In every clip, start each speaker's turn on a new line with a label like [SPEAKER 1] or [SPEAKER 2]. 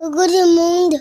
[SPEAKER 1] Coucou le monde.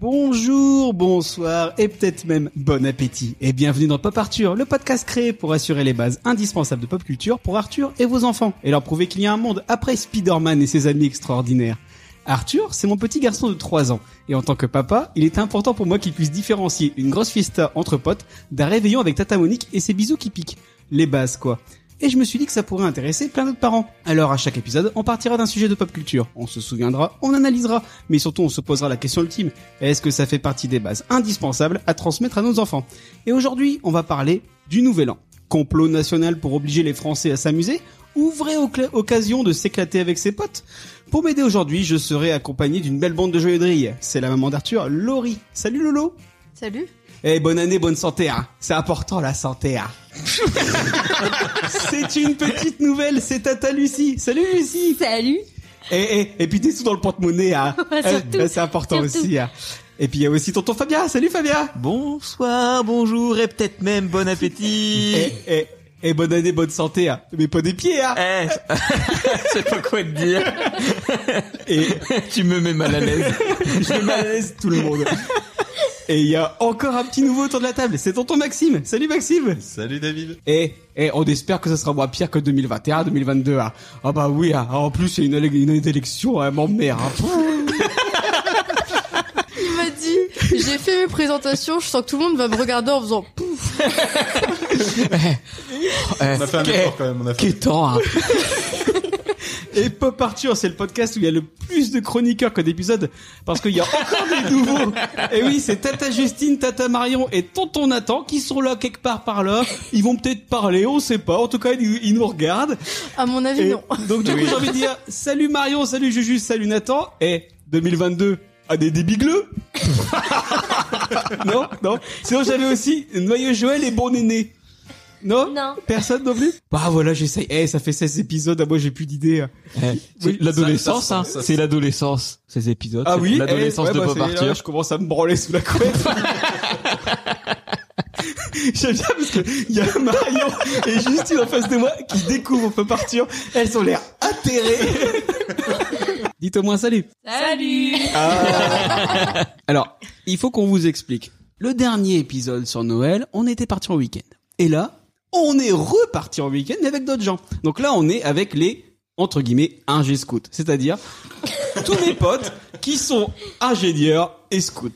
[SPEAKER 2] Bonjour, bonsoir et peut-être même bon appétit. Et bienvenue dans Pop Arthur, le podcast créé pour assurer les bases indispensables de pop culture pour Arthur et vos enfants et leur prouver qu'il y a un monde après Spider-Man et ses amis extraordinaires. Arthur, c'est mon petit garçon de 3 ans et en tant que papa, il est important pour moi qu'il puisse différencier une grosse fiesta entre potes d'un réveillon avec Tata Monique et ses bisous qui piquent. Les bases quoi. Et je me suis dit que ça pourrait intéresser plein d'autres parents. Alors à chaque épisode, on partira d'un sujet de pop culture. On se souviendra, on analysera, mais surtout on se posera la question ultime. Est-ce que ça fait partie des bases indispensables à transmettre à nos enfants Et aujourd'hui, on va parler du Nouvel An. Complot national pour obliger les Français à s'amuser ou vraie ocla- occasion de s'éclater avec ses potes Pour m'aider aujourd'hui, je serai accompagné d'une belle bande de joyeux de rire. C'est la maman d'Arthur, Laurie. Salut Lolo
[SPEAKER 3] Salut.
[SPEAKER 2] eh, bonne année, bonne santé, hein. C'est important, la santé, hein. c'est une petite nouvelle, c'est Tata Lucie. Salut, Lucie.
[SPEAKER 3] Salut.
[SPEAKER 2] Et, et, et puis, t'es tout dans le porte-monnaie, hein.
[SPEAKER 3] Ouais, surtout,
[SPEAKER 2] Eh, c'est important
[SPEAKER 3] surtout.
[SPEAKER 2] aussi, hein. Et puis, il y a aussi tonton Fabien. Salut, Fabien.
[SPEAKER 4] Bonsoir, bonjour et peut-être même bon
[SPEAKER 2] Et,
[SPEAKER 4] appétit.
[SPEAKER 2] et, et bonne année, bonne santé, hein. Mais pas des pieds, hein.
[SPEAKER 4] Eh, je sais pas quoi te dire.
[SPEAKER 5] Eh.
[SPEAKER 2] Et,
[SPEAKER 4] tu me mets mal à l'aise.
[SPEAKER 2] je mets mal à l'aise tout le monde. Et il y a encore un petit nouveau autour de la table. C'est tonton Maxime. Salut, Maxime.
[SPEAKER 5] Salut David.
[SPEAKER 2] Et, et on espère que ça sera moins pire que 2021, 2022. hein. Ah bah oui, hein. Ah, en plus c'est une, élec- une année d'élection, hein, m'emmerde. hein. Pff,
[SPEAKER 3] Il m'a dit, j'ai fait mes présentations, je sens que tout le monde va me regarder en faisant pouf.
[SPEAKER 5] On a fait un effort quand même. On a fait...
[SPEAKER 4] temps, hein.
[SPEAKER 2] Et Pop Arthur, c'est le podcast où il y a le plus de chroniqueurs que d'épisodes, parce qu'il y a encore des nouveaux. Et oui, c'est Tata Justine, Tata Marion et Tonton Nathan qui sont là quelque part par là. Ils vont peut-être parler, on sait pas. En tout cas, ils, ils nous regardent.
[SPEAKER 3] À mon avis,
[SPEAKER 2] Et
[SPEAKER 3] non.
[SPEAKER 2] donc du coup, j'ai envie de dire salut Marion, salut Juju, salut Nathan. Et 2022 à des débigleux Non, non. Sinon, j'avais aussi Noyeux Joël et Bon Néné. Non
[SPEAKER 1] Non.
[SPEAKER 2] Personne non plus Bah voilà, j'essaye. Eh, ça fait 16 épisodes, ah, moi j'ai plus d'idées. Oui,
[SPEAKER 4] Eh. l'adolescence,
[SPEAKER 5] ça-
[SPEAKER 4] hein.
[SPEAKER 5] ça-
[SPEAKER 4] C'est l'adolescence, ces épisodes.
[SPEAKER 2] Ah
[SPEAKER 4] C'est
[SPEAKER 2] oui,
[SPEAKER 4] L'adolescence
[SPEAKER 2] eh, ouais, bah,
[SPEAKER 4] de Pop
[SPEAKER 2] c'est- là,
[SPEAKER 4] Arthur.
[SPEAKER 2] je commence à me branler sous la couette. J'aime bien parce que il y a Marion et Justine en face de moi qui découvrent Pop Arthur. Elles ont l'air atterrées. Dites au moins salut.
[SPEAKER 3] Salut.
[SPEAKER 2] Alors, il faut qu'on vous explique. Le dernier épisode sur Noël, on était parti en week-end. Et là, on est reparti en week-end mais avec d'autres gens. Donc là, on est avec les entre guillemets ingé scouts, c'est-à-dire tous mes potes qui sont ingénieurs et scouts.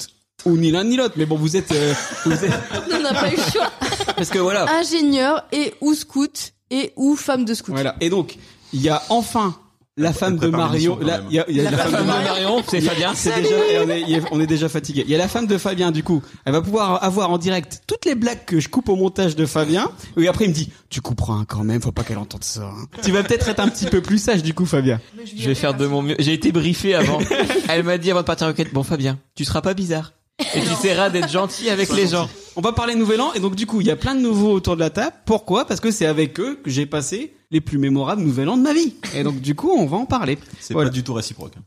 [SPEAKER 2] Ou ni l'un ni l'autre, mais bon, vous êtes, euh, vous êtes-
[SPEAKER 3] On n'a pas eu le choix.
[SPEAKER 2] parce que voilà,
[SPEAKER 6] Ah.
[SPEAKER 3] Ingénieur et ou scout et ou femme de scout.
[SPEAKER 2] voilà. Et donc, il y a enfin la femme de
[SPEAKER 5] prépare
[SPEAKER 2] Mario.
[SPEAKER 5] l'émission, quand
[SPEAKER 2] la-
[SPEAKER 5] même.
[SPEAKER 2] il y a- il y a la femme de
[SPEAKER 4] Femme de
[SPEAKER 2] Mario.
[SPEAKER 4] Marion, c'est Fabien.
[SPEAKER 2] C'est déjà, et on, est, il est- on est déjà fatigué. Il y a la femme de Fabien, du coup. Elle va pouvoir avoir en direct toutes les blagues que je coupe au montage de Fabien. Et après, il me dit, tu couperas hein, quand même, faut pas qu'elle entende ça. hein. Tu vas peut-être être un petit peu plus sage, du coup, Fabien.
[SPEAKER 4] Je vais faire de mon mieux. J'ai été briefé avant. Elle m'a dit avant de partir en quête, bon Fabien, tu seras pas bizarre. Et tu essaieras d'être gentil avec les gens.
[SPEAKER 2] On va parler Nouvel An. Et donc, du coup, il y a plein de nouveaux autour de la table. Pourquoi? Parce que c'est avec eux que j'ai passé les plus mémorables Nouvel An de ma vie. Et donc, du coup, on va en parler.
[SPEAKER 5] C'est
[SPEAKER 2] Voilà.
[SPEAKER 5] pas du tout réciproque. hein.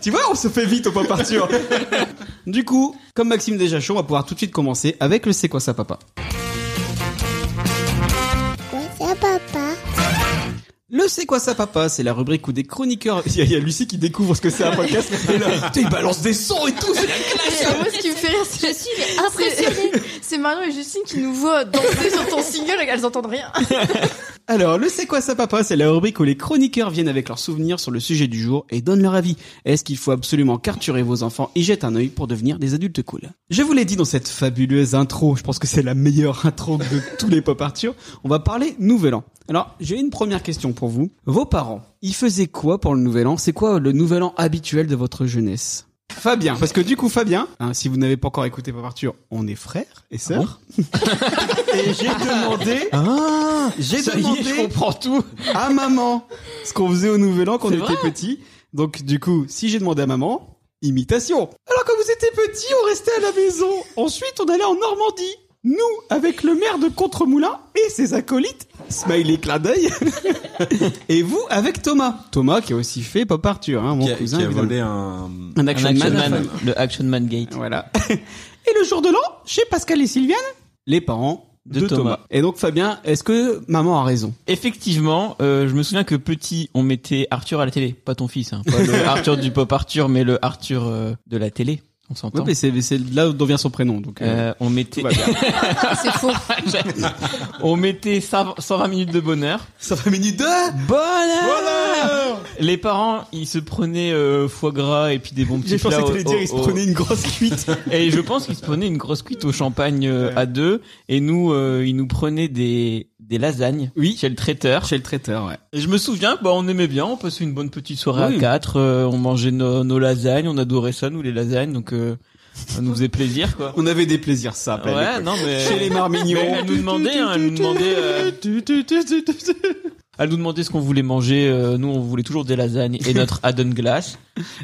[SPEAKER 2] Tu vois, on se fait vite au pas partir. du coup, comme Maxime déjà chaud, on va pouvoir tout de suite commencer avec le c'est quoi ça, papa?
[SPEAKER 1] Quoi ça, papa
[SPEAKER 2] Le C'est quoi ça papa C'est la rubrique où des chroniqueurs... Il y, a- il y a Lucie qui découvre ce que c'est un podcast. Et là, putain, il balance des sons et tout, c'est la classe
[SPEAKER 3] Et moi, ce qui me fait rire, c'est
[SPEAKER 1] suis
[SPEAKER 3] c'est- c'est Marion et Justine qui nous voient danser sur ton single et qu'elles entendent rien.
[SPEAKER 2] Alors, le C'est quoi ça papa C'est la rubrique où les chroniqueurs viennent avec leurs souvenirs sur le sujet du jour et donnent leur avis. Est-ce qu'il faut absolument carturer vos enfants et jeter un œil pour devenir des adultes cool Je vous l'ai dit dans cette fabuleuse intro, je pense que c'est la meilleure intro de tous les pop Arthur, on va parler Nouvel An. Alors, j'ai une première question pour vous. Vos parents, ils faisaient quoi pour le Nouvel An C'est quoi le Nouvel An habituel de votre jeunesse Fabien, parce que du coup Fabien, hein, si vous n'avez pas encore écouté Pop Arthur, on est frères et sœurs. et j'ai demandé, j'ai
[SPEAKER 4] Ça y est,
[SPEAKER 2] demandé
[SPEAKER 4] je comprends tout.
[SPEAKER 2] à maman ce qu'on faisait au Nouvel An quand on
[SPEAKER 4] C'est
[SPEAKER 2] était
[SPEAKER 4] vrai
[SPEAKER 2] petit. Donc du coup, si j'ai demandé à maman, imitation. Alors quand vous étiez petit, on restait à la maison. Ensuite, on allait en Normandie. nous, avec le maire de Contremoulin et ses acolytes, smiley clin d'œil, et vous avec Thomas. Thomas qui a aussi fait Pop Arthur, hein, mon
[SPEAKER 5] Qui a,
[SPEAKER 2] cousin.
[SPEAKER 5] qui a
[SPEAKER 2] évidemment.
[SPEAKER 5] volé un.
[SPEAKER 2] Un action,
[SPEAKER 4] Un
[SPEAKER 2] man.
[SPEAKER 4] le Action Man Gate.
[SPEAKER 2] Voilà. Et le jour de l'an, chez Pascal et Sylviane, les parents de,
[SPEAKER 4] De
[SPEAKER 2] Thomas.
[SPEAKER 4] Thomas.
[SPEAKER 2] Et donc Fabien, est-ce que maman a raison
[SPEAKER 4] Effectivement, euh, je me souviens que petit, on mettait Arthur à la télé. Pas ton fils, hein. Pas le Arthur du pop Arthur, mais le Arthur euh, de la télé. On s'entend.
[SPEAKER 2] mais c'est c'est là d'où vient son prénom. Donc, euh,
[SPEAKER 4] Euh, on mettait,
[SPEAKER 2] tout va bien.
[SPEAKER 3] C'est faux.
[SPEAKER 4] on mettait 100 120 minutes de bonheur.
[SPEAKER 2] Ça fait minute 2
[SPEAKER 4] Bonheur. Les parents, ils se prenaient euh, foie gras et puis des bons petits
[SPEAKER 2] J'ai pensé
[SPEAKER 4] plats
[SPEAKER 2] que
[SPEAKER 4] au-
[SPEAKER 2] t'allais dire,
[SPEAKER 4] au-
[SPEAKER 2] il se
[SPEAKER 4] au-
[SPEAKER 2] prenait une grosse cuite.
[SPEAKER 4] Et je pense qu'ils se prenaient une grosse cuite au champagne euh, à deux. Et nous, euh, ils nous prenaient des, des lasagnes
[SPEAKER 2] Oui.
[SPEAKER 4] chez le traiteur.
[SPEAKER 2] chez le traiteur, ouais.
[SPEAKER 4] Et je me souviens, bah, on aimait bien, on passait une bonne petite soirée
[SPEAKER 2] Oui.
[SPEAKER 4] à quatre, euh, on mangeait nos, nos lasagnes, on adorait ça, nous, les lasagnes, donc euh, ça nous faisait plaisir, quoi.
[SPEAKER 2] On avait des plaisirs, ça, appelait à
[SPEAKER 4] Ouais,
[SPEAKER 2] l'époque.
[SPEAKER 4] non, mais...
[SPEAKER 2] Chez les
[SPEAKER 4] Mais
[SPEAKER 2] marmignons.
[SPEAKER 4] elle nous demandait, hein, elle nous demandait, euh, elle nous demandait ce qu'on voulait manger. euh, nous, on voulait toujours des lasagnes et notre Aden Glass.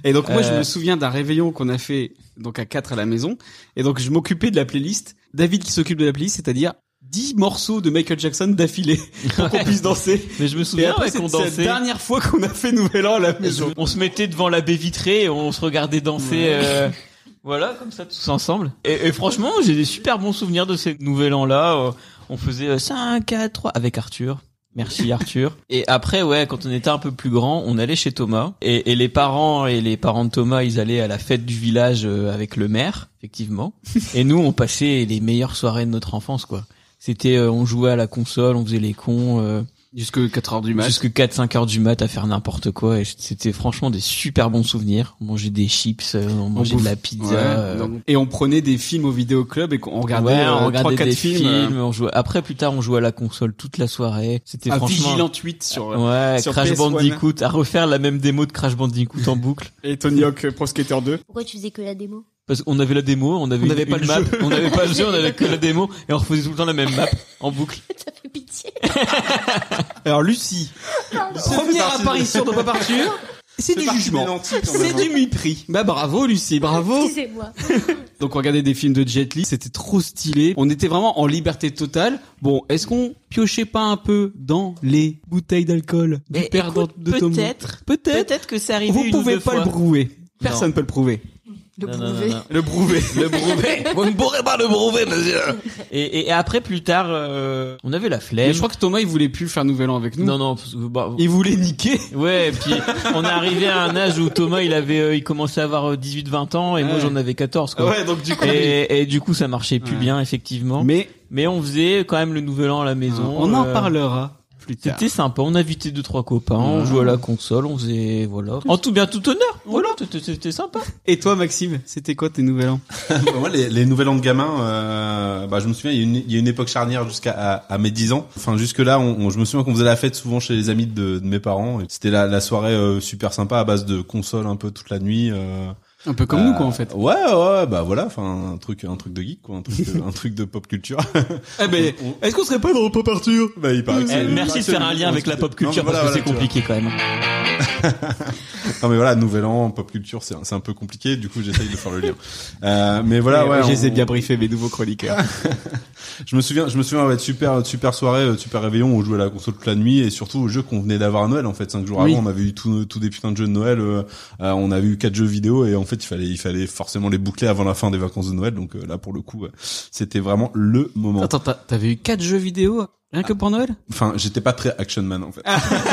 [SPEAKER 2] Et donc moi je
[SPEAKER 4] Euh.
[SPEAKER 2] me souviens d'un réveillon qu'on a fait donc à 4 à la maison et donc je m'occupais de la playlist, David qui s'occupe de la playlist, c'est-à-dire 10 morceaux de Michael Jackson d'affilée pour qu'on puisse danser.
[SPEAKER 4] Mais je me
[SPEAKER 2] Et
[SPEAKER 4] souviens
[SPEAKER 2] après
[SPEAKER 4] ouais,
[SPEAKER 2] c'est
[SPEAKER 4] qu'on
[SPEAKER 2] c'est la
[SPEAKER 4] dansait.
[SPEAKER 2] dernière fois qu'on a fait Nouvel An à la
[SPEAKER 4] Et je-
[SPEAKER 2] maison.
[SPEAKER 4] on se mettait devant la baie vitrée et on se regardait danser. euh, voilà, comme ça, tous ensemble. Et, et franchement, j'ai des super bons souvenirs de ces nouvel an-là. euh, on faisait euh, 5, 4, 3 avec Arthur. Merci Arthur. Et après, ouais, quand on était un peu plus grand, on allait chez Thomas. Et, et les parents et les parents de Thomas, ils allaient à la fête du village euh, avec le maire, effectivement. Et nous, on passait les meilleures soirées de notre enfance, quoi. C'était, euh, on jouait à la console, on faisait les cons. euh,
[SPEAKER 2] Jusque 4 heures du
[SPEAKER 4] Jusque 4-5 heures du mat à faire n'importe quoi. Et c'était franchement des super bons souvenirs. On mangeait des chips, euh, on mangeait
[SPEAKER 2] bouffe.
[SPEAKER 4] de la pizza.
[SPEAKER 2] Ouais,
[SPEAKER 4] euh,
[SPEAKER 2] donc- et on prenait des films au vidéoclub et qu'on- on regardait,
[SPEAKER 4] ouais, on
[SPEAKER 2] euh,
[SPEAKER 4] regardait
[SPEAKER 2] 3-4
[SPEAKER 4] des
[SPEAKER 2] films.
[SPEAKER 4] films.
[SPEAKER 2] euh,
[SPEAKER 4] on jouait... Après, plus tard, on jouait à la console toute la soirée. C'était
[SPEAKER 2] à
[SPEAKER 4] franchement...
[SPEAKER 2] Vigilant 8 sur euh,
[SPEAKER 4] Ouais,
[SPEAKER 2] sur
[SPEAKER 4] Crash
[SPEAKER 2] PS1.
[SPEAKER 4] Bandicoot, à refaire la même démo de Crash Bandicoot en boucle.
[SPEAKER 2] et Tony Hawk euh, Pro Skater 2.
[SPEAKER 1] Pourquoi tu faisais que la démo
[SPEAKER 4] Parce qu'on avait la démo, on avait,
[SPEAKER 2] On
[SPEAKER 4] une-
[SPEAKER 2] n'avait pas
[SPEAKER 4] une
[SPEAKER 2] le
[SPEAKER 4] map,
[SPEAKER 2] jeu.
[SPEAKER 4] on n'avait pas le jeu, on avait que la démo, et on refaisait tout le temps la même map en boucle.
[SPEAKER 1] Ça fait pitié.
[SPEAKER 2] Alors Lucie, première apparition de Pop Arthur, c'est du jugement. C'est du mépris. Bah bravo Lucie, bravo.
[SPEAKER 1] Excusez-moi.
[SPEAKER 2] Donc on regardait des films de Jet Li, c'était trop stylé. On était vraiment en liberté totale. Bon, est-ce qu'on piochait pas un peu dans les bouteilles d'alcool du
[SPEAKER 4] Mais
[SPEAKER 2] père
[SPEAKER 4] écoute,
[SPEAKER 2] de de Thomas
[SPEAKER 4] peut-être,
[SPEAKER 2] Peut-être.
[SPEAKER 4] peut-être que c'est arrivé
[SPEAKER 2] Vous
[SPEAKER 4] une ou
[SPEAKER 2] pouvez
[SPEAKER 4] deux
[SPEAKER 2] pas
[SPEAKER 4] fois.
[SPEAKER 2] le brouver. Personne
[SPEAKER 4] Non.
[SPEAKER 2] peut le prouver.
[SPEAKER 3] Le
[SPEAKER 4] Non, non, non,
[SPEAKER 3] brouver.
[SPEAKER 4] non.
[SPEAKER 2] Le brouver.
[SPEAKER 4] Le brouver. Vous ne pourrez pas le brouver, monsieur. Et, et, et après, plus tard, euh, on avait la
[SPEAKER 2] Mais
[SPEAKER 4] flemme.
[SPEAKER 2] je crois que Thomas il voulait plus faire Nouvel An avec nous.
[SPEAKER 4] Non, non, parce que, bah,
[SPEAKER 2] Il voulait niquer.
[SPEAKER 4] ouais, et puis on est arrivé à un âge où Thomas, il avait, euh, il commençait à avoir 18-20 ans et moi
[SPEAKER 2] Ah Ouais.
[SPEAKER 4] j'en avais 14, quoi.
[SPEAKER 2] donc du
[SPEAKER 4] Et, et du coup, ça marchait plus
[SPEAKER 2] Ouais.
[SPEAKER 4] bien, effectivement. Mais,
[SPEAKER 2] Mais
[SPEAKER 4] on faisait quand même le nouvel an à la maison.
[SPEAKER 2] on en
[SPEAKER 4] euh,
[SPEAKER 2] parlera plus tard.
[SPEAKER 4] C'était sympa. On invitait deux trois copains,
[SPEAKER 2] Ouais.
[SPEAKER 4] on jouait à la console, on faisait voilà. En tout bien, tout honneur. Voilà, c'était- c'était sympa.
[SPEAKER 2] Et toi Maxime, c'était quoi tes Nouvel An
[SPEAKER 5] Moi, les, les nouvelles ans de gamin, euh, bah, je me souviens, il y a une, il y a une époque charnière jusqu'à à, à mes 10 ans. Enfin, jusque-là, on, on- je me souviens qu'on faisait la fête souvent chez les amis de, de mes parents. Et C'était la, la soirée euh, super sympa à base de consoles un peu toute la nuit. euh,
[SPEAKER 2] Un peu comme
[SPEAKER 5] Euh,
[SPEAKER 2] nous quoi en fait.
[SPEAKER 5] Ouais, ouais, bah voilà, enfin un truc, un truc de geek, quoi, un truc, de, un truc de pop culture.
[SPEAKER 2] Eh ben,
[SPEAKER 5] on-
[SPEAKER 2] est-ce qu'on serait pas dans Pop Arthur
[SPEAKER 5] bah, il paraît que c'est-
[SPEAKER 4] Eh, merci de faire un lien avec la pop culture
[SPEAKER 5] Non, mais voilà,
[SPEAKER 4] parce que
[SPEAKER 5] voilà,
[SPEAKER 4] c'est
[SPEAKER 5] tu vois.
[SPEAKER 4] compliqué quand même.
[SPEAKER 5] Non mais voilà, Nouvel An, pop culture, c'est un, c'est un peu compliqué. Du coup, j'essaye de faire le lien. Euh, mais voilà, ouais.
[SPEAKER 2] Je les ai
[SPEAKER 5] on-
[SPEAKER 2] bien briefés mes nouveaux chroniqueurs.
[SPEAKER 5] Je me souviens, je me souviens, ouais, de super, de super soirée, euh, de super réveillon. On jouait à la console toute la nuit et surtout au jeu qu'on venait d'avoir à Noël. En fait, cinq jours
[SPEAKER 2] Oui.
[SPEAKER 5] avant, on avait eu tous nos- tous des putains de jeux de Noël. euh, euh, on avait eu quatre jeux vidéo et en fait, il fallait, il fallait forcément les boucler avant la fin des vacances de Noël. Donc euh, là, pour le coup, euh, c'était vraiment le moment.
[SPEAKER 2] Attends, t'as- t'avais eu 4 jeux vidéo rien que pour Noël
[SPEAKER 5] Enfin, j'étais pas très action man en fait.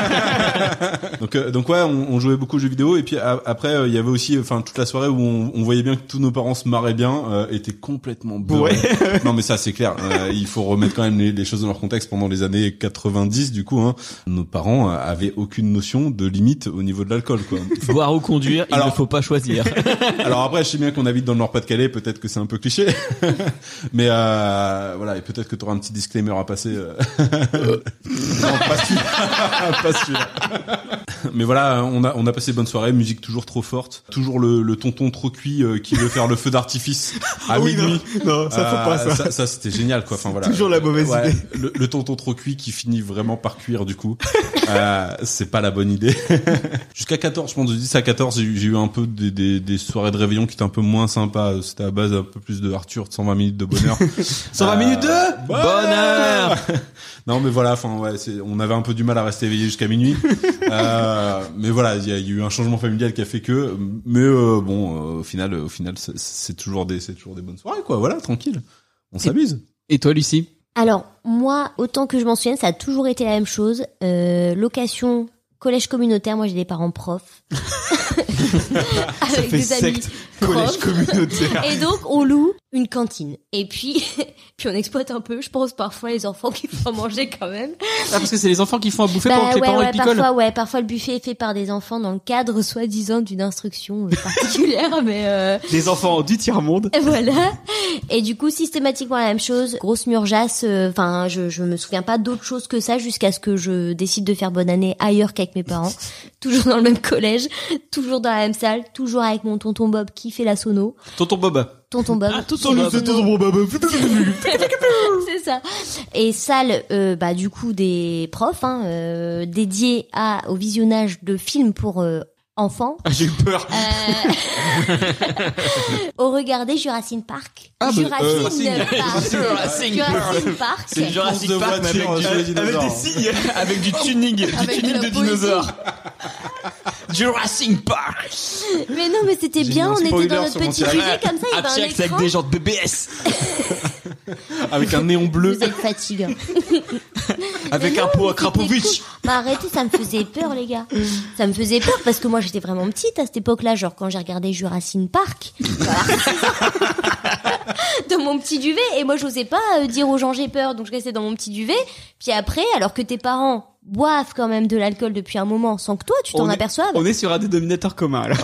[SPEAKER 5] donc, euh, donc ouais, on, on jouait beaucoup aux jeux vidéo et puis a- après euh, il y avait aussi, enfin toute la soirée où on, on voyait bien que tous nos parents se marraient bien, euh, étaient complètement bourrés. non mais ça c'est clair. Euh, il faut remettre quand même les, les choses dans leur contexte. Pendant les années 90, du coup, hein, nos parents euh, avaient aucune notion de limite au niveau de l'alcool. quoi.
[SPEAKER 4] Boire ou conduire, il
[SPEAKER 5] Alors-
[SPEAKER 4] ne faut pas choisir.
[SPEAKER 5] Alors après, je sais bien qu'on habite dans le Nord-Pas-de-Calais, peut-être que c'est un peu cliché, mais euh, voilà, et peut-être que tu auras un petit disclaimer à passer. euh. non, pas celui-là. pas celui-là. Mais voilà, on a on a passé bonne soirée, musique toujours trop forte, toujours le, le tonton trop cuit euh, qui veut faire le feu d'artifice à minuit.
[SPEAKER 2] non, non, ça faut
[SPEAKER 5] Ah,
[SPEAKER 2] pas ça.
[SPEAKER 5] Ça, c'était génial quoi. Enfin voilà.
[SPEAKER 2] Toujours la mauvaise
[SPEAKER 5] Ouais,
[SPEAKER 2] idée.
[SPEAKER 5] Le, le tonton trop cuit qui finit vraiment par cuire du coup. Euh, c'est pas la bonne idée. Jusqu'à 14, je pense, de 10 à 14, j'ai eu j'ai eu un peu des, des, des soirées de réveillon qui étaient un peu moins sympas. C'était à base un peu plus de Arthur, de 120 minutes de bonheur.
[SPEAKER 2] 120 minutes de
[SPEAKER 4] Bonheur
[SPEAKER 5] Euh, non mais voilà, enfin ouais, c'est- on avait un peu du mal à rester éveillé jusqu'à minuit. Euh, mais voilà, il y, a il y a eu un changement familial qui a fait que. Mais euh, bon, euh, au final, euh, au final, c'est- c'est toujours des, c'est toujours des bonnes soirées quoi. Voilà, tranquille, on s'amuse.
[SPEAKER 2] Et toi, Lucie
[SPEAKER 7] Alors, moi, autant que je m'en souvienne, ça a toujours été la même chose. Euh, location, collège communautaire, moi j'ai des parents profs. Avec
[SPEAKER 2] fait
[SPEAKER 7] des amis.
[SPEAKER 2] secte, collège
[SPEAKER 7] profs.
[SPEAKER 2] communautaire.
[SPEAKER 7] Et donc, on loue une cantine. Et puis, puis on exploite un peu, je pense, parfois les enfants qui font à manger quand même.
[SPEAKER 2] Ah, parce que c'est les enfants qui font à bouffer pendant que les
[SPEAKER 7] Bah ouais,
[SPEAKER 2] parents
[SPEAKER 7] ouais,
[SPEAKER 2] ils picolent.
[SPEAKER 7] parfois, ouais, parfois le buffet est fait par des enfants dans le cadre soi-disant d'une instruction euh, particulière, mais euh,
[SPEAKER 2] Des enfants du tiers-monde.
[SPEAKER 7] voilà. Et du coup, systématiquement la même chose, grosse murgeasse. euh, Enfin, je, je me souviens pas d'autre chose que ça jusqu'à ce que je décide de faire bonne année ailleurs qu'avec mes parents, toujours dans le même collège, toujours dans la même salle, toujours avec mon tonton Bob qui fait la sono.
[SPEAKER 4] Tonton Bob.
[SPEAKER 7] Tonton
[SPEAKER 4] Ah,
[SPEAKER 7] Bob. qui fait la sono. C'est ça. Et salle, euh, bah du coup des profs, hein, euh, dédiée à au visionnage de films pour euh, enfants.
[SPEAKER 4] Ah, j'ai eu peur.
[SPEAKER 7] Euh, au regarder Jurassic Park.
[SPEAKER 2] Ah, bah,
[SPEAKER 5] euh,
[SPEAKER 7] Jurassic
[SPEAKER 5] Jurassic.
[SPEAKER 7] Park.
[SPEAKER 4] Jurassic.
[SPEAKER 7] Jurassic Park.
[SPEAKER 4] C'est Jurassic
[SPEAKER 5] course de
[SPEAKER 4] Park mais
[SPEAKER 5] voiture
[SPEAKER 4] avec, du-
[SPEAKER 5] avec des
[SPEAKER 4] avec des
[SPEAKER 5] dinosaures.
[SPEAKER 4] signes, avec du tuning, du
[SPEAKER 3] Avec de
[SPEAKER 4] tuning
[SPEAKER 3] la
[SPEAKER 4] de
[SPEAKER 3] poésie.
[SPEAKER 4] dinosaures. Jurassic Park.
[SPEAKER 7] Mais non, mais c'était
[SPEAKER 5] J'ai
[SPEAKER 7] bien,
[SPEAKER 5] mis un
[SPEAKER 7] on était
[SPEAKER 5] spoiler
[SPEAKER 7] dans notre
[SPEAKER 5] sur mon
[SPEAKER 7] petit
[SPEAKER 5] tirage.
[SPEAKER 7] musée comme ça, il y
[SPEAKER 4] Happy
[SPEAKER 7] avait
[SPEAKER 4] Hacks Ah,
[SPEAKER 7] un
[SPEAKER 4] avec
[SPEAKER 7] écran.
[SPEAKER 4] des gens de BBS,
[SPEAKER 5] Avec un néon bleu.
[SPEAKER 7] Vous êtes fatigués.
[SPEAKER 4] avec un pot à Krapovitch.
[SPEAKER 7] Mais Bah, arrêtez, ça me faisait peur, les gars. Ça me faisait peur parce que moi, j'étais vraiment petite à cette époque-là. Genre, quand j'ai regardé Jurassic Park, voilà. dans mon petit duvet. Et moi, j'osais pas euh, dire aux gens j'ai peur. Donc, je restais dans mon petit duvet. Puis après, alors que tes parents boivent quand même de l'alcool depuis un moment sans que toi, tu t'en
[SPEAKER 2] On est-
[SPEAKER 7] aperçoives.
[SPEAKER 2] On est sur un dénominateur commun, là.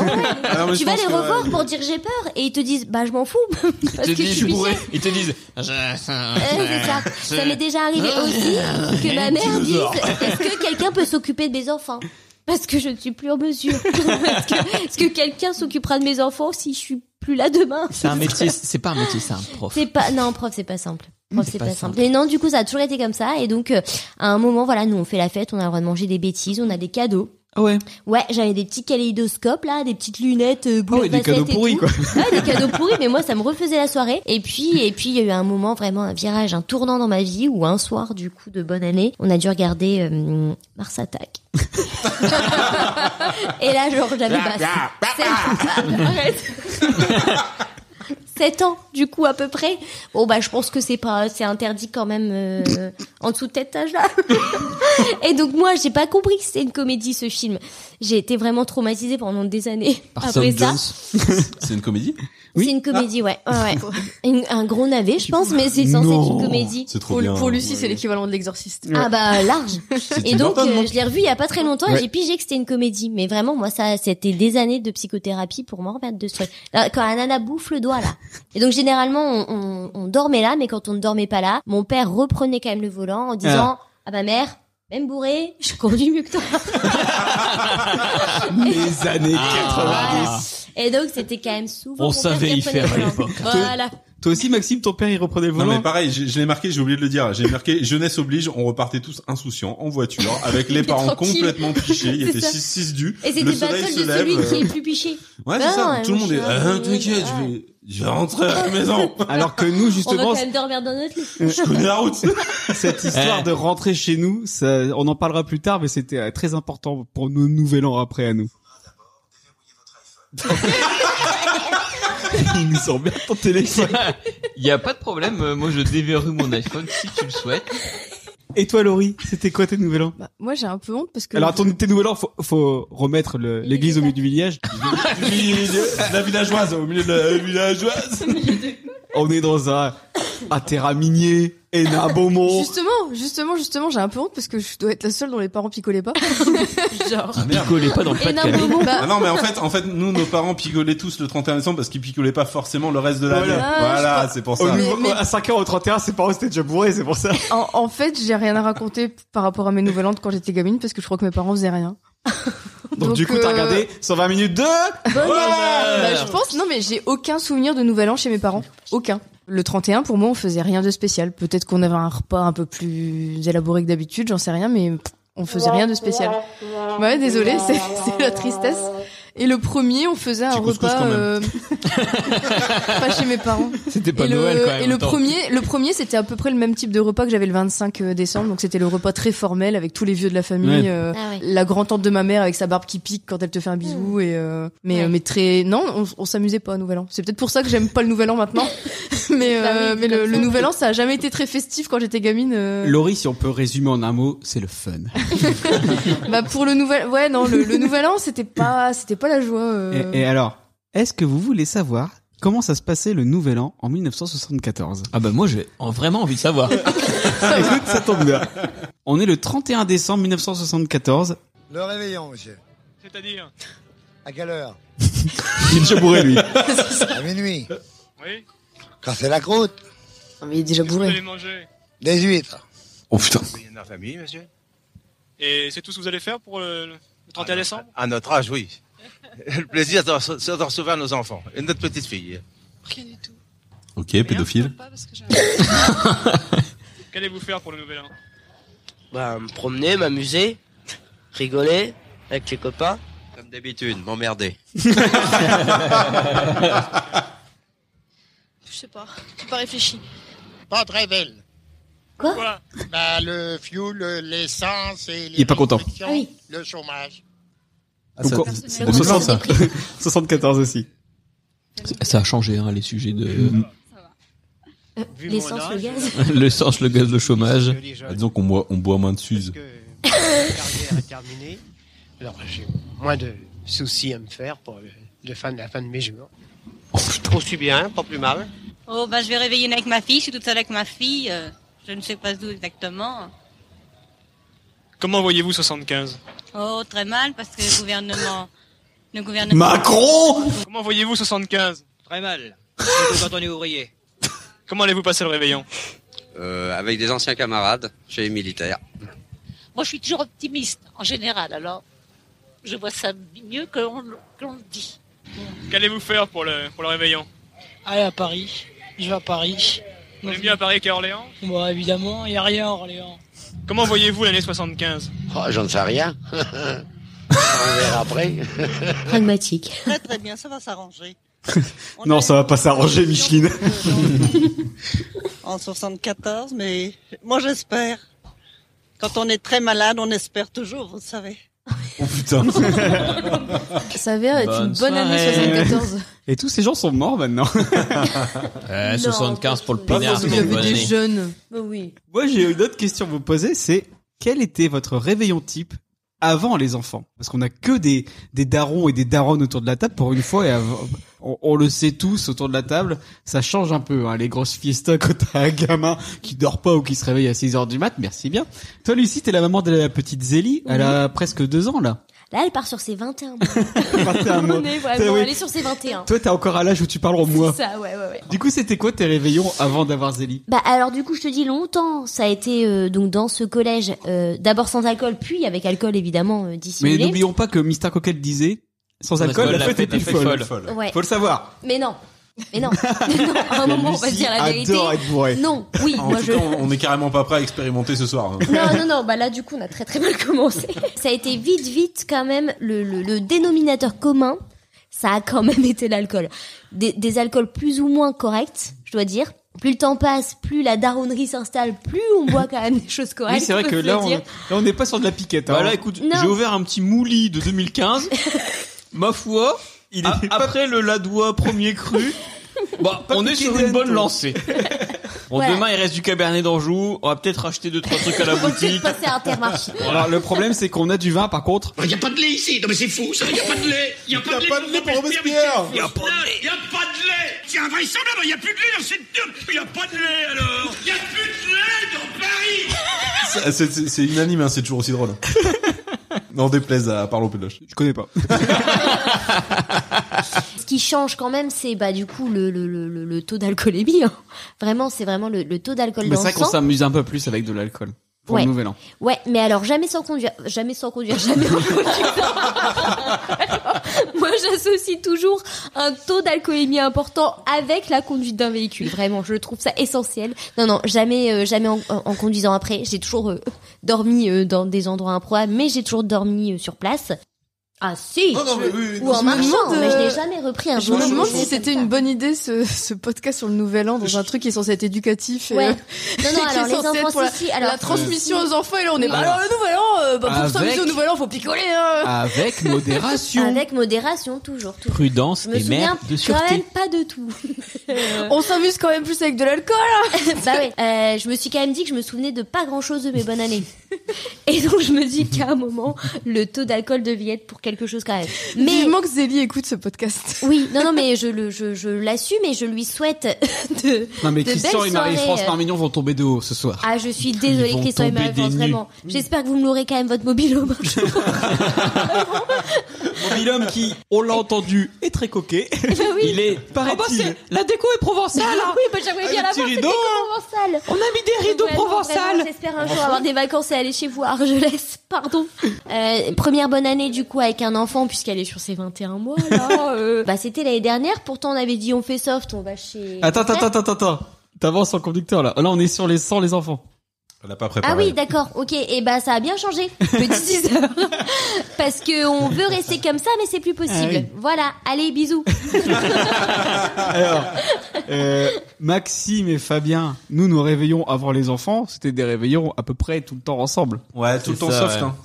[SPEAKER 5] Ah, mais
[SPEAKER 7] Tu
[SPEAKER 5] je
[SPEAKER 7] vas
[SPEAKER 5] pense
[SPEAKER 7] les
[SPEAKER 5] que,
[SPEAKER 7] revoir
[SPEAKER 5] ouais.
[SPEAKER 7] pour dire j'ai peur et ils te disent bah je m'en fous parce
[SPEAKER 4] Ils te
[SPEAKER 7] que
[SPEAKER 4] disent,
[SPEAKER 7] je
[SPEAKER 4] je
[SPEAKER 7] suis
[SPEAKER 4] pourrais.
[SPEAKER 7] jeune.
[SPEAKER 4] Ils te disent, je- Euh,
[SPEAKER 7] Euh, c'est ça. Ça m'est déjà arrivé
[SPEAKER 4] Ah.
[SPEAKER 7] aussi que ma mère dise est-ce que quelqu'un peut s'occuper de mes enfants Parce que je ne suis plus en mesure. Est-ce que, est-ce que quelqu'un s'occupera de mes enfants si je suis plus là demain
[SPEAKER 4] C'est un métier, c'est pas un métier, c'est un prof.
[SPEAKER 7] C'est pas non prof, c'est pas simple. Prof, c'est
[SPEAKER 4] pas
[SPEAKER 7] pas, simple. Et non, du coup, ça a toujours été comme ça. Et donc, euh, à un moment, voilà, nous on fait la fête, on a le droit de manger des bêtises, on a des cadeaux.
[SPEAKER 2] Ah ouais.
[SPEAKER 7] Ouais, j'avais des petits kaléidoscopes là, des petites lunettes, euh, boules
[SPEAKER 2] Ah ouais, des
[SPEAKER 7] facettes
[SPEAKER 2] cadeaux
[SPEAKER 7] et
[SPEAKER 2] pourris,
[SPEAKER 7] tout.
[SPEAKER 2] quoi.
[SPEAKER 7] Ouais, des cadeaux pourris, mais moi ça me refaisait la soirée. Et puis et puis il y a eu un moment vraiment un virage, un tournant dans ma vie où un soir du coup de bonne année, on a dû regarder euh, Mars Attack. et là genre j'avais
[SPEAKER 2] Bah,
[SPEAKER 7] pas Arrête. 7 ans du coup à peu près. Bon bah je pense que c'est pas c'est interdit quand même euh, en dessous de cet âge-là. Et donc moi, j'ai pas compris que c'était une comédie ce film. J'ai été vraiment traumatisée pendant des années.
[SPEAKER 2] Ah,
[SPEAKER 7] Après ça,
[SPEAKER 5] C'est une comédie.
[SPEAKER 2] Oui.
[SPEAKER 7] c'est une comédie, ouais. ouais, ouais. Une- un gros navet, je pense, mais c'est censé être une comédie.
[SPEAKER 5] C'est trop
[SPEAKER 3] Pour,
[SPEAKER 5] bien.
[SPEAKER 3] pour Lucie, c'est l'équivalent de l'exorciste.
[SPEAKER 7] Ah bah large. Et
[SPEAKER 5] Tim
[SPEAKER 7] donc
[SPEAKER 5] Burton,
[SPEAKER 7] euh,
[SPEAKER 5] non
[SPEAKER 7] je l'ai revu il y a pas très longtemps et
[SPEAKER 2] Ouais.
[SPEAKER 7] j'ai pigé que c'était une comédie. Mais vraiment moi ça c'était des années de psychothérapie pour m'en remettre de ce truc. Là, Quand la nana bouffe le doigt là. Et donc généralement on, on- on dormait là mais quand on ne dormait pas là, mon père reprenait quand même le volant en disant à ma mère même bourré, je conduis mieux que toi.
[SPEAKER 2] Les
[SPEAKER 4] Ah.
[SPEAKER 2] années
[SPEAKER 7] Voilà. Et donc c'était quand même souvent
[SPEAKER 4] On
[SPEAKER 7] mon père
[SPEAKER 4] savait
[SPEAKER 7] qui
[SPEAKER 4] y
[SPEAKER 7] prenait
[SPEAKER 4] faire
[SPEAKER 7] le
[SPEAKER 4] à
[SPEAKER 7] volant.
[SPEAKER 4] l'époque.
[SPEAKER 7] Voilà.
[SPEAKER 2] Toi aussi, Maxime, ton père, il reprenait le
[SPEAKER 5] Non mais
[SPEAKER 2] volant.
[SPEAKER 5] pareil, je, je l'ai marqué, j'ai oublié de le dire. J'ai marqué jeunesse oblige, on repartait tous insouciants en voiture avec les parents
[SPEAKER 7] tranquille.
[SPEAKER 5] complètement fichés, il
[SPEAKER 7] C'est
[SPEAKER 5] était
[SPEAKER 7] ça.
[SPEAKER 5] 6 6 du.
[SPEAKER 7] Et c'était
[SPEAKER 5] le
[SPEAKER 7] pas
[SPEAKER 5] soleil
[SPEAKER 7] seul
[SPEAKER 5] se
[SPEAKER 7] de celui
[SPEAKER 5] lève. euh,
[SPEAKER 7] qui est plus piché.
[SPEAKER 5] Ouais,
[SPEAKER 7] Non,
[SPEAKER 5] c'est ça,
[SPEAKER 7] ouais,
[SPEAKER 5] tout le monde
[SPEAKER 7] je
[SPEAKER 5] est
[SPEAKER 7] suis
[SPEAKER 5] ah,
[SPEAKER 7] un-
[SPEAKER 5] t'inquiète, je vais je vais rentrer à la maison.
[SPEAKER 2] Alors que nous,
[SPEAKER 7] On va
[SPEAKER 2] justement,
[SPEAKER 7] quand même dormir dans notre lit.
[SPEAKER 5] Je connais la route.
[SPEAKER 2] cette histoire
[SPEAKER 4] Eh.
[SPEAKER 2] de rentrer chez nous, ça, on en parlera plus tard, mais c'était euh, très important pour nos nouvel an après à nous. Ils nous ont bien ton téléphone.
[SPEAKER 4] Il y a pas de problème, euh, moi je déverrouille mon iPhone si tu le souhaites.
[SPEAKER 2] Et toi, Laurie, c'était quoi tes nouvel an
[SPEAKER 3] Bah, moi, j'ai un peu honte parce que.
[SPEAKER 2] Alors, ton, tes nouvel an, faut, faut remettre le- l'église au milieu du village.
[SPEAKER 5] la villageoise au milieu de la villageoise.
[SPEAKER 2] On est dans un, un terrain minier, et un Beaumont.
[SPEAKER 3] Justement, justement, justement, j'ai un peu honte parce que je dois être la seule dont les parents picolaient pas. Genre.
[SPEAKER 2] Ah,
[SPEAKER 4] Picolez pas dans le
[SPEAKER 7] Et non,
[SPEAKER 4] Pas-de-Calais.
[SPEAKER 7] Momo.
[SPEAKER 5] Ah non mais en fait en fait nous nos parents picolaient tous le 31 décembre parce qu'ils picolaient pas forcément le reste de l'année.
[SPEAKER 2] Voilà.
[SPEAKER 5] Voilà,
[SPEAKER 3] Ah,
[SPEAKER 5] c'est pour
[SPEAKER 2] Au
[SPEAKER 5] ça.
[SPEAKER 2] nouveau-
[SPEAKER 3] Mais- mais-
[SPEAKER 2] À 5h au 31, ses parents étaient déjà bourrés, c'est pour ça.
[SPEAKER 3] En, en fait, j'ai rien à raconter par rapport à mes nouvelles an de quand j'étais gamine parce que je crois que mes parents faisaient rien.
[SPEAKER 2] Donc, du coup, t'as
[SPEAKER 6] euh,
[SPEAKER 2] regardé 120 minutes de...
[SPEAKER 6] Bonne
[SPEAKER 4] Bonheur
[SPEAKER 6] bah, Je pense, non mais j'ai aucun souvenir de Nouvel An chez mes parents. Aucun. Le 31, pour moi, on faisait rien de spécial. Peut-être qu'on avait un repas un peu plus élaboré que d'habitude, j'en sais rien, mais pff, on faisait rien de spécial. Ouais, désolé, c'est c'est la tristesse. Et le premier, on faisait un
[SPEAKER 5] Petit couscous
[SPEAKER 6] repas...
[SPEAKER 5] quand même.
[SPEAKER 6] euh, pas chez mes parents.
[SPEAKER 4] C'était
[SPEAKER 6] Et
[SPEAKER 4] pas
[SPEAKER 6] le,
[SPEAKER 4] Noël quand même.
[SPEAKER 6] et le
[SPEAKER 4] attends.
[SPEAKER 6] premier, le premier, c'était à peu près le même type de repas que j'avais le 25 décembre. Donc c'était le repas très formel avec tous les vieux de la famille.
[SPEAKER 2] Ouais.
[SPEAKER 6] euh,
[SPEAKER 7] Ah ouais.
[SPEAKER 6] la grand-tante de ma mère avec sa barbe qui pique quand elle te fait un bisou
[SPEAKER 3] Hmm.
[SPEAKER 6] et euh, mais
[SPEAKER 7] Ouais.
[SPEAKER 6] euh, mais très non on, on s'amusait pas au nouvel an c'est peut-être pour ça que j'aime pas le nouvel an maintenant mais
[SPEAKER 7] Bah
[SPEAKER 6] euh,
[SPEAKER 7] oui,
[SPEAKER 6] mais le,
[SPEAKER 7] comme
[SPEAKER 6] le
[SPEAKER 7] ça.
[SPEAKER 6] nouvel an ça a jamais été très festif quand j'étais gamine euh.
[SPEAKER 2] Laurie, si on peut résumer en un mot, c'est le fun.
[SPEAKER 6] bah pour le nouvel ouais non le, le nouvel an c'était pas c'était pas la joie euh.
[SPEAKER 2] Et, et alors, est-ce que vous voulez savoir comment ça se passait le Nouvel An en 1974
[SPEAKER 4] Ah bah moi j'ai en- vraiment envie de savoir.
[SPEAKER 2] Ah, Écoute, ça tombe bien. On est le 31 décembre 1974.
[SPEAKER 8] Le réveillon, monsieur.
[SPEAKER 9] C'est-à-dire
[SPEAKER 8] À quelle heure
[SPEAKER 5] Il est déjà bourré, lui.
[SPEAKER 2] Ah,
[SPEAKER 8] À minuit.
[SPEAKER 9] Oui
[SPEAKER 8] Quand c'est la croûte.
[SPEAKER 6] Non, mais il est déjà
[SPEAKER 9] Qu'est-ce que vous
[SPEAKER 6] bourré
[SPEAKER 9] allez manger
[SPEAKER 8] Des huîtres.
[SPEAKER 5] Oh putain.
[SPEAKER 10] de la famille, monsieur.
[SPEAKER 9] Et c'est tout ce que vous allez faire pour euh, le,
[SPEAKER 11] Ah,
[SPEAKER 9] 31 décembre
[SPEAKER 10] À notre âge, oui. Le plaisir de, rece- c'est de recevoir nos enfants et notre petite fille.
[SPEAKER 3] Rien du tout.
[SPEAKER 5] Ok,
[SPEAKER 3] Rien, je
[SPEAKER 5] pédophile.
[SPEAKER 3] parle pas parce que j'ai un-
[SPEAKER 9] Qu'allez-vous faire pour le nouvel an
[SPEAKER 11] Bah, me promener, m'amuser, rigoler avec les copains.
[SPEAKER 10] Comme d'habitude, m'emmerder.
[SPEAKER 3] Je sais pas. J'ai pas réfléchi.
[SPEAKER 8] Pas très belle.
[SPEAKER 9] Quoi
[SPEAKER 8] Bah, le fioul, l'essence et les.
[SPEAKER 2] Il est pas content.
[SPEAKER 8] restrictions,
[SPEAKER 7] Ah oui.
[SPEAKER 8] Le chômage.
[SPEAKER 2] Donc, on-
[SPEAKER 3] c'est-
[SPEAKER 2] on
[SPEAKER 7] c'est-
[SPEAKER 2] 60, 74 aussi.
[SPEAKER 4] Ça a changé hein, les sujets de
[SPEAKER 8] Vu mon
[SPEAKER 7] L'essence, le
[SPEAKER 8] âge,
[SPEAKER 7] gaz.
[SPEAKER 4] le sens, le gaz, le chômage.
[SPEAKER 8] les jeunes,
[SPEAKER 5] Ah, disons qu'on boit, on boit moins de Suze.
[SPEAKER 8] que ma carrière est terminée. Alors, j'ai moins de soucis à me faire pour le, le fin, la fin de mes jours.
[SPEAKER 5] Oh putain.
[SPEAKER 10] Aussi bien, pas plus mal.
[SPEAKER 3] Oh, bah, je vais réveiller avec ma fille. Je suis toute seule avec ma fille. euh, Je ne sais pas d'où exactement.
[SPEAKER 9] Comment voyez-vous 75
[SPEAKER 3] Oh, très mal parce que le gouvernement. Le gouvernement.
[SPEAKER 2] Macron
[SPEAKER 9] Comment voyez-vous 75
[SPEAKER 11] Très mal. Surtout quand on est ouvrier.
[SPEAKER 9] Comment allez-vous passer le réveillon
[SPEAKER 10] Euh, avec des anciens camarades chez les militaires.
[SPEAKER 3] Moi, je suis toujours optimiste en général, alors je vois ça mieux que l'on le dit.
[SPEAKER 9] Qu'allez-vous faire pour le, pour le réveillon
[SPEAKER 11] Allez à Paris. Je vais à Paris.
[SPEAKER 9] On est mieux à Paris qu'à Orléans
[SPEAKER 11] Bon, évidemment, il n'y a rien à Orléans.
[SPEAKER 9] Comment voyez-vous l'année 75
[SPEAKER 8] Oh, j'en sais rien. On verra après.
[SPEAKER 7] Pragmatique.
[SPEAKER 3] Très très bien, ça va s'arranger. On
[SPEAKER 2] Non,
[SPEAKER 3] a
[SPEAKER 2] ça va pas s'arranger,
[SPEAKER 3] eu-
[SPEAKER 2] Micheline.
[SPEAKER 3] en 74, mais moi j'espère. Quand on est très malade, on espère toujours, vous savez.
[SPEAKER 5] Oh putain.
[SPEAKER 6] ça avait être une
[SPEAKER 4] Bonne
[SPEAKER 6] bonne année
[SPEAKER 4] soirée.
[SPEAKER 6] 74
[SPEAKER 2] Et tous ces gens sont morts maintenant.
[SPEAKER 4] Euh,
[SPEAKER 7] Non,
[SPEAKER 4] 75 pour le
[SPEAKER 7] pas du
[SPEAKER 4] pénard. c'est
[SPEAKER 7] tout.
[SPEAKER 6] il y
[SPEAKER 4] une
[SPEAKER 6] avait
[SPEAKER 4] bonne
[SPEAKER 6] des
[SPEAKER 4] année.
[SPEAKER 6] jeunes
[SPEAKER 7] Bah oui.
[SPEAKER 2] Moi, j'ai une autre question à vous poser, c'est quel était votre réveillon type avant les enfants Parce qu'on a que des, des darons et des daronnes autour de la table pour une fois, et avant- on, on le sait tous autour de la table, ça change un peu, hein, les grosses fiestas quand t'as un gamin qui dort pas ou qui se réveille à 6 heures du mat, merci bien. Toi, Lucie, t'es la maman de la petite Zélie, elle a presque deux ans, là.
[SPEAKER 7] Là, elle part sur ses 21 mois.
[SPEAKER 2] 21 mois.
[SPEAKER 7] On
[SPEAKER 2] T'as-
[SPEAKER 7] est vraiment,
[SPEAKER 2] oui.
[SPEAKER 7] elle est sur ses 21.
[SPEAKER 2] Toi, t'es encore à l'âge où tu parles en
[SPEAKER 7] C'est
[SPEAKER 2] moi.
[SPEAKER 7] ça, ouais, ouais, ouais.
[SPEAKER 2] Du coup, c'était quoi tes réveillons avant d'avoir Zélie
[SPEAKER 7] Bah alors du coup je te dis longtemps ça a été euh, donc dans ce collège euh, d'abord sans alcool puis avec alcool évidemment euh,
[SPEAKER 2] Mais
[SPEAKER 7] dissimulé.
[SPEAKER 2] n'oublions pas que Mister Coquette disait, sans alcool, la, fête, est plus folle.
[SPEAKER 7] ouais.
[SPEAKER 2] Faut le savoir.
[SPEAKER 7] Mais non. Mais non. non. À un moment on va se dire la vérité.
[SPEAKER 2] être bourré.
[SPEAKER 7] Non. Oui,
[SPEAKER 5] En
[SPEAKER 7] moi
[SPEAKER 5] tout
[SPEAKER 7] je
[SPEAKER 5] cas, on on est carrément pas prêt à expérimenter ce soir. hein.
[SPEAKER 7] Non, non, non, bah là du coup on a très très mal commencé. Ça a été vite, vite quand même le, le, le dénominateur commun, ça a quand même été l'alcool. Des, des alcools plus ou moins corrects, je dois dire. Plus le temps passe, plus la daronnerie s'installe, plus on boit quand même des choses correctes.
[SPEAKER 2] Oui, c'est vrai
[SPEAKER 7] faut
[SPEAKER 2] que
[SPEAKER 7] se le
[SPEAKER 2] là, on,
[SPEAKER 7] dire.
[SPEAKER 2] là, on n'est pas sur de la piquette. hein.
[SPEAKER 4] Voilà, Bah écoute,
[SPEAKER 7] Non.
[SPEAKER 4] j'ai ouvert un petit mouli de 2015. Ma foi,
[SPEAKER 2] il
[SPEAKER 4] a-
[SPEAKER 2] est pas-
[SPEAKER 4] après le ladois premier cru, bah,
[SPEAKER 2] Pas
[SPEAKER 4] ah, on est
[SPEAKER 2] piqué
[SPEAKER 4] sur
[SPEAKER 2] de
[SPEAKER 4] une
[SPEAKER 2] haine,
[SPEAKER 4] bonne
[SPEAKER 2] toi.
[SPEAKER 4] lancée. Bon,
[SPEAKER 7] Voilà.
[SPEAKER 4] demain, il reste du cabernet d'Anjou. On va peut-être racheter deux, trois trucs à la
[SPEAKER 7] Faut peut-être
[SPEAKER 4] boutique.
[SPEAKER 7] passer à Intermarché.
[SPEAKER 2] Alors, le problème, c'est qu'on a du vin, par contre.
[SPEAKER 11] Il n'y a pas de lait ici. Non, mais c'est fou, ça. Il n'y a pas de lait. Il n'y a pas de lait.
[SPEAKER 5] de lait pour Robespierre
[SPEAKER 11] Il n'y a pas de lait. Il n'y a pas de lait. C'est invraisemblable. Il n'y a plus de lait dans cette tube. Il n'y a pas de lait alors. Il n'y a plus de lait dans Paris.
[SPEAKER 5] C'est- C'est c'est unanime, hein, c'est toujours aussi drôle. N'en déplaise à Parlons Péloche.
[SPEAKER 2] Je connais pas.
[SPEAKER 7] Ce qui change quand même, c'est bah du coup le, le, le, le- le taux d'alcoolémie. hein. Vraiment, c'est vraiment le, le taux d'alcool
[SPEAKER 2] Mais
[SPEAKER 7] dans
[SPEAKER 2] c'est
[SPEAKER 7] le
[SPEAKER 2] vrai qu'on
[SPEAKER 7] sang.
[SPEAKER 2] s'amuse un peu plus avec de l'alcool. pour
[SPEAKER 7] Ouais.
[SPEAKER 2] le nouvel an.
[SPEAKER 7] Ouais, mais alors jamais sans conduire, jamais sans conduire, jamais en conduisant. Moi, j'associe toujours un taux d'alcoolémie important avec la conduite d'un véhicule. Vraiment, je trouve ça essentiel. Non, non, jamais, euh, jamais en, en- en conduisant. Après, j'ai toujours euh, dormi euh, dans des endroits improbables, mais j'ai toujours dormi euh, sur place. Ah si,
[SPEAKER 3] Non, non, mais oui, oui,
[SPEAKER 7] ou
[SPEAKER 3] non,
[SPEAKER 7] en
[SPEAKER 3] je me
[SPEAKER 7] marchant,
[SPEAKER 3] demande,
[SPEAKER 7] mais je
[SPEAKER 3] euh,
[SPEAKER 7] n'ai jamais repris un
[SPEAKER 3] Je me
[SPEAKER 7] volant.
[SPEAKER 3] demande si c'était une bonne idée ce, ce podcast sur le nouvel an dans un truc qui est censé être éducatif et,
[SPEAKER 7] Ouais. Non,
[SPEAKER 3] euh,
[SPEAKER 7] non,
[SPEAKER 3] qui est
[SPEAKER 7] alors, les
[SPEAKER 3] censé être
[SPEAKER 7] enfants,
[SPEAKER 3] pour la,
[SPEAKER 7] si, si, alors,
[SPEAKER 3] la transmission
[SPEAKER 7] si, si.
[SPEAKER 3] aux enfants et là on est
[SPEAKER 7] Oui.
[SPEAKER 3] bah, alors le nouvel an euh, bah, pour
[SPEAKER 4] Avec-
[SPEAKER 3] s'amuser au nouvel an faut picoler hein.
[SPEAKER 2] Ah.
[SPEAKER 4] Avec modération.
[SPEAKER 7] Avec modération, toujours, toujours.
[SPEAKER 4] Prudence
[SPEAKER 7] Je me
[SPEAKER 4] et mère
[SPEAKER 7] souviens
[SPEAKER 4] de
[SPEAKER 7] quand même
[SPEAKER 4] sûreté.
[SPEAKER 7] pas de tout.
[SPEAKER 3] Euh, On s'amuse quand même plus avec de l'alcool.
[SPEAKER 7] bah ouais. Euh, je me suis quand même dit que je me souvenais de pas grand chose de mes bonnes années. Et donc je me dis qu'à un moment, le taux d'alcool devait être pour quelque chose quand même. Mais
[SPEAKER 3] Vivement que Zélie écoute ce podcast.
[SPEAKER 7] oui, non, non, mais je le, je, je l'assume et je lui souhaite de.
[SPEAKER 2] Non mais
[SPEAKER 7] de
[SPEAKER 2] Christian
[SPEAKER 7] belles
[SPEAKER 2] et Marie-France
[SPEAKER 7] soirées. euh.
[SPEAKER 2] Marmignon vont tomber de haut ce soir.
[SPEAKER 7] Ah, je suis
[SPEAKER 2] Ils
[SPEAKER 7] désolée,
[SPEAKER 2] vont
[SPEAKER 7] Christian et
[SPEAKER 2] tomber
[SPEAKER 7] Marie,
[SPEAKER 2] des nues.
[SPEAKER 7] vraiment. J'espère que vous me l'aurez quand même votre mobile au marché.
[SPEAKER 2] Mobilhomme qui, on l'a entendu, est très coquet. Ah
[SPEAKER 7] oui.
[SPEAKER 2] Il est,
[SPEAKER 4] bah,
[SPEAKER 2] paraît-il,
[SPEAKER 4] c'est- la déco est provençale. hein.
[SPEAKER 7] oui, bah j'aimerais bien
[SPEAKER 4] Un
[SPEAKER 7] l'avoir.
[SPEAKER 4] petit
[SPEAKER 7] C'était
[SPEAKER 4] rideau.
[SPEAKER 7] provençal.
[SPEAKER 4] On a mis des rideaux
[SPEAKER 7] Vraiment,
[SPEAKER 4] provençales.
[SPEAKER 7] vraiment, J'espère un jour avoir des vacances et aller chez vous à Argelès. Pardon. Euh, première bonne année du coup avec un enfant puisqu'elle est sur ses 21 mois là. euh. Bah c'était l'année dernière. Pourtant on avait dit on fait soft, on va chez.
[SPEAKER 2] Attends, attends, attends, attends, attends. T'avances en conducteur là. Là, on est sur les 100 les enfants.
[SPEAKER 5] Elle a pas
[SPEAKER 7] Ah
[SPEAKER 5] préparé.
[SPEAKER 7] oui, d'accord, ok. Et bah ça a bien changé, petit 10 heures. Parce que on veut rester comme ça, mais c'est plus possible.
[SPEAKER 2] Ah oui.
[SPEAKER 7] Voilà, allez, bisous.
[SPEAKER 2] Alors, euh, Maxime et Fabien, nous nous réveillons avant les enfants. C'était des réveillons à peu près tout le temps ensemble.
[SPEAKER 5] Ouais, tout le
[SPEAKER 4] C'est
[SPEAKER 5] temps
[SPEAKER 4] ça,
[SPEAKER 5] soft.
[SPEAKER 4] ouais.
[SPEAKER 5] Hein.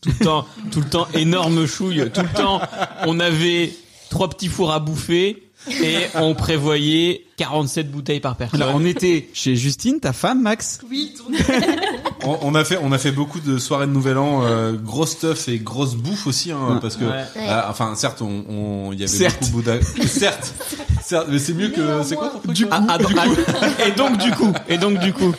[SPEAKER 4] Tout le temps, tout le temps, énorme chouille. Tout le temps, on avait trois petits fours à bouffer et on prévoyait 47 bouteilles par personne.
[SPEAKER 2] Alors, on était chez Justine, ta femme, Max.
[SPEAKER 3] Oui,
[SPEAKER 5] On, on a fait, on a fait beaucoup de soirées de Nouvel An, euh, gros stuff et grosse bouffe aussi, hein, parce que,
[SPEAKER 4] Ouais.
[SPEAKER 5] ah, enfin, certes, on, on- il y avait
[SPEAKER 2] Certes.
[SPEAKER 5] beaucoup d'au- certes, certes, mais c'est mieux que, c'est quoi ton truc là
[SPEAKER 4] Ah, donc, ah, et donc du coup, et donc du coup,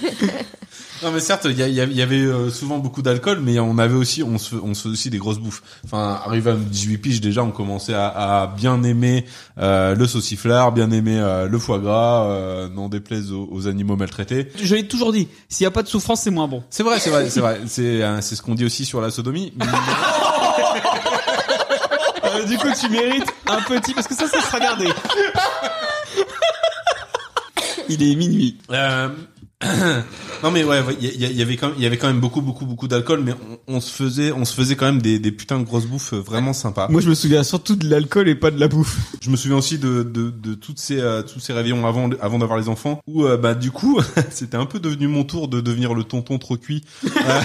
[SPEAKER 5] Non, mais certes, il y, a- il y a- il y avait euh, souvent beaucoup d'alcool, mais on avait aussi, on se, on se faisait aussi des grosses bouffes. Enfin, arrivé à 18 piges, déjà, on commençait à, à bien aimer euh, le sauciflard, bien aimer euh, le foie gras, euh, n'en déplaise aux, aux animaux maltraités.
[SPEAKER 2] Je l'ai toujours dit, s'il n'y a pas de souffrance, c'est moins bon.
[SPEAKER 5] C'est vrai, c'est vrai, c'est vrai. C'est euh, c'est ce qu'on dit aussi sur la sodomie. Mais-
[SPEAKER 2] Euh, du coup, tu mérites un petit, parce que ça, ça sera gardé. Il est minuit.
[SPEAKER 5] Euh, non mais ouais, ouais, il y, il y- il y avait quand même, il y avait quand même beaucoup, beaucoup, beaucoup d'alcool, mais on, on se faisait, on se faisait quand même des, des putains de grosses bouffes euh, vraiment sympas.
[SPEAKER 2] Moi, je me souviens surtout de l'alcool et pas de la bouffe.
[SPEAKER 5] Je me souviens aussi de, de, de toutes ces, euh, tous ces réveillons avant, avant d'avoir les enfants, où euh, bah du coup, c'était un peu devenu mon tour de devenir le tonton trop cuit, euh,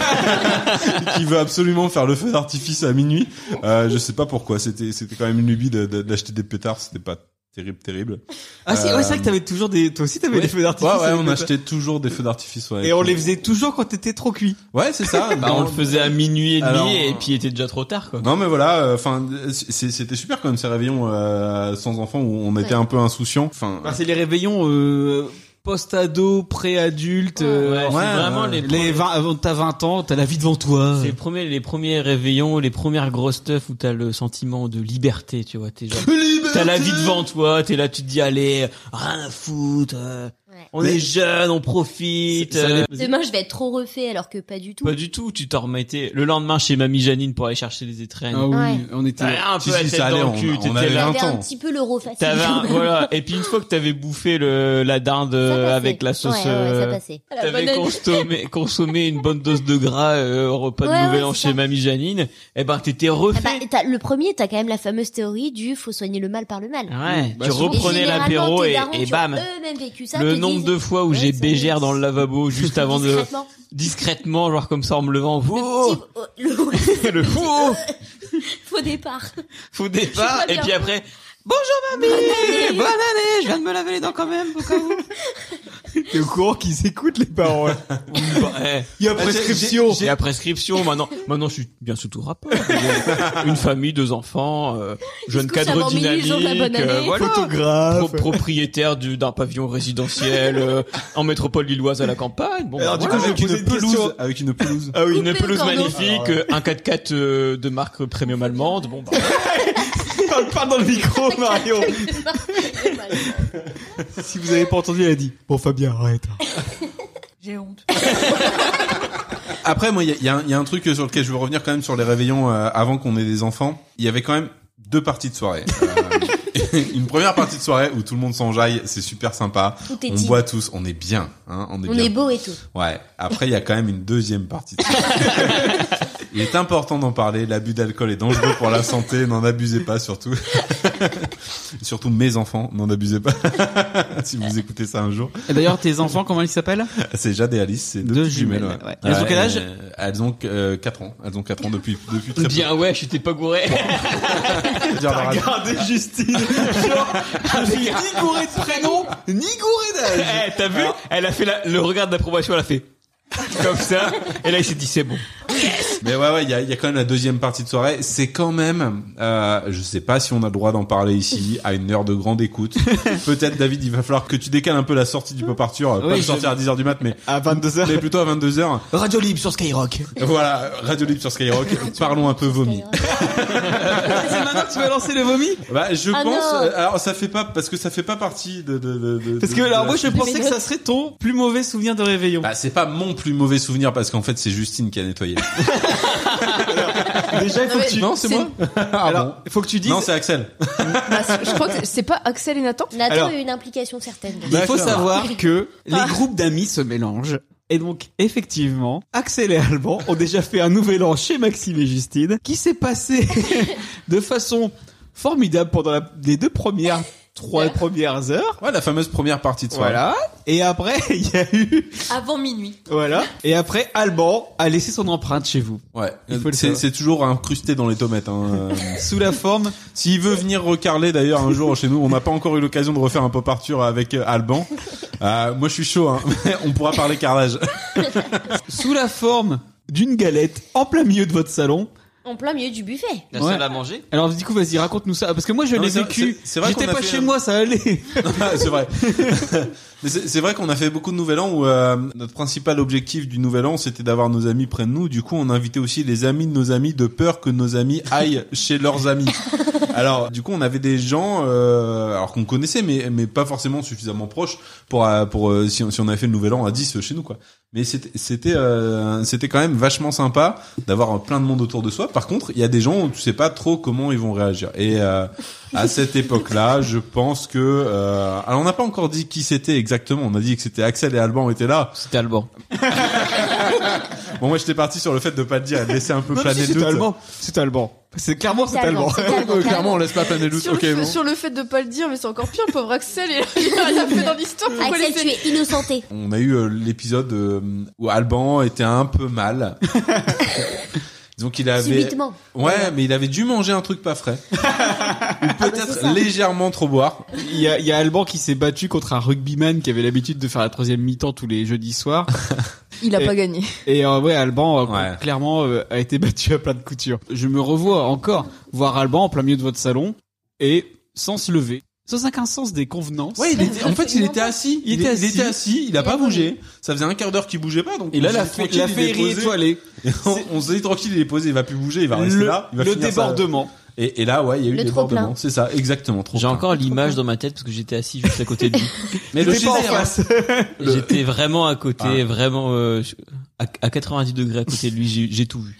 [SPEAKER 5] qui veut absolument faire le feu d'artifice à minuit. Euh, je sais pas pourquoi, c'était, c'était quand même une lubie de- de- d'acheter des pétards, c'était pas terrible, terrible.
[SPEAKER 2] Ah si, ouais,
[SPEAKER 5] Euh,
[SPEAKER 2] c'est vrai que t'avais toujours des, toi aussi, t'avais des feux d'artifice.
[SPEAKER 5] Ouais, ouais,
[SPEAKER 2] avec
[SPEAKER 5] on
[SPEAKER 2] le-
[SPEAKER 5] achetait toujours des feux d'artifice. ouais.
[SPEAKER 2] Et on les faisait toujours quand t'étais trop cuit.
[SPEAKER 5] Ouais, c'est ça.
[SPEAKER 4] bah, on le faisait à minuit et demi
[SPEAKER 5] Alors,
[SPEAKER 4] et puis il était déjà trop tard quoi.
[SPEAKER 5] Non mais voilà, euh, enfin c'était super quand même ces réveillons euh, sans enfants où on était
[SPEAKER 7] Ouais.
[SPEAKER 5] un peu insouciant. Enfin
[SPEAKER 2] Bah, c'est les réveillons euh, post-ado, pré-adulte. euh,
[SPEAKER 4] Ouais, c'est
[SPEAKER 5] ouais,
[SPEAKER 4] vraiment
[SPEAKER 5] ouais.
[SPEAKER 4] les,
[SPEAKER 2] les
[SPEAKER 4] premiers-
[SPEAKER 2] 20, avant- t'as 20 ans, t'as la vie devant toi.
[SPEAKER 4] c'est les premiers, les premiers réveillons, les premières grosses stuff où t'as le sentiment de liberté, tu vois, t'es genre, t'as la vie devant toi, t'es là, tu te dis allez, rien à foutre, euh,
[SPEAKER 7] Ouais.
[SPEAKER 4] on
[SPEAKER 5] Mais-
[SPEAKER 4] est jeune, on profite.
[SPEAKER 2] C'est- ça
[SPEAKER 4] euh,
[SPEAKER 7] Demain, je vais être trop refait alors que pas du tout.
[SPEAKER 4] Pas du tout, tu t'en remettais le lendemain chez mamie Janine pour aller chercher les étrennes.
[SPEAKER 2] Ah oui,
[SPEAKER 7] Ouais.
[SPEAKER 2] on était.
[SPEAKER 4] T'avais un
[SPEAKER 5] Si,
[SPEAKER 4] peu la
[SPEAKER 5] si,
[SPEAKER 4] tête
[SPEAKER 5] ça allait,
[SPEAKER 4] dans
[SPEAKER 5] on-
[SPEAKER 4] le cul,
[SPEAKER 5] on
[SPEAKER 4] t'étais
[SPEAKER 5] avait
[SPEAKER 4] là.
[SPEAKER 5] un
[SPEAKER 7] J'avais un
[SPEAKER 5] temps.
[SPEAKER 7] petit peu l'euro facile.
[SPEAKER 4] T'avais un- voilà. Et puis une fois que t'avais bouffé le, la dinde
[SPEAKER 7] Ça
[SPEAKER 4] euh,
[SPEAKER 7] passait.
[SPEAKER 4] avec la sauce,
[SPEAKER 7] Ouais,
[SPEAKER 4] euh,
[SPEAKER 7] ouais, ça passait.
[SPEAKER 4] t'avais consommé, consommé une bonne dose de gras euh, au repas
[SPEAKER 7] Ouais,
[SPEAKER 4] de nouvel
[SPEAKER 7] ouais,
[SPEAKER 4] an
[SPEAKER 7] c'est
[SPEAKER 4] chez
[SPEAKER 7] ça.
[SPEAKER 4] mamie Janine. Et ben t'étais
[SPEAKER 7] Ah bah,
[SPEAKER 4] refait.
[SPEAKER 7] t'as- le premier, t'as quand même la fameuse théorie du faut soigner le mal par le mal.
[SPEAKER 4] Ah ouais.
[SPEAKER 2] Bah,
[SPEAKER 4] tu
[SPEAKER 2] surtout-
[SPEAKER 4] reprenais l'apéro et, et bam.
[SPEAKER 7] Eux-mêmes vécu ça.
[SPEAKER 4] Le
[SPEAKER 7] te
[SPEAKER 4] nombre
[SPEAKER 7] disent
[SPEAKER 4] de fois où
[SPEAKER 7] Ouais,
[SPEAKER 4] j'ai
[SPEAKER 7] ça,
[SPEAKER 4] bégère
[SPEAKER 7] c'est-
[SPEAKER 4] dans le lavabo juste avant de
[SPEAKER 7] discrètement,
[SPEAKER 4] discrètement, genre comme ça en me levant.
[SPEAKER 7] le
[SPEAKER 4] Oh,
[SPEAKER 7] petit- oh, le-
[SPEAKER 4] le faux,
[SPEAKER 7] faux départ.
[SPEAKER 4] faux départ.
[SPEAKER 7] Je vois
[SPEAKER 4] Et puis
[SPEAKER 7] bien.
[SPEAKER 4] après, bonjour mamie, bonne année. Je viens de me laver les dents quand même. au cas où.
[SPEAKER 2] T'es au courant qu'ils écoutent les paroles.
[SPEAKER 4] Bah, eh.
[SPEAKER 2] Il y a prescription.
[SPEAKER 4] J'ai la prescription maintenant. Maintenant, je suis bien sous tout rapport. Une famille, deux enfants, euh, jeune
[SPEAKER 7] se couche avant
[SPEAKER 4] cadre
[SPEAKER 7] minuit,
[SPEAKER 4] dynamique,
[SPEAKER 7] jour de la bonne
[SPEAKER 4] euh,
[SPEAKER 7] année.
[SPEAKER 4] voilà. Pro-
[SPEAKER 2] Photographe.
[SPEAKER 4] propriétaire du- d'un pavillon résidentiel euh, en métropole lilloise à la campagne. Bon, bah,
[SPEAKER 5] Alors du coup
[SPEAKER 4] voilà.
[SPEAKER 5] avec
[SPEAKER 2] je vais poser
[SPEAKER 5] une
[SPEAKER 2] une
[SPEAKER 5] pelouse,
[SPEAKER 2] question.
[SPEAKER 5] avec une pelouse.
[SPEAKER 4] Ah oui,
[SPEAKER 7] Coupez
[SPEAKER 4] une
[SPEAKER 7] le
[SPEAKER 4] pelouse
[SPEAKER 7] cordon.
[SPEAKER 4] magnifique, euh, un 4x4 euh, de marque premium allemande. Bon, bah,
[SPEAKER 2] Parle pas dans le micro, Mario. si vous avez pas entendu, elle a dit. Bon, Fabien, arrête.
[SPEAKER 6] J'ai honte.
[SPEAKER 5] Après, moi, il y a- il y a, un- il y a un truc sur lequel je veux revenir quand même sur les réveillons euh, avant qu'on ait des enfants. Il y avait quand même deux parties de soirée. Euh, une première partie de soirée où tout le monde s'enjaille, c'est super sympa.
[SPEAKER 7] Tout est
[SPEAKER 5] on
[SPEAKER 7] dit.
[SPEAKER 5] boit tous, on est bien, hein, on est
[SPEAKER 7] On
[SPEAKER 5] bien.
[SPEAKER 7] est beau et tout.
[SPEAKER 5] Ouais. Après, il y a quand même une deuxième partie. de soirée. il est important d'en parler. L'abus d'alcool est dangereux pour la santé. N'en abusez pas, surtout. surtout mes enfants, n'en abusez pas. si vous écoutez ça un jour.
[SPEAKER 2] Et d'ailleurs, tes enfants, comment ils s'appellent
[SPEAKER 5] C'est Jade et Alice, c'est deux, petites jumelles.
[SPEAKER 2] jumelles,
[SPEAKER 5] ouais.
[SPEAKER 2] ouais. Elles ont quel âge
[SPEAKER 5] euh, Elles ont 4 ans. Elles ont 4 ans depuis depuis très
[SPEAKER 4] Bien ouais, j'étais pas gouré.
[SPEAKER 5] peu. Dire la radio.
[SPEAKER 2] Regardez Justine, genre, je suis ni gouré de prénom, ni gouré d'âge.
[SPEAKER 4] Eh, t'as vu Elle a fait la- le regard d'approbation, elle a fait comme ça. Et là, il s'est dit c'est bon.
[SPEAKER 5] Mais ouais, ouais, il y a, il y a quand même la deuxième partie de soirée. C'est quand même, euh, je sais pas si on a le droit d'en parler ici à une heure de grande écoute. Peut-être David, il va falloir que tu décales un peu la sortie du Pop Arthur, euh, pas
[SPEAKER 2] Oui,
[SPEAKER 5] le sortir à 10h du mat, mais
[SPEAKER 2] à 22h.
[SPEAKER 5] Mais plutôt à 22h.
[SPEAKER 2] Radio Libre sur Skyrock.
[SPEAKER 5] Voilà, Radio Libre sur Skyrock. Parlons un peu vomi.
[SPEAKER 2] C'est maintenant que tu vas lancer le vomi
[SPEAKER 5] Bah, je
[SPEAKER 2] Ah
[SPEAKER 5] pense.
[SPEAKER 2] non.
[SPEAKER 5] euh, Alors, ça fait pas parce que ça fait pas partie de. de, de, de-
[SPEAKER 2] Parce
[SPEAKER 5] de-
[SPEAKER 2] que
[SPEAKER 5] de
[SPEAKER 2] alors
[SPEAKER 5] la
[SPEAKER 2] moi je
[SPEAKER 5] suite.
[SPEAKER 2] pensais que ça serait ton plus mauvais souvenir de réveillon.
[SPEAKER 4] Ah.
[SPEAKER 5] Bah, c'est pas mon plus mauvais souvenir parce qu'en fait c'est Justine qui a nettoyé.
[SPEAKER 2] Déjà il faut
[SPEAKER 3] Non,
[SPEAKER 2] que tu Ah
[SPEAKER 3] mais
[SPEAKER 5] Non, c'est moi.
[SPEAKER 4] Ah
[SPEAKER 5] Alors,
[SPEAKER 2] faut que tu dises.
[SPEAKER 5] Non, c'est Axel.
[SPEAKER 3] Bah, c'est- je crois que c'est pas Axel et Nathan.
[SPEAKER 7] Nathan
[SPEAKER 2] Alors-
[SPEAKER 7] a eu une implication certaine.
[SPEAKER 2] Il faut savoir que les groupes d'amis se mélangent. Et donc, effectivement, Axel et Alban ont déjà fait un nouvel an chez Maxime et Justine, qui s'est passé de façon formidable pendant la- les deux premières, trois premières heures.
[SPEAKER 5] Ouais, la fameuse première partie de
[SPEAKER 2] soirée. Voilà. Et après, il y a eu,
[SPEAKER 6] Avant minuit.
[SPEAKER 2] voilà. Et après, Alban a laissé son empreinte chez vous.
[SPEAKER 5] Ouais.
[SPEAKER 2] Il faut le
[SPEAKER 5] C'est
[SPEAKER 2] savoir.
[SPEAKER 5] c'est toujours incrusté dans les tomates. Hein. euh.
[SPEAKER 2] Sous la forme.
[SPEAKER 5] S'il veut venir recarler d'ailleurs un jour chez nous, on n'a pas encore eu l'occasion de refaire un pop Arthur avec euh, Alban. Euh, moi je suis chaud, hein. on pourra parler carrelage.
[SPEAKER 2] Sous la forme d'une galette en plein milieu de votre salon.
[SPEAKER 7] En plein milieu du buffet.
[SPEAKER 4] La
[SPEAKER 2] Ouais.
[SPEAKER 4] salle à manger.
[SPEAKER 2] Alors du coup, vas-y, raconte-nous ça, parce que moi je
[SPEAKER 5] Non,
[SPEAKER 2] l'ai
[SPEAKER 5] mais c'est-
[SPEAKER 2] vécu.
[SPEAKER 5] c'est- c'est vrai
[SPEAKER 2] J'étais
[SPEAKER 5] qu'on a
[SPEAKER 2] pas
[SPEAKER 5] fait
[SPEAKER 2] chez
[SPEAKER 5] un-
[SPEAKER 2] moi, ça allait.
[SPEAKER 5] c'est vrai. Mais c'est c'est vrai qu'on a fait beaucoup de nouvel an où euh, notre principal objectif du nouvel an c'était d'avoir nos amis près de nous. Du coup, on invitait aussi les amis de nos amis de peur que nos amis aillent chez leurs amis. Alors, du coup, on avait des gens euh, alors qu'on connaissait mais mais pas forcément suffisamment proches pour euh, pour euh, si, on- si on avait fait le nouvel an à 10 chez nous quoi. Mais c'était c'était euh, c'était quand même vachement sympa d'avoir euh, plein de monde autour de soi. Par contre, il y a des gens où tu sais pas trop comment ils vont réagir. Et euh, à cette époque-là, je pense que euh, alors on n'a pas encore dit qui c'était exactement. On a dit que c'était Axel et Alban étaient là.
[SPEAKER 4] C'était Alban.
[SPEAKER 5] bon, moi j'étais parti sur le fait de pas le dire, et de laisser un peu
[SPEAKER 2] Non,
[SPEAKER 5] planer
[SPEAKER 2] si,
[SPEAKER 5] le
[SPEAKER 2] c'est
[SPEAKER 5] doute.
[SPEAKER 2] Alban. C'est Alban. C'est clairement
[SPEAKER 3] C'est Alban, c'est
[SPEAKER 5] Euh,
[SPEAKER 3] Alban, carrément.
[SPEAKER 5] clairement, on laisse pas planer le doute.
[SPEAKER 3] Sur,
[SPEAKER 5] Ok,
[SPEAKER 3] le,
[SPEAKER 5] bon.
[SPEAKER 3] sur le fait de pas le dire, mais c'est encore pire, le pauvre Axel, il a il a rien fait dans l'histoire. pourquoi
[SPEAKER 7] Axel,
[SPEAKER 3] il fait-
[SPEAKER 7] Ah, tu es innocenté.
[SPEAKER 5] On a eu euh, l'épisode euh, où Alban était un peu mal. Donc il avait
[SPEAKER 7] Subitement.
[SPEAKER 5] Ouais, mais il avait dû manger un truc pas frais.
[SPEAKER 2] Ah,
[SPEAKER 5] Ou peut-être légèrement trop boire.
[SPEAKER 2] Il y a, il y a Alban qui s'est battu contre un rugbyman qui avait l'habitude de faire la troisième mi-temps tous les jeudis soirs.
[SPEAKER 3] Il a
[SPEAKER 2] Et-
[SPEAKER 3] pas gagné.
[SPEAKER 2] Et euh, ouais, Alban, euh, clairement, euh, a été battu à plat de couture. Je me revois encore voir Alban en plein milieu de votre salon et sans se lever. Sans aucun sens des convenances.
[SPEAKER 5] Ouais, il était- en fait, il était assis.
[SPEAKER 2] Il était assis.
[SPEAKER 5] Il, a pas bougé. Ça faisait un quart d'heure qu'il bougeait pas. Donc
[SPEAKER 2] Et là,
[SPEAKER 5] on
[SPEAKER 2] la
[SPEAKER 5] s'est
[SPEAKER 2] fée-
[SPEAKER 5] dit, tranquille,
[SPEAKER 2] la
[SPEAKER 5] il est
[SPEAKER 2] féerie
[SPEAKER 5] posé.
[SPEAKER 2] étoilée.
[SPEAKER 5] Et on on s'est dit tranquille, il est posé, il va plus bouger, il va rester
[SPEAKER 2] Le-
[SPEAKER 5] Bah, là. Il va
[SPEAKER 2] le
[SPEAKER 5] finir sa-
[SPEAKER 2] débordement.
[SPEAKER 5] Et, et là, ouais, il y a eu le
[SPEAKER 7] Le
[SPEAKER 5] débordement.
[SPEAKER 7] trop-plein.
[SPEAKER 5] C'est ça, exactement. Trop
[SPEAKER 4] J'ai encore l'image dans ma tête parce que j'étais assis juste à côté de lui.
[SPEAKER 5] Mais le pas en face.
[SPEAKER 4] J'étais vraiment à côté,
[SPEAKER 5] Ah.
[SPEAKER 4] vraiment euh, je- à, à 90 degrés à côté de lui. J'ai j'ai tout vu.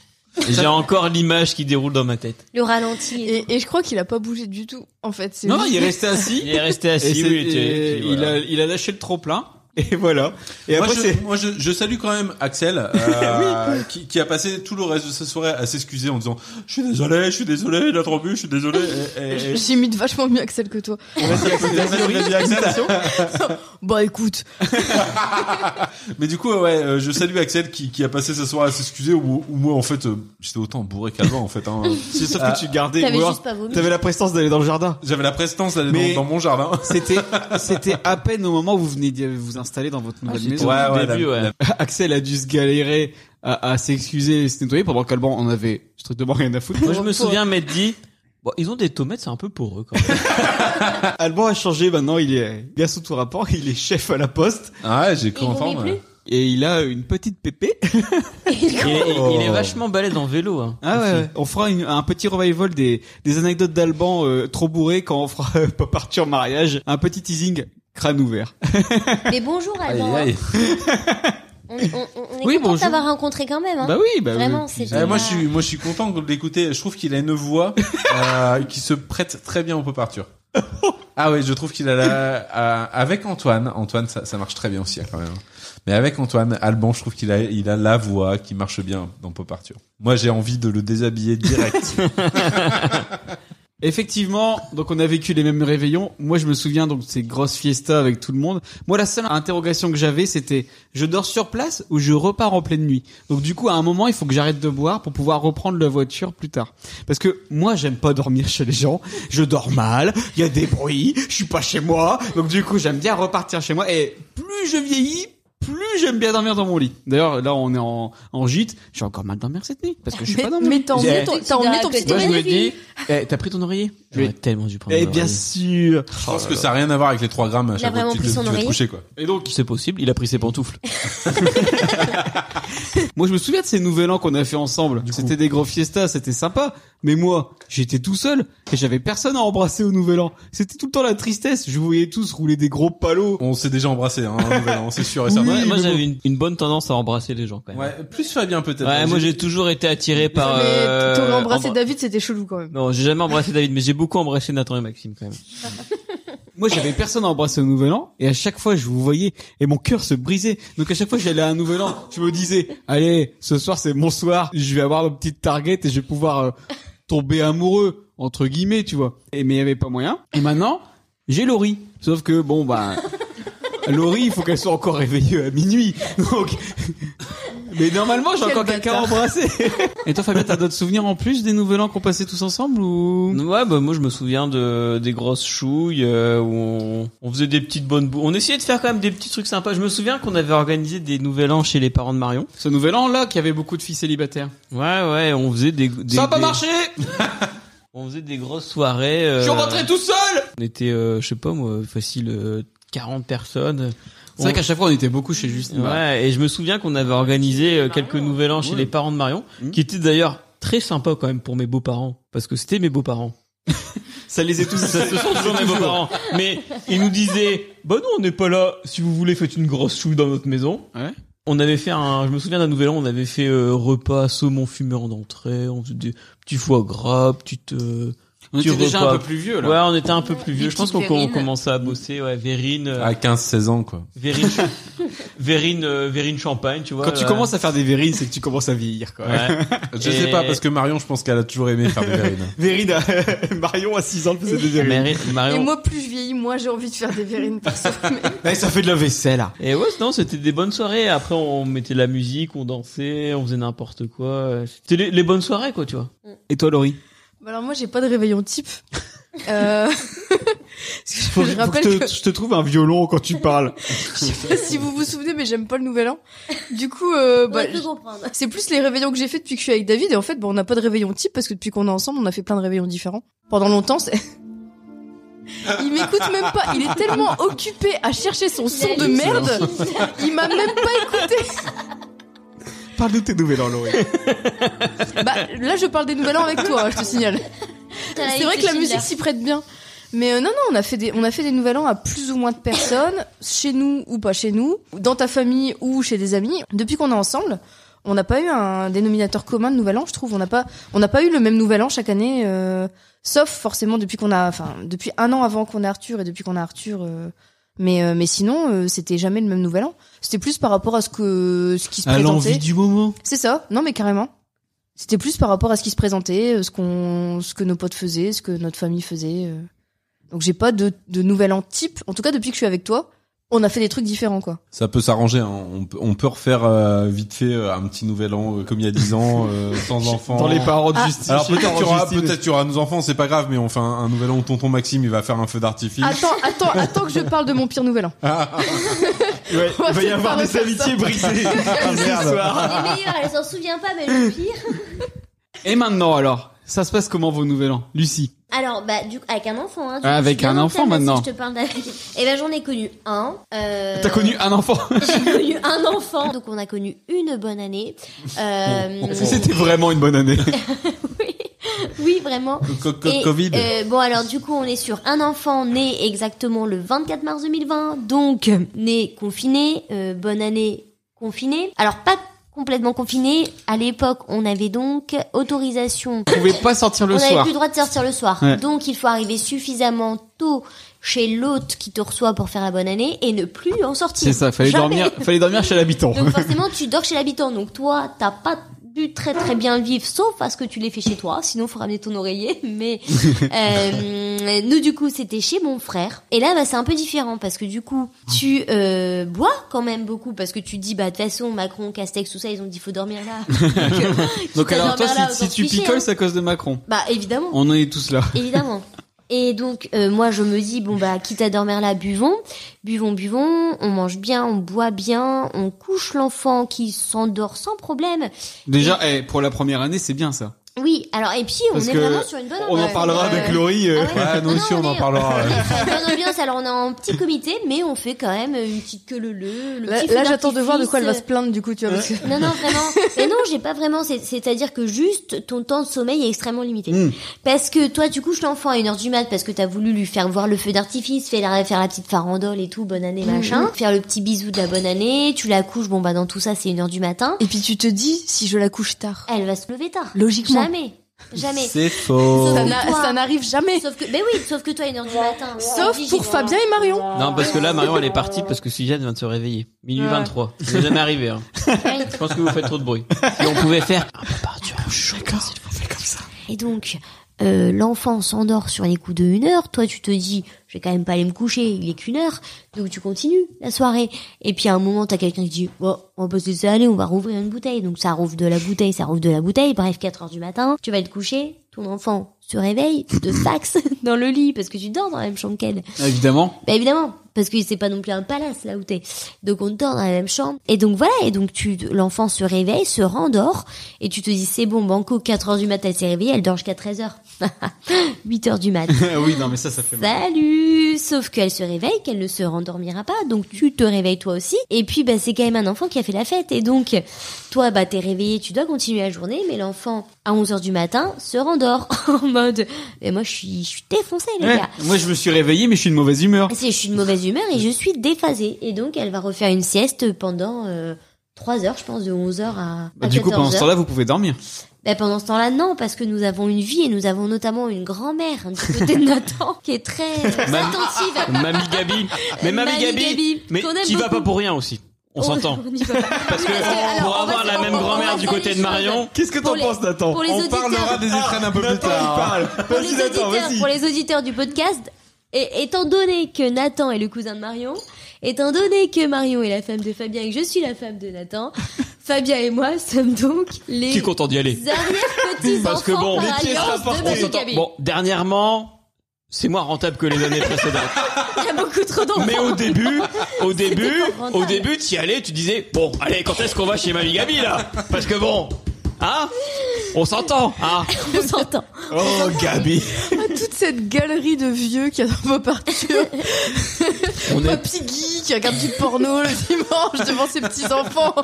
[SPEAKER 4] Et J'ai encore l'image qui déroule dans ma tête.
[SPEAKER 7] Le ralenti.
[SPEAKER 3] Et, et je crois qu'il a pas bougé du tout, en fait. c'est
[SPEAKER 2] Non,
[SPEAKER 3] juste-
[SPEAKER 2] il est resté assis.
[SPEAKER 4] Il est resté assis,
[SPEAKER 2] Et c'est-
[SPEAKER 4] oui, il était-
[SPEAKER 2] et
[SPEAKER 4] puis voilà.
[SPEAKER 2] il, a, il a lâché le trop plein. Et voilà. Et
[SPEAKER 5] moi,
[SPEAKER 2] après,
[SPEAKER 5] je,
[SPEAKER 2] c'est...
[SPEAKER 5] moi, je- je salue quand même Axel, euh, qui, qui a passé tout le reste de sa soirée à s'excuser en disant « Je suis désolé, je suis désolé, il a trop bu, je suis désolé. Et- et- et-
[SPEAKER 3] J'imite vachement mieux Axel que toi.
[SPEAKER 5] Vas-y, Axel, vas-y, vas-y, Axel.
[SPEAKER 3] Bah écoute,
[SPEAKER 5] Mais du coup, ouais, euh, je salue Axel qui, qui a passé sa soirée à s'excuser où, où moi, en fait, euh, j'étais autant bourré qu'avant, en fait. Hein.
[SPEAKER 2] C'est sauf
[SPEAKER 5] Ah,
[SPEAKER 2] que tu gardais.
[SPEAKER 7] T'avais
[SPEAKER 2] ou alors,
[SPEAKER 7] juste pas vomi.
[SPEAKER 2] T'avais la prestance d'aller dans le jardin.
[SPEAKER 5] J'avais la prestance d'aller
[SPEAKER 2] Mais-
[SPEAKER 5] dans, dans mon jardin.
[SPEAKER 2] C'était, c'était à peine au moment où vous venez de vous installer dans votre nouvelle
[SPEAKER 4] Ah, j'étais
[SPEAKER 2] maison.
[SPEAKER 4] au Ouais, ouais, début,
[SPEAKER 5] la- ouais.
[SPEAKER 2] Axel a dû se galérer à, à s'excuser et se nettoyer pendant qu'Alban en avait strictement rien à foutre.
[SPEAKER 4] Moi, je me souviens m'être dit, bon, ils ont des tomates, c'est un peu pour eux quand même.
[SPEAKER 2] Alban a changé maintenant, il est bien sous tout rapport, il est chef à la poste.
[SPEAKER 5] Ah, j'ai cru
[SPEAKER 7] Il vomit
[SPEAKER 5] entendre.
[SPEAKER 7] plus.
[SPEAKER 2] Et il a une petite pépé.
[SPEAKER 4] Il, est- il est vachement balèze en vélo. Hein,
[SPEAKER 2] Ah ouais,
[SPEAKER 4] aussi.
[SPEAKER 2] ouais. on fera une- un petit revival des, des anecdotes d'Alban euh, trop bourré quand on fera euh, Pop Arthur mariage. Un petit teasing crâne ouvert.
[SPEAKER 7] Ah Mais bonjour, Alban.
[SPEAKER 5] Aïe, aïe.
[SPEAKER 7] hein. On est, on- on est
[SPEAKER 5] Oui,
[SPEAKER 7] content
[SPEAKER 5] bonjour.
[SPEAKER 7] d'avoir rencontré quand même. Hein.
[SPEAKER 5] Bah oui, bah oui.
[SPEAKER 7] Vraiment,
[SPEAKER 5] Puis,
[SPEAKER 7] c'était
[SPEAKER 5] euh, moi,
[SPEAKER 7] pas-
[SPEAKER 5] je suis, moi, je suis content de l'écouter. Je trouve qu'il a une voix euh, qui se prête très bien au pop Arthur. Ah oui, je trouve qu'il a la, euh, avec Antoine, Antoine, ça, ça marche très bien aussi hein, quand même. Mais avec Antoine Alban, je trouve qu'il a, il a la voix qui marche bien dans Pop Arthur. Moi, j'ai envie de le déshabiller direct.
[SPEAKER 2] Effectivement, donc on a vécu les mêmes réveillons. Moi, je me souviens donc de ces grosses fiestas avec tout le monde. Moi, la seule interrogation que j'avais, c'était je dors sur place ou je repars en pleine nuit. Donc du coup, à un moment, il faut que j'arrête de boire pour pouvoir reprendre la voiture plus tard. Parce que moi, j'aime pas dormir chez les gens. Je dors mal. Il y a des bruits. Je suis pas chez moi. Donc du coup, j'aime bien repartir chez moi. Et plus je vieillis, plus j'aime bien dormir dans mon lit. D'ailleurs, là, on est en, en gîte. J'ai encore mal dormir cette nuit parce que je suis
[SPEAKER 6] Mais-
[SPEAKER 2] pas dans mon
[SPEAKER 6] mais
[SPEAKER 2] lit.
[SPEAKER 6] t'as emmené
[SPEAKER 2] J'ai-
[SPEAKER 6] ton- t'as emmené ton petit
[SPEAKER 2] Moi, je me
[SPEAKER 6] oreiller.
[SPEAKER 2] dis, eh, t'as pris ton oreiller
[SPEAKER 4] J'aurais tellement dû prendre
[SPEAKER 2] Eh
[SPEAKER 4] mon
[SPEAKER 2] bien
[SPEAKER 4] oreiller.
[SPEAKER 2] sûr.
[SPEAKER 5] Je
[SPEAKER 4] Oh
[SPEAKER 5] pense que ça a rien à voir avec les 3 grammes à
[SPEAKER 7] Il
[SPEAKER 5] chaque
[SPEAKER 7] a
[SPEAKER 5] fois que
[SPEAKER 7] vraiment
[SPEAKER 5] tu,
[SPEAKER 7] pris
[SPEAKER 5] te-
[SPEAKER 7] son
[SPEAKER 5] tu vas te
[SPEAKER 7] oreiller.
[SPEAKER 5] coucher, quoi.
[SPEAKER 4] Et donc, c'est possible, il a pris ses pantoufles.
[SPEAKER 2] Moi, je me souviens de ces nouvel an qu'on a fait ensemble. C'était des gros fiestas, c'était sympa. Mais moi, j'étais tout seul et j'avais personne à embrasser au nouvel an. C'était tout le temps la tristesse. Je vous voyais tous rouler des gros palos.
[SPEAKER 5] On s'est déjà embrassé, hein, au nouvel an, c'est sûr et certain.
[SPEAKER 4] moi, moi,
[SPEAKER 5] mais
[SPEAKER 4] j'avais une, une bonne tendance à embrasser les gens quand même.
[SPEAKER 5] Ouais, plus Fabien peut-être.
[SPEAKER 4] Ouais, moi j'ai toujours été attiré par.
[SPEAKER 6] Mais
[SPEAKER 4] euh,
[SPEAKER 6] t'aurais embrassé
[SPEAKER 4] embra-
[SPEAKER 6] David, c'était chelou quand même.
[SPEAKER 4] Non, j'ai jamais embrassé David, mais j'ai beaucoup embrassé Nathan et Maxime quand même.
[SPEAKER 2] Moi, j'avais personne à embrasser au nouvel an et à chaque fois, je vous voyais et mon cœur se brisait. Donc à chaque fois, j'allais à un nouvel an, je me disais, allez, ce soir, c'est mon soir. Je vais avoir ma petite target et je vais pouvoir euh, tomber amoureux entre guillemets, tu vois. Et mais il y avait pas moyen. Et maintenant, j'ai Laurie. Sauf que bon, bah. Laurie, il faut qu'elle soit encore réveillée à minuit. Donc, mais normalement, j'ai
[SPEAKER 4] Quel
[SPEAKER 2] encore quelqu'un à
[SPEAKER 4] bâtard.
[SPEAKER 2] embrasser. Et toi, Fabien, t'as d'autres souvenirs en plus des nouvel an qu'on passait tous ensemble ou
[SPEAKER 4] Ouais, bah moi je me souviens de des grosses chouilles euh, où on, on faisait des petites bonnes bou- On essayait de faire quand même des petits trucs sympas. Je me souviens qu'on avait organisé des nouvel an chez les parents de Marion.
[SPEAKER 2] Ce nouvel an là, qui avait beaucoup de filles célibataires.
[SPEAKER 4] Ouais, ouais, on faisait des. des-
[SPEAKER 2] Ça a pas
[SPEAKER 4] des-
[SPEAKER 2] marché.
[SPEAKER 4] On faisait des grosses soirées.
[SPEAKER 2] Je suis
[SPEAKER 4] euh,
[SPEAKER 2] rentré tout seul.
[SPEAKER 4] On était, euh, je sais pas moi, facile euh, 40 personnes.
[SPEAKER 2] C'est vrai
[SPEAKER 4] On-
[SPEAKER 2] qu'à chaque fois, on était beaucoup chez Justine.
[SPEAKER 4] Ouais, et je me souviens qu'on avait organisé euh,
[SPEAKER 2] Ah,
[SPEAKER 4] quelques nouvel an chez les parents de Marion,
[SPEAKER 2] Mmh.
[SPEAKER 4] qui étaient d'ailleurs très sympas quand même pour mes beaux-parents, parce que c'était mes beaux-parents.
[SPEAKER 2] Ça les est tous,
[SPEAKER 4] ça se sont toujours mes beaux-parents. Mais ils nous disaient, bah non, on n'est pas là. Si vous voulez, faites une grosse chouille dans notre maison. On avait fait un, je me souviens d'un nouvel an, on avait fait euh, repas saumon fumé en entrée, on faisait des petits foie gras, petites. euh,
[SPEAKER 2] On
[SPEAKER 4] petits
[SPEAKER 2] était déjà
[SPEAKER 4] repas.
[SPEAKER 2] un peu plus vieux, là.
[SPEAKER 4] Ouais, on était un peu plus vieux.
[SPEAKER 2] Les
[SPEAKER 4] Je pense qu'on
[SPEAKER 2] petites
[SPEAKER 4] qu'on
[SPEAKER 2] Vérines.
[SPEAKER 4] commençait à bosser, ouais, Vérine. euh,
[SPEAKER 2] Ah.
[SPEAKER 5] À 15-16 ans, quoi.
[SPEAKER 4] Vérine, Vérine, euh, Vérine Champagne, tu vois. euh.
[SPEAKER 2] Quand tu
[SPEAKER 4] là.
[SPEAKER 2] commences à faire des vérines, c'est que tu commences à vieillir, quoi.
[SPEAKER 4] Ouais.
[SPEAKER 5] Je
[SPEAKER 4] Et-
[SPEAKER 5] sais pas, parce que Marion, je pense qu'elle a toujours aimé faire des vérines.
[SPEAKER 2] Vérine, à- Marion à 6 ans le faisait des vérines.
[SPEAKER 4] Ah,
[SPEAKER 6] Et moi, plus je vieillis, moi j'ai envie de faire des vérines perso.
[SPEAKER 2] Eh, ça fait de la vaisselle, là.
[SPEAKER 4] Et ouais, non, c'était des bonnes soirées. Après, on mettait de la musique, on dansait, on faisait n'importe quoi. C'était les, les bonnes soirées, quoi, tu vois.
[SPEAKER 2] Et toi, Laurie
[SPEAKER 6] Bah alors moi, j'ai pas de réveillon type. Euh... parce
[SPEAKER 2] Faut,
[SPEAKER 6] que je
[SPEAKER 2] faut que
[SPEAKER 6] rappelle
[SPEAKER 2] je
[SPEAKER 6] que,
[SPEAKER 2] te- je te trouve un violon quand tu parles.
[SPEAKER 6] je sais pas si vous vous souvenez, mais j'aime pas le nouvel an. Du coup, euh, bah,
[SPEAKER 7] Ouais, je peux comprendre.
[SPEAKER 6] c'est plus les réveillons que j'ai fait depuis que je suis avec David. Et en fait, bah, on n'a pas de réveillon type parce que depuis qu'on est ensemble, on a fait plein de réveillons différents. Pendant longtemps, c'est... Il m'écoute même pas. Il est tellement occupé à chercher son son de merde. Il m'a même pas écouté.
[SPEAKER 2] Parle de tes nouvelles ans, Laurie.
[SPEAKER 6] Bah, là, je parle des nouvel an avec toi, hein, je te signale.
[SPEAKER 7] la
[SPEAKER 6] C'est
[SPEAKER 7] liste
[SPEAKER 6] vrai que la
[SPEAKER 7] de
[SPEAKER 6] musique
[SPEAKER 7] Schindler.
[SPEAKER 6] s'y prête bien. Mais euh, non, non, on a fait des, on a fait des nouvel an à plus ou moins de personnes, chez nous ou pas chez nous, dans ta famille ou chez des amis. Depuis qu'on est ensemble, on n'a pas eu un dénominateur commun de nouvel an, je trouve. On n'a pas, on n'a pas eu le même nouvel an chaque année, euh, sauf forcément depuis qu'on a, enfin, depuis un an avant qu'on ait Arthur et depuis qu'on a Arthur. euh, mais, euh, mais sinon, euh, c'était jamais le même nouvel an. C'était plus par rapport à ce que, ce qui se
[SPEAKER 2] À
[SPEAKER 6] présentait.
[SPEAKER 2] l'envie du moment.
[SPEAKER 6] C'est ça, non mais carrément. C'était plus par rapport à ce qui se présentait, euh, ce qu'on, ce que nos potes faisaient, ce que notre famille faisait. euh. Donc j'ai pas de, de nouvel an type. En tout cas depuis que je suis avec toi, on a fait des trucs différents quoi.
[SPEAKER 5] Ça peut s'arranger. hein. On, peut- on peut refaire euh, vite fait euh, un petit nouvel an euh, comme il y a 10 ans, euh, sans enfants.
[SPEAKER 2] Dans les parents de Ah. Justine.
[SPEAKER 5] Alors
[SPEAKER 2] Chez les
[SPEAKER 5] peut-être
[SPEAKER 2] parents
[SPEAKER 5] qu'il y aura,
[SPEAKER 2] de Justine.
[SPEAKER 5] peut-être qu'il y aura nos enfants, c'est pas grave, mais on fait un, un nouvel an où tonton Maxime il va faire un feu d'artifice.
[SPEAKER 6] Attends, attends, attends que je parle de mon pire nouvel an.
[SPEAKER 2] Ouais,
[SPEAKER 6] On va il va y peut-être avoir pas des refaire amitiés ça.
[SPEAKER 2] brisées.
[SPEAKER 7] Ah, Elle est meilleure, elle s'en souvient pas, mais le pire.
[SPEAKER 2] Et maintenant, alors Ça se passe comment vos nouvel an Lucie
[SPEAKER 7] Alors, bah, du coup, avec un enfant, hein. du
[SPEAKER 2] Ah,
[SPEAKER 7] coup,
[SPEAKER 2] avec
[SPEAKER 7] je suis
[SPEAKER 2] un
[SPEAKER 7] bien
[SPEAKER 2] enfant,
[SPEAKER 7] en table,
[SPEAKER 2] maintenant.
[SPEAKER 7] Si je te parle d'avec. Eh ben, j'en ai connu un. Euh...
[SPEAKER 2] T'as connu un enfant
[SPEAKER 7] J'ai connu un enfant. Donc, on a connu une bonne année. Euh...
[SPEAKER 2] Est-ce que c'était vraiment une bonne année
[SPEAKER 7] Oui, vraiment.
[SPEAKER 5] Co- co-
[SPEAKER 7] Et,
[SPEAKER 5] Covid.
[SPEAKER 7] euh, bon, alors du coup, on est sur un enfant né exactement le 24 mars 2020, donc né confiné. euh, bonne année confinés. Alors pas complètement confinés. À l'époque, on avait donc autorisation.
[SPEAKER 2] Vous pouvez pas sortir le
[SPEAKER 7] on n'avait
[SPEAKER 2] soir.
[SPEAKER 7] plus le droit de sortir le soir.
[SPEAKER 2] Ouais.
[SPEAKER 7] Donc il faut arriver suffisamment tôt chez l'hôte qui te reçoit pour faire la bonne année et ne plus en sortir.
[SPEAKER 2] C'est ça, fallait
[SPEAKER 7] Jamais.
[SPEAKER 2] dormir, fallait dormir chez l'habitant.
[SPEAKER 7] Donc forcément, tu dors chez l'habitant. Donc toi, t'as pas dû très très bien le vivre, sauf parce que tu l'as fait chez toi. Sinon, faut ramener ton oreiller. Mais euh, nous, du coup, c'était chez mon frère. Et là, bah, c'est un peu différent parce que du coup, tu euh, bois quand même beaucoup parce que tu dis, bah de toute façon, Macron, Castex, tout ça, ils ont dit faut dormir là.
[SPEAKER 2] Donc
[SPEAKER 7] t'as
[SPEAKER 2] alors
[SPEAKER 7] dormi
[SPEAKER 2] toi,
[SPEAKER 7] là,
[SPEAKER 2] si, si
[SPEAKER 7] autant
[SPEAKER 2] tu
[SPEAKER 7] se ficher,
[SPEAKER 2] picoles,
[SPEAKER 7] hein.
[SPEAKER 2] c'est à cause de Macron.
[SPEAKER 7] Bah évidemment.
[SPEAKER 2] On en est tous là.
[SPEAKER 7] Évidemment. Et donc euh, moi je me dis bon bah quitte à dormir là buvons buvons buvons on mange bien on boit bien on couche l'enfant qui s'endort sans problème
[SPEAKER 2] Déjà, eh, pour la première année, c'est bien ça.
[SPEAKER 7] oui alors et puis on
[SPEAKER 2] Parce
[SPEAKER 7] est
[SPEAKER 2] que
[SPEAKER 7] vraiment sur une bonne
[SPEAKER 2] on en
[SPEAKER 7] ambiance.
[SPEAKER 2] parlera
[SPEAKER 7] Euh,
[SPEAKER 2] avec Laurie. euh.
[SPEAKER 7] Ah ouais,
[SPEAKER 5] Ouais, nous aussi, on en parlera.
[SPEAKER 7] on est sur une bonne ambiance alors on est en petit comité mais on fait quand même une petite queue le le le
[SPEAKER 3] Là,
[SPEAKER 7] petit feu
[SPEAKER 3] là, j'attends de voir de
[SPEAKER 7] d'artifice. Euh,
[SPEAKER 3] quoi elle va se plaindre du coup, tu vois. parce que-
[SPEAKER 7] Non, non, vraiment. Mais non, j'ai pas vraiment. C'est- C'est-à-dire que juste ton temps de sommeil est extrêmement limité.
[SPEAKER 2] Hmm.
[SPEAKER 3] Mm.
[SPEAKER 7] Parce que toi, tu couches l'enfant à 1h du mat parce que t'as voulu lui faire voir le feu d'artifice, faire la, faire la petite farandole et tout, bonne année, machin.
[SPEAKER 3] Hmm.
[SPEAKER 7] Faire le petit bisou de la bonne année. Tu la couches, bon, bah, dans tout ça, c'est 1h du matin.
[SPEAKER 3] Et puis tu te dis, si je la couche tard,
[SPEAKER 7] Elle va se lever tard.
[SPEAKER 3] Logiquement.
[SPEAKER 7] Jamais. Jamais.
[SPEAKER 5] C'est faux.
[SPEAKER 3] Ça n'a- ça n'arrive jamais.
[SPEAKER 7] Sauf que, ben oui, sauf que toi, 1h du matin.
[SPEAKER 3] Sauf
[SPEAKER 7] obligé.
[SPEAKER 3] pour Fabien et Marion.
[SPEAKER 4] Non, parce que là, Marion, elle est partie parce que Suzanne vient de se réveiller. Minuit
[SPEAKER 3] Ouais.
[SPEAKER 4] 23. C'est jamais arrivé, hein. Je pense que vous faites trop de bruit. Et on pouvait faire. Ah, papa, tu vois, je
[SPEAKER 7] Et donc, euh, l'enfant s'endort sur les coups de 1 heure. Toi, tu te dis, je vais quand même pas aller me coucher, il est qu'une heure. Donc, tu continues la soirée. Et puis, à un moment, t'as quelqu'un qui dit, bon, on va passer ça, allez, on va rouvrir une bouteille. Donc, ça rouvre de la bouteille, ça rouvre de la bouteille. Bref, 4 heures du matin, tu vas te coucher, ton enfant se réveille, tu te faxes dans le lit parce que tu dors dans la même chambre qu'elle.
[SPEAKER 2] Évidemment.
[SPEAKER 7] Bah évidemment, parce que c'est pas non plus un palace là où t'es. Donc on dort dans la même chambre. Et donc voilà, et donc tu l'enfant se réveille, se rendort, et tu te dis c'est bon, Banco, 4 heures du mat, elle s'est réveillée, elle dort jusqu'à 13 heures. 8 heures du mat.
[SPEAKER 2] Ah oui, non, mais ça, ça fait mal.
[SPEAKER 7] Salut Sauf qu'elle se réveille, qu'elle ne se rendormira pas, donc tu te réveilles toi aussi. Et puis bah, c'est quand même un enfant qui a fait la fête, et donc toi bah t'es réveillé, tu dois continuer la journée, mais l'enfant à 11h du matin se rendort en mode mais moi je suis je suis défoncé les
[SPEAKER 2] Ouais.
[SPEAKER 7] gars.
[SPEAKER 2] Moi, je me suis réveillé, mais je suis de mauvaise humeur.
[SPEAKER 7] Si je suis de mauvaise humeur et je suis déphasée. Et donc, elle va refaire une sieste pendant euh, 3 heures, je pense, de 11 heures à,
[SPEAKER 2] Bah,
[SPEAKER 7] Ah, à
[SPEAKER 2] du coup,
[SPEAKER 7] 14
[SPEAKER 2] pendant ce
[SPEAKER 7] heures.
[SPEAKER 2] temps-là, vous pouvez dormir.
[SPEAKER 7] Bah, pendant ce temps-là, non, parce que nous avons une vie et nous avons notamment une grand-mère, un petit côté de Nathan, qui est très euh,
[SPEAKER 4] Mamie-
[SPEAKER 7] attentive.
[SPEAKER 4] Mamie Gabi. Mais Mamie,
[SPEAKER 7] Mamie
[SPEAKER 4] Gabi.
[SPEAKER 7] Gabi,
[SPEAKER 4] Mais
[SPEAKER 7] qu'on aime
[SPEAKER 4] qui va
[SPEAKER 7] beaucoup.
[SPEAKER 4] pas pour rien aussi. On s'entend.
[SPEAKER 7] On y va.
[SPEAKER 4] Parce que
[SPEAKER 7] alors, on
[SPEAKER 4] pour
[SPEAKER 7] va
[SPEAKER 4] avoir
[SPEAKER 7] se-
[SPEAKER 4] la
[SPEAKER 7] on-
[SPEAKER 4] même
[SPEAKER 7] on va
[SPEAKER 4] grand-mère du
[SPEAKER 7] faire
[SPEAKER 4] côté
[SPEAKER 7] les
[SPEAKER 4] de
[SPEAKER 7] choses.
[SPEAKER 4] Marion.
[SPEAKER 2] Qu'est-ce que
[SPEAKER 7] Pour
[SPEAKER 2] t'en
[SPEAKER 7] les-
[SPEAKER 2] penses, Nathan
[SPEAKER 7] pour les
[SPEAKER 5] On
[SPEAKER 7] auditeurs. Ah,
[SPEAKER 5] parlera des Ukraines un peu plus tard.
[SPEAKER 2] Parle.
[SPEAKER 7] Pour les
[SPEAKER 2] Vas-y, Nathan,
[SPEAKER 7] auditeurs,
[SPEAKER 2] vas-y.
[SPEAKER 7] pour les auditeurs du podcast, et étant donné que Nathan est le cousin de Marion, étant donné que Marion est la femme de Fabien et que je suis la femme de Nathan, Fabien et moi sommes donc les
[SPEAKER 4] Qui est content d'y aller?
[SPEAKER 7] arrière-petits-enfants
[SPEAKER 4] Parce que bon,
[SPEAKER 7] par
[SPEAKER 4] les
[SPEAKER 2] pièces
[SPEAKER 7] alliance
[SPEAKER 2] rapportées.
[SPEAKER 7] de
[SPEAKER 4] On
[SPEAKER 7] Mamie
[SPEAKER 4] s'entend.
[SPEAKER 7] Gabi.
[SPEAKER 4] Bon, dernièrement, c'est moins rentable que les années précédentes.
[SPEAKER 7] Il y a beaucoup trop d'enfants.
[SPEAKER 4] Mais au début, au début,
[SPEAKER 7] pas rentable.
[SPEAKER 4] au début, tu y allais, tu disais, bon, allez, quand est-ce qu'on va chez Mamie Gabi, là? Parce que bon, hein? On s'entend, hein?
[SPEAKER 7] On s'entend.
[SPEAKER 2] Oh, Gabi.
[SPEAKER 3] Toute cette galerie de vieux qui adorent pas partir.
[SPEAKER 4] On est-
[SPEAKER 3] Papy Guy qui regarde du porno le dimanche devant ses petits-enfants.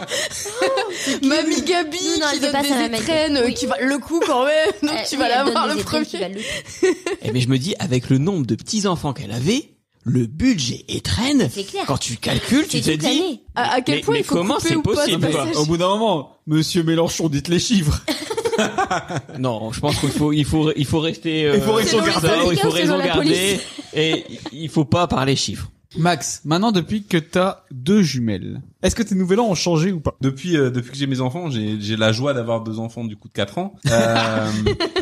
[SPEAKER 3] Mamie Gabi
[SPEAKER 7] Nous, on n'aurait
[SPEAKER 3] qui
[SPEAKER 7] fait
[SPEAKER 3] donne
[SPEAKER 7] pas ça,
[SPEAKER 3] des
[SPEAKER 7] Mamie.
[SPEAKER 3] étrennes, euh,
[SPEAKER 7] Oui.
[SPEAKER 3] qui va le coup quand même. Donc
[SPEAKER 7] Euh,
[SPEAKER 3] tu
[SPEAKER 7] oui,
[SPEAKER 3] vas
[SPEAKER 7] elle
[SPEAKER 3] la
[SPEAKER 7] donne
[SPEAKER 3] voir
[SPEAKER 7] des
[SPEAKER 3] le
[SPEAKER 7] étrennes, tu vas
[SPEAKER 3] premier.
[SPEAKER 7] le louper.
[SPEAKER 4] Eh mais je me dis, avec le nombre de petits-enfants qu'elle avait, le budget étreinte.
[SPEAKER 7] C'est clair.
[SPEAKER 4] Quand tu calcules, tu
[SPEAKER 7] C'est
[SPEAKER 4] te
[SPEAKER 7] toute
[SPEAKER 4] dis,
[SPEAKER 7] l'année.
[SPEAKER 3] À, à quel
[SPEAKER 4] Mais-
[SPEAKER 3] point
[SPEAKER 4] mais
[SPEAKER 3] il faut
[SPEAKER 4] comment
[SPEAKER 3] couper
[SPEAKER 4] c'est
[SPEAKER 3] ou pas
[SPEAKER 4] possible,
[SPEAKER 3] ce
[SPEAKER 4] quoi
[SPEAKER 3] passage.
[SPEAKER 2] Au bout d'un moment, monsieur Mélenchon, dites les chiffres.
[SPEAKER 4] non, je pense qu'il faut, il faut, il faut rester, euh,
[SPEAKER 2] Il faut raison
[SPEAKER 4] euh,
[SPEAKER 2] garder.
[SPEAKER 4] il faut
[SPEAKER 7] Selon les
[SPEAKER 4] raison
[SPEAKER 7] syndicats ou selon la
[SPEAKER 4] garder, et il faut pas parler chiffres.
[SPEAKER 2] Max, maintenant, depuis que t'as deux jumelles, est-ce que tes nouvel an ont changé ou pas?
[SPEAKER 5] Depuis, euh, depuis que j'ai mes enfants, j'ai j'ai la joie d'avoir deux enfants du coup de 4 ans.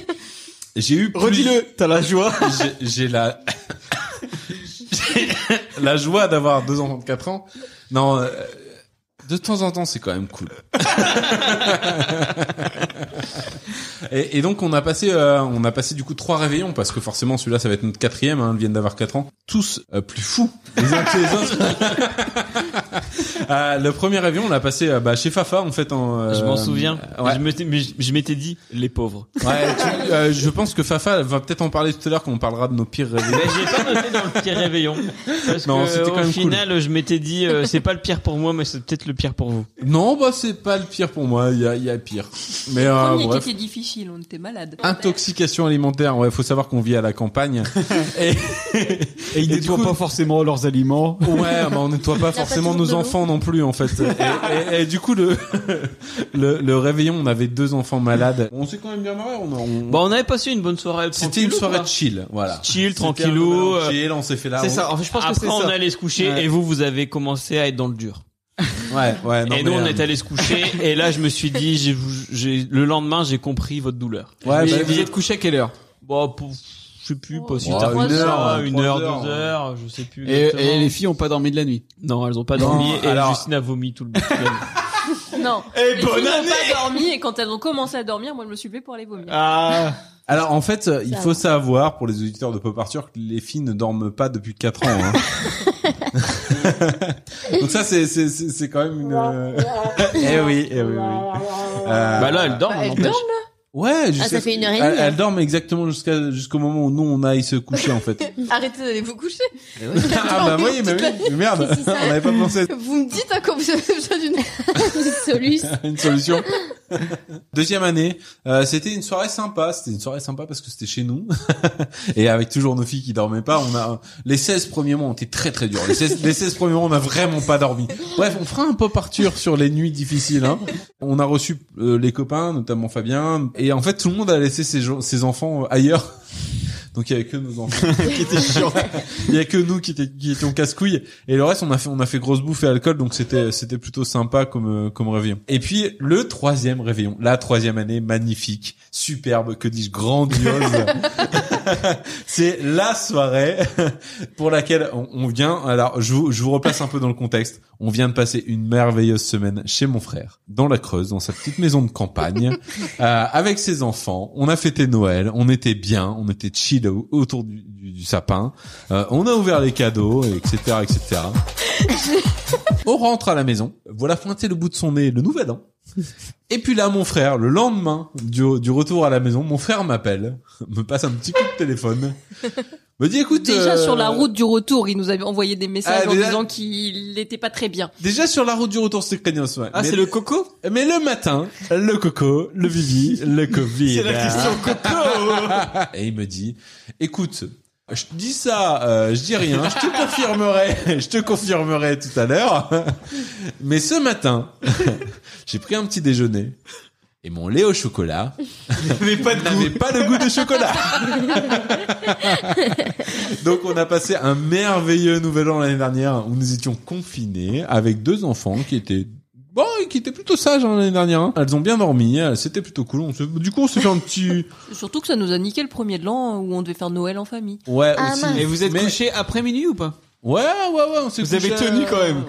[SPEAKER 5] Euh, j'ai eu plus-
[SPEAKER 2] Redis-le, t'as la joie.
[SPEAKER 5] J'ai- J'ai la j'ai la joie d'avoir deux enfants de 4 ans. Non, euh, de temps en temps, c'est quand même cool. et, et donc on a passé, euh, on a passé du coup trois réveillons parce que forcément celui-là, ça va être notre quatrième. Hein, ils viennent d'avoir 4 ans, tous euh, plus fous les uns que les autres. Euh, le premier réveillon, on l'a passé euh, bah, chez Fafa en fait. En, euh,
[SPEAKER 4] je m'en souviens.
[SPEAKER 5] euh, ouais.
[SPEAKER 4] Je m'étais- mais je- je m'étais dit, les pauvres.
[SPEAKER 5] Ouais, tu- euh, je pense que Fafa va peut-être en parler tout à l'heure quand on parlera de nos pires réveillons.
[SPEAKER 4] Ben, j'ai pas noté dans le pire réveillon. Parce
[SPEAKER 5] Non,
[SPEAKER 4] que,
[SPEAKER 5] c'était quand
[SPEAKER 4] au
[SPEAKER 5] même cool.
[SPEAKER 4] final, je m'étais dit, euh, c'est pas le pire pour moi, mais c'est peut-être le pire pour vous.
[SPEAKER 5] Non, bah c'est pas le pire pour moi, il y a, il y a pire. Mais euh, bref.
[SPEAKER 6] difficile, on était malade.
[SPEAKER 5] Intoxication alimentaire, ouais, faut savoir qu'on vit à la campagne. et,
[SPEAKER 2] Et ils
[SPEAKER 5] Et du
[SPEAKER 2] nettoient
[SPEAKER 5] coup-
[SPEAKER 2] pas forcément leurs aliments.
[SPEAKER 5] ouais, bah, on nettoie pas
[SPEAKER 7] pas
[SPEAKER 5] forcément
[SPEAKER 7] toujours
[SPEAKER 5] nos enfants non plus en fait. et, et- et du coup le, le le réveillon, on avait deux enfants malades. On s'est quand même bien marré. On,
[SPEAKER 4] Bon, Bah, on avait passé une bonne soirée.
[SPEAKER 5] C'était une soirée chill, voilà.
[SPEAKER 4] Chill,
[SPEAKER 5] C'était un
[SPEAKER 4] tranquillou. euh,
[SPEAKER 5] moment chill, Ah, on s'est fait la
[SPEAKER 4] C'est
[SPEAKER 5] ronde.
[SPEAKER 4] ça. En fait, je pense que
[SPEAKER 5] Après,
[SPEAKER 4] c'est
[SPEAKER 5] on
[SPEAKER 4] ça.
[SPEAKER 5] allait se coucher
[SPEAKER 4] Ouais.
[SPEAKER 5] et
[SPEAKER 4] et vous, vous avez commencé à être dans le dur.
[SPEAKER 5] Ouais, ouais. non,
[SPEAKER 4] et nous,
[SPEAKER 5] mais,
[SPEAKER 4] on
[SPEAKER 5] euh,
[SPEAKER 4] est allé se coucher. et là, je me suis dit, j'ai- j'ai- le lendemain, j'ai compris votre douleur.
[SPEAKER 5] Ouais,
[SPEAKER 4] Je me
[SPEAKER 5] bah,
[SPEAKER 4] suis dit-
[SPEAKER 5] vous êtes
[SPEAKER 2] couché à quelle heure
[SPEAKER 4] Bon, pour- je sais plus, pas si
[SPEAKER 2] Ouais,
[SPEAKER 4] tard.
[SPEAKER 2] une
[SPEAKER 4] Trois
[SPEAKER 2] heure,
[SPEAKER 4] heures,
[SPEAKER 2] ouais,
[SPEAKER 4] une
[SPEAKER 2] trois
[SPEAKER 4] heure,
[SPEAKER 2] heures.
[SPEAKER 4] deux heures, je sais plus.
[SPEAKER 2] Et,
[SPEAKER 4] exactement.
[SPEAKER 2] et les filles ont pas dormi de la nuit.
[SPEAKER 4] Non, elles ont pas dormi et
[SPEAKER 2] alors-
[SPEAKER 4] Justine a vomi tout le week-end.
[SPEAKER 6] Non.
[SPEAKER 4] Et
[SPEAKER 6] Les
[SPEAKER 4] Eh, bonne
[SPEAKER 6] filles n'ont
[SPEAKER 4] année
[SPEAKER 6] pas dormi et quand elles ont commencé à dormir, moi je me suis levée pour aller vomir.
[SPEAKER 4] Ah.
[SPEAKER 5] Alors en fait, euh, il
[SPEAKER 6] Ça
[SPEAKER 5] faut
[SPEAKER 6] va.
[SPEAKER 5] savoir pour les auditeurs de Pop Arthur que les filles ne dorment pas depuis 4 ans. hein. Donc ça c'est c'est c'est c'est quand même une. euh, eh oui, eh oui, oui.
[SPEAKER 4] Bah là, elles dorment, Bah, elles n'empêche. dorment,
[SPEAKER 6] là.
[SPEAKER 5] Ouais,
[SPEAKER 6] Ah,
[SPEAKER 5] jusqu'à-
[SPEAKER 6] ça fait une heure et
[SPEAKER 5] Elles,
[SPEAKER 6] demie,
[SPEAKER 5] elles
[SPEAKER 6] hein.
[SPEAKER 5] dorment exactement jusqu'à jusqu'au moment où nous on aille se coucher en fait.
[SPEAKER 4] Eh
[SPEAKER 3] Arrêtez d'aller vous coucher.
[SPEAKER 5] ah bah oui, mais oui, mais merde, on n'avait pas pensé.
[SPEAKER 3] Vous me dites à quoi vous avez besoin d'une
[SPEAKER 7] solution.
[SPEAKER 5] une solution. Deuxième année, euh, c'était une soirée sympa. C'était une soirée sympa parce que c'était chez nous et avec toujours nos filles qui dormaient pas. On a les 16 premiers mois ont été très très durs. Les 16, les 16 premiers mois, on a vraiment pas dormi. Bref, on fera un pop Arthur sur les nuits difficiles. hein. On a reçu euh, les copains, notamment Fabien, et en fait tout le monde a laissé ses, jo- ses enfants ailleurs. Donc il y avait que nos enfants qui étaient chiants. Il y a que nous qui, étaient- qui étions casse-couilles et le reste on a fait on a fait grosse bouffe et alcool donc c'était c'était plutôt sympa comme euh, comme réveillon. Et puis le troisième réveillon, la troisième année magnifique, superbe, que dis-je grandiose. C'est la soirée pour laquelle on, on vient. Alors je vous je vous replace un peu dans le contexte. On vient de passer une merveilleuse semaine chez mon frère dans la Creuse, dans sa petite maison de campagne, euh, avec ses enfants. On a fêté Noël, on était bien, on était chill au- autour du, du- du sapin. Euh, on a ouvert les cadeaux, etc., etc. On rentre à la maison, voilà pointer le bout de son nez le nouvel an. Et puis là, mon frère, le lendemain du, du retour à la maison, mon frère m'appelle, me passe un petit coup de téléphone, me dit écoute...
[SPEAKER 6] Déjà
[SPEAKER 5] euh,
[SPEAKER 6] sur la route du retour, il nous avait envoyé des messages
[SPEAKER 5] Ah,
[SPEAKER 6] en
[SPEAKER 5] déjà-
[SPEAKER 6] disant qu'il n'était pas très bien.
[SPEAKER 5] Déjà sur la route du retour, c'est craignos. Ouais.
[SPEAKER 4] Ah, c'est le coco
[SPEAKER 5] Mais le matin, le coco, le vivi, le Covid.
[SPEAKER 4] C'est la question
[SPEAKER 5] coco Et il me dit, écoute, je te dis ça, euh, je dis rien, je te confirmerai, je te confirmerai tout à l'heure. Mais ce matin, j'ai pris un petit déjeuner et mon lait au chocolat n'avait pas, le goût de chocolat. Donc on a passé un merveilleux nouvel an l'année dernière où nous étions confinés avec deux enfants qui étaient bon et qui étaient plutôt sages hein, l'année dernière. hein. Elles ont bien dormi, euh, c'était plutôt cool. On s'est- du coup on s'est fait un petit
[SPEAKER 6] Surtout que ça nous a niqué le premier de l'an euh, où on devait faire Noël en famille.
[SPEAKER 5] ouais
[SPEAKER 4] Ah,
[SPEAKER 5] aussi.
[SPEAKER 2] Et vous êtes
[SPEAKER 5] Mais-
[SPEAKER 2] couché après minuit ou pas
[SPEAKER 5] Ouais, ouais, ouais, on s'est
[SPEAKER 2] Vous avez
[SPEAKER 5] couché,
[SPEAKER 2] tenu
[SPEAKER 5] euh,
[SPEAKER 2] quand même.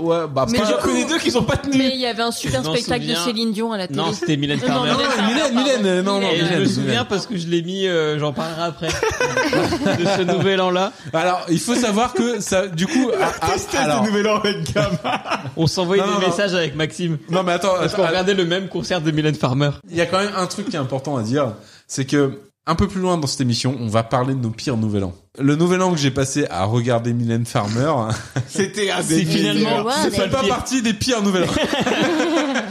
[SPEAKER 5] Ouais, ouais, bah
[SPEAKER 6] Mais
[SPEAKER 5] pas-
[SPEAKER 6] du coup-
[SPEAKER 4] qui ont pas tenu.
[SPEAKER 6] Mais il y avait un super
[SPEAKER 4] Je m'en
[SPEAKER 6] spectacle
[SPEAKER 4] souviens.
[SPEAKER 6] de Céline Dion à la télé.
[SPEAKER 4] Non, c'était Mylène
[SPEAKER 6] Non,
[SPEAKER 4] Farmer.
[SPEAKER 6] non, Mylène Farmer,
[SPEAKER 5] Mylène, Mylène, non, non,
[SPEAKER 4] Et je
[SPEAKER 5] Mylène,
[SPEAKER 4] me
[SPEAKER 5] Mylène.
[SPEAKER 4] souviens parce que je l'ai mis, euh, j'en parlerai après, de ce nouvel an-là.
[SPEAKER 5] Alors, il faut savoir que ça, du coup, à- à- alors-
[SPEAKER 4] On s'envoyait
[SPEAKER 5] Non,
[SPEAKER 4] des
[SPEAKER 5] non, non.
[SPEAKER 4] messages avec Maxime.
[SPEAKER 5] Non, mais attends,
[SPEAKER 4] Parce
[SPEAKER 5] attends,
[SPEAKER 4] qu'on
[SPEAKER 5] attends.
[SPEAKER 4] regardait le même concert de Mylène Farmer.
[SPEAKER 5] Il y a quand même un truc qui est important à dire, c'est que un peu plus loin dans cette émission, on va parler de nos pires nouvel an. Le nouvel an que j'ai passé à regarder Mylène Farmer,
[SPEAKER 2] C'était un
[SPEAKER 4] C'est
[SPEAKER 2] des
[SPEAKER 4] finalement-
[SPEAKER 2] pires.
[SPEAKER 4] Ouais,
[SPEAKER 5] c'est
[SPEAKER 4] Ah, mais-
[SPEAKER 5] pas
[SPEAKER 4] pire.
[SPEAKER 5] partie des pires nouvel an.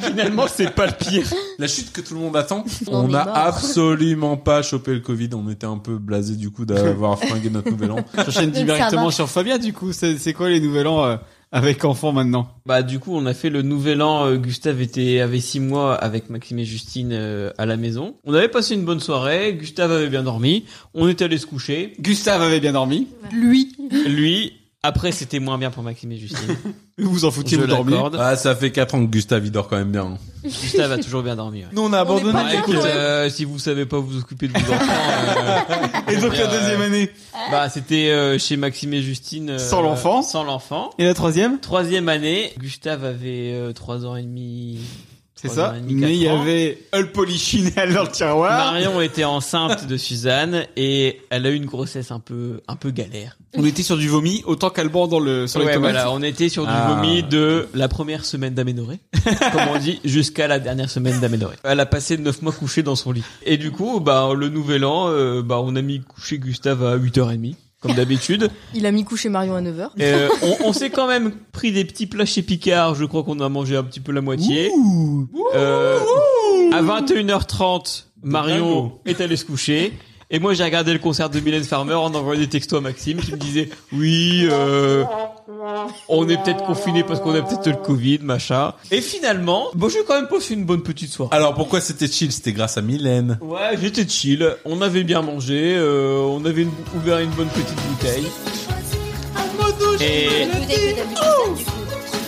[SPEAKER 4] Finalement, c'est pas le pire.
[SPEAKER 5] La chute que tout le monde attend.
[SPEAKER 4] On
[SPEAKER 5] On
[SPEAKER 4] est
[SPEAKER 5] n'a
[SPEAKER 4] mort.
[SPEAKER 5] absolument pas chopé le Covid. On était un peu blasé du coup d'avoir fringué notre nouvel an.
[SPEAKER 2] J'enchaîne
[SPEAKER 4] Donc ça
[SPEAKER 2] directement
[SPEAKER 4] va.
[SPEAKER 2] sur Fabien du coup. C'est c'est quoi les nouvel an euh, avec enfant maintenant
[SPEAKER 4] Bah du coup on a fait le nouvel an, euh, Gustave était avait six mois avec Maxime et Justine euh, à la maison. On avait passé une bonne soirée, Gustave avait bien dormi, on était allé se coucher.
[SPEAKER 2] Gustave avait bien dormi.
[SPEAKER 6] Lui.
[SPEAKER 4] Lui, après c'était moins bien pour Maxime et Justine.
[SPEAKER 2] Vous vous en foutiez,
[SPEAKER 4] Je
[SPEAKER 2] vous dormiez.
[SPEAKER 4] l'accorde.
[SPEAKER 5] Ah, ça fait 4 ans que Gustave il dort quand même bien. hein.
[SPEAKER 4] Gustave a toujours bien dormi. ouais.
[SPEAKER 5] Nous on a abandonné.
[SPEAKER 4] Bah, écoute, euh, si vous savez pas vous occuper de vos enfants. euh,
[SPEAKER 2] Et donc, la deuxième année
[SPEAKER 4] Bah c'était euh, chez Maxime et Justine. euh,
[SPEAKER 2] Sans l'enfant.
[SPEAKER 4] Sans l'enfant.
[SPEAKER 2] Et la troisième
[SPEAKER 4] Troisième année, Gustave avait euh, trois ans et demi.
[SPEAKER 2] C'est
[SPEAKER 4] trois
[SPEAKER 2] ça.
[SPEAKER 4] ans et demi, quatre
[SPEAKER 2] Mais il y
[SPEAKER 4] ans.
[SPEAKER 2] avait Hull Polichinelle dans le tiroir.
[SPEAKER 4] Marion était enceinte de Suzanne et elle a eu une grossesse un peu un peu galère.
[SPEAKER 2] On était sur du vomi autant qu'Alban dans le sur les
[SPEAKER 4] Ouais,
[SPEAKER 2] tomates.
[SPEAKER 4] voilà, on était sur du
[SPEAKER 2] Ah.
[SPEAKER 4] vomi de la première semaine d'aménorrhée, comme on dit, jusqu'à la dernière semaine d'aménorrhée. Elle a passé neuf mois couchée dans son lit. Et du coup, bah le nouvel an, euh, bah on a mis coucher Gustave à 8h30 comme d'habitude.
[SPEAKER 3] Il a mis coucher Marion à 9h.
[SPEAKER 4] Et, euh, on on s'est quand même pris des petits plats chez Picard, je crois qu'on a mangé un petit peu la moitié. Euh, à 21h30, Marion est allée se coucher. Et moi, j'ai regardé le concert de Mylène Farmer en envoyant des textos à Maxime qui me disait oui, euh, on est peut-être confiné parce qu'on a peut-être le Covid, machin. Et finalement, bon, j'ai quand même passé une bonne petite soirée.
[SPEAKER 5] Alors pourquoi c'était chill C'était grâce à Mylène.
[SPEAKER 4] Ouais, j'étais chill. On avait bien mangé, euh, on avait une- ouvert une bonne petite bouteille. Et,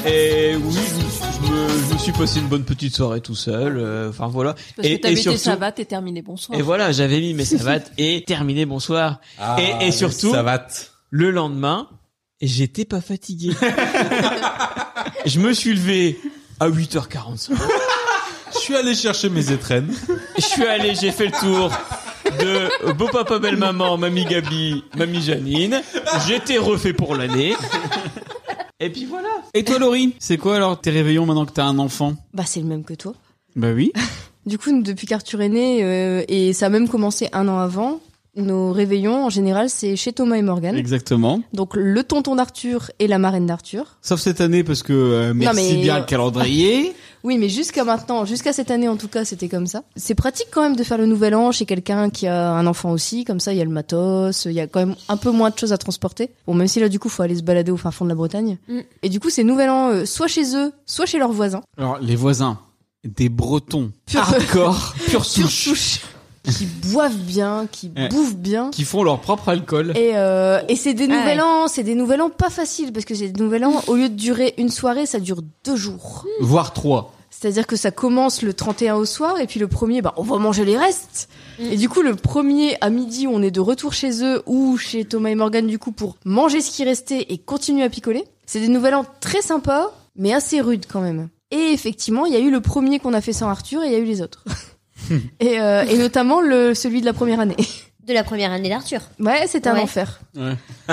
[SPEAKER 4] et oui, je, je me, je me suis passé une bonne petite soirée tout seul. euh, Enfin voilà.
[SPEAKER 6] Parce
[SPEAKER 4] Et,
[SPEAKER 6] que t'avais
[SPEAKER 4] et
[SPEAKER 6] tes
[SPEAKER 4] surtout,
[SPEAKER 6] savates et terminé, bonsoir.
[SPEAKER 4] et voilà, j'avais mis mes savates et terminé bonsoir.
[SPEAKER 5] Ah,
[SPEAKER 4] et,
[SPEAKER 5] les
[SPEAKER 4] et surtout,
[SPEAKER 5] savates.
[SPEAKER 4] le lendemain, j'étais pas fatigué. je me suis levé à 8h45.
[SPEAKER 5] Je suis allé chercher mes étrennes.
[SPEAKER 4] Je suis allé, j'ai fait le tour de beau papa, belle maman, mamie Gabi, mamie Janine. J'étais refait pour l'année. Et puis voilà.
[SPEAKER 2] Et toi, Laurie, c'est quoi alors tes réveillons maintenant que t'as un enfant
[SPEAKER 3] Bah, c'est le même que toi.
[SPEAKER 2] Bah oui.
[SPEAKER 3] Du coup, nous, depuis qu'Arthur est né, euh, et ça a même commencé un an avant, nos réveillons, en général, c'est chez Thomas et Morgan.
[SPEAKER 2] Exactement.
[SPEAKER 3] Donc, le tonton d'Arthur et la marraine d'Arthur.
[SPEAKER 2] Sauf cette année parce que euh,
[SPEAKER 3] Non,
[SPEAKER 2] merci
[SPEAKER 3] mais-
[SPEAKER 2] bien le calendrier.
[SPEAKER 3] Oui, mais jusqu'à maintenant, jusqu'à cette année en tout cas, c'était comme ça. C'est pratique quand même de faire le nouvel an chez quelqu'un qui a un enfant aussi, comme ça il y a le matos, il y a quand même un peu moins de choses à transporter. Bon, même si là du coup faut aller se balader au fin fond de la Bretagne.
[SPEAKER 7] Mm.
[SPEAKER 3] Et du coup, c'est nouvel an euh, soit chez eux, soit chez leurs voisins.
[SPEAKER 2] Alors les voisins, des Bretons,
[SPEAKER 3] Pure-
[SPEAKER 2] hardcore, pure souche,
[SPEAKER 3] qui boivent bien, qui
[SPEAKER 2] Ouais.
[SPEAKER 3] bouffent bien.
[SPEAKER 2] qui font leur propre alcool.
[SPEAKER 3] Et, euh, et c'est des
[SPEAKER 2] Ah
[SPEAKER 3] nouvel
[SPEAKER 2] ouais.
[SPEAKER 3] an, c'est des nouvel an pas faciles parce que c'est des nouvel an, au lieu de durer une soirée, ça dure deux jours.
[SPEAKER 2] Voire trois.
[SPEAKER 3] C'est-à-dire que ça commence le 31 au soir et puis le premier, bah, on va manger les restes. Et du coup, le premier à midi, on est de retour chez eux ou chez Thomas et Morgan du coup pour manger ce qui restait et continuer à picoler. C'est des nouvel an très sympas, mais assez rudes quand même. Et effectivement, il y a eu le premier qu'on a fait sans Arthur et il y a eu les autres. et, euh, et notamment le, celui de la première année.
[SPEAKER 7] De la première année d'Arthur.
[SPEAKER 3] Ouais, c'était un
[SPEAKER 7] Ouais.
[SPEAKER 3] enfer.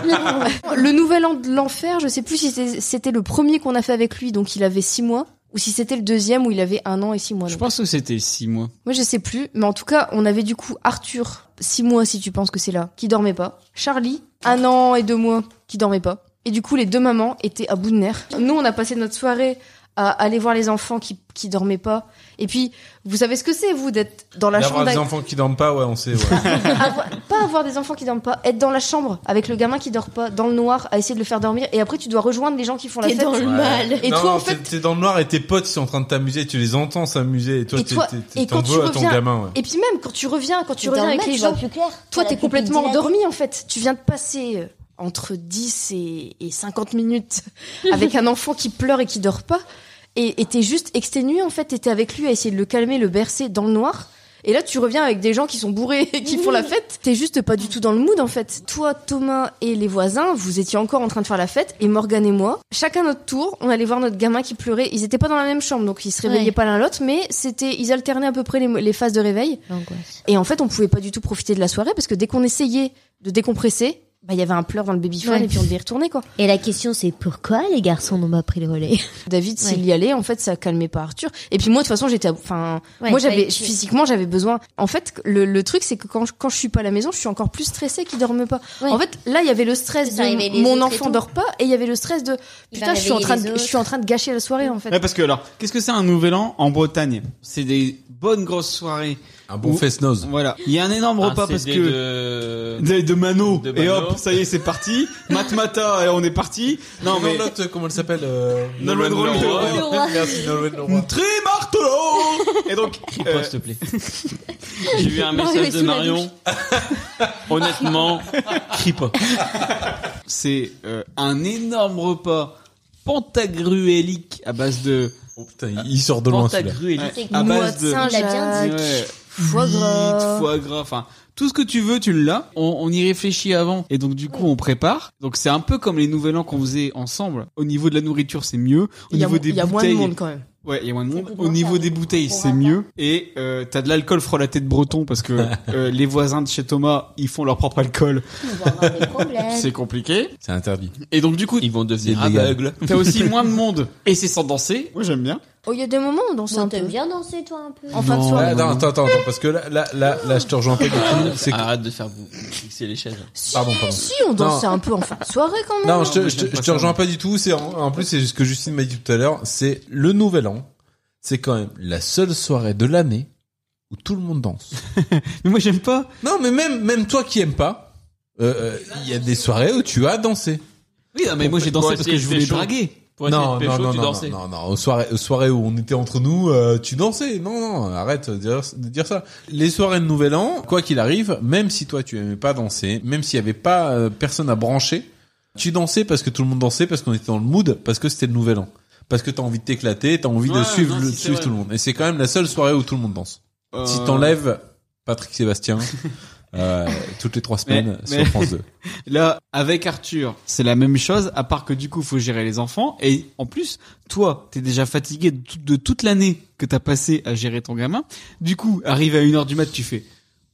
[SPEAKER 3] le nouvel an de l'enfer, je sais plus si c'est- c'était le premier qu'on a fait avec lui, donc il avait six mois, ou si c'était le deuxième où il avait un an et six mois.
[SPEAKER 2] Je
[SPEAKER 3] donc.
[SPEAKER 2] pense que c'était six mois.
[SPEAKER 3] Moi, je sais plus, mais en tout cas, on avait du coup Arthur, six mois si tu penses que c'est là, qui dormait pas. Charlie, un an et deux mois, qui dormait pas. Et du coup, les deux mamans étaient à bout de nerfs. Nous, on a passé notre soirée à aller voir les enfants qui, qui dormaient pas. Et puis, vous savez ce que c'est, vous, d'être dans la chambre
[SPEAKER 5] D'avoir des
[SPEAKER 3] d'à-
[SPEAKER 5] enfants qui dorment pas, ouais, on sait. Ouais.
[SPEAKER 3] avoir- pas avoir des enfants qui dorment pas, être dans la chambre avec le gamin qui dort pas, dans le noir, à essayer de le faire dormir, et après tu dois rejoindre les gens qui font la
[SPEAKER 7] T'es
[SPEAKER 3] fête.
[SPEAKER 7] dans le Ouais. mal.
[SPEAKER 3] Et
[SPEAKER 5] non,
[SPEAKER 3] toi,
[SPEAKER 5] non,
[SPEAKER 3] en fait,
[SPEAKER 5] t'es- t'es dans le noir et tes potes sont en train de t'amuser, tu les entends s'amuser et toi,
[SPEAKER 3] et
[SPEAKER 5] t'es-
[SPEAKER 3] toi,
[SPEAKER 5] t'es- t'es-
[SPEAKER 3] et
[SPEAKER 5] t'en
[SPEAKER 3] quand tu
[SPEAKER 5] veux à
[SPEAKER 3] reviens,
[SPEAKER 5] ton gamin. Ouais.
[SPEAKER 3] et puis même quand tu reviens, quand tu
[SPEAKER 7] Dans
[SPEAKER 3] reviens
[SPEAKER 7] le
[SPEAKER 3] avec
[SPEAKER 7] match,
[SPEAKER 3] les
[SPEAKER 7] tu
[SPEAKER 3] gens,
[SPEAKER 7] vois plus clair.
[SPEAKER 3] toi
[SPEAKER 7] T'as
[SPEAKER 3] t'es
[SPEAKER 7] la pupille
[SPEAKER 3] complètement
[SPEAKER 7] dilatée.
[SPEAKER 3] endormi en fait. Tu viens de passer euh, entre 10 et, et 50 minutes avec un enfant qui pleure et qui dort pas, et et t'es juste exténué en fait. T'étais avec lui à essayer de le calmer, le bercer dans le noir. Et là, tu reviens avec des gens qui sont bourrés et qui font la fête. T'es juste pas du tout dans le mood, en fait. Toi, Thomas et les voisins, vous étiez encore en train de faire la fête. Et Morgane et moi, chacun notre tour, on allait voir notre gamin qui pleurait. Ils étaient pas dans la même chambre, donc ils se réveillaient
[SPEAKER 7] Ouais.
[SPEAKER 3] pas l'un l'autre, mais c'était, ils alternaient à peu près les, mo- les phases de réveil. Et en fait, on pouvait pas du tout profiter de la soirée parce que dès qu'on essayait de décompresser, bah, il y avait un pleur dans le babyphone
[SPEAKER 7] Ouais.
[SPEAKER 3] et puis on devait y retourner, quoi.
[SPEAKER 7] Et la question c'est pourquoi les garçons n'ont pas pris le relais
[SPEAKER 3] David,
[SPEAKER 7] Ouais.
[SPEAKER 3] s'il y allait, en fait, ça calmait pas Arthur. Et puis moi, de toute façon, j'étais, à- enfin,
[SPEAKER 7] Ouais,
[SPEAKER 3] moi,
[SPEAKER 7] fallait
[SPEAKER 3] j'avais
[SPEAKER 7] que tu-
[SPEAKER 3] physiquement, j'avais besoin. En fait, le, le truc, c'est que quand je, quand je suis pas à la maison, je suis encore plus stressée qu'il dorme pas.
[SPEAKER 7] Ouais.
[SPEAKER 3] En fait, là, il y avait le stress
[SPEAKER 7] Ça réveillait
[SPEAKER 3] de
[SPEAKER 7] les
[SPEAKER 3] mon
[SPEAKER 7] autres et
[SPEAKER 3] enfant
[SPEAKER 7] tout.
[SPEAKER 3] dort pas, et il y avait le stress de
[SPEAKER 7] Il va
[SPEAKER 3] putain, je suis en
[SPEAKER 7] réveiller
[SPEAKER 3] train,
[SPEAKER 7] les
[SPEAKER 3] de, je
[SPEAKER 7] autres.
[SPEAKER 3] suis en train de gâcher la soirée, en fait.
[SPEAKER 2] Ouais, parce que alors, qu'est-ce que c'est un nouvel an en Bretagne C'est des bonnes grosses soirées.
[SPEAKER 5] Un bon fest-noz.
[SPEAKER 2] Voilà. Il y a un énorme
[SPEAKER 4] Un
[SPEAKER 2] repas parce
[SPEAKER 4] CD
[SPEAKER 2] que
[SPEAKER 4] Ah, de-
[SPEAKER 2] de, de Mano.
[SPEAKER 4] de
[SPEAKER 2] Et
[SPEAKER 4] Mano.
[SPEAKER 2] hop, ça y est, c'est parti. Matmata, et on est parti. Non mais
[SPEAKER 5] l'autre, comment elle s'appelle euh,
[SPEAKER 2] Nolwenn
[SPEAKER 5] Nolwenn
[SPEAKER 2] Leroy.
[SPEAKER 5] Leroy. Merci Nolwenn Leroy.
[SPEAKER 2] Trimartolo Et donc,
[SPEAKER 4] Crie pas,
[SPEAKER 2] euh,
[SPEAKER 4] s'il te plaît. J'ai eu un
[SPEAKER 2] Mario est
[SPEAKER 4] message de
[SPEAKER 2] sous la
[SPEAKER 4] Marion. Honnêtement, crie pas.
[SPEAKER 2] c'est euh, un énorme repas pantagruélique à base de.
[SPEAKER 5] Oh putain, il sort de loin, celui-là.
[SPEAKER 2] Pantagruélique
[SPEAKER 3] C'est
[SPEAKER 2] à
[SPEAKER 3] noix
[SPEAKER 2] base
[SPEAKER 3] de
[SPEAKER 2] de.
[SPEAKER 3] Saint-Jacques,
[SPEAKER 2] Ouais.
[SPEAKER 3] foie gras.
[SPEAKER 2] Huit, foie gras, enfin. Tout ce que tu veux, tu l'as. On, on y réfléchit avant. Et donc, du coup, on prépare. Donc, c'est un peu comme les nouvel an qu'on faisait ensemble. Au niveau de la nourriture, c'est mieux. Au
[SPEAKER 3] Il y a,
[SPEAKER 2] niveau des
[SPEAKER 3] il y a moins de
[SPEAKER 2] bouteilles-
[SPEAKER 3] monde quand même.
[SPEAKER 2] Ouais, il y a moins de monde.
[SPEAKER 3] beaucoup
[SPEAKER 2] Au
[SPEAKER 3] moins
[SPEAKER 2] niveau
[SPEAKER 3] cher,
[SPEAKER 2] des bouteilles, c'est mieux. Et euh, t'as de l'alcool frelaté de breton parce que euh, les voisins de chez Thomas, ils font leur propre alcool.
[SPEAKER 4] Euh,
[SPEAKER 2] C'est compliqué.
[SPEAKER 5] C'est interdit.
[SPEAKER 2] Et donc du coup, ils vont devenir aveugles. T'as aussi moins de monde et c'est sans danser. Moi j'aime bien.
[SPEAKER 3] Oh, il y a des moments où on dansait un peu.
[SPEAKER 7] bien danser toi un peu
[SPEAKER 3] En fin de
[SPEAKER 5] Ah,
[SPEAKER 3] soirée.
[SPEAKER 5] attends, attends, attends, attends, parce que là, là, là, là, je te rejoins un peu. Catherine, C'est que-
[SPEAKER 4] Ah, Arrête de faire vous fixer les chaises.
[SPEAKER 5] Pardon, pardon.
[SPEAKER 3] Si, on dansait un peu en fin de soirée quand même.
[SPEAKER 5] Non, je te, je te- je te rejoins pas du tout. C'est en, en plus c'est ce que Justine m'a dit tout à l'heure. C'est le Nouvel An. C'est quand même la seule soirée de l'année où tout le monde danse.
[SPEAKER 2] mais moi j'aime pas.
[SPEAKER 5] Non, mais même même toi qui aimes pas, euh, euh, il y a des soirées où tu as dansé.
[SPEAKER 2] Oui, non, mais moi j'ai dansé parce que je voulais draguer.
[SPEAKER 5] Non, non, non, non, non, non, aux soirées, aux soirées où on était entre nous, euh, tu dansais. Non, non, arrête de dire, de dire ça. Les soirées de Nouvel An, quoi qu'il arrive, même si toi tu aimais pas danser, même s'il y avait pas euh, personne à brancher, tu dansais parce que tout le monde dansait, parce qu'on était dans le mood, parce que c'était le Nouvel An, parce que t'as envie de t'éclater, t'as envie de
[SPEAKER 12] Ouais,
[SPEAKER 5] suivre,
[SPEAKER 12] non,
[SPEAKER 5] le-
[SPEAKER 12] si, c'est
[SPEAKER 5] suivre
[SPEAKER 12] vrai.
[SPEAKER 5] tout le monde. Et c'est quand même la seule soirée où tout le monde danse.
[SPEAKER 12] Euh.
[SPEAKER 5] Si t'enlèves Patrick Sébastien. euh, toutes les trois semaines sur France 2.
[SPEAKER 2] Là, avec Arthur, c'est la même chose, à part que du coup, faut gérer les enfants. Et en plus, toi, t'es déjà fatigué de, tout- de toute l'année que t'as passé à gérer ton gamin. Du coup, arrivé à une heure du mat, tu fais,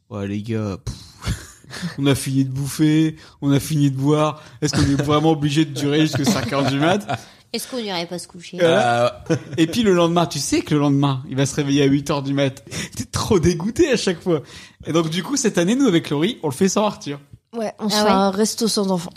[SPEAKER 2] ouais les gars, pff, on a fini de bouffer, on a fini de boire. Est-ce qu'on est vraiment obligé de durer jusqu'à 5 heures du mat
[SPEAKER 7] Est-ce qu'on n'irait pas se coucher
[SPEAKER 5] Euh,
[SPEAKER 2] Voilà. Et puis le lendemain, tu sais que le lendemain, il va se réveiller à 8 heures du mat. T'es trop dégoûté à chaque fois. Et donc du coup, cette année, nous avec Laurie, on le fait sans Arthur.
[SPEAKER 3] Ouais, on
[SPEAKER 7] Ah
[SPEAKER 3] se fait
[SPEAKER 7] ouais
[SPEAKER 3] un resto sans enfants.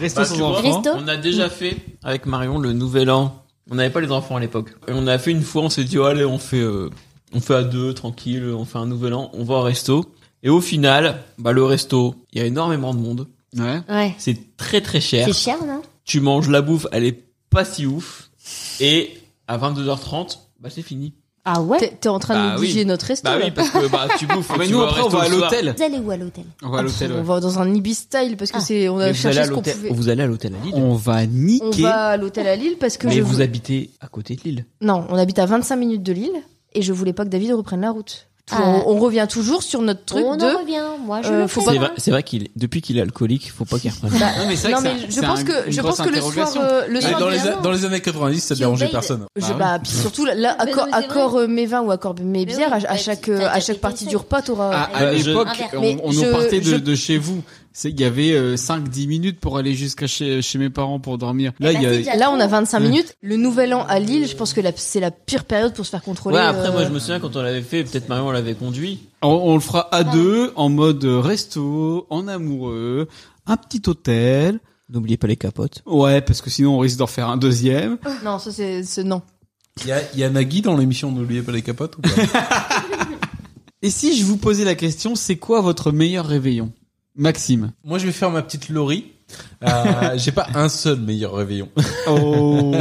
[SPEAKER 2] Resto
[SPEAKER 4] Bah,
[SPEAKER 2] sans
[SPEAKER 4] tu vois,
[SPEAKER 2] enfants.
[SPEAKER 4] On a déjà fait avec Marion le nouvel an. On n'avait pas les enfants à l'époque. Et on a fait une fois, on s'est dit oh, allez, on fait euh, on fait à deux tranquille, on fait un nouvel an, on va au resto. Et au final, bah le resto, il y a énormément de monde.
[SPEAKER 2] Ouais.
[SPEAKER 7] Ouais.
[SPEAKER 4] C'est très très cher.
[SPEAKER 7] C'est cher, non
[SPEAKER 4] Tu manges la bouffe, elle est pas si ouf et à 22h30, bah c'est fini.
[SPEAKER 7] Ah ouais
[SPEAKER 3] T'es en train de
[SPEAKER 4] Bah
[SPEAKER 3] nous
[SPEAKER 4] oui.
[SPEAKER 3] négliger notre resto.
[SPEAKER 4] Bah
[SPEAKER 3] là.
[SPEAKER 4] oui, parce que bah tu bouffes,
[SPEAKER 2] Ah, mais
[SPEAKER 4] tu
[SPEAKER 2] nous,
[SPEAKER 4] vas au
[SPEAKER 2] après, on
[SPEAKER 4] resto
[SPEAKER 2] va à
[SPEAKER 4] le soir.
[SPEAKER 2] l'hôtel.
[SPEAKER 7] Vous allez où à l'hôtel
[SPEAKER 2] On va à l'hôtel.
[SPEAKER 3] On
[SPEAKER 2] ouais.
[SPEAKER 3] va dans un Ibis style parce que c'est
[SPEAKER 4] Mais
[SPEAKER 3] on a
[SPEAKER 4] vous allez
[SPEAKER 3] cherché
[SPEAKER 4] à
[SPEAKER 3] ce qu'on
[SPEAKER 4] l'hôtel-
[SPEAKER 3] pouvait.
[SPEAKER 4] vous allez à l'hôtel à Lille.
[SPEAKER 2] On va
[SPEAKER 3] On
[SPEAKER 2] niquer.
[SPEAKER 3] va à l'hôtel à Lille parce que
[SPEAKER 4] Mais
[SPEAKER 3] je
[SPEAKER 4] vous
[SPEAKER 3] vou-
[SPEAKER 4] habitez à côté de Lille.
[SPEAKER 3] Non, on habite à 25 minutes de Lille et je voulais pas que David reprenne la route. Tout- on, on revient toujours sur notre truc
[SPEAKER 7] Ah. On
[SPEAKER 3] de
[SPEAKER 7] en revient, moi je
[SPEAKER 3] euh,
[SPEAKER 7] le
[SPEAKER 3] faut
[SPEAKER 7] fais.
[SPEAKER 3] pas-
[SPEAKER 4] C'est vrai, c'est vrai qu'il depuis qu'il est alcoolique, faut pas qu'il reprenne.
[SPEAKER 3] Bah,
[SPEAKER 2] Non, mais c'est vrai que c'est un-
[SPEAKER 3] je
[SPEAKER 2] c'est
[SPEAKER 3] pense
[SPEAKER 2] un-
[SPEAKER 3] que
[SPEAKER 2] une
[SPEAKER 3] je
[SPEAKER 2] grosse
[SPEAKER 3] pense que le soir
[SPEAKER 2] interrogation.
[SPEAKER 3] euh, le
[SPEAKER 5] Mais
[SPEAKER 3] soir
[SPEAKER 5] dans,
[SPEAKER 3] du
[SPEAKER 5] les,
[SPEAKER 3] gamin-
[SPEAKER 5] dans les années 90, ça
[SPEAKER 7] Qui
[SPEAKER 5] dérangeait
[SPEAKER 7] obéit.
[SPEAKER 5] personne.
[SPEAKER 3] Je,
[SPEAKER 5] Bah
[SPEAKER 3] bah,
[SPEAKER 5] oui.
[SPEAKER 3] puis surtout là, là,
[SPEAKER 7] Mais
[SPEAKER 3] accord,
[SPEAKER 7] oui, c'est
[SPEAKER 3] accord euh, mes vins ou accord mes
[SPEAKER 7] Mais
[SPEAKER 3] bières,
[SPEAKER 7] oui,
[SPEAKER 3] à, à
[SPEAKER 7] bah,
[SPEAKER 3] chaque
[SPEAKER 7] t'as-
[SPEAKER 3] euh,
[SPEAKER 7] t'as
[SPEAKER 3] à chaque
[SPEAKER 7] des
[SPEAKER 3] partie
[SPEAKER 7] conseils.
[SPEAKER 3] du repas, t'auras.
[SPEAKER 5] Ah.
[SPEAKER 2] À, à
[SPEAKER 7] Euh,
[SPEAKER 2] l'époque,
[SPEAKER 7] un verre.
[SPEAKER 2] on,
[SPEAKER 3] Ah, Mais
[SPEAKER 2] on en
[SPEAKER 3] je-
[SPEAKER 2] partait de,
[SPEAKER 3] je-
[SPEAKER 2] de chez vous. C'est il y avait euh, 5-10 minutes pour aller jusqu'à chez, chez mes parents pour dormir. Là,
[SPEAKER 3] bah,
[SPEAKER 7] Eh ben,
[SPEAKER 2] il y a,
[SPEAKER 7] c'est déjà-
[SPEAKER 3] euh, Là, on a 25
[SPEAKER 5] Hmm.
[SPEAKER 2] Ouais.
[SPEAKER 3] minutes. Le nouvel an à Lille, je pense que la- c'est la pire période pour se faire contrôler.
[SPEAKER 4] Ouais, après
[SPEAKER 3] euh,
[SPEAKER 4] moi je me souviens quand on l'avait fait, peut-être Marion l'avait conduit.
[SPEAKER 2] on, on le fera
[SPEAKER 3] Ah.
[SPEAKER 2] à deux, en mode euh, resto, en amoureux, un petit hôtel.
[SPEAKER 4] N'oubliez pas les capotes.
[SPEAKER 2] Ouais, parce que sinon on risque d'en faire un deuxième.
[SPEAKER 3] Non, ça c'est c'est- non.
[SPEAKER 5] Il y a, il y a Nagui dans l'émission N'oubliez pas les capotes ou pas
[SPEAKER 2] Et si je vous posais la question, c'est quoi votre meilleur réveillon Maxime.
[SPEAKER 5] Moi, je vais faire ma petite Laurie. Euh, j'ai pas un seul meilleur réveillon.
[SPEAKER 2] Oh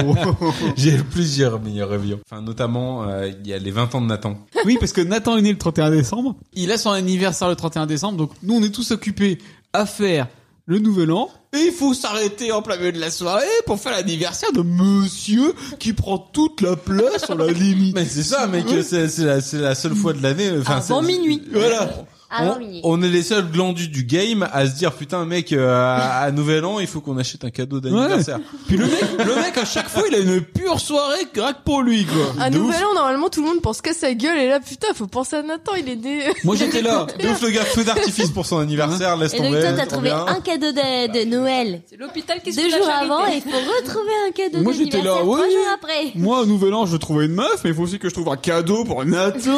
[SPEAKER 5] J'ai plusieurs meilleurs réveillons. Enfin, notamment, euh, il y a les 20 ans de Nathan.
[SPEAKER 2] Oui, parce que Nathan est né le 31 décembre. Il a son anniversaire le 31 décembre, donc nous on est tous occupés à faire le nouvel an. Et il faut s'arrêter en plein milieu de la soirée pour faire l'anniversaire de monsieur qui prend toute la place sur la limite.
[SPEAKER 5] Mais c'est ça, mec. C'est, c'est la, c'est la seule fois de l'année. euh, Enfin,
[SPEAKER 6] Avant
[SPEAKER 5] c'est-
[SPEAKER 6] minuit.
[SPEAKER 5] Voilà.
[SPEAKER 7] Avant
[SPEAKER 5] on,
[SPEAKER 7] minuit.
[SPEAKER 5] on est les seuls glandus du game à se dire putain mec euh, à, à Nouvel An il faut qu'on achète un cadeau d'anniversaire.
[SPEAKER 2] Puis le mec, le mec à chaque fois il a une pure soirée craque pour lui quoi.
[SPEAKER 3] Un
[SPEAKER 5] De ouf.
[SPEAKER 3] nouvel an, normalement, tout le monde pense qu'à sa gueule. Et là, putain, faut penser à Nathan. Il est né.
[SPEAKER 2] Moi j'étais là.
[SPEAKER 5] De ouf le gars feu d'artifice pour son anniversaire laisse
[SPEAKER 7] Et
[SPEAKER 5] tomber.
[SPEAKER 7] donc toi t'as
[SPEAKER 5] laisse
[SPEAKER 7] trouvé
[SPEAKER 5] tomber.
[SPEAKER 7] un cadeau de, de Noël
[SPEAKER 6] C'est l'hôpital qui se
[SPEAKER 7] deux
[SPEAKER 6] fout de la
[SPEAKER 7] jours
[SPEAKER 6] charité.
[SPEAKER 7] avant et il faut retrouver un cadeau
[SPEAKER 2] Moi, j'étais là,
[SPEAKER 7] d'anniversaire trois
[SPEAKER 2] ouais.
[SPEAKER 7] jours après.
[SPEAKER 2] Moi, au nouvel an, je veux trouver une meuf, mais il faut aussi que je trouve un cadeau pour Nathan.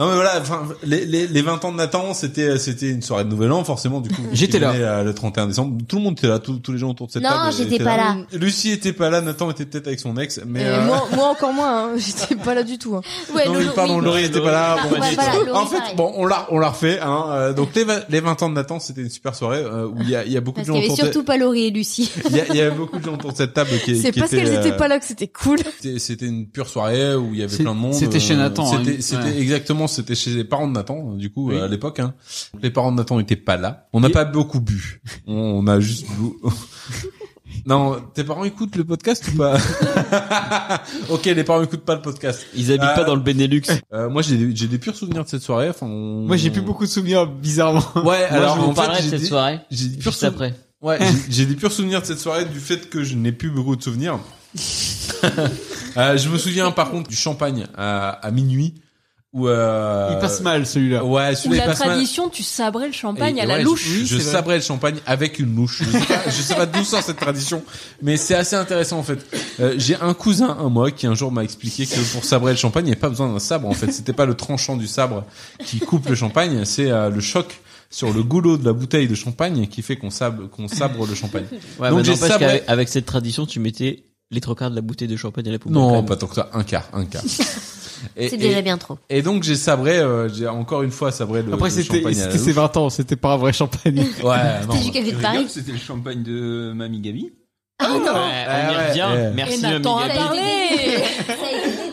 [SPEAKER 5] Non mais voilà, enfin, les, les, les 20 ans de Nathan, c'était c'était une soirée de Nouvel An, forcément. Du coup,
[SPEAKER 2] J'étais
[SPEAKER 5] il venait, euh, le 31 décembre. Tout le monde était là, tous- tous les gens autour de cette
[SPEAKER 7] Non,
[SPEAKER 5] table.
[SPEAKER 7] j'étais
[SPEAKER 5] étaient
[SPEAKER 7] pas là.
[SPEAKER 5] Lucie était pas là, Nathan était peut-être avec son ex, mais.
[SPEAKER 3] Et
[SPEAKER 5] euh,
[SPEAKER 3] moi, moi encore moins. hein. J'étais pas là du tout. hein.
[SPEAKER 7] Ouais,
[SPEAKER 5] non mais
[SPEAKER 7] Lolo,
[SPEAKER 5] pardon,
[SPEAKER 7] oui.
[SPEAKER 5] Laurie était pas là.
[SPEAKER 7] Ah,
[SPEAKER 5] bon,
[SPEAKER 7] ouais,
[SPEAKER 5] bah,
[SPEAKER 7] voilà, Laurie,
[SPEAKER 5] en fait,
[SPEAKER 7] pareil.
[SPEAKER 5] bon, on l'a on l'a refait. Hein, euh, donc les, va- les 20 ans de Nathan, c'était une super soirée euh, où il y a, il y a beaucoup
[SPEAKER 7] Parce
[SPEAKER 5] de
[SPEAKER 7] qu'il y
[SPEAKER 5] gens
[SPEAKER 7] avait
[SPEAKER 5] autour. de-
[SPEAKER 7] surtout pas Laurie et Lucie.
[SPEAKER 5] Il y, a- il y avait beaucoup de gens autour de cette table qui,
[SPEAKER 3] C'est
[SPEAKER 5] qui
[SPEAKER 3] parce qu'elles
[SPEAKER 5] euh,
[SPEAKER 3] étaient pas là que c'était cool.
[SPEAKER 5] C'était- C'était une pure soirée où il y avait
[SPEAKER 2] C'est-
[SPEAKER 5] plein de monde.
[SPEAKER 2] c'était chez
[SPEAKER 5] Euh,
[SPEAKER 2] Nathan, hein,
[SPEAKER 5] C'était
[SPEAKER 2] une-
[SPEAKER 5] c'était
[SPEAKER 2] ouais.
[SPEAKER 5] exactement, c'était chez les parents de Nathan, du coup,
[SPEAKER 2] Oui.
[SPEAKER 5] euh, à l'époque. Hein. Les parents de Nathan étaient pas là. On n'a
[SPEAKER 2] Et-
[SPEAKER 5] pas beaucoup bu. On, on a juste bu. non, tes parents écoutent le podcast ou pas Ok, les parents écoutent pas le podcast.
[SPEAKER 4] Ils habitent
[SPEAKER 5] Euh,
[SPEAKER 4] pas dans le Benelux.
[SPEAKER 5] Euh, moi, j'ai des, j'ai des purs souvenirs de cette soirée. Enfin, on-
[SPEAKER 2] Moi, j'ai plus beaucoup hein. de souvenirs, bizarrement.
[SPEAKER 5] Ouais,
[SPEAKER 4] Moi,
[SPEAKER 5] alors
[SPEAKER 4] je vous
[SPEAKER 5] en
[SPEAKER 4] parlerai
[SPEAKER 5] fait,
[SPEAKER 4] de
[SPEAKER 5] j'ai
[SPEAKER 4] cette
[SPEAKER 5] des-
[SPEAKER 4] soirée
[SPEAKER 5] j'ai des purs
[SPEAKER 4] juste
[SPEAKER 5] souvenirs.
[SPEAKER 4] après.
[SPEAKER 5] Ouais, j'ai- j'ai des purs souvenirs de cette soirée du fait que je n'ai plus beaucoup de souvenirs. Euh, je me souviens par contre du champagne à, à minuit où euh,
[SPEAKER 2] Il passe mal, celui-là.
[SPEAKER 5] Ouais,
[SPEAKER 6] Ou
[SPEAKER 5] celui-là il
[SPEAKER 6] la
[SPEAKER 5] passe mal.
[SPEAKER 6] tradition, tu sabrais le champagne
[SPEAKER 5] Et-
[SPEAKER 6] à la
[SPEAKER 5] ouais,
[SPEAKER 6] louche.
[SPEAKER 5] Je,
[SPEAKER 2] Oui,
[SPEAKER 5] je
[SPEAKER 2] c'est vrai.
[SPEAKER 5] sabrais le champagne avec une louche. Je sais pas, je sais pas d'où sort cette tradition, mais c'est assez intéressant en fait. Euh, J'ai un cousin, un moi, qui un jour m'a expliqué que pour sabrer le champagne, il n'y a pas besoin d'un sabre. En fait, c'était pas le tranchant du sabre qui coupe le champagne, c'est euh, le choc sur le goulot de la bouteille de champagne qui fait qu'on sabre, qu'on sabre le champagne.
[SPEAKER 4] Ouais,
[SPEAKER 5] Donc
[SPEAKER 4] mais
[SPEAKER 5] j'ai
[SPEAKER 4] n'empêche
[SPEAKER 5] sabré-
[SPEAKER 4] qu'avec- avec cette tradition, tu mettais les trois quarts de la bouteille de champagne à la poubelle. quand
[SPEAKER 5] Non,
[SPEAKER 4] même.
[SPEAKER 5] pas tant que ça, un quart, un quart. Et-
[SPEAKER 7] C'est déjà
[SPEAKER 5] et-
[SPEAKER 7] bien trop.
[SPEAKER 5] Et donc j'ai sabré, euh, j'ai encore une fois sabré le.
[SPEAKER 2] Après,
[SPEAKER 5] le
[SPEAKER 2] c'était
[SPEAKER 5] champagne à la
[SPEAKER 2] c'était ses
[SPEAKER 5] louche.
[SPEAKER 2] 20 ans, c'était pas un vrai champagne.
[SPEAKER 5] Ouais, non.
[SPEAKER 7] C'était du café de Paris.
[SPEAKER 13] C'était le champagne de Mamie Gabi.
[SPEAKER 7] Ah non
[SPEAKER 13] on y revient.
[SPEAKER 2] euh,
[SPEAKER 6] Ah,
[SPEAKER 13] Merci,
[SPEAKER 6] Nathan
[SPEAKER 13] Mamie
[SPEAKER 6] a
[SPEAKER 13] Gabi.
[SPEAKER 6] parlé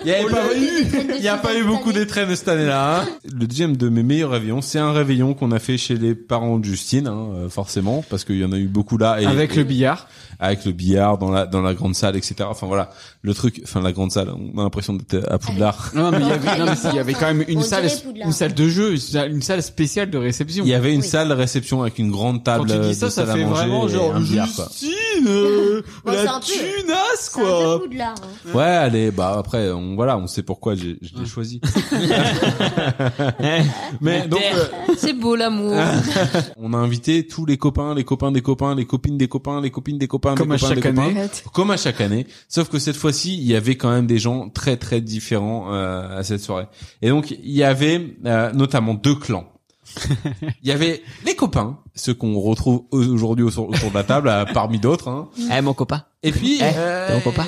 [SPEAKER 5] Il n'y avait pas eu, il y a pas eu beaucoup d'étrennes cette année-là. hein. Le deuxième de mes meilleurs réveillons, c'est un réveillon qu'on a fait chez les parents de Justine, hein, euh, forcément, parce qu'il y en a eu beaucoup là.
[SPEAKER 2] Avec le billard.
[SPEAKER 5] Avec le billard dans la dans la grande salle, etc. Enfin voilà, le truc, enfin la grande salle, on a l'impression d'être à Poudlard.
[SPEAKER 2] Non, mais il y avait, non, mais si, il y avait quand même une salle, une salle de jeu, une salle- une salle spéciale de réception.
[SPEAKER 5] Il y avait une salle réception avec une grande
[SPEAKER 2] Quand
[SPEAKER 5] table.
[SPEAKER 2] tu
[SPEAKER 5] euh,
[SPEAKER 2] dis ça,
[SPEAKER 5] de
[SPEAKER 2] ça
[SPEAKER 5] salle à
[SPEAKER 2] fait
[SPEAKER 5] manger
[SPEAKER 2] vraiment
[SPEAKER 5] et
[SPEAKER 2] genre
[SPEAKER 5] un billard, quoi.
[SPEAKER 2] Justine, euh,
[SPEAKER 7] Ouais, c'est
[SPEAKER 2] la
[SPEAKER 7] un peu-
[SPEAKER 2] tunasse
[SPEAKER 7] C'est un
[SPEAKER 2] quoi.
[SPEAKER 7] peu Poudlard, hein.
[SPEAKER 5] Ouais, allez, bah après, on voilà, on sait pourquoi j'ai- je l'ai choisi. Mais
[SPEAKER 2] Oh.
[SPEAKER 5] donc, euh,
[SPEAKER 6] C'est beau l'amour.
[SPEAKER 5] on a invité tous les copains, les copains des copains, les copines des copains, les copines des copains,
[SPEAKER 2] Comme
[SPEAKER 5] des
[SPEAKER 2] à
[SPEAKER 5] copains
[SPEAKER 2] chaque
[SPEAKER 5] des copains.
[SPEAKER 2] année.
[SPEAKER 5] Comme à chaque année. Sauf que cette fois-ci, il y avait quand même des gens très très différents euh, à cette soirée. Et donc, il y avait euh, notamment deux clans. Il y avait les copains, ceux qu'on retrouve au- aujourd'hui au- autour de la table, euh, parmi d'autres. Hein.
[SPEAKER 4] Eh mon copain.
[SPEAKER 5] Et puis,
[SPEAKER 4] Eh,
[SPEAKER 5] euh,
[SPEAKER 4] t'es mon copain.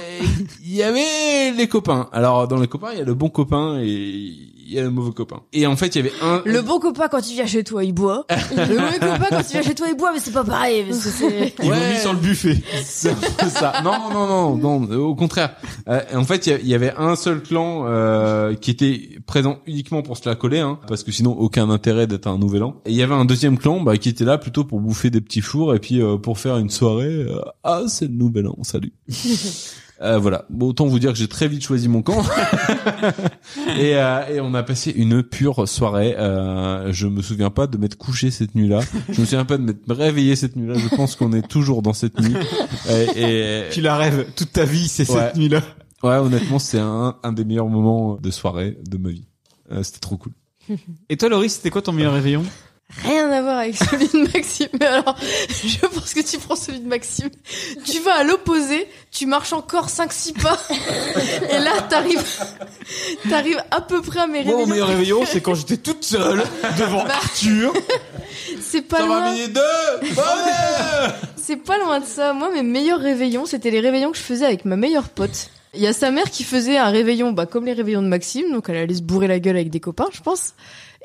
[SPEAKER 5] il y avait les copains. Alors dans les copains, il y a le bon copain et il y a le mauvais copain. Et en fait, il y avait un.
[SPEAKER 3] Le bon copain quand il vient chez toi, il boit. Le mauvais copain quand il vient chez toi, il boit, mais c'est pas pareil. Parce que c'est...
[SPEAKER 5] Il vomit sur le buffet. C'est un peu ça. Non, non, non, non. euh, Au contraire. Euh, en fait, il y a- il y, avait un seul clan euh, qui était présent uniquement pour se la coller, hein, parce que sinon aucun intérêt d'être un nouvel an. Et il y avait un deuxième clan bah, qui était là plutôt pour bouffer des petits fours et puis euh, pour faire une soirée. euh, ah, c'est le nouvel an. Salut. Euh, voilà. Bon, autant vous dire que j'ai très vite choisi mon camp. et, euh, et on a passé une pure soirée. Euh, je me souviens pas de m'être couché cette nuit-là. Je me souviens pas de m'être réveillé cette nuit-là. Je pense qu'on est toujours dans cette nuit. Et,
[SPEAKER 2] Tu la rêves toute ta vie, c'est cette nuit-là.
[SPEAKER 5] Ouais, honnêtement, c'est un, un des meilleurs moments euh, de soirée de ma vie. Euh, C'était trop cool.
[SPEAKER 2] Et toi, Laurie, c'était quoi ton meilleur réveillon
[SPEAKER 3] Rien à voir avec celui de Maxime. Mais alors, je pense que tu prends celui de Maxime. Tu vas à l'opposé, tu marches encore 5-6 pas. Et là, t'arrives, t'arrives à peu près à mes
[SPEAKER 2] Moi, mon
[SPEAKER 3] réveillons.
[SPEAKER 2] meilleur réveillon, c'est quand j'étais toute seule devant
[SPEAKER 5] Bah,
[SPEAKER 2] Arthur.
[SPEAKER 3] C'est pas loin.
[SPEAKER 5] deux
[SPEAKER 3] C'est pas loin de ça. Moi, mes meilleurs réveillons, c'était les réveillons que je faisais avec ma meilleure pote. Il y a sa mère qui faisait un réveillon, bah, comme les réveillons de Maxime, donc elle allait se bourrer la gueule avec des copains, je pense.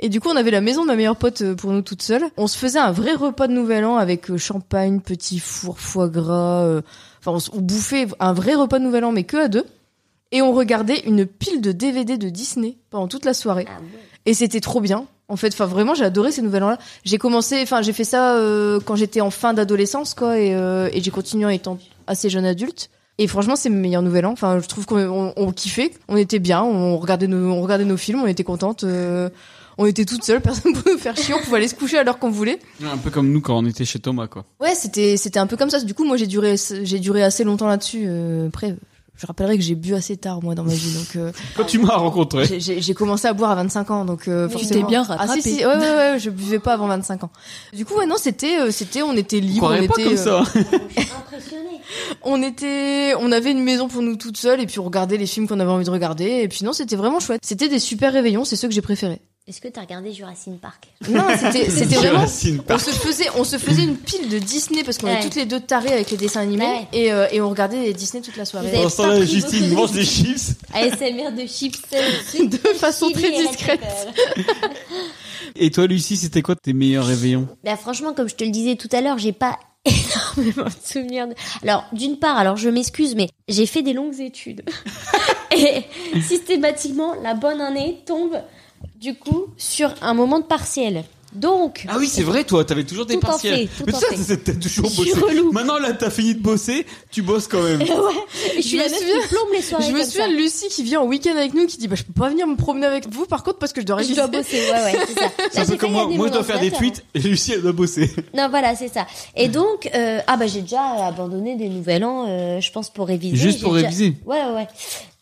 [SPEAKER 3] Et du coup, on avait la maison de ma meilleure pote euh, pour nous toute seule. On se faisait un vrai repas de Nouvel An avec euh, champagne, petit four, foie gras. euh, Enfin, on, s- on bouffait un vrai repas de Nouvel An, mais que à deux. Et on regardait une pile de DVD de Disney pendant toute la soirée. Et c'était trop bien. En fait, enfin vraiment, j'ai adoré ces nouvelles là J'ai commencé, enfin j'ai fait ça euh, quand j'étais en fin d'adolescence, quoi, et, euh, et j'ai continué en étant assez jeune adulte. Et franchement, c'est mes meilleurs nouvelles ans. Enfin, je trouve qu'on on, on kiffait, on était bien, on regardait nos, on regardait nos films, on était contente, euh, on était toutes seules, personne pouvait nous faire chier, on pouvait aller se coucher à l'heure qu'on voulait.
[SPEAKER 2] Un peu comme nous quand on était chez Thomas, quoi.
[SPEAKER 3] Ouais, c'était c'était un peu comme ça. Du coup, moi j'ai duré j'ai duré assez longtemps là-dessus. Euh, après, je rappellerai que j'ai bu assez tard moi dans ma vie, donc. euh,
[SPEAKER 2] Quand tu m'as rencontré.
[SPEAKER 3] j'ai- J'ai j'ai commencé à boire à 25 ans, donc euh,
[SPEAKER 6] Oui.
[SPEAKER 3] forcément.
[SPEAKER 6] T'es bien
[SPEAKER 3] Ah si,
[SPEAKER 6] rattrapé.
[SPEAKER 3] si, ouais, ouais, ouais, je buvais pas avant 25 ans. Du coup, ouais, non, c'était, euh, c'était, on était libre,
[SPEAKER 2] croirait
[SPEAKER 3] on
[SPEAKER 2] pas
[SPEAKER 3] était, euh,
[SPEAKER 2] comme ça.
[SPEAKER 3] on était, on avait une maison pour nous toutes seules et puis on regardait les films qu'on avait envie de regarder et puis non, c'était vraiment chouette. C'était des super réveillons, c'est ceux que j'ai préférés.
[SPEAKER 7] Est-ce que t'as regardé Jurassic Park
[SPEAKER 3] Non, c'était, c'était vraiment.
[SPEAKER 2] Jurassic
[SPEAKER 3] On
[SPEAKER 2] Park.
[SPEAKER 3] se faisait, on se faisait une pile de Disney parce qu'on
[SPEAKER 7] Ouais.
[SPEAKER 3] était toutes les deux tarées avec les dessins animés
[SPEAKER 7] Ouais.
[SPEAKER 3] et, euh, et on regardait les Disney toute la soirée.
[SPEAKER 7] Vous avez pas pris beaucoup de-
[SPEAKER 2] chips.
[SPEAKER 7] ASMR de chips.
[SPEAKER 3] de façon très discrète.
[SPEAKER 2] Et toi, Lucie, c'était quoi tes meilleurs réveillons
[SPEAKER 7] Bah franchement, comme je te le disais tout à l'heure, j'ai pas énormément de souvenirs. De... Alors d'une part, alors je m'excuse, mais j'ai fait des longues études et systématiquement la bonne année tombe du coup sur un moment de partiel. Donc
[SPEAKER 2] Ah oui, c'est vrai, toi, t'avais toujours des
[SPEAKER 7] Tout en
[SPEAKER 2] partiels.
[SPEAKER 7] fait, tout
[SPEAKER 2] Mais
[SPEAKER 7] en
[SPEAKER 2] ça,
[SPEAKER 7] fait.
[SPEAKER 2] c'est- t'as toujours
[SPEAKER 7] Je suis
[SPEAKER 2] bossé.
[SPEAKER 7] relou.
[SPEAKER 2] Maintenant, là, t'as fini de bosser, tu bosses quand même.
[SPEAKER 7] ouais, je suis
[SPEAKER 3] Je
[SPEAKER 7] la
[SPEAKER 3] me
[SPEAKER 7] meuf
[SPEAKER 3] souviens-
[SPEAKER 7] qui plombe les soirées
[SPEAKER 3] Je me
[SPEAKER 7] comme
[SPEAKER 3] souviens
[SPEAKER 7] ça.
[SPEAKER 3] de Lucie qui vient en week-end avec nous, qui dit bah je peux pas venir me promener avec vous par contre parce que je dois
[SPEAKER 7] Je
[SPEAKER 3] réviser.
[SPEAKER 7] dois bosser, ouais, ouais, c'est ça.
[SPEAKER 2] C'est un peu comme moi, moi je dois faire des tweets et Lucie elle doit bosser.
[SPEAKER 7] Non, voilà, c'est ça. Et donc, euh, ah bah j'ai déjà abandonné des nouvel an, euh, je pense pour réviser.
[SPEAKER 2] Juste
[SPEAKER 7] j'ai
[SPEAKER 2] pour
[SPEAKER 7] déjà-
[SPEAKER 2] réviser.
[SPEAKER 7] Ouais, ouais, ouais.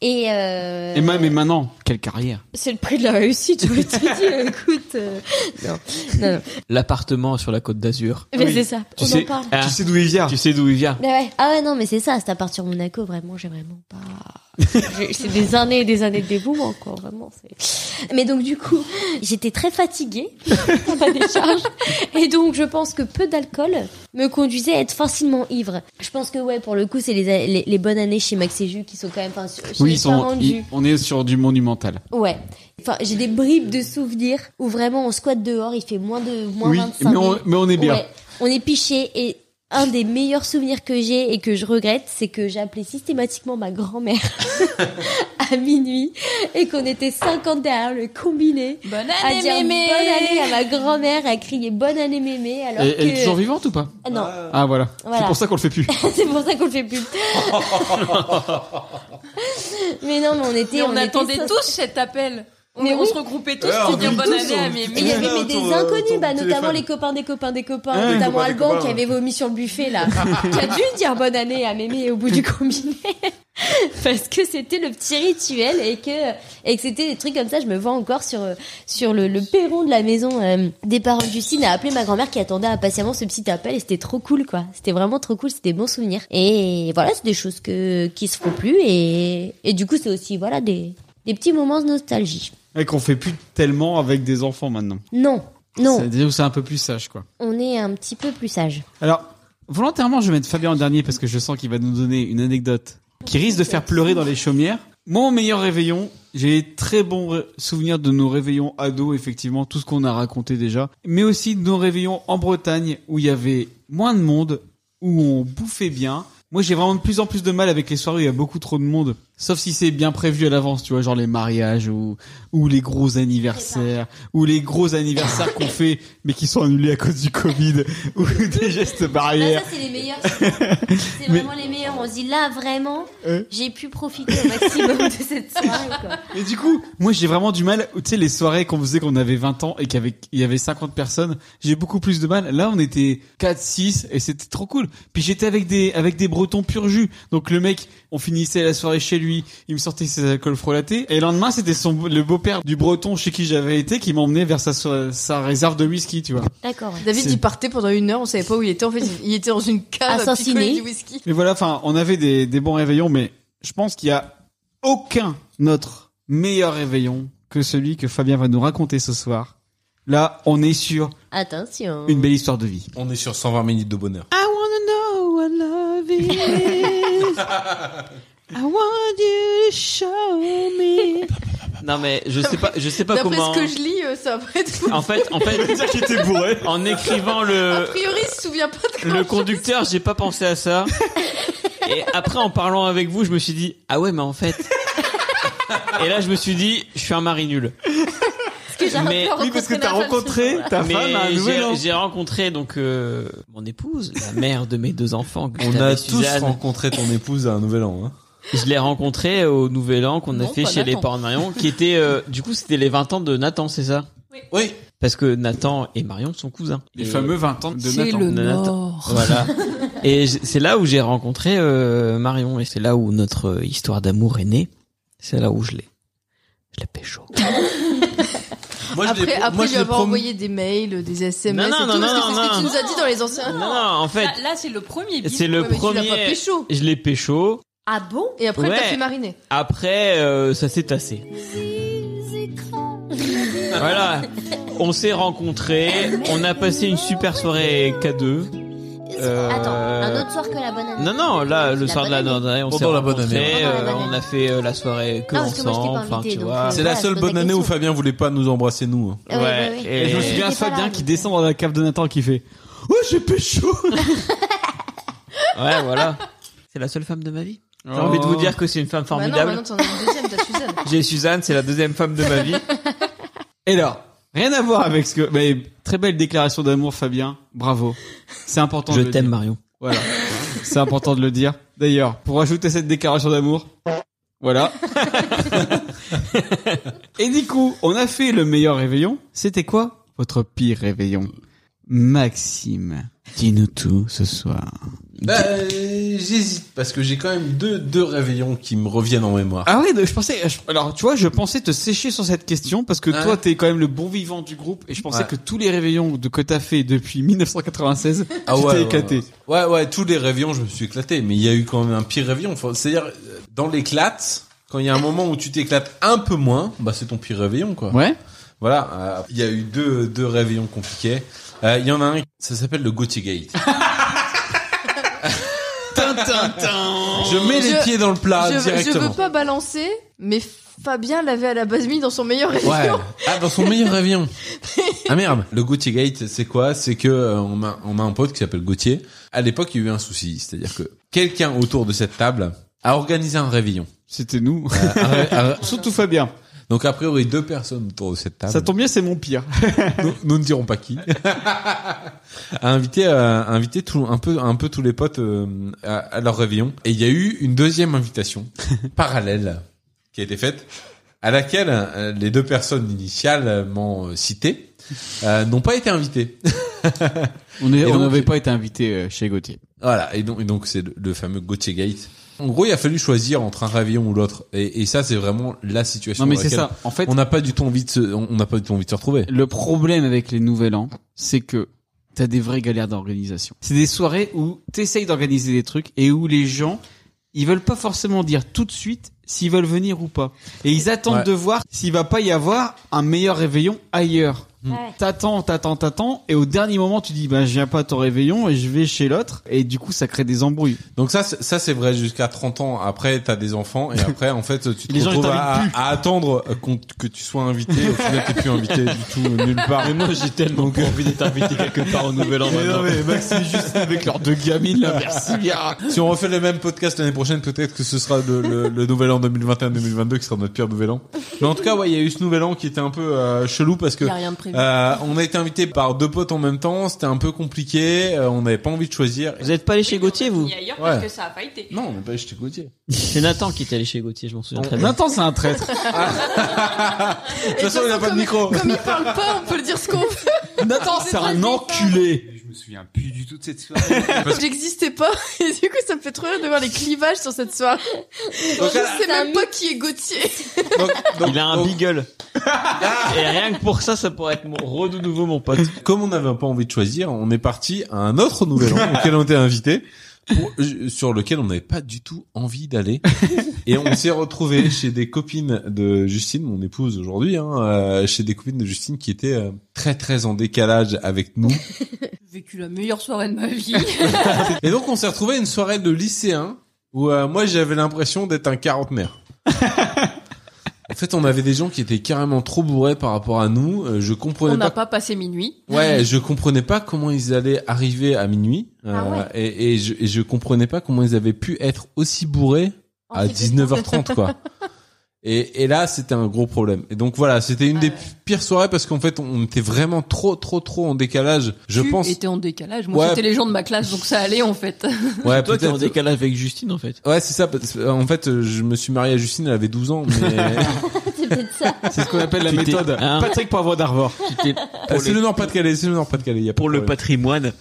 [SPEAKER 7] Et euh...
[SPEAKER 2] Et même, mais maintenant, quelle carrière.
[SPEAKER 7] C'est le prix de la réussite, je me suis dit, euh, écoute. euh, Non, non, non.
[SPEAKER 4] L'appartement sur la côte d'Azur.
[SPEAKER 7] Mais Eh c'est ça,
[SPEAKER 4] Ah Tu
[SPEAKER 7] on
[SPEAKER 4] sais,
[SPEAKER 7] en parle.
[SPEAKER 4] ah,
[SPEAKER 2] Tu sais d'où il vient.
[SPEAKER 4] tu sais d'où il vient.
[SPEAKER 7] Mais ouais. Ah ouais, non, mais c'est ça, c'est à partir de Monaco, vraiment, j'ai vraiment pas. Je- c'est des années et des années de dévouement, quoi, vraiment. c'est- Mais donc, du coup, j'étais très fatiguée pour ma décharge. Et donc, je pense que peu d'alcool me conduisait à être facilement ivre. Je pense que, ouais, pour le coup, c'est les, les, les bonnes années chez Max et Jus qui sont quand même... Enfin, sur- chez
[SPEAKER 2] Oui,
[SPEAKER 7] les
[SPEAKER 2] ils sont,
[SPEAKER 7] parents de
[SPEAKER 2] ils-
[SPEAKER 7] Jus.
[SPEAKER 2] on est sur du monumental.
[SPEAKER 7] Ouais. Enfin, j'ai des bribes de souvenirs où vraiment on squatte dehors, il fait moins de moins
[SPEAKER 2] Oui,
[SPEAKER 7] 25
[SPEAKER 2] mais on-
[SPEAKER 7] degrés.
[SPEAKER 2] mais on est bien.
[SPEAKER 7] Ouais, on est piché et un des meilleurs souvenirs que j'ai et que je regrette, c'est que j'appelais systématiquement ma grand-mère à minuit et qu'on était 50 derrière le combiné
[SPEAKER 6] Bonne
[SPEAKER 7] à
[SPEAKER 6] année,
[SPEAKER 7] dire
[SPEAKER 6] mémé
[SPEAKER 7] bonne année à ma grand-mère, à crier bonne année mémé alors
[SPEAKER 2] Et-
[SPEAKER 7] que
[SPEAKER 2] Elle est toujours vivante ou pas
[SPEAKER 7] Ah, Non.
[SPEAKER 2] Ah voilà.
[SPEAKER 7] Voilà.
[SPEAKER 2] C'est pour ça qu'on le fait plus.
[SPEAKER 7] c'est pour ça qu'on le fait plus. mais non, mais on était
[SPEAKER 6] Mais on
[SPEAKER 7] était
[SPEAKER 6] attendait
[SPEAKER 7] cinq-
[SPEAKER 6] tous cet appel. On,
[SPEAKER 7] Mais
[SPEAKER 6] on
[SPEAKER 7] oui.
[SPEAKER 6] se regroupait tous
[SPEAKER 7] Ouais,
[SPEAKER 6] pour
[SPEAKER 7] on
[SPEAKER 6] dire
[SPEAKER 7] était
[SPEAKER 6] bonne
[SPEAKER 7] tous,
[SPEAKER 6] année à
[SPEAKER 7] on-
[SPEAKER 6] mes
[SPEAKER 7] Et il y avait
[SPEAKER 6] mes-
[SPEAKER 7] mais des inconnus, bah, notamment les copains des copains des copains,
[SPEAKER 6] Ouais.
[SPEAKER 7] notamment
[SPEAKER 6] Les copains des
[SPEAKER 7] Alban
[SPEAKER 6] copains,
[SPEAKER 7] qui
[SPEAKER 6] ouais.
[SPEAKER 7] avait vomi sur le buffet là, qui a dû dire bonne année à Mémé au bout du combiné, parce que c'était le petit rituel et que et que c'était des trucs comme ça. Je me vois encore sur euh, sur le, le perron de la maison euh, des parents du Cine à appeler ma grand-mère qui attendait impatiemment ce petit appel et c'était trop cool quoi. C'était vraiment trop cool, c'était des bons souvenirs. Et voilà, c'est des choses que qui se font plus et et du coup c'est aussi voilà des des petits moments de nostalgie.
[SPEAKER 2] Et qu'on fait plus tellement avec des enfants maintenant.
[SPEAKER 7] Non, non.
[SPEAKER 2] C'est-à-dire que c'est un peu plus sage quoi.
[SPEAKER 7] On est un petit peu plus sage.
[SPEAKER 2] Alors, volontairement, je vais mettre Fabien en dernier parce que je sens qu'il va nous donner une anecdote qui risque de faire pleurer dans les chaumières. Mon meilleur réveillon, j'ai des très bons ré- souvenirs de nos réveillons ados, effectivement, tout ce qu'on a raconté déjà, mais aussi de nos réveillons en Bretagne où il y avait moins de monde, où on bouffait bien. Moi, j'ai vraiment de plus en plus de mal avec les soirées où il y a beaucoup trop de monde, sauf si c'est bien prévu à l'avance, tu vois, genre les mariages ou ou les gros anniversaires, ou les gros anniversaires qu'on fait mais qui sont annulés à cause du Covid ou des gestes barrières.
[SPEAKER 7] ça, c'est les meilleurs. c'est vraiment les meilleurs. On se dit là, vraiment,
[SPEAKER 2] Euh.
[SPEAKER 7] j'ai pu profiter au maximum de cette soirée. Quoi.
[SPEAKER 2] Et du coup, moi j'ai vraiment du mal, tu sais les soirées qu'on faisait quand on avait 20 ans et qu'il y avait, il y avait 50 personnes, j'ai beaucoup plus de mal. Là, on était 4 6 et c'était trop cool. Puis j'étais avec des avec des Bretons pur jus. Donc le mec, on finissait la soirée chez lui, il me sortait ses alcools frelatés et le lendemain, c'était son le beau-père du Breton chez qui j'avais été qui m'emmenait vers sa so- sa réserve de whisky, tu vois.
[SPEAKER 7] D'accord.
[SPEAKER 3] David,
[SPEAKER 2] C'est-
[SPEAKER 3] il partait pendant une heure, on savait pas où il était. En fait, il était dans une cave à
[SPEAKER 7] Assassiné.
[SPEAKER 3] picoler du whisky.
[SPEAKER 2] Mais voilà, enfin, on avait des, des bons réveillons, mais je pense qu'il y a aucun notre meilleur réveillon que celui que Fabien va nous raconter ce soir. Là, on est sur
[SPEAKER 7] Attention.
[SPEAKER 2] une belle histoire de vie.
[SPEAKER 14] On est sur 120 minutes de bonheur.
[SPEAKER 8] I wanna know what love is. I want you to show me.
[SPEAKER 4] Non mais je sais pas, je sais pas
[SPEAKER 3] D'après
[SPEAKER 4] comment.
[SPEAKER 3] ce que je lis, euh, ça va être fou.
[SPEAKER 4] En fait, en fait, bourré. En écrivant
[SPEAKER 3] A
[SPEAKER 4] le
[SPEAKER 3] priori, il se souvient pas de
[SPEAKER 4] le conducteur, j'ai pas pensé à ça. Et après, en parlant avec vous, je me suis dit ah ouais, mais en fait. Et là, je me suis dit, je suis un mari nul.
[SPEAKER 7] que j'ai
[SPEAKER 4] Mais-
[SPEAKER 7] encore
[SPEAKER 4] Oui, parce que
[SPEAKER 7] rencontré
[SPEAKER 4] t'as
[SPEAKER 7] la femme
[SPEAKER 4] rencontré
[SPEAKER 7] ce jour-là.
[SPEAKER 2] Ta
[SPEAKER 4] Mais
[SPEAKER 2] femme a un
[SPEAKER 4] j'ai-
[SPEAKER 2] nouvel an.
[SPEAKER 4] J'ai rencontré donc euh, mon épouse, la mère de mes deux enfants. Gustave
[SPEAKER 14] On a
[SPEAKER 4] et
[SPEAKER 14] tous
[SPEAKER 4] Suzanne.
[SPEAKER 14] rencontré ton épouse à un nouvel an. Hein.
[SPEAKER 4] Je l'ai rencontré au Nouvel An qu'on a
[SPEAKER 14] Non,
[SPEAKER 4] fait
[SPEAKER 14] pas
[SPEAKER 4] chez les
[SPEAKER 14] Nathan.
[SPEAKER 4] parents de Marion, qui était euh, du coup c'était les 20 ans de Nathan, c'est ça oui. Parce que Nathan et Marion sont cousins.
[SPEAKER 2] Les
[SPEAKER 4] Et-
[SPEAKER 2] fameux 20 ans de
[SPEAKER 4] C'est
[SPEAKER 2] Nathan.
[SPEAKER 4] le
[SPEAKER 2] De
[SPEAKER 4] Nathan.
[SPEAKER 2] Nord.
[SPEAKER 4] Voilà. et j- c'est là où j'ai rencontré euh, Marion et c'est là où notre euh, histoire d'amour est née. C'est là où je l'ai. Moi, je l'ai-
[SPEAKER 3] après, après
[SPEAKER 4] moi, je
[SPEAKER 3] lui
[SPEAKER 4] l'ai
[SPEAKER 3] avoir
[SPEAKER 4] prom-
[SPEAKER 3] envoyé des mails, des
[SPEAKER 4] Non,
[SPEAKER 3] SMS,
[SPEAKER 4] non,
[SPEAKER 3] et
[SPEAKER 4] non,
[SPEAKER 3] tout, parce
[SPEAKER 4] non,
[SPEAKER 3] que c'est
[SPEAKER 4] non,
[SPEAKER 3] ce que tu
[SPEAKER 4] non.
[SPEAKER 3] nous as dit dans les anciens. Ah,
[SPEAKER 4] Non, Ah, en fait.
[SPEAKER 3] Là, c'est le premier.
[SPEAKER 4] C'est le premier. Je l'ai pécho.
[SPEAKER 3] Ah bon Et après, elle
[SPEAKER 4] Ouais.
[SPEAKER 3] t'a fait mariner. Bah
[SPEAKER 4] Après, euh, ça s'est tassé. voilà, on s'est rencontrés, on a passé une super soirée K2. Euh,
[SPEAKER 7] Attends, un autre soir que la bonne année.
[SPEAKER 4] Non, non, là, le soir de la bonne année, on s'est
[SPEAKER 14] Pendant la bonne
[SPEAKER 4] rencontrés,
[SPEAKER 14] année, ouais.
[SPEAKER 4] euh,
[SPEAKER 14] Pendant la bonne
[SPEAKER 4] on a fait euh, la soirée que
[SPEAKER 7] Non, parce que moi, je t'ai
[SPEAKER 4] ensemble,
[SPEAKER 7] pas invité,
[SPEAKER 4] enfin, tu
[SPEAKER 7] donc,
[SPEAKER 4] vois.
[SPEAKER 7] euh,
[SPEAKER 14] C'est la seule bonne année où Fabien voulait pas nous embrasser,
[SPEAKER 5] hein.
[SPEAKER 14] nous.
[SPEAKER 7] Ouais, ouais, ouais.
[SPEAKER 2] Et je me souviens
[SPEAKER 7] J'étais pas là,
[SPEAKER 2] Fabien qui descend dans la cave de Nathan qui fait Oh, j'ai pécho
[SPEAKER 4] Ouais, voilà. C'est la seule femme de ma vie. J'ai
[SPEAKER 2] Oh.
[SPEAKER 4] envie de vous dire que c'est une femme
[SPEAKER 3] Bah non,
[SPEAKER 4] formidable.
[SPEAKER 3] maintenant, t'en as une deuxième, t'as Suzanne.
[SPEAKER 4] J'ai Suzanne, c'est la deuxième femme de ma vie.
[SPEAKER 2] Et alors, rien à voir avec ce que. Mais très belle déclaration d'amour, Fabien. Bravo. C'est important.
[SPEAKER 4] Je
[SPEAKER 2] de le
[SPEAKER 4] t'aime,
[SPEAKER 2] dire.
[SPEAKER 4] Marion.
[SPEAKER 2] Voilà. C'est important de le dire. D'ailleurs, pour ajouter cette déclaration d'amour, voilà. Et du coup, on a fait le meilleur réveillon. C'était quoi votre pire réveillon Maxime, dis-nous tout ce soir.
[SPEAKER 5] Bah, euh, j'hésite parce que j'ai quand même deux deux réveillons qui me reviennent en mémoire.
[SPEAKER 2] Ah oui, je pensais. je- Alors, tu vois, je pensais te sécher sur cette question parce que
[SPEAKER 5] Ouais.
[SPEAKER 2] toi, t'es quand même le bon vivant du groupe et je pensais
[SPEAKER 5] Ouais.
[SPEAKER 2] que tous les réveillons de, que t'as fait depuis 1996,
[SPEAKER 5] Ah
[SPEAKER 2] tu
[SPEAKER 5] ouais,
[SPEAKER 2] t'es
[SPEAKER 5] ouais,
[SPEAKER 2] éclaté.
[SPEAKER 5] Ouais. ouais, ouais, tous les réveillons, je me suis éclaté, mais il y a eu quand même un pire réveillon. Enfin, C'est-à-dire, euh, dans l'éclate, quand il y a un moment où tu t'éclates un peu moins, bah c'est ton pire réveillon, quoi.
[SPEAKER 2] Ouais.
[SPEAKER 5] Voilà, euh, il y a eu deux, deux réveillons compliqués. Euh, Il y en a un, ça s'appelle le Gauthier Gate. Je mets les pieds dans le plat
[SPEAKER 3] je,
[SPEAKER 5] directement.
[SPEAKER 3] Je veux pas balancer, mais Fabien l'avait à la base mis dans son meilleur
[SPEAKER 5] Ouais.
[SPEAKER 3] réveillon.
[SPEAKER 5] Ah, dans son meilleur avion. Ah merde. Le Gauthier Gate, c'est quoi C'est que euh, on a, on a un pote qui s'appelle Gauthier. À l'époque, il y a eu un souci, c'est-à-dire que quelqu'un autour de cette table a organisé un réveillon. Euh,
[SPEAKER 2] C'était nous. Surtout Fabien.
[SPEAKER 5] Donc a priori deux personnes autour de cette table.
[SPEAKER 2] Ça tombe bien, c'est mon pire.
[SPEAKER 5] nous, nous ne dirons pas qui. a invité euh, a invité tout un peu un peu tous les potes euh, à, à leur réveillon et il y a eu une deuxième invitation parallèle qui a été faite à laquelle euh, les deux personnes initialement euh, citées euh, n'ont pas été invitées.
[SPEAKER 2] On
[SPEAKER 5] Et donc-
[SPEAKER 2] n'avait pas été invité euh, chez Gauthier.
[SPEAKER 5] Voilà, et donc et donc c'est le, le fameux Gauthier Gate. En gros, il a fallu choisir entre un réveillon ou l'autre, et, et ça c'est vraiment la situation.
[SPEAKER 2] Non, mais
[SPEAKER 5] dans
[SPEAKER 2] c'est
[SPEAKER 5] laquelle
[SPEAKER 2] ça. En fait-
[SPEAKER 5] on n'a pas du tout envie de se, on on n'a pas du tout envie de se retrouver.
[SPEAKER 2] Le problème avec les Nouvel An, c'est que t'as des vraies galères d'organisation. C'est des soirées où t'essayes d'organiser des trucs et où les gens, ils veulent pas forcément dire tout de suite s'ils veulent venir ou pas. Et ils attendent
[SPEAKER 5] Ouais.
[SPEAKER 2] de voir s'il va pas y avoir un meilleur réveillon ailleurs.
[SPEAKER 5] Ouais.
[SPEAKER 2] T'attends, t'attends, t'attends, et au dernier moment tu dis bah je viens pas à ton réveillon et je vais chez l'autre, et du coup ça crée des embrouilles.
[SPEAKER 5] Donc ça, c'est- ça c'est vrai jusqu'à 30 ans. Après, t'as des enfants et après, en fait, tu te
[SPEAKER 2] Les gens, ils
[SPEAKER 5] retrouves à,
[SPEAKER 2] t'invitent
[SPEAKER 5] à attendre qu'on- que tu sois invité. Au final, t'es plus invité du tout euh, nulle part.
[SPEAKER 2] Mais moi,
[SPEAKER 4] j'ai tellement
[SPEAKER 5] Donc, euh,
[SPEAKER 4] pas envie d'être invité quelque part au Nouvel An
[SPEAKER 5] Mais
[SPEAKER 4] maintenant.
[SPEAKER 5] non, mais Max, c'est juste avec leurs deux gamines là, merci bien. Si on refait le même podcast l'année prochaine, peut-être que ce sera le, le- le nouvel an 2021-2022 qui sera notre pire nouvel an. Mais en tout cas, ouais, il y a eu ce nouvel an qui était un peu euh, chelou parce que
[SPEAKER 6] Y a rien de prévu.
[SPEAKER 5] euh, on a été invité par deux potes en même temps, c'était un peu compliqué, euh, on n'avait pas envie de choisir. Vous
[SPEAKER 4] n'êtes pas allé chez Gauthier, vous
[SPEAKER 6] ailleurs
[SPEAKER 5] parce Ouais. que
[SPEAKER 6] ça a pas été.
[SPEAKER 5] Non, on n'est pas allé chez Gauthier.
[SPEAKER 4] C'est Nathan qui est allé chez Gauthier, je m'en souviens très bien.
[SPEAKER 2] Nathan, c'est un traître.
[SPEAKER 5] De toute façon, il n'a pas de micro.
[SPEAKER 3] Comme il parle pas, on peut le dire ce qu'on veut.
[SPEAKER 2] Nathan, c'est un enculé.
[SPEAKER 9] Je me souviens plus du tout de cette soirée.
[SPEAKER 3] J'existais pas, et du coup, ça me fait trop rire de voir les clivages sur cette soirée. je sais même pas qui est Gauthier.
[SPEAKER 4] Il a un beagle. Et rien que pour ça, ça pourrait être mon, re de nouveau mon pote.
[SPEAKER 5] Comme on n'avait pas envie de choisir, on est parti à un autre nouvel an auquel on était invité, pour- euh, sur lequel on n'avait pas du tout envie d'aller. Et on s'est retrouvé chez des copines de Justine, mon épouse aujourd'hui, hein, euh, chez des copines de Justine qui étaient euh, très très en décalage avec nous.
[SPEAKER 6] J'ai vécu la meilleure soirée de ma vie.
[SPEAKER 5] Et donc on s'est retrouvé à une soirée de lycéens où euh, moi j'avais l'impression d'être un quarantenaire. En fait, on avait des gens qui étaient carrément trop bourrés par rapport à nous. Euh, Je comprenais
[SPEAKER 6] on n'a
[SPEAKER 5] pas
[SPEAKER 6] pas passé minuit.
[SPEAKER 5] Ouais, je comprenais pas comment ils allaient arriver à minuit euh,
[SPEAKER 7] Ah
[SPEAKER 5] et, et je, et je comprenais pas comment ils avaient pu être aussi bourrés
[SPEAKER 7] Oh,
[SPEAKER 5] à 19h30 quoi. Et, et là, c'était un gros problème. Et donc voilà, c'était une des pires soirées parce qu'en fait, on était vraiment trop, trop, trop en décalage. Je
[SPEAKER 6] tu
[SPEAKER 5] pense.
[SPEAKER 6] étais en décalage. Moi,
[SPEAKER 5] Ouais.
[SPEAKER 6] c'était les gens de ma classe, donc ça allait en fait.
[SPEAKER 5] Ouais,
[SPEAKER 4] Toi, t'es en
[SPEAKER 5] peut-être.
[SPEAKER 4] décalage avec Justine, en fait.
[SPEAKER 5] Ouais, c'est ça. parce- En fait, je me suis marié à Justine, elle avait 12 ans. Mais...
[SPEAKER 2] C'est ce qu'on appelle la
[SPEAKER 5] Tu t'es-
[SPEAKER 2] méthode.
[SPEAKER 5] hein
[SPEAKER 2] Patrick Poivre d'Arvor.
[SPEAKER 5] Ah, c'est le Nord-Pas-de-Calais, c'est le Nord-Pas-de-Calais. y a pas
[SPEAKER 2] Pour
[SPEAKER 5] de
[SPEAKER 2] le
[SPEAKER 5] problème.
[SPEAKER 4] patrimoine.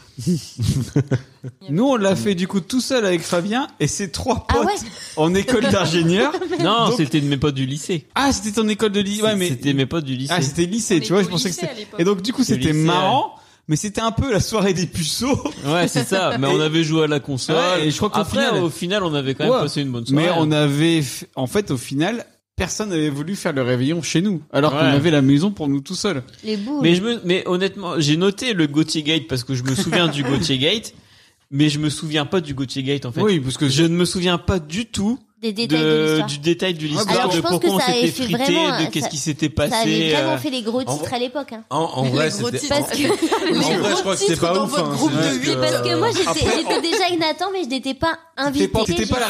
[SPEAKER 2] Nous, on l'a fait du coup tout seul avec Fabien et ses trois
[SPEAKER 7] Ah
[SPEAKER 2] potes en école d'ingénieur.
[SPEAKER 4] Non,
[SPEAKER 2] Donc-
[SPEAKER 4] c'était de mes potes du lycée.
[SPEAKER 2] Ah, c'était ton école de lycée. Ouais, mais
[SPEAKER 4] C'était mes potes du lycée.
[SPEAKER 2] ah, c'était lycée, tu vois. Je pensais que c'était. Et donc du coup,
[SPEAKER 4] C'était au
[SPEAKER 2] c'était
[SPEAKER 4] lycée,
[SPEAKER 2] marrant, mais c'était un peu la soirée des puceaux.
[SPEAKER 4] Ouais, c'est ça. Mais on avait joué à la console.
[SPEAKER 2] Ouais, et je crois qu'au
[SPEAKER 4] Après,
[SPEAKER 2] final-
[SPEAKER 4] au final, on avait quand même
[SPEAKER 2] Ouais.
[SPEAKER 4] passé une bonne soirée.
[SPEAKER 2] Mais on avait, f- en fait, au final, personne n'avait voulu faire le réveillon chez nous, alors qu'on
[SPEAKER 4] Ouais.
[SPEAKER 2] avait la maison pour nous tout seuls.
[SPEAKER 7] Les boules.
[SPEAKER 4] Mais je me, mais honnêtement, j'ai noté le Gauthier Gate parce que je me souviens du Gauthier Gate, mais je me souviens pas du Gauthier Gate en fait.
[SPEAKER 2] Oui, parce que
[SPEAKER 4] je ne me souviens pas du tout
[SPEAKER 7] Des détails de l'histoire.
[SPEAKER 4] du détail de l'histoire,
[SPEAKER 7] Alors,
[SPEAKER 4] de
[SPEAKER 7] je pense que
[SPEAKER 4] pourquoi on
[SPEAKER 7] ça avait
[SPEAKER 4] s'était
[SPEAKER 7] fait
[SPEAKER 4] frité,
[SPEAKER 7] vraiment,
[SPEAKER 4] de
[SPEAKER 7] ça-
[SPEAKER 4] qu'est-ce qui s'était
[SPEAKER 7] Ça avait
[SPEAKER 4] passé.
[SPEAKER 7] vraiment
[SPEAKER 4] euh,
[SPEAKER 7] fait les gros
[SPEAKER 4] en-
[SPEAKER 7] titres à l'époque. Hein.
[SPEAKER 5] En, en vrai, c'était.
[SPEAKER 7] Parce que
[SPEAKER 5] en
[SPEAKER 7] les
[SPEAKER 5] vrai,
[SPEAKER 7] gros
[SPEAKER 5] je crois que c'était
[SPEAKER 7] titres
[SPEAKER 5] pas
[SPEAKER 7] dans
[SPEAKER 5] ouf.
[SPEAKER 7] votre
[SPEAKER 5] hein,
[SPEAKER 7] groupe
[SPEAKER 5] c'est
[SPEAKER 7] de
[SPEAKER 5] juste
[SPEAKER 7] huit,
[SPEAKER 5] que-
[SPEAKER 7] parce que moi j'étais
[SPEAKER 5] Après,
[SPEAKER 7] j'étais déjà avec Nathan mais je n'étais pas invitée.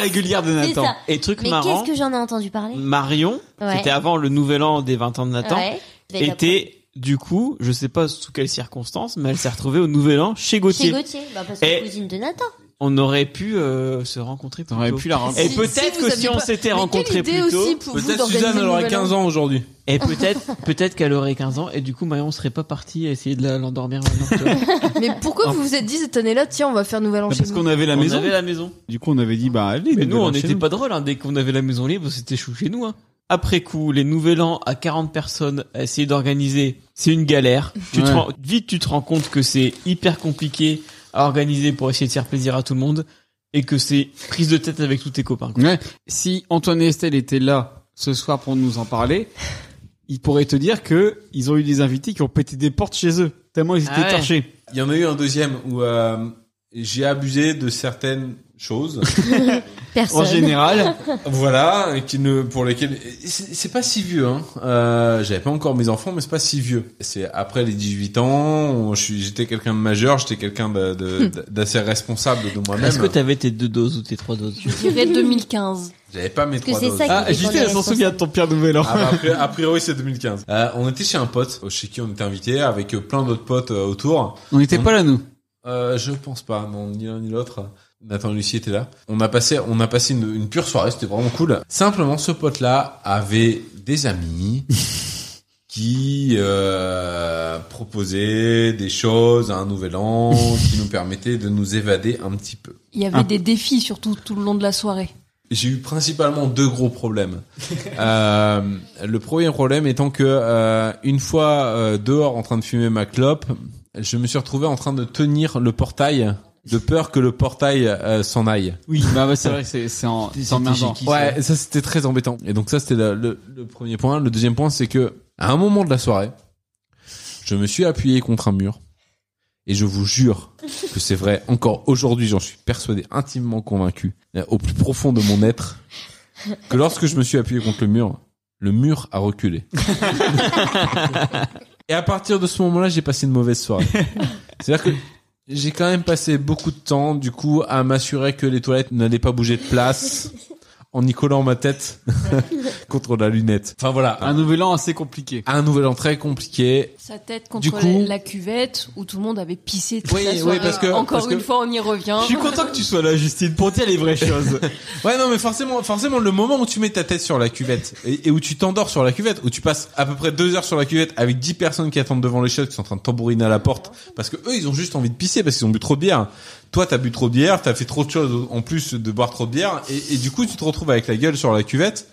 [SPEAKER 4] régulière de
[SPEAKER 7] C'est ça.
[SPEAKER 4] Et truc
[SPEAKER 7] mais
[SPEAKER 4] marrant,
[SPEAKER 7] qu'est-ce que j'en ai entendu parler
[SPEAKER 4] Marion,
[SPEAKER 7] Ouais.
[SPEAKER 4] c'était avant le nouvel an des 20 ans de Nathan,
[SPEAKER 7] Ouais. Vous avez
[SPEAKER 4] était du coup, je sais pas sous quelles circonstances, mais elle s'est retrouvée au nouvel an chez
[SPEAKER 7] Chez
[SPEAKER 4] Gauthier.
[SPEAKER 7] Gauthier, bah parce que
[SPEAKER 4] Et-
[SPEAKER 7] cousine de Nathan.
[SPEAKER 15] on aurait pu euh, se rencontrer plus
[SPEAKER 4] aurait
[SPEAKER 15] tôt.
[SPEAKER 4] pu la rencontrer.
[SPEAKER 15] Et
[SPEAKER 4] Si,
[SPEAKER 15] peut-être
[SPEAKER 4] si vous
[SPEAKER 15] que si
[SPEAKER 4] aviez
[SPEAKER 15] on
[SPEAKER 4] pas- Mais
[SPEAKER 15] s'était
[SPEAKER 4] quelle
[SPEAKER 15] rencontrés
[SPEAKER 4] idée
[SPEAKER 15] plus tôt,
[SPEAKER 4] aussi pour vous Peut-être d'organiser Suzanne, elle le aurait Nouvel An. 15 ans
[SPEAKER 14] aujourd'hui.
[SPEAKER 15] Et peut-être peut-être qu'elle aurait 15 ans et du coup Marion serait pas partie essayer de la- l'endormir maintenant. tu vois.
[SPEAKER 3] Mais pourquoi
[SPEAKER 15] Non.
[SPEAKER 3] vous vous êtes dit cette année-là, tiens, on va faire Nouvel An chez
[SPEAKER 2] Parce
[SPEAKER 3] nous
[SPEAKER 2] qu'on avait la
[SPEAKER 15] On
[SPEAKER 2] maison.
[SPEAKER 15] avait la maison.
[SPEAKER 2] Du coup, on avait dit, bah, allez,
[SPEAKER 15] Mais
[SPEAKER 2] Nouvel
[SPEAKER 15] nous,
[SPEAKER 2] An
[SPEAKER 15] on
[SPEAKER 2] chez
[SPEAKER 15] n'était
[SPEAKER 2] nous.
[SPEAKER 15] pas drôle. Hein. Dès qu'on avait la maison libre, c'était chou chez nous. Hein. Après coup, les nouvel an à 40 personnes, à essayer d'organiser, c'est une galère. Tu te
[SPEAKER 4] Ouais.
[SPEAKER 15] rends- vite, tu te rends compte que c'est hyper compliqué à organiser pour essayer de faire plaisir à tout le monde et que c'est prise de tête avec tous tes copains. quoi.
[SPEAKER 4] Ouais. Si Antoine et Estelle étaient là ce soir pour nous en parler, ils pourraient te dire que ils ont eu des invités qui ont pété des portes chez eux. Tellement ils étaient torchés.
[SPEAKER 5] Il y en a eu un deuxième où euh, j'ai abusé de certaines choses.
[SPEAKER 7] Personne.
[SPEAKER 5] voilà, et qui ne pour lesquelles c'est c'est pas si vieux. Hein. Euh, J'avais pas encore mes enfants, mais c'est pas si vieux. C'est après les 18 ans. on- je suis- J'étais quelqu'un de majeur, j'étais quelqu'un de-
[SPEAKER 6] Hmm.
[SPEAKER 5] de- d'assez responsable de moi-même.
[SPEAKER 15] Est-ce que t'avais tes deux doses ou tes trois doses
[SPEAKER 6] Je dirais 2015.
[SPEAKER 5] J'avais pas mes
[SPEAKER 6] Parce que
[SPEAKER 5] trois
[SPEAKER 6] c'est
[SPEAKER 5] doses.
[SPEAKER 6] ça qui Ah, fait qu'on j'étais, est elle s'en souvient
[SPEAKER 15] de ton pire nouvel
[SPEAKER 5] Ah bah, a priori- a priori, c'est 2015. Euh, on était chez un pote, euh, chez qui on était invité, avec euh, plein d'autres potes euh, autour.
[SPEAKER 4] On n'était pas là, nous.
[SPEAKER 5] Euh, je pense pas, non, ni l'un ni l'autre. Nathan et Lucie étaient là. On a passé, on a passé une, une pure soirée, c'était vraiment cool. Simplement, ce pote-là avait des amis qui euh, proposaient des choses à un nouvel an qui nous permettaient de nous évader un petit peu.
[SPEAKER 6] Il y avait des défis surtout tout le long de la soirée.
[SPEAKER 5] J'ai eu principalement deux gros problèmes. Euh, le premier problème étant que euh, une fois euh, dehors en train de fumer ma clope, je me suis retrouvé en train de tenir le portail de peur que le portail euh, s'en aille.
[SPEAKER 4] Oui, bah, bah, c'est vrai que c'est c'est en, c'est emmerdant.
[SPEAKER 5] Ouais, ça c'était très embêtant. Et donc ça c'était le, le- le premier point. Le deuxième point c'est que à un moment de la soirée, je me suis appuyé contre un mur. Et je vous jure que c'est vrai, encore aujourd'hui j'en suis persuadé, intimement convaincu, euh, au plus profond de mon être, que lorsque je me suis appuyé contre le mur, le mur a reculé. Et à partir de ce moment-là, j'ai passé une mauvaise soirée. C'est-à-dire que j'ai quand même passé beaucoup de temps, du coup, à m'assurer que les toilettes n'allaient pas bouger de place en y collant ma tête contre la lunette. Enfin voilà.
[SPEAKER 4] Un nouvel an assez compliqué.
[SPEAKER 5] Un nouvel an très compliqué.
[SPEAKER 6] Sa tête contre
[SPEAKER 5] Du
[SPEAKER 6] la-
[SPEAKER 5] coup-
[SPEAKER 6] la, cuvette où tout le monde avait pissé toute
[SPEAKER 5] Oui,
[SPEAKER 6] la
[SPEAKER 5] oui,
[SPEAKER 6] soirée.
[SPEAKER 5] parce que-
[SPEAKER 6] Encore
[SPEAKER 5] parce que-
[SPEAKER 6] une fois, on y revient.
[SPEAKER 15] Je suis content que tu sois là, Justine, pour dire les vraies choses.
[SPEAKER 5] ouais, non, mais forcément, forcément, le moment où tu mets ta tête sur la cuvette et, et où tu t'endors sur la cuvette, où tu passes à peu près deux heures sur la cuvette avec dix personnes qui attendent devant les chiottes, qui sont en train de tambouriner à la porte, parce que eux, ils ont juste envie de pisser parce qu'ils ont bu trop de bière. Toi, t'as bu trop de bière, t'as fait trop de choses en plus de boire trop de bière, et, et du coup, tu te retrouves avec la gueule sur la cuvette.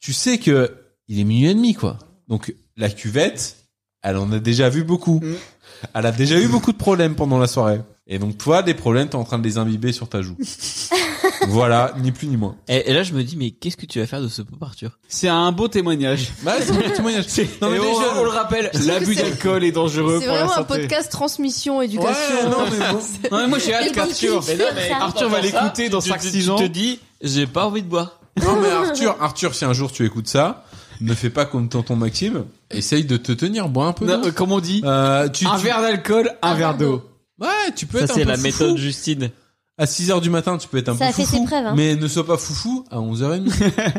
[SPEAKER 5] Tu sais que il est minuit et demi, quoi. Donc la cuvette, elle en a déjà vu beaucoup. Elle a déjà eu beaucoup de problèmes pendant la soirée. Et donc toi, des problèmes, t'es en train de les imbiber sur ta joue. voilà, ni plus ni moins.
[SPEAKER 15] Et, et là, je me dis, mais qu'est-ce que tu vas faire de ce pop Arthur
[SPEAKER 4] C'est un beau témoignage.
[SPEAKER 5] Bah, c'est un beau témoignage. Non, mais
[SPEAKER 4] Et
[SPEAKER 5] les
[SPEAKER 4] on,
[SPEAKER 5] jeunes-
[SPEAKER 4] on le rappelle,
[SPEAKER 5] Je sais
[SPEAKER 4] l'abus
[SPEAKER 5] que c'est-
[SPEAKER 4] d'alcool est dangereux
[SPEAKER 3] C'est
[SPEAKER 4] pour la
[SPEAKER 3] vraiment un
[SPEAKER 4] santé.
[SPEAKER 3] podcast transmission éducation.
[SPEAKER 4] Ouais, non, mais bon.
[SPEAKER 3] C'est-
[SPEAKER 4] Non, mais moi, j'ai hâte
[SPEAKER 3] Il faut
[SPEAKER 4] qu'Arthur-
[SPEAKER 3] qu'il
[SPEAKER 4] Mais non,
[SPEAKER 3] fasse
[SPEAKER 4] mais
[SPEAKER 3] ça.
[SPEAKER 4] Arthur va l'écouter dans
[SPEAKER 15] Tu-
[SPEAKER 4] cinq,
[SPEAKER 15] tu-
[SPEAKER 4] six ans.
[SPEAKER 15] Tu te dis, j'ai pas envie de boire.
[SPEAKER 5] Non mais Arthur, Arthur, si un jour tu écoutes ça, ne fais pas comme tonton Maxime. Essaye de te tenir, bois un peu.
[SPEAKER 4] Non,
[SPEAKER 5] d'eau.
[SPEAKER 4] euh, comment on dit
[SPEAKER 5] Euh, tu,
[SPEAKER 4] Un
[SPEAKER 5] tu-
[SPEAKER 4] verre d'alcool, un verre d'eau.
[SPEAKER 5] Ouais, tu peux
[SPEAKER 15] Ça,
[SPEAKER 5] être un
[SPEAKER 15] c'est
[SPEAKER 5] peu
[SPEAKER 15] la
[SPEAKER 5] foufou.
[SPEAKER 15] méthode Justine.
[SPEAKER 5] À 6 heures du matin, tu peux être un
[SPEAKER 7] Ça
[SPEAKER 5] peu
[SPEAKER 7] a fait
[SPEAKER 5] foufou,
[SPEAKER 7] ses preuves, hein.
[SPEAKER 5] mais ne sois pas foufou à 11h30.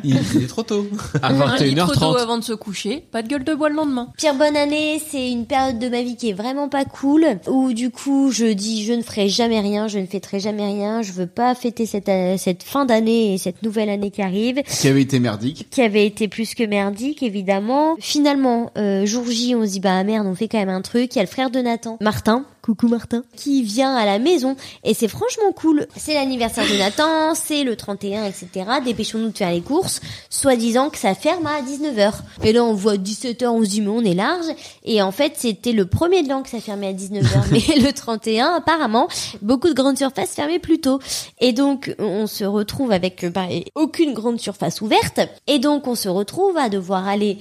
[SPEAKER 5] il, il est trop tôt.
[SPEAKER 15] À
[SPEAKER 6] Un litre d'eau
[SPEAKER 15] 21h30.
[SPEAKER 6] avant de se coucher, pas de gueule de bois le lendemain.
[SPEAKER 7] Pierre bonne année, c'est une période de ma vie qui est vraiment pas cool où du coup je dis je ne ferai jamais rien, je ne fêterai jamais rien, je veux pas fêter cette euh, cette fin d'année et cette nouvelle année qui arrive
[SPEAKER 4] Qui avait été merdique.
[SPEAKER 7] qui avait été plus que merdique évidemment. Finalement, euh, jour J, on se dit bah merde, on fait quand même un truc. Il y a le frère de Nathan, Martin, coucou Martin, qui vient à la maison et c'est franchement cool. C'est l'anniversaire de Nathan, c'est le 31, etc. Dépêchons-nous de faire les courses, soi-disant que ça ferme à 19h. Et là, on voit 17h, on se dit mais on est large. Et en fait, c'était le premier de l'an que ça fermait à 19h, mais le 31 apparemment, beaucoup de grandes surfaces fermaient plus tôt. Et donc, on se retrouve avec euh, pareil, aucune grande surface ouverte. Et donc, on se retrouve à devoir aller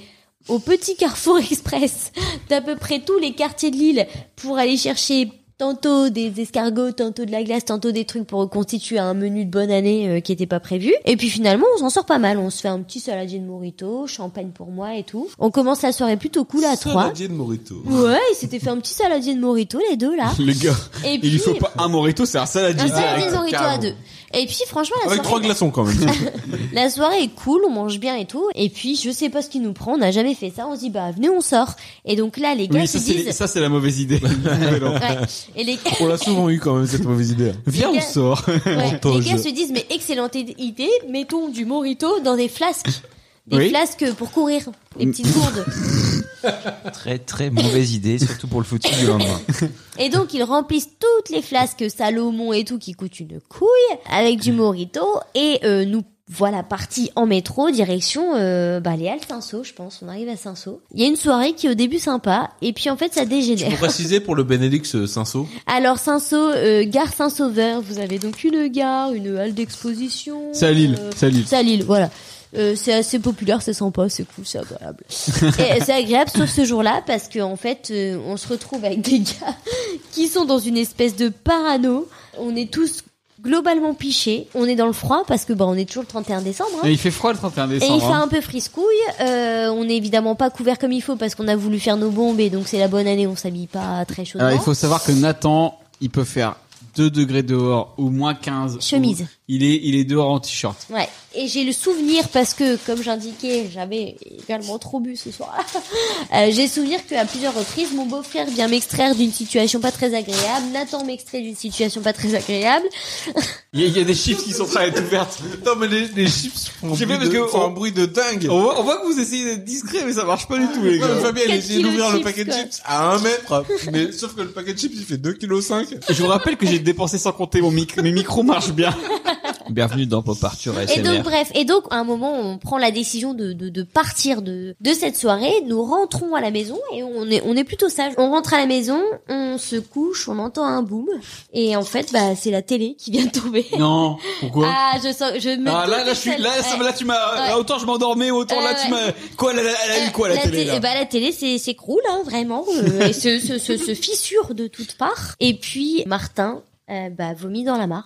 [SPEAKER 7] au petit Carrefour Express d'à peu près tous les quartiers de l'île pour aller chercher tantôt des escargots, tantôt de la glace, tantôt des trucs pour reconstituer un menu de bonne année euh, qui était pas prévu. Et puis finalement, on s'en sort pas mal. On se fait un petit saladier de morito, champagne pour moi et tout. On commence la soirée plutôt cool à trois.
[SPEAKER 5] Saladier de Morito.
[SPEAKER 7] Ouais, ils s'étaient fait un petit saladier de morito les deux là.
[SPEAKER 4] Le gars,
[SPEAKER 7] Et
[SPEAKER 4] il lui
[SPEAKER 7] puis-
[SPEAKER 4] faut pas un morito, c'est un saladier
[SPEAKER 7] Un saladier
[SPEAKER 4] direct.
[SPEAKER 7] de morito à
[SPEAKER 4] Carrément.
[SPEAKER 7] deux. Et puis franchement, la
[SPEAKER 5] Avec
[SPEAKER 7] soirée-
[SPEAKER 5] trois glaçons quand même.
[SPEAKER 7] la soirée est cool, on mange bien et tout. Et puis, je sais pas ce qui nous prend, on n'a jamais fait ça. On se dit, bah, venez, on sort. Et donc là, les gars,
[SPEAKER 2] Oui,
[SPEAKER 7] ils
[SPEAKER 2] ça
[SPEAKER 7] se
[SPEAKER 2] c'est
[SPEAKER 7] disent.
[SPEAKER 2] ça, c'est la mauvaise idée.
[SPEAKER 7] Ouais. Et les...
[SPEAKER 5] On l'a souvent eu quand même cette mauvaise idée.
[SPEAKER 7] Viens, Les on gars-
[SPEAKER 5] sort.
[SPEAKER 7] Ouais. Les gars se disent, mais excellente idée, mettons du morito dans des flasques. Des
[SPEAKER 16] Oui.
[SPEAKER 7] flasques pour courir, les petites gourdes.
[SPEAKER 16] Très très mauvaise idée, surtout pour le footing du lendemain.
[SPEAKER 7] Et donc, ils remplissent toutes les flasques Salomon et tout qui coûtent une couille avec du morito. Et euh, nous voilà partis en métro, direction euh, bah, les Halles Cinceaux, je pense. On arrive à Cinceaux. Il y a une soirée qui est au début sympa, et puis en fait, ça
[SPEAKER 5] Pour
[SPEAKER 7] dégénère.
[SPEAKER 5] préciser pour le euh, Benelux Cinceau.
[SPEAKER 7] Alors, Cinceaux, euh, gare Saint-Sauveur, vous avez donc une gare, une halle d'exposition.
[SPEAKER 5] C'est à Lille,
[SPEAKER 7] euh,
[SPEAKER 5] c'est à Lille.
[SPEAKER 7] C'est à Lille, voilà. Euh, c'est assez populaire, c'est sympa, c'est cool, c'est agréable. Et c'est agréable sauf ce jour-là parce qu'en en fait, euh, on se retrouve avec des gars qui sont dans une espèce de parano. On est tous globalement pichés. On est dans le froid parce que bah, on est toujours le 31 décembre. hein.
[SPEAKER 15] Et il fait froid le 31 décembre.
[SPEAKER 7] Et il fait
[SPEAKER 15] hein.
[SPEAKER 7] un peu friscouille. Euh, on n'est évidemment pas couvert comme il faut parce qu'on a voulu faire nos bombes et donc c'est la bonne année, on s'habille pas très chaudement.
[SPEAKER 5] Ah,
[SPEAKER 2] Alors, il faut savoir que Nathan, il peut faire 2 degrés dehors ou moins 15.
[SPEAKER 7] Chemise.
[SPEAKER 2] Ou- Il est, il est dehors en t-shirt.
[SPEAKER 7] Ouais, et j'ai le souvenir parce que, comme j'indiquais, j'avais également trop bu ce soir-là. Euh, j'ai le souvenir qu'à plusieurs reprises, mon beau-frère vient m'extraire d'une situation pas très agréable. Nathan m'extrait d'une situation pas très agréable.
[SPEAKER 15] Il y, a- il y a des chips qui sont prêts à être ouvertes.
[SPEAKER 5] non mais les, chips font,
[SPEAKER 15] J'ai fait parce que
[SPEAKER 5] un bruit de dingue.
[SPEAKER 2] On voit, on voit que vous essayez d'être discret, mais ça marche pas du tout, les
[SPEAKER 5] Ouais,
[SPEAKER 2] gars.
[SPEAKER 5] mais Fabien, il a essayé d'ouvrir le paquet de
[SPEAKER 2] paquet
[SPEAKER 5] chips à 1 mètre, mais sauf que le paquet de chips il fait 2,5 kg.
[SPEAKER 2] Je vous rappelle que j'ai dépensé sans compter mon micro, mes micros marchent bien.
[SPEAKER 16] Bienvenue dans Pop Arthur
[SPEAKER 7] Et donc
[SPEAKER 16] SMR.
[SPEAKER 7] bref, et donc à un moment on prend la décision de, de, de partir de, de cette soirée, nous rentrons à la maison et on est, on est plutôt sage. On rentre à la maison, on se couche, on entend un boom et en fait bah c'est la télé qui vient de tomber.
[SPEAKER 2] Non, pourquoi
[SPEAKER 7] Ah je, sens, je me
[SPEAKER 2] Ah, là,
[SPEAKER 7] doutais
[SPEAKER 2] là,
[SPEAKER 7] que
[SPEAKER 2] je suis,
[SPEAKER 7] celle-
[SPEAKER 2] là, ça,
[SPEAKER 7] ouais.
[SPEAKER 2] là, tu m'as, là, autant je m'endormais, autant là, tu m'as, quoi, elle, elle- elle a eu quoi, la, télé, là?
[SPEAKER 7] eh ben, la télé c'est- s'écroule hein, vraiment euh, et se, se, se, se fissure de toutes parts. Et puis Martin euh, bah, vomit dans la mare.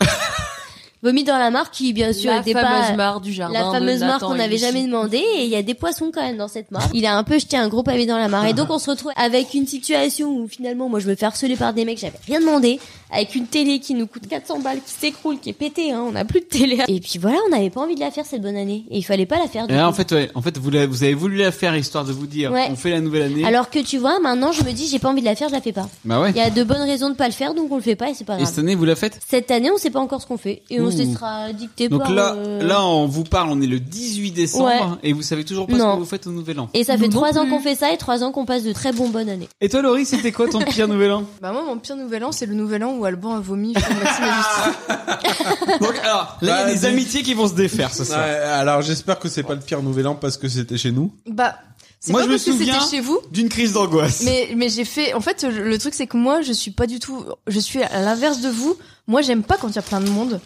[SPEAKER 7] vomit dans la mare qui bien sûr
[SPEAKER 6] La
[SPEAKER 7] était
[SPEAKER 6] fameuse
[SPEAKER 7] pas
[SPEAKER 6] mare du jardin
[SPEAKER 7] la
[SPEAKER 6] de
[SPEAKER 7] fameuse mare
[SPEAKER 6] Nathan
[SPEAKER 7] qu'on
[SPEAKER 6] et
[SPEAKER 7] n'avait
[SPEAKER 6] Lucie.
[SPEAKER 7] jamais demandé et il y a des poissons quand même dans cette mare. Il a un peu jeté un gros pavé dans la mare et donc on se retrouve avec une situation où finalement moi je me fais harceler par des mecs j'avais rien demandé avec une télé qui nous coûte 400 balles qui s'écroule qui est pétée hein, on n'a plus de télé. Et puis voilà, on n'avait pas envie de la faire cette bonne année et il fallait pas la faire. du
[SPEAKER 2] Et là,
[SPEAKER 7] coup.
[SPEAKER 2] en fait, ouais, en fait, vous, l'avez- vous avez voulu la faire histoire de vous dire,
[SPEAKER 7] Ouais.
[SPEAKER 2] on fait la nouvelle année.
[SPEAKER 7] Alors que tu vois, maintenant je me dis, j'ai pas envie de la faire, je la fais pas.
[SPEAKER 2] Bah ouais.
[SPEAKER 7] Il y a de bonnes raisons de pas le faire, donc on le fait pas et c'est pas
[SPEAKER 2] Et
[SPEAKER 7] grave.
[SPEAKER 2] cette année, vous la faites?
[SPEAKER 7] Cette année, on sait pas encore ce qu'on fait et on
[SPEAKER 2] Ouh.
[SPEAKER 7] se laissera dicter
[SPEAKER 2] Donc
[SPEAKER 7] par.
[SPEAKER 2] là,
[SPEAKER 7] euh,
[SPEAKER 2] là, on vous parle, on est le 18 décembre,
[SPEAKER 7] Ouais.
[SPEAKER 2] et vous savez toujours pas ce
[SPEAKER 7] Non.
[SPEAKER 2] que vous faites au nouvel an.
[SPEAKER 7] Et ça fait
[SPEAKER 2] Nous
[SPEAKER 7] trois
[SPEAKER 2] non
[SPEAKER 7] ans
[SPEAKER 2] plus.
[SPEAKER 7] qu'on fait ça et trois ans qu'on passe de très bonnes bonnes années.
[SPEAKER 2] Et toi, Laurie, c'était quoi ton pire nouvel an?
[SPEAKER 3] Bah moi mon pire nouvel an c'est le nouvel an où Alban a vomi. sur Maxime et Justine.
[SPEAKER 2] Donc, alors, euh, là, il y a
[SPEAKER 5] Bah,
[SPEAKER 2] des
[SPEAKER 5] dis-
[SPEAKER 2] amitiés qui vont se défaire ce soir.
[SPEAKER 5] Ouais, alors j'espère que c'est pas le pire nouvel an parce que c'était chez nous.
[SPEAKER 3] bah c'est
[SPEAKER 2] Moi,
[SPEAKER 3] pas
[SPEAKER 2] je me
[SPEAKER 3] parce que
[SPEAKER 2] souviens-
[SPEAKER 3] c'était chez vous.
[SPEAKER 2] D'une crise d'angoisse.
[SPEAKER 3] Mais mais j'ai fait en fait le le truc c'est que moi je suis pas du tout je suis à l'inverse de vous. Moi j'aime pas quand il y a plein de monde.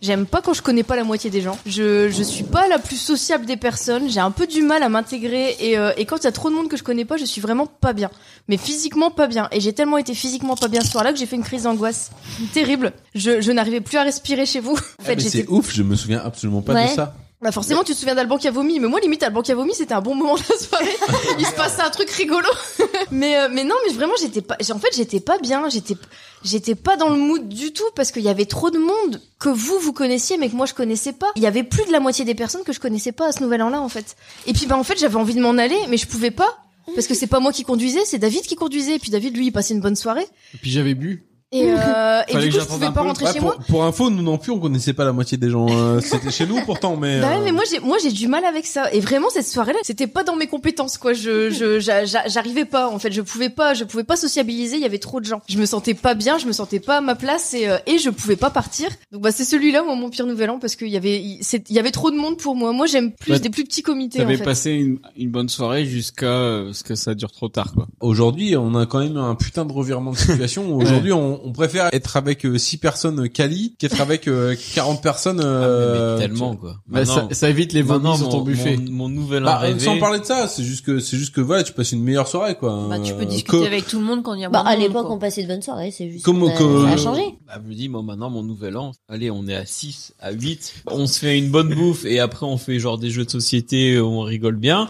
[SPEAKER 3] J'aime pas quand je connais pas la moitié des gens. Je je suis pas la plus sociable des personnes. J'ai un peu du mal à m'intégrer et euh, et quand il y a trop de monde que je connais pas, je suis vraiment pas bien. Mais physiquement pas bien. Et j'ai tellement été physiquement pas bien ce soir-là que j'ai fait une crise d'angoisse terrible. Je je n'arrivais plus à respirer chez vous. En fait,
[SPEAKER 5] mais
[SPEAKER 3] j'étais
[SPEAKER 5] Eh ben, c'est ouf, je me souviens absolument pas de
[SPEAKER 3] Ouais.
[SPEAKER 5] ça.
[SPEAKER 3] Bah forcément, tu te souviens d'Alban qui a vomi, mais moi limite Alban qui a vomi, c'était un bon moment de la soirée. Il se passait un truc rigolo. mais euh, mais non, mais vraiment j'étais pas j'ai- en fait, j'étais pas bien, j'étais j'étais pas dans le mood du tout parce qu'il y avait trop de monde que vous vous connaissiez mais que moi je connaissais pas. Il y avait plus de la moitié des personnes que je connaissais pas à ce nouvel an là en fait. Et puis bah en fait, j'avais envie de m'en aller mais je pouvais pas parce que c'est pas moi qui conduisais, c'est David qui conduisait et puis David lui il passait une bonne soirée
[SPEAKER 2] Et puis j'avais bu.
[SPEAKER 3] et euh, et
[SPEAKER 5] Fallait que
[SPEAKER 3] du coup, je
[SPEAKER 5] j'attende
[SPEAKER 3] pouvais
[SPEAKER 5] un
[SPEAKER 3] pas
[SPEAKER 5] peu.
[SPEAKER 3] rentrer
[SPEAKER 5] Ouais,
[SPEAKER 3] chez
[SPEAKER 5] pour,
[SPEAKER 3] moi.
[SPEAKER 5] Pour info, nous non plus, on connaissait pas la moitié des gens. euh, c'était chez nous pourtant, mais.
[SPEAKER 3] Bah ouais,
[SPEAKER 5] euh,
[SPEAKER 3] mais moi j'ai moi j'ai du mal avec ça et vraiment cette soirée-là c'était pas dans mes compétences quoi je je j'a- j'a- j'arrivais pas en fait je pouvais pas je pouvais pas sociabiliser il y avait trop de gens je me sentais pas bien je me sentais pas à ma place et euh, et je pouvais pas partir donc bah c'est celui-là moi mon pire nouvel an parce qu'il y avait il c'est- il y avait trop de monde pour moi moi j'aime plus
[SPEAKER 2] Ouais.
[SPEAKER 3] des plus petits comités en
[SPEAKER 2] Bah, T'avais
[SPEAKER 3] fait
[SPEAKER 2] passé une, une bonne soirée jusqu'à euh, ce que ça dure trop tard, quoi.
[SPEAKER 5] Aujourd'hui, on a quand même un putain de revirement de situation. Aujourd'hui, on, on préfère être avec 6 personnes quali qu'être avec euh, 40 personnes. euh,
[SPEAKER 4] Ah, tellement,
[SPEAKER 5] tu-
[SPEAKER 4] quoi.
[SPEAKER 2] Bah, ça, ça évite les vomis
[SPEAKER 4] Maintenant,
[SPEAKER 2] sur ton
[SPEAKER 4] mon-
[SPEAKER 2] buffet.
[SPEAKER 4] Mon, mon nouvel an
[SPEAKER 5] Bah,
[SPEAKER 4] rêvé.
[SPEAKER 5] sans parler de ça, c'est juste que c'est juste que voilà, tu passes une meilleure soirée quoi.
[SPEAKER 6] Bah, tu
[SPEAKER 5] Euh,
[SPEAKER 6] peux discuter
[SPEAKER 5] que-
[SPEAKER 6] avec tout le monde quand il y a
[SPEAKER 7] Bah
[SPEAKER 6] moins
[SPEAKER 7] à
[SPEAKER 6] de monde,
[SPEAKER 7] l'époque
[SPEAKER 6] quoi.
[SPEAKER 7] on passait de bonnes soirées, c'est juste
[SPEAKER 5] Comment
[SPEAKER 7] qu'on a-
[SPEAKER 5] que-
[SPEAKER 7] ça a changé.
[SPEAKER 4] Bah, je me dis, moi, maintenant, mon nouvel an, allez, on est à 6, à 8, on se fait une bonne bouffe et après, on fait genre des jeux de société, on rigole bien.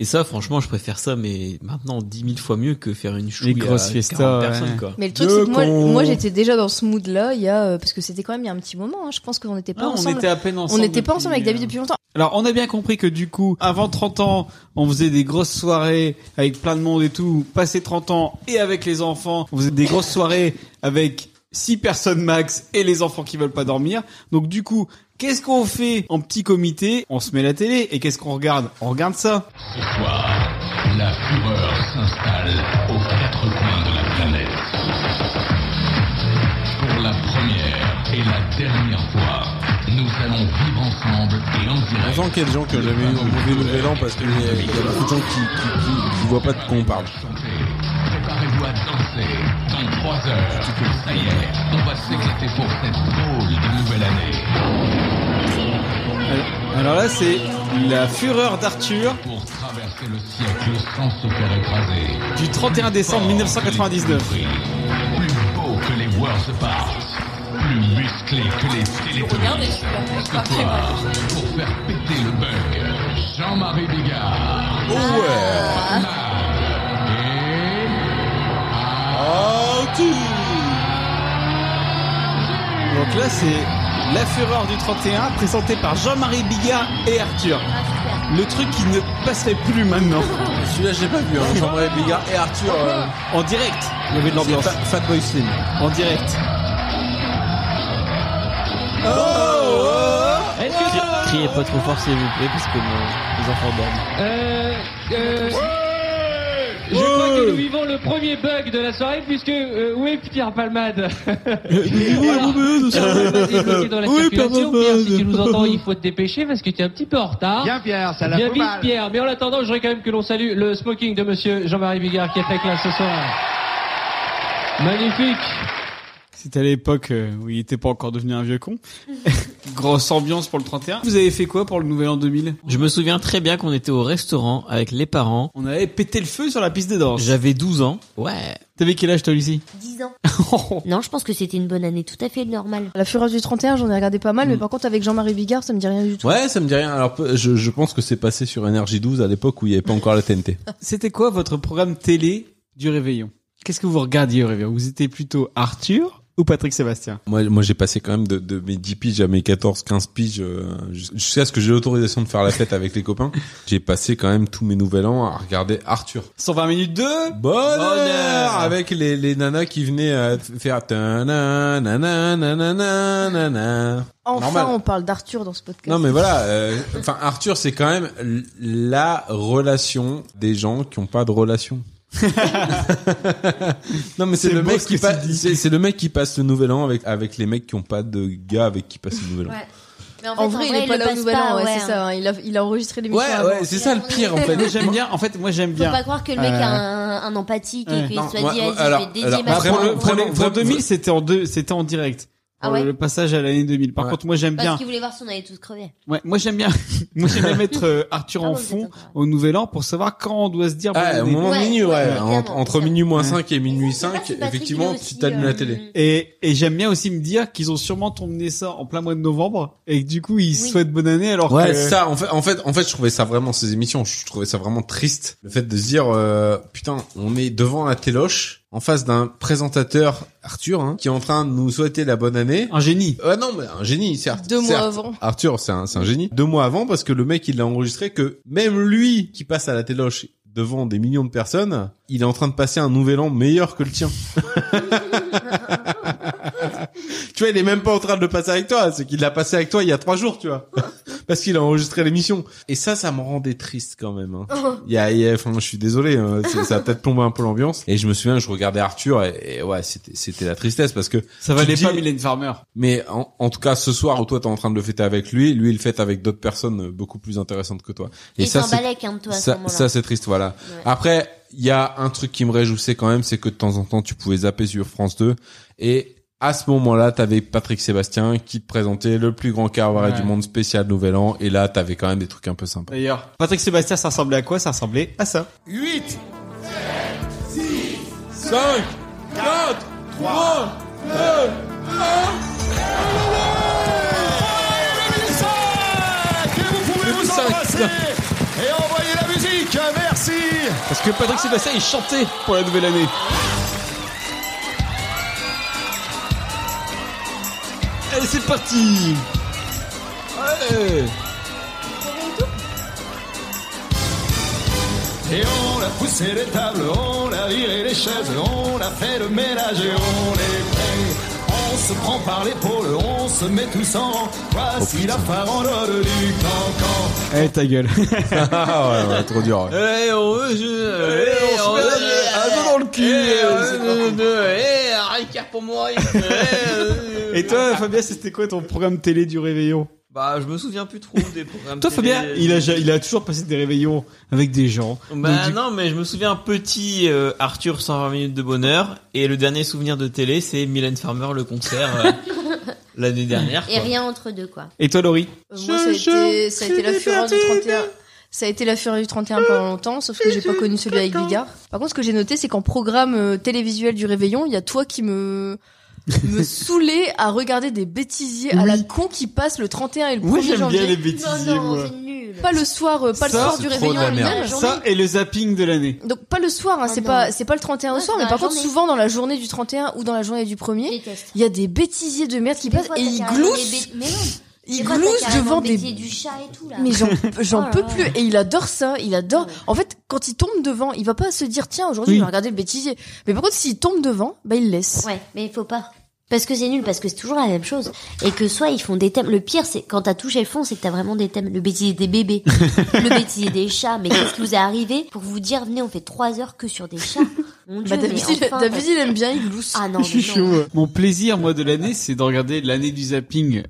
[SPEAKER 4] Et ça, franchement, je préfère ça, mais maintenant, 10 000 fois mieux que faire une chouille
[SPEAKER 2] Les grosses
[SPEAKER 4] à
[SPEAKER 2] fiestas,
[SPEAKER 4] 40
[SPEAKER 2] ouais.
[SPEAKER 4] personnes, quoi.
[SPEAKER 3] Mais le truc, c'est que moi, moi j'étais déjà dans ce mood-là, il y a, euh, parce que c'était quand même il y a un petit moment, hein, je pense qu'on n'était pas
[SPEAKER 2] Ah, on
[SPEAKER 3] ensemble.
[SPEAKER 2] était à peine
[SPEAKER 3] On
[SPEAKER 2] ensemble
[SPEAKER 3] n'était
[SPEAKER 2] depuis, euh,
[SPEAKER 3] pas ensemble avec David depuis longtemps.
[SPEAKER 2] Alors, on a bien compris que du coup, avant 30 ans, on faisait des grosses soirées avec plein de monde et tout. Passé 30 ans et avec les enfants, on faisait des grosses soirées avec 6 personnes max et les enfants qui veulent pas dormir. Donc du coup, qu'est-ce qu'on fait en petit comité On se met la télé et qu'est-ce qu'on regarde On regarde ça.
[SPEAKER 6] Ce soir, la fureur s'installe aux quatre coins de la planète. Pour la première et la dernière fois, nous allons vivre ensemble et en direct.
[SPEAKER 17] Avant qu'il y ait des gens qui ont jamais eu un mauvais nouvel an parce qu'il y, a- il y a beaucoup de gens qui, qui, qui, qui voient pas de quoi on parle.
[SPEAKER 6] Préparez-vous à danser dans 3 heures. Ça y est, on va s'éclater pour cette drôle de nouvelle année.
[SPEAKER 2] Alors là, c'est la fureur d'Arthur
[SPEAKER 6] Pour traverser le siècle sans se faire écraser.
[SPEAKER 2] du 31 décembre 1999.
[SPEAKER 6] Plus beau que les Worlds Apart. Plus musclé que les Télétonies. Ce soir, pour faire péter le bug, Jean-Marie Bigard.
[SPEAKER 17] Oh ouais
[SPEAKER 2] Donc là, c'est la fureur du 31 présentée par Jean-Marie Bigard et Arthur. Le truc qui ne passerait plus maintenant.
[SPEAKER 5] Celui-là, je l'ai pas vu. Hein. Jean-Marie Bigard et Arthur. euh,
[SPEAKER 2] En direct, il y avait de l'ambiance.
[SPEAKER 5] C'est Fa- Fatboy Slim.
[SPEAKER 2] En direct.
[SPEAKER 4] Oh, Criez pas trop fort, s'il vous plaît, parce que mon- les enfants dorment.
[SPEAKER 18] Je crois que nous vivons le premier bug de la soirée puisque euh, où est Pierre Palmade
[SPEAKER 2] Euh,
[SPEAKER 18] Voilà. Pierre Palmade est bloqué dans la
[SPEAKER 6] Où est
[SPEAKER 18] circulation.
[SPEAKER 6] Pierre
[SPEAKER 18] Pierre,
[SPEAKER 6] Palmade
[SPEAKER 18] si tu nous entends, Oh, il faut te dépêcher parce que tu es un petit peu en retard.
[SPEAKER 6] Bien, Pierre, ça la
[SPEAKER 18] Bien
[SPEAKER 6] fout
[SPEAKER 18] vite,
[SPEAKER 6] mal.
[SPEAKER 18] Pierre. Mais en attendant, je voudrais quand même que l'on salue le smoking de Monsieur Jean-Marie Bigard qui est très classe ce soir. Magnifique.
[SPEAKER 2] C'était à l'époque euh, où il était pas encore devenu un vieux con. Grosse ambiance pour le 31. Vous avez fait quoi pour le nouvel an 2000
[SPEAKER 4] Je me souviens très bien qu'on était au restaurant avec les parents.
[SPEAKER 2] On avait pété le feu sur la piste des danses.
[SPEAKER 4] J'avais 12 ans. Ouais.
[SPEAKER 2] T'avais quel âge, toi, Lucie
[SPEAKER 7] 10 ans. non, je pense que c'était une bonne année tout à fait normale.
[SPEAKER 3] La fureur du 31, j'en ai regardé pas mal,
[SPEAKER 2] Mm.
[SPEAKER 3] mais par contre, avec Jean-Marie Bigard, ça me dit rien du tout.
[SPEAKER 5] Ouais, ça me dit rien. Alors, peu- je, je pense que c'est passé sur NRJ12 à l'époque où il n'y avait pas encore la TNT.
[SPEAKER 2] C'était quoi votre programme télé du réveillon Qu'est-ce que vous regardiez au réveillon Vous étiez plutôt Arthur ou Patrick Sébastien
[SPEAKER 5] Moi, moi j'ai passé quand même de, de mes 10 piges à mes 14, 15 piges, euh, jus- jusqu'à ce que j'ai l'autorisation de faire la fête avec les copains. J'ai passé quand même tous mes nouvel an à regarder Arthur.
[SPEAKER 2] 120 minutes de
[SPEAKER 5] bonheur, avec les, les nanas qui venaient euh, f- faire ta na na na na na na na na.
[SPEAKER 3] Enfin,
[SPEAKER 5] Normal.
[SPEAKER 3] on parle d'Arthur dans ce podcast.
[SPEAKER 5] Non mais voilà, euh, enfin Arthur c'est quand même l- la relation des gens qui ont pas de relation. non mais c'est
[SPEAKER 2] C'est
[SPEAKER 5] le
[SPEAKER 2] beau
[SPEAKER 5] mec
[SPEAKER 2] ce
[SPEAKER 5] qui
[SPEAKER 2] que
[SPEAKER 5] passe,
[SPEAKER 2] tu dis.
[SPEAKER 5] c'est c'est le mec qui passe le nouvel an avec avec les mecs qui ont pas de gars avec qui passent le nouvel an.
[SPEAKER 3] en,
[SPEAKER 7] fait, en
[SPEAKER 3] vrai, il
[SPEAKER 7] vrai,
[SPEAKER 3] est
[SPEAKER 7] il
[SPEAKER 3] pas
[SPEAKER 7] le
[SPEAKER 3] là au
[SPEAKER 7] passe
[SPEAKER 3] nouvel
[SPEAKER 7] pas,
[SPEAKER 3] an, ouais,
[SPEAKER 7] ouais,
[SPEAKER 3] c'est
[SPEAKER 7] hein.
[SPEAKER 3] ça. hein, il, a, il a enregistré l'émission.
[SPEAKER 5] Ouais,
[SPEAKER 3] avant.
[SPEAKER 5] ouais, c'est ça le pire en fait.
[SPEAKER 2] Moi, j'aime bien. En fait, moi j'aime
[SPEAKER 7] Faut
[SPEAKER 2] bien.
[SPEAKER 7] pas croire que le mec
[SPEAKER 2] Euh,
[SPEAKER 7] a un, un empathique et
[SPEAKER 2] ouais.
[SPEAKER 7] qu'il
[SPEAKER 2] Non,
[SPEAKER 7] soit
[SPEAKER 2] moi-
[SPEAKER 7] dit,
[SPEAKER 2] moi-
[SPEAKER 7] vas-y, je
[SPEAKER 2] alors-
[SPEAKER 7] vais dédier
[SPEAKER 2] alors,
[SPEAKER 7] ma
[SPEAKER 2] bah, pour
[SPEAKER 7] soirée
[SPEAKER 2] le-
[SPEAKER 7] au
[SPEAKER 2] pour le-
[SPEAKER 7] bug.
[SPEAKER 2] pour 2000, c'était en deux, c'était en direct.
[SPEAKER 7] Ah
[SPEAKER 2] Pour
[SPEAKER 7] ouais
[SPEAKER 2] Le passage à l'année 2000. Par contre, moi j'aime bien.
[SPEAKER 7] Parce qu'il voulait voir si on allait tous crever. Ah
[SPEAKER 2] Ouais, moi j'aime bien. moi j'aime bien mettre euh, Arthur en fond au Nouvel An pour savoir quand on doit se dire. bonne
[SPEAKER 5] Ah, au
[SPEAKER 2] année.
[SPEAKER 5] moment de minuit, ouais,
[SPEAKER 2] clairement,
[SPEAKER 5] entre, entre minuit moins
[SPEAKER 2] Ouais.
[SPEAKER 5] 5 et minuit
[SPEAKER 7] Ah,
[SPEAKER 5] 5, effectivement, tu t'allumes
[SPEAKER 7] euh,
[SPEAKER 5] la télé.
[SPEAKER 2] Et, et j'aime bien aussi me dire qu'ils ont sûrement tourné ça en plein mois de novembre et que du coup ils se souhaitent bonne année alors
[SPEAKER 5] ouais,
[SPEAKER 2] que.
[SPEAKER 5] ça en fait en fait en fait je trouvais ça vraiment ces émissions, je trouvais ça vraiment triste le fait de se dire euh, putain, on est devant la téloche en face d'un présentateur Arthur hein, qui est en train de nous souhaiter la bonne année.
[SPEAKER 2] Un génie.
[SPEAKER 5] Ouais non, mais un génie certes.
[SPEAKER 3] Ah. Deux mois
[SPEAKER 5] certes.
[SPEAKER 3] avant. Euh,
[SPEAKER 5] Arthur, c'est un, c'est un génie. Deux mois avant parce que le mec il l'a enregistré que même lui qui passe à la téloche devant des millions de personnes, il est en train de passer un nouvel an meilleur que le tien. tu vois, il est même pas en train de le passer avec toi, c'est qu'il l'a passé avec toi il y a trois jours, tu vois. Parce qu'il a enregistré l'émission. Et ça, ça me rendait triste quand même. hein. Il y a, il y a- enfin, je suis désolé, hein, c'est- ça a peut-être plombé un peu l'ambiance. Et je me souviens, je regardais Arthur et, et ouais, c'était, c'était la tristesse parce que
[SPEAKER 2] Ça valait
[SPEAKER 5] tu te
[SPEAKER 2] pas
[SPEAKER 5] dis-
[SPEAKER 2] Mylène Farmer.
[SPEAKER 5] mais en, en tout cas, ce soir où toi t'es en train de le fêter avec lui, lui il fête avec d'autres personnes euh, beaucoup plus intéressantes que toi.
[SPEAKER 7] Il
[SPEAKER 5] ça,
[SPEAKER 7] s'emballait
[SPEAKER 5] c'est-
[SPEAKER 7] avec un de toi à ce
[SPEAKER 5] ça,
[SPEAKER 7] moment-là.
[SPEAKER 5] ça, c'est triste, voilà. Après, il y a un truc qui me réjouissait quand même, c'est que de temps en temps tu pouvais zapper sur France 2 et à ce moment-là, t'avais Patrick Sébastien qui te présentait le plus grand cabaret
[SPEAKER 2] Ouais.
[SPEAKER 5] du monde spécial Nouvel An et là t'avais quand même des trucs un peu sympas.
[SPEAKER 2] D'ailleurs, Patrick Sébastien, ça ressemblait à quoi Ça ressemblait à ça.
[SPEAKER 5] 8 6 5 4 3 2
[SPEAKER 6] Et vous pouvez vous embrasser et envoyer la musique avec
[SPEAKER 19] Parce que Patrick Sébastien, il chantait pour la nouvelle année. Allez, c'est parti Allez
[SPEAKER 20] Et on a poussé les tables, on a viré les chaises, on a fait le ménage et on est prêt. On se prend par l'épaule, on se met tous en rang. Voici
[SPEAKER 5] Oh,
[SPEAKER 20] la farandole du cancan.
[SPEAKER 2] Eh, ta gueule.
[SPEAKER 5] ah ouais, ouais, trop dur. ouais.
[SPEAKER 2] Euh,
[SPEAKER 4] Eh, on veut je... Eh,
[SPEAKER 5] on se met un doigt dans le cul,
[SPEAKER 4] Eh,
[SPEAKER 5] eh,
[SPEAKER 4] un,
[SPEAKER 5] c'est pas
[SPEAKER 4] deux,
[SPEAKER 5] con.
[SPEAKER 4] deux, Eh, un quart pour moi eh, euh,
[SPEAKER 2] Et toi, Fabien, c'était quoi ton programme télé du réveillon
[SPEAKER 4] Bah, je me souviens plus trop des programmes.
[SPEAKER 2] Toi,
[SPEAKER 4] télé.
[SPEAKER 2] Fabien, il a, il a toujours passé des réveillons avec des gens.
[SPEAKER 4] Bah
[SPEAKER 2] Donc, du-
[SPEAKER 4] non, mais je me souviens petit euh, Arthur 120 minutes de bonheur et le dernier souvenir de télé c'est Mylène Farmer le concert euh, l'année dernière.
[SPEAKER 7] Et
[SPEAKER 4] quoi.
[SPEAKER 7] rien entre deux, quoi.
[SPEAKER 2] Et toi, Laurie
[SPEAKER 3] Euh, moi, ça a, été, ça a été la fureur du 31. Ça a été la fureur du 31 pendant longtemps, sauf que j'ai pas connu celui avec Bigard. Par contre, ce que j'ai noté, c'est qu'en programme euh, télévisuel du réveillon, il y a toi qui me me saoulait à regarder des bêtisiers à la con qui passent le 31 et le 1er
[SPEAKER 2] Moi, j'aime
[SPEAKER 3] janvier.
[SPEAKER 2] bien les bêtisiers, moi.
[SPEAKER 3] Pas le soir, euh,
[SPEAKER 2] Ça,
[SPEAKER 3] pas le soir
[SPEAKER 2] c'est
[SPEAKER 3] du
[SPEAKER 2] trop
[SPEAKER 3] réveillon
[SPEAKER 2] de la
[SPEAKER 3] lui-même,
[SPEAKER 2] merde.
[SPEAKER 3] la journée.
[SPEAKER 2] Ça et le zapping de l'année.
[SPEAKER 3] Donc pas le soir, hein, c'est pas c'est pas le 31 au soir,
[SPEAKER 7] Ah
[SPEAKER 3] mais
[SPEAKER 7] dans
[SPEAKER 3] par
[SPEAKER 7] la
[SPEAKER 3] contre
[SPEAKER 7] journée.
[SPEAKER 3] souvent dans la journée du 31 ou dans la journée du 1er, il y a des bêtisiers de merde qui
[SPEAKER 7] Des
[SPEAKER 3] passent
[SPEAKER 7] fois,
[SPEAKER 3] et
[SPEAKER 7] t'as
[SPEAKER 3] ils
[SPEAKER 7] carrément des
[SPEAKER 3] gloussent.
[SPEAKER 7] bêt- Mais non.
[SPEAKER 3] Ils
[SPEAKER 7] Des fois, t'as
[SPEAKER 3] gloussent
[SPEAKER 7] carrément
[SPEAKER 3] devant
[SPEAKER 7] le
[SPEAKER 3] des-
[SPEAKER 7] bêtier du chat et tout, là.
[SPEAKER 3] Mais j'en j'en
[SPEAKER 7] Oh là
[SPEAKER 3] peux
[SPEAKER 7] là.
[SPEAKER 3] plus et il adore ça, il adore. En fait, quand il tombe devant, il va pas se dire tiens aujourd'hui je vais regarder le bêtisier. Mais par contre s'il tombe devant, bah il laisse.
[SPEAKER 7] Ouais, mais il faut pas. Parce que c'est nul, parce que c'est toujours la même chose. Et que soit ils font des thèmes. Le pire, c'est quand t'as touché le fond, c'est que t'as vraiment des thèmes. Le bêtisier des bébés, le bêtisier des chats. Mais qu'est-ce qui vous est arrivé pour vous dire, venez, on fait trois heures que sur des chats Mon Dieu,
[SPEAKER 3] Bah,
[SPEAKER 7] mais
[SPEAKER 3] d'habitude-
[SPEAKER 7] enfin,
[SPEAKER 3] d'habitude,
[SPEAKER 7] parce-
[SPEAKER 3] il aime bien, il glousse.
[SPEAKER 7] Ah non,
[SPEAKER 2] Je suis
[SPEAKER 7] mais non.
[SPEAKER 2] chaud. Mon plaisir, moi, de l'année, c'est de regarder l'année du zapping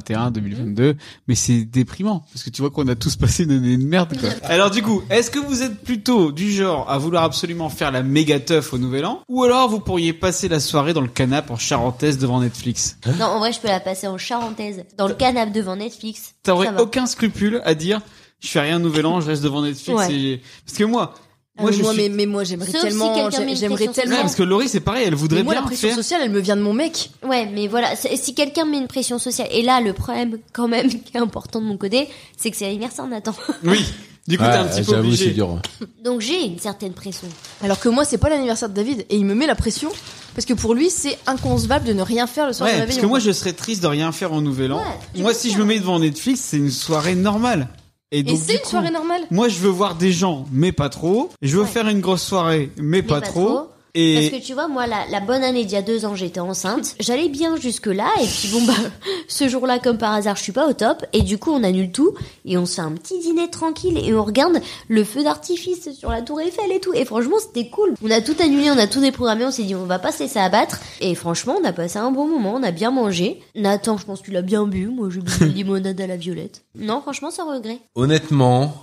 [SPEAKER 2] 2021-2022. Mais c'est déprimant. Parce que tu vois qu'on a tous passé une année de merde, quoi. Alors, du coup, est-ce que vous êtes plutôt du genre à vouloir absolument faire la méga teuf au nouvel an? Ou alors vous pourriez passer la soirée dans le canapé en charentaise devant Netflix?
[SPEAKER 7] Non, en vrai, je peux la passer en charentaise, dans le canapé devant Netflix. Ça
[SPEAKER 2] T'aurais
[SPEAKER 7] va.
[SPEAKER 2] aucun scrupule à dire, je fais rien au nouvel an, je reste devant Netflix
[SPEAKER 7] Ouais.
[SPEAKER 2] et... Parce que moi,
[SPEAKER 3] Ah,
[SPEAKER 2] moi,
[SPEAKER 3] mais
[SPEAKER 2] je
[SPEAKER 3] moi,
[SPEAKER 2] suis...
[SPEAKER 3] mais, mais moi j'aimerais
[SPEAKER 7] euh, Sauf si
[SPEAKER 3] tellement
[SPEAKER 7] quelqu'un met une
[SPEAKER 3] j'aimerais
[SPEAKER 7] pression
[SPEAKER 2] Ouais,
[SPEAKER 3] tellement.
[SPEAKER 2] parce que Laurie, c'est pareil, elle voudrait
[SPEAKER 3] Mais moi la
[SPEAKER 2] bien
[SPEAKER 3] pression
[SPEAKER 2] faire.
[SPEAKER 3] sociale elle me vient de mon mec.
[SPEAKER 7] Ouais, mais voilà, c'est- si quelqu'un met une pression sociale, et là, le problème, quand même, qui est important de mon côté, c'est que c'est anniversaire, Nathan.
[SPEAKER 2] Oui. Du coup,
[SPEAKER 5] Ouais,
[SPEAKER 2] t'es un petit peu
[SPEAKER 5] j'avoue,
[SPEAKER 2] obligé.
[SPEAKER 5] c'est dur.
[SPEAKER 7] Donc j'ai une certaine pression.
[SPEAKER 3] Alors que moi c'est pas l'anniversaire de David et il me met la pression parce que pour lui c'est inconcevable de ne rien faire le soir du
[SPEAKER 2] Ouais, parce
[SPEAKER 3] réveillon.
[SPEAKER 2] que moi je serais triste de rien faire au nouvel an. moi si je me mets devant Netflix, c'est une soirée normale. Et,
[SPEAKER 3] Et
[SPEAKER 2] donc
[SPEAKER 3] c'est
[SPEAKER 2] du
[SPEAKER 3] une
[SPEAKER 2] coup,
[SPEAKER 3] soirée normale.
[SPEAKER 2] Moi je veux voir des gens, mais pas trop. Je veux faire une grosse soirée, mais, pas, trop. Et
[SPEAKER 7] Parce que tu vois, moi, la, la bonne année d'il y a deux ans, j'étais enceinte. J'allais bien jusque-là, et puis bon, bah, ce jour-là, comme par hasard, je suis pas au top, et du coup, on annule tout, et on se fait un petit dîner tranquille, et on regarde le feu d'artifice sur la Tour Eiffel et tout. Et franchement, c'était cool. On a tout annulé, on a tout déprogrammé, on s'est dit, on va pas se laisser abattre. Et franchement, on a passé un bon moment, on a bien mangé. Nathan, je pense que tu l'as bien bu. Moi, j'ai bu une limonade à la violette. Non, franchement, sans regret.
[SPEAKER 5] Honnêtement,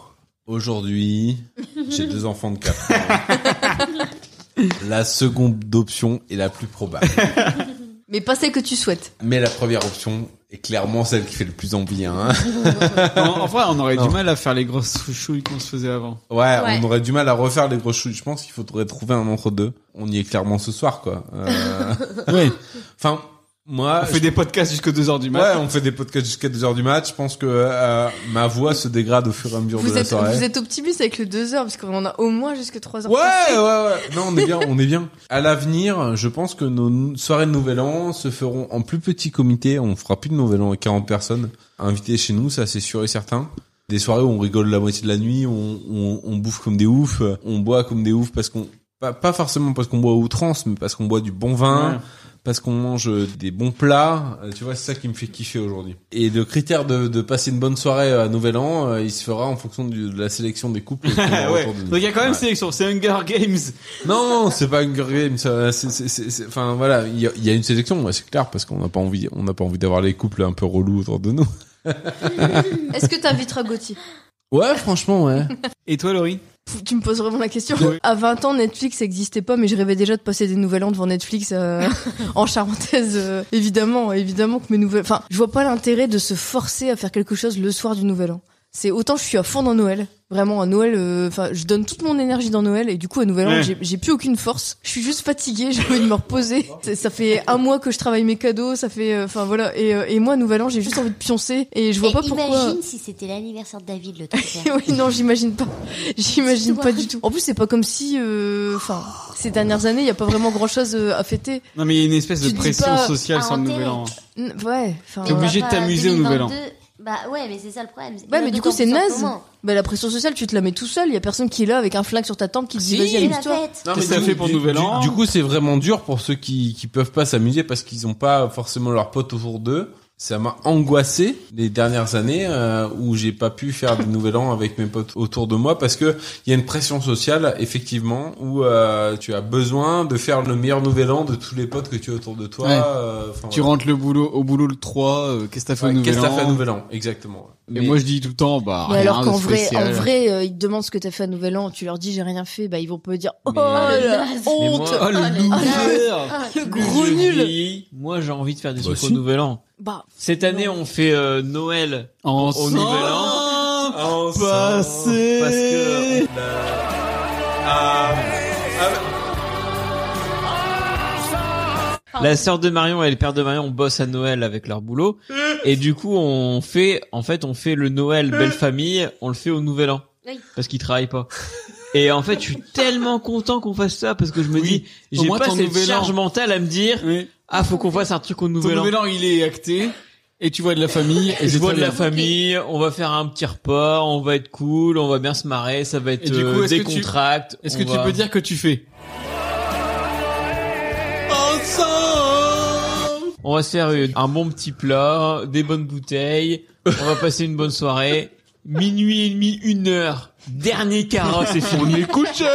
[SPEAKER 5] aujourd'hui, j'ai deux enfants de 4 ans. La seconde option est la plus probable.
[SPEAKER 3] Mais pas celle que tu souhaites.
[SPEAKER 5] Mais la première option est clairement celle qui fait le plus envie. Hein.
[SPEAKER 2] en, en vrai, on aurait du mal à faire les grosses chouilles qu'on se faisait avant.
[SPEAKER 5] Ouais, on aurait du mal à refaire les grosses chouilles. Je pense qu'il faudrait trouver un entre-deux. On y est clairement ce soir, quoi. Euh,
[SPEAKER 2] Ouais.
[SPEAKER 5] Enfin, moi...
[SPEAKER 2] On fait des podcasts jusqu'à 2h du
[SPEAKER 5] Ouais,
[SPEAKER 2] matin.
[SPEAKER 5] on fait des podcasts jusqu'à 2h du match. Je pense que euh, ma voix se dégrade au fur et à mesure de
[SPEAKER 3] Vous
[SPEAKER 5] la
[SPEAKER 3] êtes,
[SPEAKER 5] soirée.
[SPEAKER 3] vous êtes optimiste avec le 2 heures parce qu'on en a au moins jusque 3 heures.
[SPEAKER 5] Ouais, ouais, ouais. Non, on est bien, on est bien. À l'avenir, je pense que nos nou- soirées de Nouvel An se feront en plus petit comité. On fera plus de Nouvel An à 40 personnes invitées chez nous, ça c'est sûr et certain. Des soirées où on rigole la moitié de la nuit, on, on, on bouffe comme des oufs, euh, on boit comme des oufs parce qu'on pas, pas forcément parce qu'on boit à outrance, mais parce qu'on boit du bon vin.
[SPEAKER 2] Ouais.
[SPEAKER 5] Parce qu'on mange des bons plats, Euh, tu vois, c'est ça qui me fait kiffer aujourd'hui. Et le critère de, de passer une bonne soirée à Nouvel An, euh, il se fera en fonction du- de la sélection des couples. qu'on aura
[SPEAKER 2] Ouais.
[SPEAKER 5] autour de nous.
[SPEAKER 2] Donc il y a quand même
[SPEAKER 5] Ouais.
[SPEAKER 2] sélection, c'est Hunger Games.
[SPEAKER 5] Non, c'est pas Hunger Games. ça, c'est- c'est- c'est- c'est- Enfin voilà, il y, a- il y a une sélection, ouais, c'est clair, parce qu'on n'a pas envie, on n'a pas envie d'avoir les couples un peu relous autour de nous.
[SPEAKER 3] Est-ce que t'inviteras Gauthier
[SPEAKER 5] Ouais, franchement, ouais.
[SPEAKER 2] Et toi Laurie
[SPEAKER 3] Pff, Tu me poses vraiment la question.
[SPEAKER 2] Ouais.
[SPEAKER 3] À 20 ans, Netflix n'existait pas, mais je rêvais déjà de passer des nouvelles ans devant Netflix euh, en charentaise. euh, évidemment, évidemment que mes nouvelles. Enfin, je vois pas l'intérêt de se forcer à faire quelque chose le soir du nouvel an. C'est autant je suis à fond dans Noël. Vraiment, à Noël, euh, enfin, je donne toute mon énergie dans Noël et du coup, à Nouvel An,
[SPEAKER 4] Ouais.
[SPEAKER 3] j'ai- j'ai plus aucune force. Je suis juste fatiguée, j'ai envie de me reposer. C'est- Ça fait un mois que je travaille mes cadeaux, ça fait, euh, enfin voilà. Et, euh, et moi, à Nouvel An, j'ai juste envie de pioncer et je vois
[SPEAKER 7] Et
[SPEAKER 3] pas pourquoi.
[SPEAKER 7] Imagine si c'était l'anniversaire de David le truc.
[SPEAKER 3] oui, non, j'imagine pas. J'imagine
[SPEAKER 7] Surtout
[SPEAKER 3] pas
[SPEAKER 7] après.
[SPEAKER 3] du tout. En plus, c'est pas comme si, euh, enfin, ces dernières années, il y a pas vraiment grand chose à fêter.
[SPEAKER 2] Non, mais il y a une espèce
[SPEAKER 3] Tu
[SPEAKER 2] de
[SPEAKER 3] dis
[SPEAKER 2] pression
[SPEAKER 3] pas
[SPEAKER 2] sociale
[SPEAKER 3] à
[SPEAKER 2] sur le
[SPEAKER 3] enterrer.
[SPEAKER 2] nouvel an.
[SPEAKER 3] N- Ouais, enfin.
[SPEAKER 2] T'es obligé de t'amuser au nouvel an.
[SPEAKER 7] Bah ouais, mais c'est ça le problème.
[SPEAKER 3] Ouais, mais du coup, c'est naze.
[SPEAKER 7] Comment
[SPEAKER 3] Bah, la pression sociale, tu te la mets tout seul. Il y a personne qui est là avec un flingue sur ta tempe qui te dit,
[SPEAKER 7] Si,
[SPEAKER 3] vas-y,
[SPEAKER 7] c'est la
[SPEAKER 3] amuse-toi.
[SPEAKER 7] fête. Ah
[SPEAKER 2] Qu'est-ce que t'as
[SPEAKER 14] du-
[SPEAKER 2] fait pour
[SPEAKER 14] du-
[SPEAKER 2] Nouvel
[SPEAKER 14] du-
[SPEAKER 2] An
[SPEAKER 14] Du coup, c'est vraiment dur pour ceux qui qui peuvent pas s'amuser parce qu'ils ont pas forcément leurs potes autour d'eux. Ça m'a angoissé les dernières années euh, où j'ai pas pu faire des nouvel an avec mes potes autour de moi parce que il y a une pression sociale effectivement où euh, tu as besoin de faire le meilleur nouvel an de tous les potes que tu as autour de toi.
[SPEAKER 2] Ouais.
[SPEAKER 14] euh, enfin,
[SPEAKER 2] Tu
[SPEAKER 14] voilà.
[SPEAKER 2] rentres le boulot, au boulot le 3, euh, qu'est-ce que t'as fait
[SPEAKER 14] Ouais,
[SPEAKER 2] au nouvel
[SPEAKER 14] qu'est-ce
[SPEAKER 2] an
[SPEAKER 14] que t'as fait à nouvel an exactement.
[SPEAKER 2] Et
[SPEAKER 14] Mais-
[SPEAKER 2] moi, je dis tout le temps, bah,
[SPEAKER 3] Mais
[SPEAKER 2] rien
[SPEAKER 3] alors qu'en
[SPEAKER 2] de
[SPEAKER 3] vrai, en
[SPEAKER 2] spécial.
[SPEAKER 3] vrai, euh, ils te demandent ce que t'as fait à Nouvel An, tu leur dis j'ai rien fait, bah ils vont pas dire oh
[SPEAKER 4] Mais-
[SPEAKER 3] la
[SPEAKER 4] Mais
[SPEAKER 3] honte,
[SPEAKER 4] moi- Oh, le loser.
[SPEAKER 3] le Ah, gros
[SPEAKER 4] je
[SPEAKER 3] nul.
[SPEAKER 4] vieillis, Moi, j'ai envie de faire des
[SPEAKER 2] Toi
[SPEAKER 4] trucs au
[SPEAKER 2] aussi.
[SPEAKER 4] Nouvel An.
[SPEAKER 3] Bah,
[SPEAKER 4] Cette année, on fait euh, Noël au
[SPEAKER 2] Ensemble.
[SPEAKER 4] Nouvel An.
[SPEAKER 2] Passé.
[SPEAKER 4] Parce que... euh, La sœur de Marion et le père de Marion bossent à Noël avec leur boulot. Et du coup, on fait, en fait, on fait le Noël belle famille, on le fait au Nouvel An.
[SPEAKER 7] Oui.
[SPEAKER 4] Parce qu'ils travaillent pas. Et en fait, je suis tellement content qu'on fasse ça Ah, parce que je me dis,
[SPEAKER 2] Au
[SPEAKER 4] j'ai
[SPEAKER 2] moins,
[SPEAKER 4] pas
[SPEAKER 2] ton
[SPEAKER 4] cette
[SPEAKER 2] Nouvel An.
[SPEAKER 4] charge mentale à me dire, ah, faut qu'on fasse un truc au
[SPEAKER 2] Ton
[SPEAKER 4] Nouvel An.
[SPEAKER 2] nouvel an, il est acté, et tu vois de la famille, et
[SPEAKER 4] Je
[SPEAKER 2] c'est
[SPEAKER 4] vois
[SPEAKER 2] très
[SPEAKER 4] de la
[SPEAKER 2] bien.
[SPEAKER 4] famille, on va faire un petit repas, on va être cool, on va bien se marrer, ça va être
[SPEAKER 2] Et du coup,
[SPEAKER 4] euh,
[SPEAKER 2] est-ce
[SPEAKER 4] des
[SPEAKER 2] que tu-
[SPEAKER 4] contracts.
[SPEAKER 2] Est-ce
[SPEAKER 4] on
[SPEAKER 2] que tu
[SPEAKER 4] va-
[SPEAKER 2] peux dire que tu fais?
[SPEAKER 4] On va se faire euh, un bon petit plat, des bonnes bouteilles, on va passer une bonne soirée. Minuit et demi, une heure, dernier carotte, c'est fini.
[SPEAKER 2] On est couché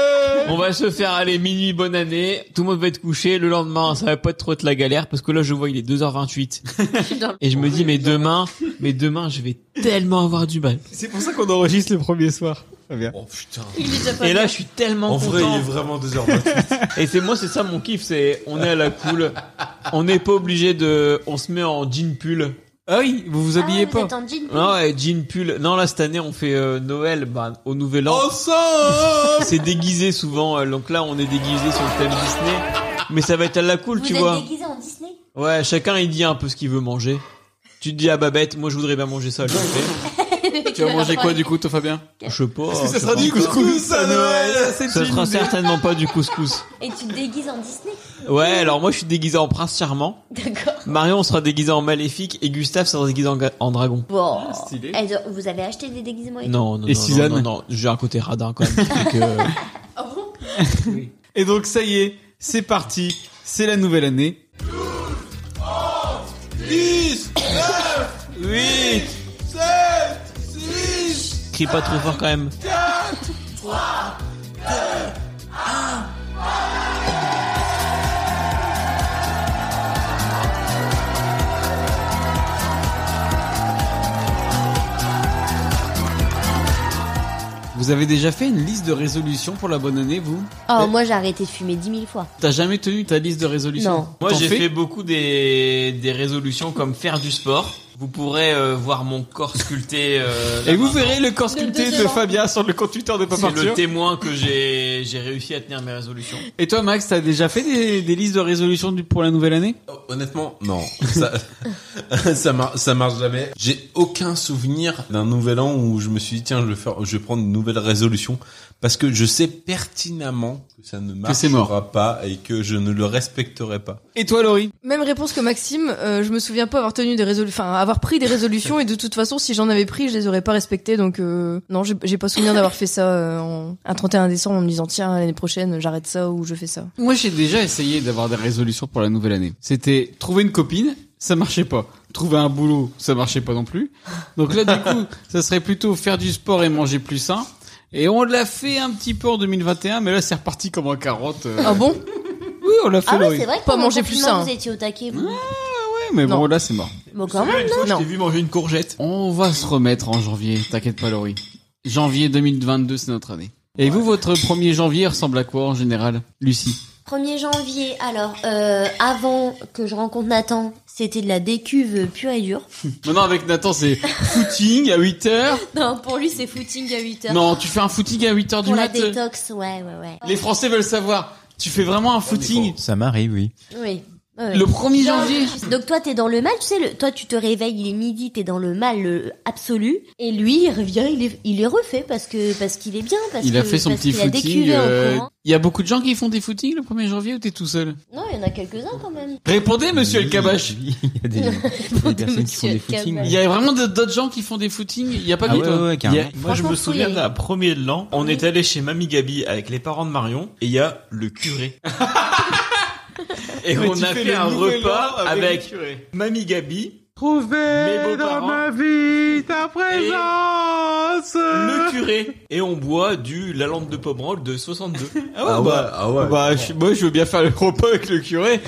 [SPEAKER 4] On va se faire aller minuit, bonne année. Tout le monde va être couché. Le lendemain, ça va pas être trop être la galère parce que là, je vois, il est 2h28. Et je me dis, mais demain, mais demain, je vais tellement avoir du mal.
[SPEAKER 2] C'est pour ça qu'on enregistre le premier soir.
[SPEAKER 14] Oh putain.
[SPEAKER 4] Et là, je suis tellement
[SPEAKER 14] En
[SPEAKER 4] content.
[SPEAKER 14] vrai, il est vraiment 2h28.
[SPEAKER 4] Et c'est moi, c'est ça mon kiff, c'est on est à la cool. On n'est pas obligé de, on se met en jean pull.
[SPEAKER 2] Ah oui, vous vous habillez
[SPEAKER 7] vous
[SPEAKER 2] pas.
[SPEAKER 7] êtes en jean
[SPEAKER 4] Non, ouais, jean pull. Non, là cette année, on fait euh, Noël, bah, au Nouvel An.
[SPEAKER 2] Oh.
[SPEAKER 4] c'est déguisé souvent, euh, donc là, on est déguisé sur le thème Disney. Mais ça va être à la cool,
[SPEAKER 7] Vous
[SPEAKER 4] tu
[SPEAKER 7] êtes
[SPEAKER 4] vois.
[SPEAKER 7] déguisé en Disney
[SPEAKER 4] Ouais, chacun il dit un peu ce qu'il veut manger. Tu te dis à Babette, moi je voudrais bien manger ça. je le fais.
[SPEAKER 2] Tu vas manger quoi, du coup, toi, Fabien?
[SPEAKER 4] Je sais pas.
[SPEAKER 2] Est-ce que ça
[SPEAKER 4] je
[SPEAKER 2] sera
[SPEAKER 4] sais
[SPEAKER 2] du
[SPEAKER 4] pas.
[SPEAKER 2] couscous à Noël? c'est
[SPEAKER 4] Ça
[SPEAKER 2] une
[SPEAKER 4] sera
[SPEAKER 2] idée.
[SPEAKER 4] certainement pas du couscous.
[SPEAKER 7] Et tu te déguises en Disney
[SPEAKER 4] Ouais, alors moi je suis déguisé en prince charmant.
[SPEAKER 7] D'accord.
[SPEAKER 4] Marion sera déguisé en maléfique et Gustave sera déguisé en, ga- en dragon.
[SPEAKER 7] Bon.
[SPEAKER 2] Ah, Oh,
[SPEAKER 4] stylé.
[SPEAKER 7] Eh, donc, Vous avez acheté des déguisements et
[SPEAKER 4] Non, non,
[SPEAKER 2] Et
[SPEAKER 4] non,
[SPEAKER 2] Suzanne
[SPEAKER 4] non, non, non, j'ai un côté radin quand même. donc, euh,
[SPEAKER 2] Et donc ça y est, c'est parti, c'est la nouvelle année.
[SPEAKER 14] 10,
[SPEAKER 4] 8,
[SPEAKER 14] 7, 6,
[SPEAKER 4] crie pas trop fort quand même.
[SPEAKER 14] 4.
[SPEAKER 2] Vous avez déjà fait une liste de résolutions pour la bonne année, vous
[SPEAKER 7] Oh, moi j'ai arrêté de fumer 10 000 fois.
[SPEAKER 2] T'as jamais tenu ta liste de résolutions
[SPEAKER 7] Non.
[SPEAKER 4] Moi,
[SPEAKER 2] T'en
[SPEAKER 4] j'ai
[SPEAKER 2] fais
[SPEAKER 4] fait beaucoup des, des résolutions comme faire du sport. Vous pourrez euh, voir mon corps sculpté. euh,
[SPEAKER 2] Et
[SPEAKER 4] là-bas.
[SPEAKER 2] vous verrez le corps sculpté de Fabien sur le compte Twitter de
[SPEAKER 4] C'est le
[SPEAKER 2] Paparture.
[SPEAKER 4] témoin que j'ai j'ai réussi à tenir mes résolutions.
[SPEAKER 2] Et toi, Max, t'as déjà fait des, des listes de résolutions du- pour la nouvelle année
[SPEAKER 14] Oh, Honnêtement, non. Ça, ça, mar- ça marche jamais. J'ai aucun souvenir d'un nouvel an où je me suis dit, tiens, je vais, faire, je vais prendre une nouvelle résolution. Parce que je sais pertinemment que ça ne
[SPEAKER 2] c'est mort.
[SPEAKER 14] marchera pas et que je ne le respecterai pas.
[SPEAKER 2] Et toi, Laurie
[SPEAKER 3] Même réponse que Maxime, euh, je me souviens pas avoir tenu des résolu- enfin avoir pris des résolutions et de toute façon si j'en avais pris, je les aurais pas respectées donc euh, non, j'ai- j'ai pas souvenir d'avoir fait ça euh, en- un 31 décembre en me disant tiens l'année prochaine j'arrête ça ou je fais ça.
[SPEAKER 2] Moi, j'ai déjà essayé d'avoir des résolutions pour la nouvelle année. C'était trouver une copine, ça marchait pas. Trouver un boulot, ça marchait pas non plus. Donc là, du coup, ça serait plutôt faire du sport et manger plus sain. Et on l'a fait un petit peu en 2021, mais là, c'est reparti comme en carotte. euh.
[SPEAKER 3] Ah bon
[SPEAKER 2] Oui, on l'a fait,
[SPEAKER 7] Ah ouais,
[SPEAKER 2] Laurie.
[SPEAKER 7] c'est vrai que
[SPEAKER 3] Pas
[SPEAKER 7] pendant le
[SPEAKER 3] manger plus
[SPEAKER 7] confinement,
[SPEAKER 3] sain.
[SPEAKER 7] Vous étiez au taquet. Vous.
[SPEAKER 2] Ouais, mais bon,
[SPEAKER 3] Non.
[SPEAKER 2] là, c'est mort.
[SPEAKER 7] Bon, quand même.
[SPEAKER 4] Je t'ai vu manger une courgette.
[SPEAKER 2] On va se remettre en janvier, t'inquiète pas Laurie. Janvier 2022, c'est notre année. Et vous, votre 1er janvier ressemble à quoi en général, Lucie
[SPEAKER 7] 1er janvier, alors, euh, avant que je rencontre Nathan, c'était de la décuve pure et dure.
[SPEAKER 2] Maintenant, avec Nathan, c'est footing à 8h.
[SPEAKER 7] Non, pour lui, c'est footing à 8 heures.
[SPEAKER 2] Non, tu fais un footing à 8h du
[SPEAKER 7] Pour la
[SPEAKER 2] mat. euh,
[SPEAKER 7] détox, ouais, ouais, ouais.
[SPEAKER 2] Les Français veulent savoir. Tu fais vraiment un footing
[SPEAKER 21] Ça m'arrive, oui.
[SPEAKER 7] Oui. Ouais, ouais.
[SPEAKER 2] Ah, Le 1er janvier.
[SPEAKER 7] Donc toi t'es dans le mal, tu sais, le, toi tu te réveilles, il est midi, t'es dans le mal euh, absolu, et lui il revient, il est, il est refait parce que parce qu'il est bien, parce
[SPEAKER 2] Il
[SPEAKER 7] que-
[SPEAKER 2] a fait son
[SPEAKER 7] parce
[SPEAKER 2] petit
[SPEAKER 7] qu'il a
[SPEAKER 2] footing.
[SPEAKER 7] décuvé en
[SPEAKER 2] euh,
[SPEAKER 7] courant.
[SPEAKER 2] Il y a beaucoup de gens qui font des footings le 1er janvier ou t'es tout seul
[SPEAKER 7] Non, il y en a quelques-uns quand même.
[SPEAKER 2] Répondez, monsieur El Kabash.
[SPEAKER 21] Il y a des, il y a des personnes qui font des footings.
[SPEAKER 2] Il y a vraiment de- d'autres gens qui font des footings. Il y a pas
[SPEAKER 21] Ah
[SPEAKER 2] que
[SPEAKER 21] ouais,
[SPEAKER 2] toi.
[SPEAKER 21] ouais, ouais, carrément.
[SPEAKER 2] Il y a-
[SPEAKER 21] Moi,
[SPEAKER 2] Moi,
[SPEAKER 21] je Franchement,
[SPEAKER 2] je me
[SPEAKER 21] me
[SPEAKER 4] me
[SPEAKER 21] faut
[SPEAKER 2] souviens
[SPEAKER 4] souviens
[SPEAKER 21] y
[SPEAKER 4] de
[SPEAKER 21] aller.
[SPEAKER 4] la première de l'an, on est allé chez Mamie Gabi avec les parents de Marion et il y a le curé. et
[SPEAKER 2] Mais
[SPEAKER 4] on
[SPEAKER 2] tu
[SPEAKER 4] a
[SPEAKER 2] fais
[SPEAKER 4] fait
[SPEAKER 2] le
[SPEAKER 4] un
[SPEAKER 2] nouvel
[SPEAKER 4] repas
[SPEAKER 2] an avec le
[SPEAKER 4] avec, Mamie Gabi. Trouver dans ma
[SPEAKER 22] vie ta
[SPEAKER 4] présence. Le curé. Et on boit du la lampe de Pomerol de 62.
[SPEAKER 2] Ah ouais, bah, bah, je, moi, je veux bien faire le repas avec le curé.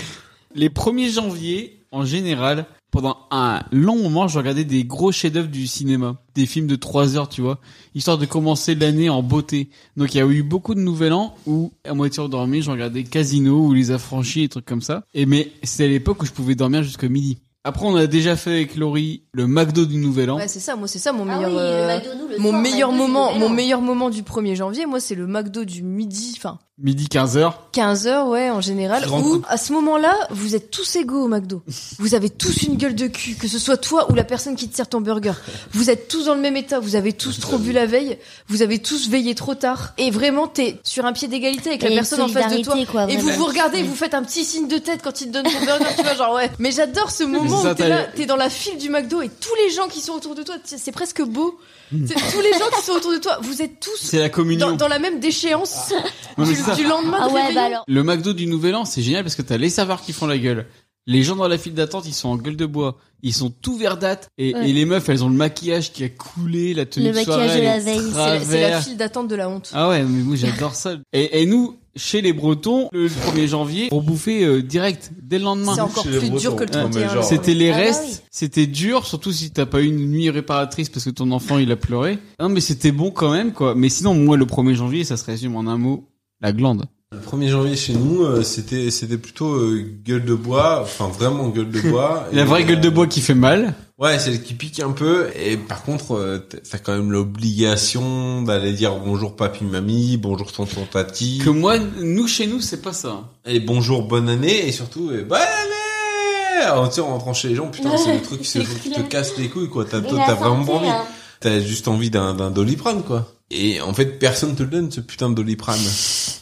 [SPEAKER 2] Les 1er janvier, en général, pendant un long moment, je regardais des gros chefs-d'œuvre du cinéma, des films de 3 heures, tu vois, histoire de commencer l'année en beauté. Donc il y a eu beaucoup de nouvel an où, à moitié endormi, je regardais Casino ou Les Affranchis, et trucs comme ça. Et mais c'était à l'époque où je pouvais dormir jusqu'à midi. Après, on a déjà fait avec Laurie le McDo du nouvel an.
[SPEAKER 3] Ouais, c'est ça, moi c'est ça mon
[SPEAKER 7] Ah
[SPEAKER 3] meilleur
[SPEAKER 7] oui, le
[SPEAKER 3] euh,
[SPEAKER 7] McDo, le
[SPEAKER 3] mon
[SPEAKER 7] soir,
[SPEAKER 3] meilleur
[SPEAKER 7] McDo,
[SPEAKER 3] moment,
[SPEAKER 7] il est
[SPEAKER 3] mon
[SPEAKER 7] là.
[SPEAKER 3] meilleur moment du 1er janvier, moi c'est le McDo du midi, enfin
[SPEAKER 2] Midi 15h.
[SPEAKER 3] 15h ouais en général
[SPEAKER 2] Grand
[SPEAKER 3] où
[SPEAKER 2] coup.
[SPEAKER 3] à ce moment-là, vous êtes tous égaux au McDo. Vous avez tous une gueule de cul, que ce soit toi ou la personne qui te sert ton burger. Vous êtes tous dans le même état, vous avez tous trop bu la veille, vous avez tous veillé trop tard et vraiment t'es sur un pied d'égalité avec
[SPEAKER 7] Et
[SPEAKER 3] la personne en face de toi
[SPEAKER 7] solidarité, quoi,
[SPEAKER 3] et vous
[SPEAKER 7] vraiment.
[SPEAKER 3] vous regardez, et vous faites un petit signe de tête quand il te donne ton burger, tu vois genre ouais. Mais j'adore ce moment
[SPEAKER 2] c'est ça,
[SPEAKER 3] où t'es
[SPEAKER 2] t'as-
[SPEAKER 3] là, t'es dans la file du McDo et tous les gens qui sont autour de toi, t- c'est presque beau. C'est- Tous les gens qui sont autour de toi, vous êtes tous
[SPEAKER 2] Hmm. C'est la communion.
[SPEAKER 3] dans, dans la même déchéance
[SPEAKER 2] Non, mais
[SPEAKER 3] du,
[SPEAKER 2] c'est ça.
[SPEAKER 3] du lendemain
[SPEAKER 7] Ah
[SPEAKER 3] de
[SPEAKER 7] ouais,
[SPEAKER 3] réveillon.
[SPEAKER 7] bah alors.
[SPEAKER 2] Le McDo du Nouvel An, c'est génial parce que t'as les serveurs qui font la gueule. Les gens dans la file d'attente, ils sont en gueule de bois. Ils sont tout verdâtres. Et,
[SPEAKER 3] Ouais.
[SPEAKER 2] et les meufs, elles ont le maquillage qui a coulé, la tenue
[SPEAKER 7] Le
[SPEAKER 2] de
[SPEAKER 7] maquillage
[SPEAKER 2] soirée.
[SPEAKER 7] de la
[SPEAKER 2] elle est
[SPEAKER 7] veille, c'est
[SPEAKER 3] C'est la- C'est la
[SPEAKER 2] travers.
[SPEAKER 3] file d'attente de la honte.
[SPEAKER 2] Ah ouais, mais moi j'adore ça. Et, et nous, chez les Bretons, le 1er janvier, on bouffait euh, direct, dès le lendemain.
[SPEAKER 3] C'est encore
[SPEAKER 22] Chez les
[SPEAKER 3] plus dur
[SPEAKER 22] Bretons.
[SPEAKER 3] que le
[SPEAKER 22] Ouais, mais
[SPEAKER 3] 31.
[SPEAKER 22] genre,
[SPEAKER 2] C'était les
[SPEAKER 3] Ah bah
[SPEAKER 2] restes,
[SPEAKER 3] oui.
[SPEAKER 2] c'était dur, surtout si t'as pas eu une nuit réparatrice parce que ton enfant il a pleuré. Non mais c'était bon quand même quoi. Mais sinon moi le 1er janvier ça se résume en un mot, la glande.
[SPEAKER 5] Le 1er janvier chez nous, euh, c'était c'était plutôt euh, gueule de bois, enfin vraiment gueule de bois.
[SPEAKER 2] La
[SPEAKER 5] Et,
[SPEAKER 2] vraie
[SPEAKER 5] euh,
[SPEAKER 2] gueule de bois qui fait mal.
[SPEAKER 5] Ouais, celle qui pique un peu. Et par contre, euh, t- t'as quand même l'obligation d'aller dire bonjour papy, mamie, bonjour tonton, tati,
[SPEAKER 2] Que moi, nous chez nous c'est pas ça.
[SPEAKER 5] et bonjour bonne année, et surtout euh, bonne année. Alors, tu sais, en rentrant chez les gens, putain, c'est le truc qui, se- qui te casse les couilles, quoi. T'as
[SPEAKER 7] Il
[SPEAKER 5] t'as
[SPEAKER 7] a
[SPEAKER 5] vraiment
[SPEAKER 7] sorti
[SPEAKER 5] pas envie.
[SPEAKER 7] un-
[SPEAKER 5] T'as juste envie d'un d'un doliprane, quoi. Et en fait, personne te le donne, ce putain de doliprane.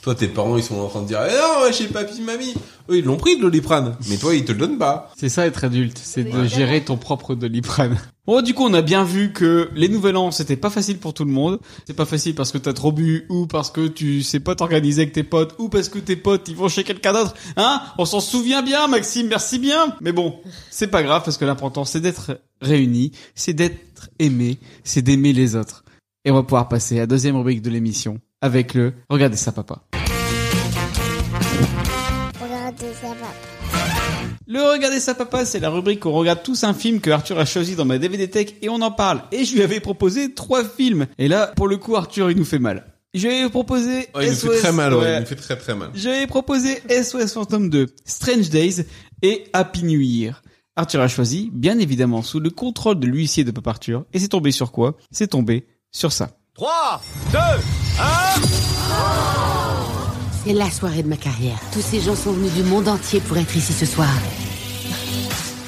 [SPEAKER 5] toi, tes parents, ils sont en train de dire, eh non, ouais, chez papy, mamie. Eux, ils l'ont pris, le doliprane. Mais toi, ils te le donnent pas.
[SPEAKER 2] C'est ça être adulte, c'est de gérer ton propre doliprane. Bon, du coup, on a bien vu que les nouvel an, c'était pas facile pour tout le monde. C'est pas facile parce que t'as trop bu, ou parce que tu sais pas t'organiser avec tes potes, ou parce que tes potes, ils vont chez quelqu'un d'autre. Hein On s'en souvient bien, Maxime, merci bien. Mais bon, c'est pas grave parce que l'important, c'est d'être réunis, c'est d'être aimé, c'est d'aimer les autres. Et on va pouvoir passer à la deuxième rubrique de l'émission avec le Regardez ça, papa.
[SPEAKER 23] Regardez ça, papa.
[SPEAKER 2] Le Regardez ça papa, c'est la rubrique où on regarde tous un film que Arthur a choisi dans ma DVD Tech et on en parle. Et je lui avais proposé trois films. Et là, pour le coup, Arthur, il nous fait mal. Je lui avais proposé
[SPEAKER 5] Oh, il nous
[SPEAKER 2] SOS.
[SPEAKER 5] fait très mal, ouais.
[SPEAKER 2] ouais.
[SPEAKER 5] Il nous fait très très mal.
[SPEAKER 2] Je lui avais proposé SOS Phantom 2, Strange Days et Happy New Year. Arthur a choisi, bien évidemment, sous le contrôle de l'huissier de Papa Arthur. Et c'est tombé sur quoi C'est tombé sur ça.
[SPEAKER 24] 3, 2, 1.
[SPEAKER 25] C'est la soirée de ma carrière. Tous ces gens sont venus du monde entier pour être ici ce soir.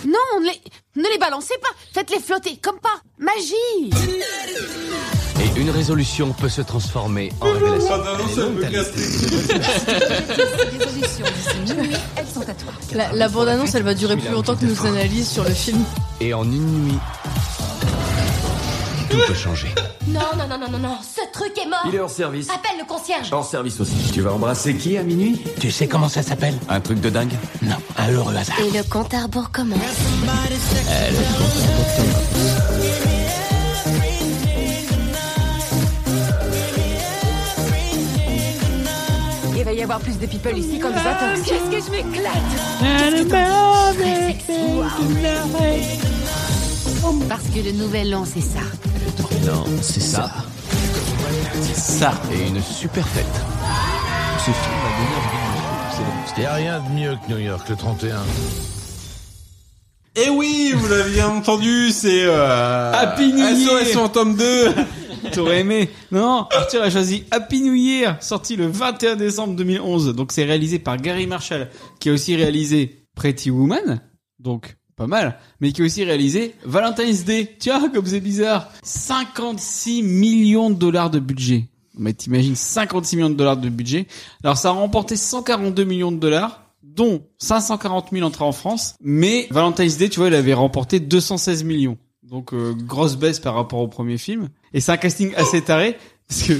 [SPEAKER 6] Non, ne les, ne les balancez pas, faites-les flotter, comme pas. Magie
[SPEAKER 26] Et une résolution peut se transformer en
[SPEAKER 2] Bah,
[SPEAKER 26] révélation.
[SPEAKER 3] La, la bande-annonce, elle va durer plus longtemps que nos analyses sur le film.
[SPEAKER 26] Et en une nuit, tout peut changer.
[SPEAKER 7] Non, non, non, non, non, non, ce truc est mort.
[SPEAKER 26] Il est hors service.
[SPEAKER 7] Appelle le concierge.
[SPEAKER 26] En service aussi. Tu vas embrasser qui à minuit Tu sais comment ça s'appelle Un truc de dingue Non, un heureux hasard.
[SPEAKER 7] Et le compte à rebours commence.
[SPEAKER 6] Il va y avoir plus de people ici quand nous
[SPEAKER 3] Ah,
[SPEAKER 6] attendons. Qu'est-ce que je
[SPEAKER 25] Parce que le nouvel an, c'est ça.
[SPEAKER 26] Non, c'est ça. Ça. Et une super fête. Ce film va devenir
[SPEAKER 27] Il n'y a rien de mieux que New York le 31.
[SPEAKER 5] Eh oui, vous l'avez bien entendu, c'est euh,
[SPEAKER 2] Happy New Year.
[SPEAKER 5] SOS Phantom 2.
[SPEAKER 2] T'aurais aimé. Non, Arthur a choisi Happy New Year, sorti le 21 décembre 2011. Donc c'est réalisé par Gary Marshall, qui a aussi réalisé Pretty Woman. Donc pas mal, mais qui a aussi réalisé Valentine's Day. Tiens, comme c'est bizarre. 56 millions de dollars de budget. Mais t'imagines 56 millions de dollars de budget. Alors ça a remporté 142 millions de dollars dont 540 000 entrées en France, mais Valentine's Day, tu vois, il avait remporté 216 millions. Donc euh, grosse baisse par rapport au premier film. Et c'est un casting assez taré, parce que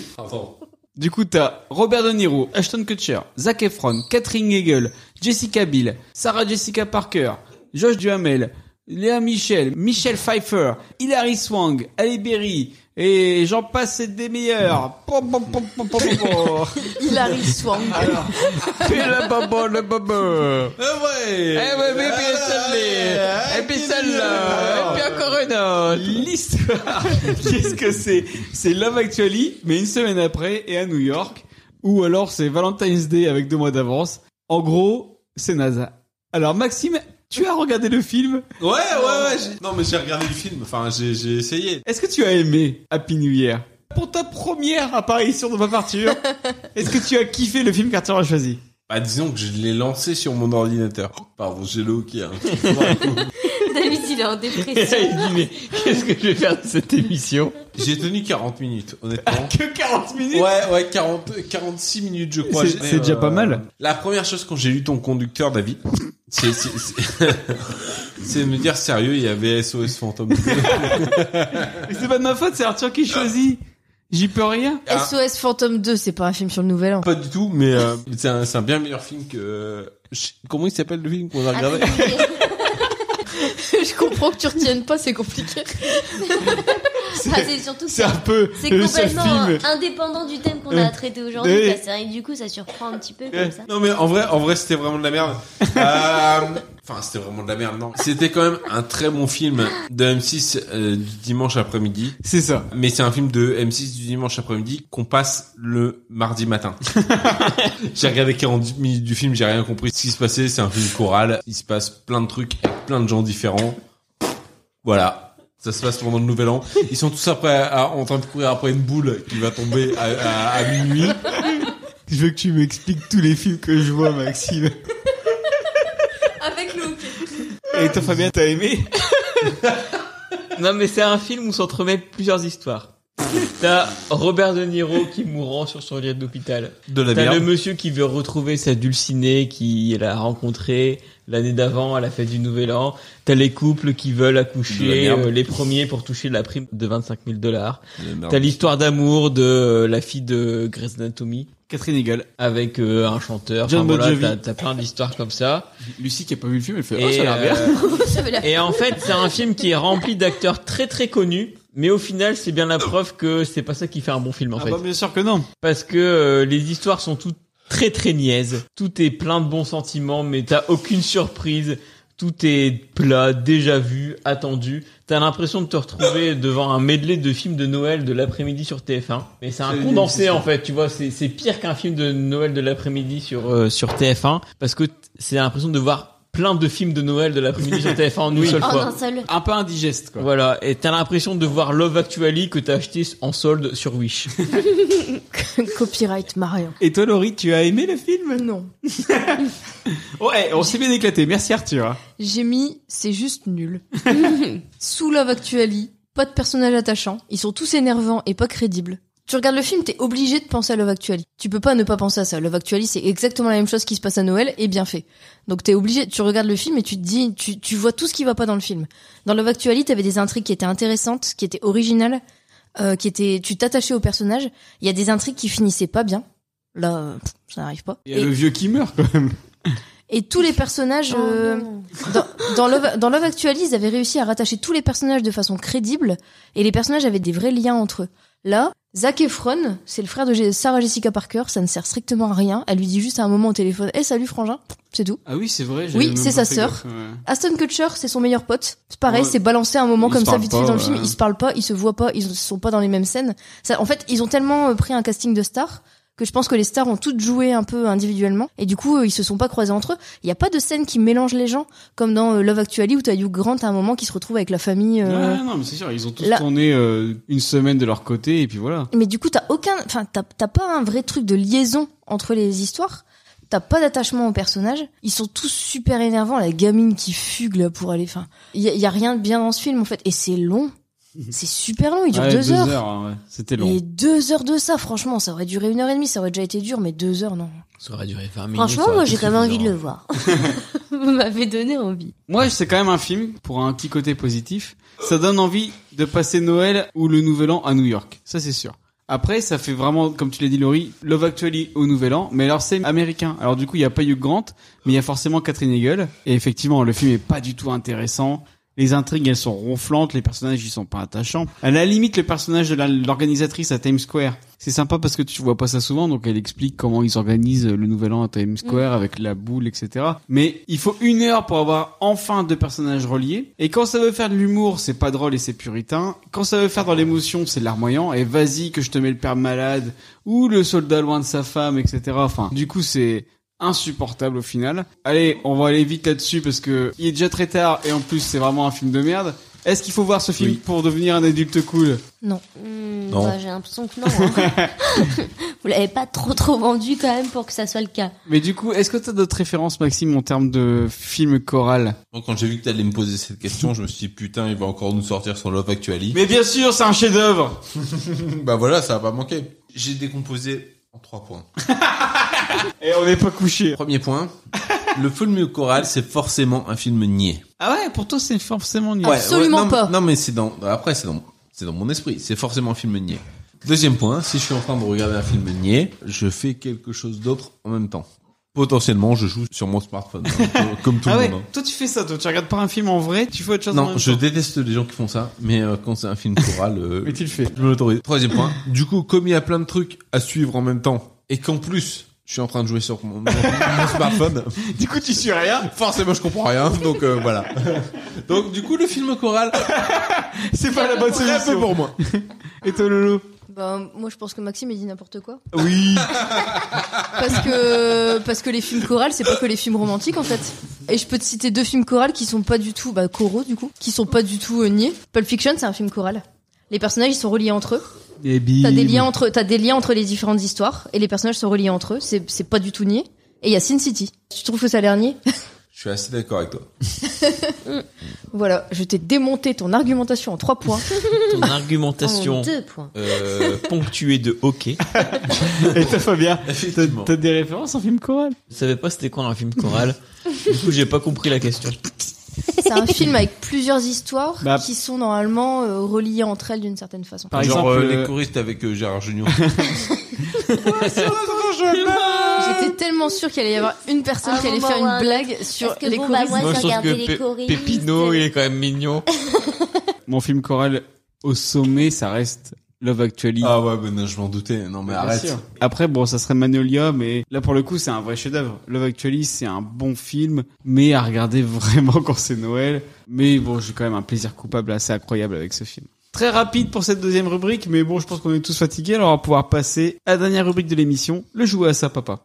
[SPEAKER 2] du coup, t'as Robert De Niro, Ashton Kutcher, Zac Efron, Catherine Hegel, Jessica Biel, Sarah Jessica Parker, Josh Duhamel, Léa Michel, Michel Pfeiffer, Hilary Swank, Ali Berry, et j'en passe c'est des meilleurs. Pom, pom, pom, pom, pom, pom.
[SPEAKER 3] Hilary Swank.
[SPEAKER 2] Fais le bonbon, le bonbon.
[SPEAKER 5] Eh ouais.
[SPEAKER 2] Eh ouais, mais bien celle-là. Et puis celle-là. Et puis encore une autre. ah, L'histoire. Qu'est-ce que c'est C'est Love Actually, mais une semaine après et à New York. Ou alors c'est Valentine's Day avec deux mois d'avance. En gros, c'est NASA. Alors Maxime, tu as regardé le film
[SPEAKER 5] Ouais, ouais, ouais. j'ai- Non, mais j'ai regardé le film. Enfin, j'ai j'ai essayé.
[SPEAKER 2] Est-ce que tu as aimé Happy New Year Pour ta première apparition de ma parture, est-ce que tu as kiffé le film qu'Arthur a choisi
[SPEAKER 5] Bah, disons que je l'ai lancé sur mon ordinateur. Pardon, j'ai le hockey. Hein.
[SPEAKER 7] David, il est en dépression.
[SPEAKER 5] qu'est-ce que je vais faire de cette émission J'ai tenu 40 minutes, honnêtement.
[SPEAKER 2] Que 40 minutes
[SPEAKER 5] Ouais, ouais, 40, 46 minutes, je crois.
[SPEAKER 2] C'est-
[SPEAKER 5] J'ai- euh,
[SPEAKER 2] c'est déjà pas mal.
[SPEAKER 5] La première chose quand j'ai lu ton conducteur, David, c'est, c'est, c'est- c'est de me dire sérieux, il y avait SOS fantôme.
[SPEAKER 2] Mais C'est pas de ma faute, c'est Arthur qui choisit. J'y peux rien.
[SPEAKER 5] Ah.
[SPEAKER 3] SOS Fantôme 2, c'est pas un film sur le nouvel an.
[SPEAKER 5] pas du tout, mais euh, c'est, un, c'est un bien meilleur film que. euh, je- Comment il s'appelle le film qu'on
[SPEAKER 7] Ah,
[SPEAKER 5] a regardé
[SPEAKER 3] Je comprends que tu retiennes pas, c'est compliqué.
[SPEAKER 7] Ah, c'est surtout
[SPEAKER 2] C'est un peu
[SPEAKER 7] c'est
[SPEAKER 2] le seul
[SPEAKER 7] complètement
[SPEAKER 2] film.
[SPEAKER 7] indépendant du thème qu'on
[SPEAKER 5] Euh,
[SPEAKER 7] a traité aujourd'hui.
[SPEAKER 5] oui.
[SPEAKER 7] quoi. C'est vrai que du coup, ça surprend un petit peu
[SPEAKER 5] Euh,
[SPEAKER 7] comme ça.
[SPEAKER 5] Non mais en vrai, en vrai c'était vraiment de la merde. Euh, Enfin c'était vraiment de la merde, non. C'était quand même un très bon film de M6 euh, du dimanche après-midi.
[SPEAKER 2] C'est ça.
[SPEAKER 5] Mais c'est un film de M6 du dimanche après-midi qu'on passe le mardi matin. j'ai regardé 40 minutes du film, j'ai rien compris ce qui se passait. C'est un film choral, il se passe plein de trucs avec plein de gens différents. Voilà. Ça se passe pendant le nouvel an. Ils sont tous après à- en train de courir après une boule qui va tomber à, à- à minuit.
[SPEAKER 2] Je veux que tu m'expliques tous les films que je vois, Maxime.
[SPEAKER 3] Avec le hockey.
[SPEAKER 2] Et toi, Fabien, t'as aimé
[SPEAKER 4] Non, mais c'est un film où s'entremêlent plusieurs histoires. T'as Robert De Niro qui est mourant sur son lit d'hôpital.
[SPEAKER 5] De la
[SPEAKER 4] T'as
[SPEAKER 5] merde.
[SPEAKER 4] le monsieur qui veut retrouver sa dulcinée qu'il a rencontrée l'année d'avant à la fête du Nouvel An. T'as les couples qui veulent
[SPEAKER 5] De
[SPEAKER 4] accoucher
[SPEAKER 5] la merde.
[SPEAKER 4] euh, les premiers pour toucher la prime de 25 000 dollars.
[SPEAKER 5] De la merde.
[SPEAKER 4] T'as l'histoire d'amour de euh, la fille de Grey's Anatomy.
[SPEAKER 2] Catherine Hegel.
[SPEAKER 4] Avec euh, un chanteur.
[SPEAKER 2] John
[SPEAKER 4] voilà,
[SPEAKER 2] Bon Jovi.
[SPEAKER 4] t'as- T'as plein d'histoires comme ça.
[SPEAKER 2] Lucie qui a pas vu le film, elle
[SPEAKER 5] Ah,
[SPEAKER 2] fait
[SPEAKER 4] Et, euh,
[SPEAKER 3] Ça avait l'air-
[SPEAKER 4] et en fait, c'est un film qui est rempli d'acteurs très très connus, mais au final, c'est bien la preuve que c'est pas ça qui fait un bon film en
[SPEAKER 2] Ah
[SPEAKER 4] fait.
[SPEAKER 2] bah bien sûr que non.
[SPEAKER 4] Parce que euh, les histoires sont toutes très très niaises. Tout est plein de bons sentiments, mais t'as aucune surprise. Tout est plat, déjà vu, attendu. T'as l'impression de te retrouver devant un medley de films de Noël de l'après-midi sur TF1. Mais c'est un
[SPEAKER 5] C'est-
[SPEAKER 4] condensé
[SPEAKER 5] c'est-
[SPEAKER 4] en fait, tu vois. C'est c'est pire qu'un film de Noël de l'après-midi sur euh, sur TF1 parce que t- c'est l'impression de voir plein de films de Noël de l'après-midi sur TF1 en une seule
[SPEAKER 7] En
[SPEAKER 4] fois.
[SPEAKER 7] un Oh,
[SPEAKER 3] Ah,
[SPEAKER 7] seul.
[SPEAKER 2] Un peu indigeste, quoi.
[SPEAKER 4] Voilà, et t'as l'impression de voir Love Actually que t'as acheté en solde sur Wish.
[SPEAKER 3] Copyright Marion.
[SPEAKER 2] Et toi, Laurie, tu as aimé le film
[SPEAKER 3] Non.
[SPEAKER 2] Ouais, on s'est bien éclaté. Merci, Arthur. hein.
[SPEAKER 3] J'ai mis c'est juste nul. Sous Love Actually, pas de personnages attachants, ils sont tous énervants et pas crédibles. Tu regardes le film, t'es obligé de penser à Love Actually. Tu peux pas ne pas penser à ça. Love Actually, c'est exactement la même chose qui se passe à Noël et bien fait. Donc t'es obligé, tu regardes le film et tu te dis, tu, tu vois tout ce qui va pas dans le film. Dans Love Actually, t'avais des intrigues qui étaient intéressantes, qui étaient originales, euh, qui étaient, tu t'attachais au personnage. Il y a des intrigues qui finissaient pas bien. Là, euh, pff, ça n'arrive pas.
[SPEAKER 2] Il y a le vieux qui meurt, quand même.
[SPEAKER 3] Et tous les personnages euh, dans, dans Love, dans Love Actually, ils avaient réussi à rattacher tous les personnages de façon crédible et les personnages avaient des vrais liens entre eux. Là, Zac Efron, c'est le frère de J- Sarah Jessica Parker, ça ne sert strictement à rien. Elle lui dit juste à un moment au téléphone "Eh salut frangin", c'est tout.
[SPEAKER 2] Ah oui, c'est vrai.
[SPEAKER 3] j'avais Oui, même c'est pas sa fait sœur. gaffe, Aston Kutcher, c'est son meilleur pote. C'est pareil,
[SPEAKER 2] Ouais.
[SPEAKER 3] c'est balancé à un moment
[SPEAKER 2] Ils
[SPEAKER 3] comme
[SPEAKER 2] se
[SPEAKER 3] ça
[SPEAKER 2] parlent
[SPEAKER 3] vite
[SPEAKER 2] pas,
[SPEAKER 3] fait dans le
[SPEAKER 2] ouais.
[SPEAKER 3] film, ils se parlent pas, ils se voient pas, ils sont pas dans les mêmes scènes. Ça, en fait, ils ont tellement euh, pris un casting de stars que je pense que les stars ont toutes joué un peu individuellement et du coup euh, ils se sont pas croisés entre eux. Il n'y a pas de scène qui mélange les gens comme dans euh, Love Actually où t'as Hugh Grant à un moment qui se retrouve avec la famille. euh,
[SPEAKER 2] Ouais, non, mais c'est sûr, ils ont tous
[SPEAKER 3] là-
[SPEAKER 2] tourné euh, une semaine de leur côté et puis voilà.
[SPEAKER 3] Mais du coup t'as aucun, enfin t'as t'as pas un vrai truc de liaison entre les histoires. T'as pas d'attachement aux personnages. Ils sont tous super énervants. La gamine qui fugue là pour aller. Enfin, il y, a- il y a rien de bien dans ce film en fait et c'est long. C'est super long. Il dure
[SPEAKER 2] Ouais,
[SPEAKER 3] deux, heures.
[SPEAKER 2] hein, ouais. C'était long.
[SPEAKER 3] Et deux heures de ça, franchement, ça aurait duré une heure et demie, ça aurait déjà été dur, mais deux heures, non.
[SPEAKER 2] Ça aurait duré 20
[SPEAKER 7] Franchement, moi j'ai quand même envie de le voir.
[SPEAKER 3] Vous m'avez donné envie.
[SPEAKER 2] Moi, c'est quand même un film pour un petit côté positif. Ça donne envie de passer Noël ou le Nouvel An à New York. Ça, c'est sûr. Après, ça fait vraiment, comme tu l'as dit, Laurie, Love Actually au Nouvel An. Mais alors, c'est américain. Alors, du coup, il n'y a pas Hugh Grant, mais il y a forcément Catherine Hegel. Et effectivement, le film est pas du tout intéressant. Les intrigues, elles sont ronflantes. Les personnages, ils sont pas attachants. À la limite, le personnage de la- l'organisatrice à Times Square, c'est sympa parce que tu vois pas ça souvent. Donc, elle explique comment ils organisent le Nouvel An à Times Square avec la boule, etc. Mais il faut une heure pour avoir enfin deux personnages reliés. Et quand ça veut faire de l'humour, c'est pas drôle et c'est puritain. Quand ça veut faire dans l'émotion, c'est larmoyant. Et vas-y que je te mets le père malade ou le soldat loin de sa femme, etc. Enfin, du coup, c'est insupportable au final. Allez, on va aller vite là-dessus parce que il est déjà très tard et en plus c'est vraiment un film de merde. Est-ce qu'il faut voir ce film pour devenir un adulte cool
[SPEAKER 3] Non.
[SPEAKER 2] Non.
[SPEAKER 7] Bah, j'ai l'impression que non. hein. Vous l'avez pas trop trop vendu quand même pour que ça soit le cas.
[SPEAKER 2] Mais du coup, est-ce que t'as d'autres références, Maxime, en termes de film choral
[SPEAKER 5] Moi, quand j'ai vu que t'allais me poser cette question, je me suis dit, putain, il va encore nous sortir sur Love Actually.
[SPEAKER 2] Mais bien sûr, c'est un chef-d'œuvre.
[SPEAKER 5] bah voilà, ça va pas manquer. J'ai décomposé en trois points.
[SPEAKER 2] Et on n'est pas couché.
[SPEAKER 5] Premier point. le film choral, c'est forcément un film niais.
[SPEAKER 2] Ah ouais, pour toi c'est forcément nul.
[SPEAKER 5] Ouais, ouais, non, mais- Non, mais c'est dans. Après, c'est dans. C'est dans mon esprit. C'est forcément un film niais. Deuxième point, si je suis en train de regarder un film niais, je fais quelque chose d'autre en même temps. Potentiellement, je joue sur mon smartphone, hein, comme- comme tout
[SPEAKER 2] ah
[SPEAKER 5] le
[SPEAKER 2] ouais,
[SPEAKER 5] monde. hein.
[SPEAKER 2] toi tu fais ça, toi tu regardes pas un film en vrai, tu fais autre chose. en
[SPEAKER 5] Non,
[SPEAKER 2] même
[SPEAKER 5] je
[SPEAKER 2] temps.
[SPEAKER 5] déteste les gens qui font ça, mais euh, quand c'est un film choral, euh, je me l'autorise. Troisième point. Du coup, comme il y a plein de trucs à suivre en même temps, et qu'en plus, je suis en train de jouer sur mon, mon- mon smartphone.
[SPEAKER 2] Du coup, tu suis rien.
[SPEAKER 5] Forcément, je comprends rien, donc euh, voilà. Donc, du coup, le film choral,
[SPEAKER 2] c'est pas la bonne
[SPEAKER 5] très peu
[SPEAKER 2] solution.
[SPEAKER 5] pour moi.
[SPEAKER 2] Et toi Lolo
[SPEAKER 3] Bah, moi, je pense que Maxime, il dit n'importe quoi.
[SPEAKER 2] Oui.
[SPEAKER 3] Parce que, parce que les films chorales, c'est pas que les films romantiques, en fait. Et je peux te citer deux films chorales qui sont pas du tout, bah, choraux, du coup, qui sont pas du tout euh, niés. Pulp Fiction, c'est un film choral. Les personnages, ils sont reliés entre eux. T'as des liens entre, t'as des liens entre les différentes histoires et les personnages sont reliés entre eux. C'est, c'est pas du tout nié. Et il y a Sin City. Tu trouves que ça a l'air nié
[SPEAKER 5] Je suis assez d'accord avec toi.
[SPEAKER 3] Voilà, je t'ai démonté ton argumentation en trois points.
[SPEAKER 4] Ton
[SPEAKER 7] Oh,
[SPEAKER 4] argumentation
[SPEAKER 3] points.
[SPEAKER 4] euh, ponctuée de hockey.
[SPEAKER 2] Et toi Fabien, t'as- t'as des références en film choral
[SPEAKER 4] Je savais pas c'était quoi un film choral. du coup, j'ai pas compris la question.
[SPEAKER 3] C'est un film avec plusieurs histoires
[SPEAKER 4] Bah.
[SPEAKER 3] qui sont normalement euh, reliées entre elles d'une certaine façon.
[SPEAKER 5] Par Genre
[SPEAKER 2] exemple,
[SPEAKER 5] euh,
[SPEAKER 2] euh,
[SPEAKER 5] les choristes avec euh, Gérard Junior.
[SPEAKER 3] J'étais tellement sûre qu'il allait y avoir une personne
[SPEAKER 7] Ah,
[SPEAKER 3] qui allait
[SPEAKER 7] bon,
[SPEAKER 3] faire
[SPEAKER 7] bah,
[SPEAKER 3] une
[SPEAKER 7] ouais.
[SPEAKER 3] blague sur
[SPEAKER 7] Parce que
[SPEAKER 3] les
[SPEAKER 7] bon, bah,
[SPEAKER 3] choristes.
[SPEAKER 7] moi,
[SPEAKER 4] Moi, je
[SPEAKER 7] j'ai
[SPEAKER 4] trouve
[SPEAKER 7] regardé
[SPEAKER 4] que
[SPEAKER 7] les
[SPEAKER 4] Pe-
[SPEAKER 7] choristes.
[SPEAKER 4] Pépino, il est quand même mignon.
[SPEAKER 2] Mon film choral au sommet, ça reste Love Actually.
[SPEAKER 5] Ah ouais, ben non, je m'en doutais. Non, mais
[SPEAKER 2] Bien
[SPEAKER 5] arrête.
[SPEAKER 2] sûr. Après, bon, ça serait Magnolia, mais là, pour le coup, c'est un vrai chef-d'œuvre. Love Actually, c'est un bon film, mais à regarder vraiment quand c'est Noël. Mais bon, j'ai quand même un plaisir coupable assez incroyable avec ce film. Très rapide pour cette deuxième rubrique, mais bon, je pense qu'on est tous fatigués, alors on va pouvoir passer à la dernière rubrique de l'émission, le jouer à sa papa.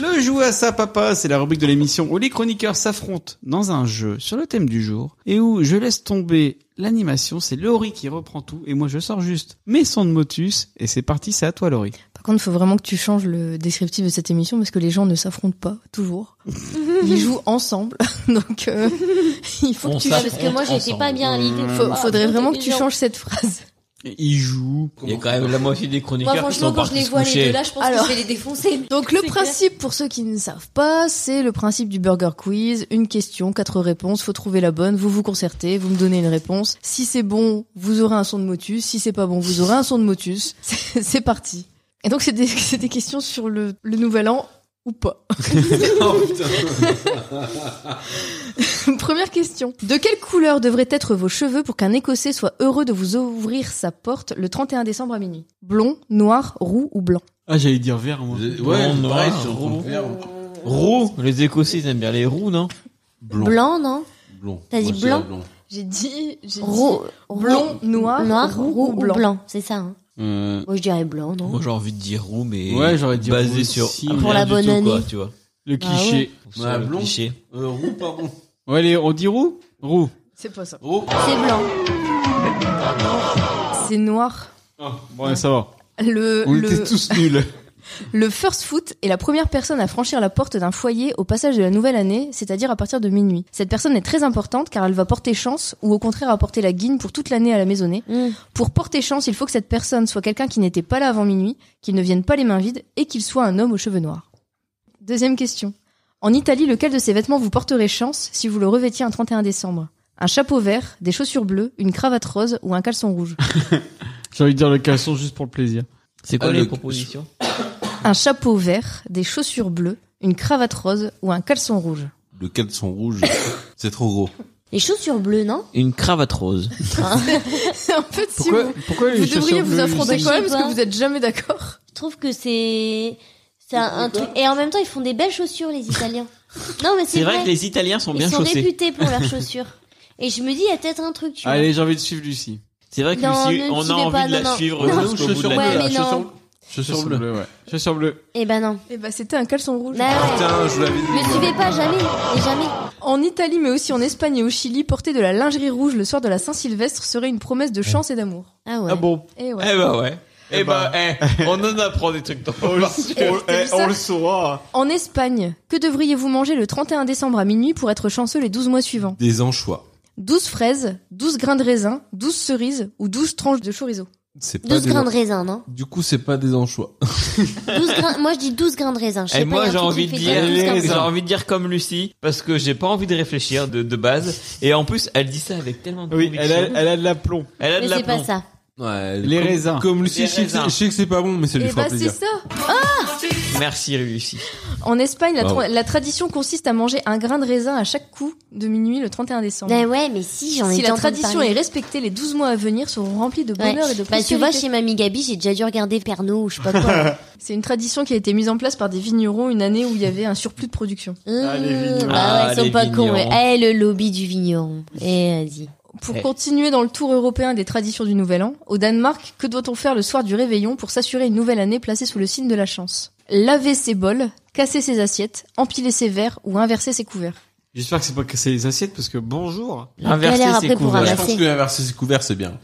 [SPEAKER 2] Le jouer à sa papa, c'est la rubrique de l'émission où les chroniqueurs s'affrontent dans un jeu sur le thème du jour et où je laisse tomber l'animation, c'est Laurie qui reprend tout et moi je sors juste mes sons de motus et c'est parti, c'est à toi Laurie.
[SPEAKER 3] Par contre, faut vraiment que tu changes le descriptif de cette émission parce que les gens ne s'affrontent pas toujours. Ils jouent ensemble, donc euh, il faut
[SPEAKER 7] On
[SPEAKER 3] que tu
[SPEAKER 7] s'affronte Parce que moi, j'étais
[SPEAKER 3] j'étais
[SPEAKER 7] pas ensemble. bien à l'idée.
[SPEAKER 3] Faut,
[SPEAKER 7] Ah,
[SPEAKER 3] faudrait
[SPEAKER 7] c'était
[SPEAKER 3] vraiment que tu
[SPEAKER 7] mignon.
[SPEAKER 3] changes cette phrase.
[SPEAKER 2] Il joue.
[SPEAKER 4] Il y a quand même la moitié des
[SPEAKER 7] Moi,
[SPEAKER 4] chroniqueurs qui
[SPEAKER 7] franchement,
[SPEAKER 4] sont
[SPEAKER 7] quand je
[SPEAKER 4] partis
[SPEAKER 7] les
[SPEAKER 4] se
[SPEAKER 7] vois les
[SPEAKER 4] coucher.
[SPEAKER 7] deux là, je pense
[SPEAKER 3] Alors.
[SPEAKER 7] que je vais les défoncer.
[SPEAKER 3] Donc le
[SPEAKER 7] C'est
[SPEAKER 3] principe, pour ceux qui ne savent pas, c'est le principe du burger quiz. Une question, quatre réponses, faut trouver la bonne, vous vous concertez, vous me donnez une réponse. Si c'est bon, vous aurez un son de motus. Si c'est pas bon, vous aurez un son de motus. C'est c'est parti. Et donc c'est des, c'est des questions sur le, le nouvel an ou pas. Première question. De quelle couleur devraient être vos cheveux pour qu'un Écossais soit heureux de vous ouvrir sa porte le 31 décembre à minuit Blond, noir, roux ou blanc
[SPEAKER 2] Ah j'allais dire vert moi.
[SPEAKER 4] Ouais,
[SPEAKER 5] Blond,
[SPEAKER 4] pareil,
[SPEAKER 5] noir,
[SPEAKER 4] c'est
[SPEAKER 5] roux.
[SPEAKER 4] roux. Roux, les Écossais ils aiment bien les roux, non
[SPEAKER 5] Blond.
[SPEAKER 7] Blanc, non
[SPEAKER 5] Blond.
[SPEAKER 7] T'as dit
[SPEAKER 5] Moi, je dirais
[SPEAKER 7] blanc
[SPEAKER 3] J'ai dit, j'ai dit
[SPEAKER 7] Roux,
[SPEAKER 3] blond, noir,
[SPEAKER 7] noir,
[SPEAKER 3] roux,
[SPEAKER 7] roux
[SPEAKER 3] ou
[SPEAKER 7] ou
[SPEAKER 3] blanc.
[SPEAKER 7] blanc. c'est ça. hein.
[SPEAKER 4] Euh,
[SPEAKER 7] Moi, je dirais blanc, non
[SPEAKER 4] Moi, j'ai envie de dire roux, mais
[SPEAKER 28] Ouais, j'aurais dit
[SPEAKER 4] basé
[SPEAKER 28] roux
[SPEAKER 4] sur
[SPEAKER 28] aussi.
[SPEAKER 4] rien
[SPEAKER 7] Pour la
[SPEAKER 4] du
[SPEAKER 7] bonne
[SPEAKER 4] tout, quoi,
[SPEAKER 7] année.
[SPEAKER 4] tu vois.
[SPEAKER 28] Le
[SPEAKER 7] Ah ouais.
[SPEAKER 28] cliché.
[SPEAKER 4] Sur le
[SPEAKER 14] blond.
[SPEAKER 4] cliché.
[SPEAKER 14] Euh, roux, pardon.
[SPEAKER 28] Ouais, allez, on dit roux Roux.
[SPEAKER 3] C'est pas ça.
[SPEAKER 14] Roux.
[SPEAKER 7] C'est blanc.
[SPEAKER 3] C'est noir.
[SPEAKER 28] Ah, Bon, ça va.
[SPEAKER 3] Le,
[SPEAKER 28] On
[SPEAKER 3] le,
[SPEAKER 28] était tous nuls.
[SPEAKER 3] le first foot est la première personne à franchir la porte d'un foyer au passage de la nouvelle année, c'est-à-dire à partir de minuit. Cette personne est très importante car elle va porter chance ou au contraire apporter la guine pour toute l'année à la maisonnée.
[SPEAKER 7] Mm.
[SPEAKER 3] Pour porter chance, il faut que cette personne soit quelqu'un qui n'était pas là avant minuit, qu'il ne vienne pas les mains vides et qu'il soit un homme aux cheveux noirs. Deuxième question. En Italie, lequel de ces vêtements vous porterez chance si vous le revêtiez un 31 décembre Un chapeau vert, des chaussures bleues, une cravate rose ou un caleçon rouge
[SPEAKER 28] J'ai envie de dire le caleçon juste pour le plaisir.
[SPEAKER 4] C'est quoi
[SPEAKER 14] Ah,
[SPEAKER 4] les
[SPEAKER 14] le-
[SPEAKER 4] propositions
[SPEAKER 3] Un chapeau vert, des chaussures bleues, une cravate rose ou un caleçon rouge
[SPEAKER 14] Le caleçon rouge, c'est trop gros.
[SPEAKER 7] Les chaussures bleues, non
[SPEAKER 4] Une cravate rose.
[SPEAKER 3] En fait, si
[SPEAKER 28] Pourquoi,
[SPEAKER 3] vous,
[SPEAKER 28] pourquoi les
[SPEAKER 3] vous devriez
[SPEAKER 28] chaussures
[SPEAKER 3] vous
[SPEAKER 28] bleues
[SPEAKER 3] affronter
[SPEAKER 7] je
[SPEAKER 3] quand
[SPEAKER 7] sais
[SPEAKER 3] même parce
[SPEAKER 7] pas.
[SPEAKER 3] que vous n'êtes jamais d'accord.
[SPEAKER 7] Je trouve que c'est c'est un, un truc et en même temps ils font des belles chaussures les Italiens. non mais c'est
[SPEAKER 4] C'est vrai
[SPEAKER 7] vrai.
[SPEAKER 4] que les Italiens sont bien
[SPEAKER 7] ils sont
[SPEAKER 4] chaussés.
[SPEAKER 7] réputés pour leurs chaussures. Et je me dis il y a peut-être un truc. Tu vois.
[SPEAKER 28] Allez, j'ai envie de suivre Lucie.
[SPEAKER 4] C'est vrai que
[SPEAKER 7] Non,
[SPEAKER 4] Lucie,
[SPEAKER 7] ne
[SPEAKER 4] on
[SPEAKER 7] suivez
[SPEAKER 4] a envie
[SPEAKER 7] pas,
[SPEAKER 4] de la
[SPEAKER 7] non, non.
[SPEAKER 4] suivre
[SPEAKER 7] Non.
[SPEAKER 4] jusqu'au bout de la
[SPEAKER 7] Ouais,
[SPEAKER 4] vie.
[SPEAKER 7] mais non.
[SPEAKER 14] Chaussures bleues.
[SPEAKER 28] ouais. Chaussures bleues.
[SPEAKER 7] Eh ben non.
[SPEAKER 3] Et bah c'était un caleçon rouge.
[SPEAKER 7] Bah ouais.
[SPEAKER 14] Putain, je l'avais
[SPEAKER 7] Ne
[SPEAKER 14] dit.
[SPEAKER 7] suivez pas jamais et jamais.
[SPEAKER 3] En Italie, mais aussi en Espagne et au Chili, porter de la lingerie rouge le soir de la Saint-Sylvestre serait une promesse de chance et d'amour.
[SPEAKER 7] Ah ouais.
[SPEAKER 28] Ah bon
[SPEAKER 3] Et ouais.
[SPEAKER 4] Eh bah ouais. Eh bah, eh, on en apprend des trucs dans
[SPEAKER 2] Oh,
[SPEAKER 4] le
[SPEAKER 3] Et
[SPEAKER 28] oh,
[SPEAKER 3] t'as vu ça
[SPEAKER 28] eh, saura.
[SPEAKER 3] En Espagne, que devriez-vous manger le 31 décembre à minuit pour être chanceux les 12 mois suivants
[SPEAKER 14] Des anchois.
[SPEAKER 3] 12 fraises, 12 grains de raisin, 12 cerises ou 12 tranches de chorizo
[SPEAKER 14] C'est pas
[SPEAKER 7] 12
[SPEAKER 14] des-
[SPEAKER 7] grains de raisin, non
[SPEAKER 14] Du coup, c'est pas des anchois.
[SPEAKER 7] 12 grains. Moi je dis 12 grains de raisin. Je sais
[SPEAKER 4] Et Eh,
[SPEAKER 7] pas,
[SPEAKER 4] moi
[SPEAKER 7] il y a
[SPEAKER 4] j'ai
[SPEAKER 7] un truc
[SPEAKER 4] envie
[SPEAKER 7] qui
[SPEAKER 4] de
[SPEAKER 7] me fait
[SPEAKER 4] dire,
[SPEAKER 7] dire 12 grains de
[SPEAKER 4] j'ai
[SPEAKER 7] raisin.
[SPEAKER 4] envie de dire comme Lucie parce que j'ai pas envie de réfléchir de, de base et en plus elle dit ça avec tellement de
[SPEAKER 28] Oui, elle
[SPEAKER 4] conviction.
[SPEAKER 28] a, elle a de l'aplomb.
[SPEAKER 4] Elle a
[SPEAKER 7] Mais
[SPEAKER 4] de
[SPEAKER 7] c'est pas
[SPEAKER 4] l'aplomb.
[SPEAKER 7] ça.
[SPEAKER 14] Ouais,
[SPEAKER 28] Les
[SPEAKER 14] comme-
[SPEAKER 28] raisins.
[SPEAKER 14] Comme Lucie,
[SPEAKER 4] Les
[SPEAKER 14] je sais que c'est-
[SPEAKER 4] raisins.
[SPEAKER 14] je sais que c'est pas bon, mais ça lui
[SPEAKER 7] Eh
[SPEAKER 3] Et
[SPEAKER 14] fera
[SPEAKER 7] ben,
[SPEAKER 3] bah c'est
[SPEAKER 14] plaisir.
[SPEAKER 3] ça
[SPEAKER 4] Merci Lucie.
[SPEAKER 3] En Espagne, la,
[SPEAKER 14] Bravo.
[SPEAKER 3] tra- la tradition consiste à manger un grain de raisin à chaque coup de minuit le 31 décembre.
[SPEAKER 7] Ben ouais, mais si j'en ai
[SPEAKER 3] si
[SPEAKER 7] déjà
[SPEAKER 3] la
[SPEAKER 7] entendu
[SPEAKER 3] tradition
[SPEAKER 7] parler.
[SPEAKER 3] est respectée, les 12 mois à venir seront remplis de bonheur
[SPEAKER 7] Ouais.
[SPEAKER 3] et de
[SPEAKER 7] Bah tu
[SPEAKER 3] prospérité.
[SPEAKER 7] vois chez mamie Gabi j'ai déjà dû regarder Pernod ou je sais pas quoi.
[SPEAKER 3] C'est une tradition qui a été mise en place par des vignerons une année où il y avait un surplus de production.
[SPEAKER 7] Ah,
[SPEAKER 28] les vignerons.
[SPEAKER 7] bah ouais,
[SPEAKER 4] Ah,
[SPEAKER 7] ils sont
[SPEAKER 4] les
[SPEAKER 7] pas cons. ouais.
[SPEAKER 4] vignerons.
[SPEAKER 7] Eh, le lobby du vigneron. Eh, vas-y.
[SPEAKER 3] Pour
[SPEAKER 4] Eh.
[SPEAKER 3] continuer dans le tour européen des traditions du Nouvel An, au Danemark, que doit-on faire le soir du réveillon pour s'assurer une nouvelle année placée sous le signe de la chance Laver ses bols, casser ses assiettes, empiler ses verres ou inverser ses couverts.
[SPEAKER 28] J'espère que c'est pas casser les assiettes parce que bonjour.
[SPEAKER 4] Inverser
[SPEAKER 7] Galère
[SPEAKER 4] ses
[SPEAKER 7] après pour
[SPEAKER 4] couverts.
[SPEAKER 14] Je
[SPEAKER 7] ramasser.
[SPEAKER 14] pense que inverser ses couverts, c'est bien.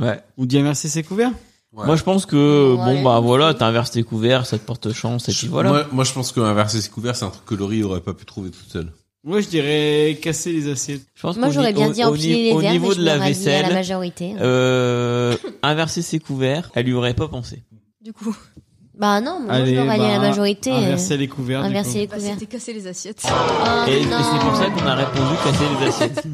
[SPEAKER 4] Ouais.
[SPEAKER 28] On dit inverser ses couverts
[SPEAKER 14] Ouais.
[SPEAKER 4] Moi je pense que
[SPEAKER 7] Ouais.
[SPEAKER 4] bon bah voilà, t'inverses tes couverts, ça te porte chance et puis voilà.
[SPEAKER 14] Moi, moi, je pense qu'inverser ses couverts, c'est un truc que Laurie aurait pas pu trouver toute seule.
[SPEAKER 28] Moi, je dirais casser les assiettes.
[SPEAKER 4] Je pense
[SPEAKER 7] Moi
[SPEAKER 4] qu'au
[SPEAKER 7] j'aurais
[SPEAKER 4] ni-
[SPEAKER 7] bien
[SPEAKER 4] au-
[SPEAKER 7] dit
[SPEAKER 4] au
[SPEAKER 7] empiler
[SPEAKER 4] ni-
[SPEAKER 7] les
[SPEAKER 4] au
[SPEAKER 7] verres,
[SPEAKER 4] niveau
[SPEAKER 7] mais je
[SPEAKER 4] de la
[SPEAKER 7] me rallie à la
[SPEAKER 4] vaisselle,
[SPEAKER 7] majorité.
[SPEAKER 4] euh, inverser ses couverts, elle y aurait pas pensé.
[SPEAKER 3] Du coup,
[SPEAKER 7] Bah non, moi je me
[SPEAKER 28] bah,
[SPEAKER 7] rallie à la majorité. euh,
[SPEAKER 28] Inverser les couverts. du
[SPEAKER 7] inverser
[SPEAKER 28] coup.
[SPEAKER 7] les
[SPEAKER 3] bah,
[SPEAKER 7] couverts.
[SPEAKER 3] c'était casser les assiettes.
[SPEAKER 7] Oh,
[SPEAKER 4] et et
[SPEAKER 7] non.
[SPEAKER 4] c'est pour ça qu'on a répondu casser les assiettes.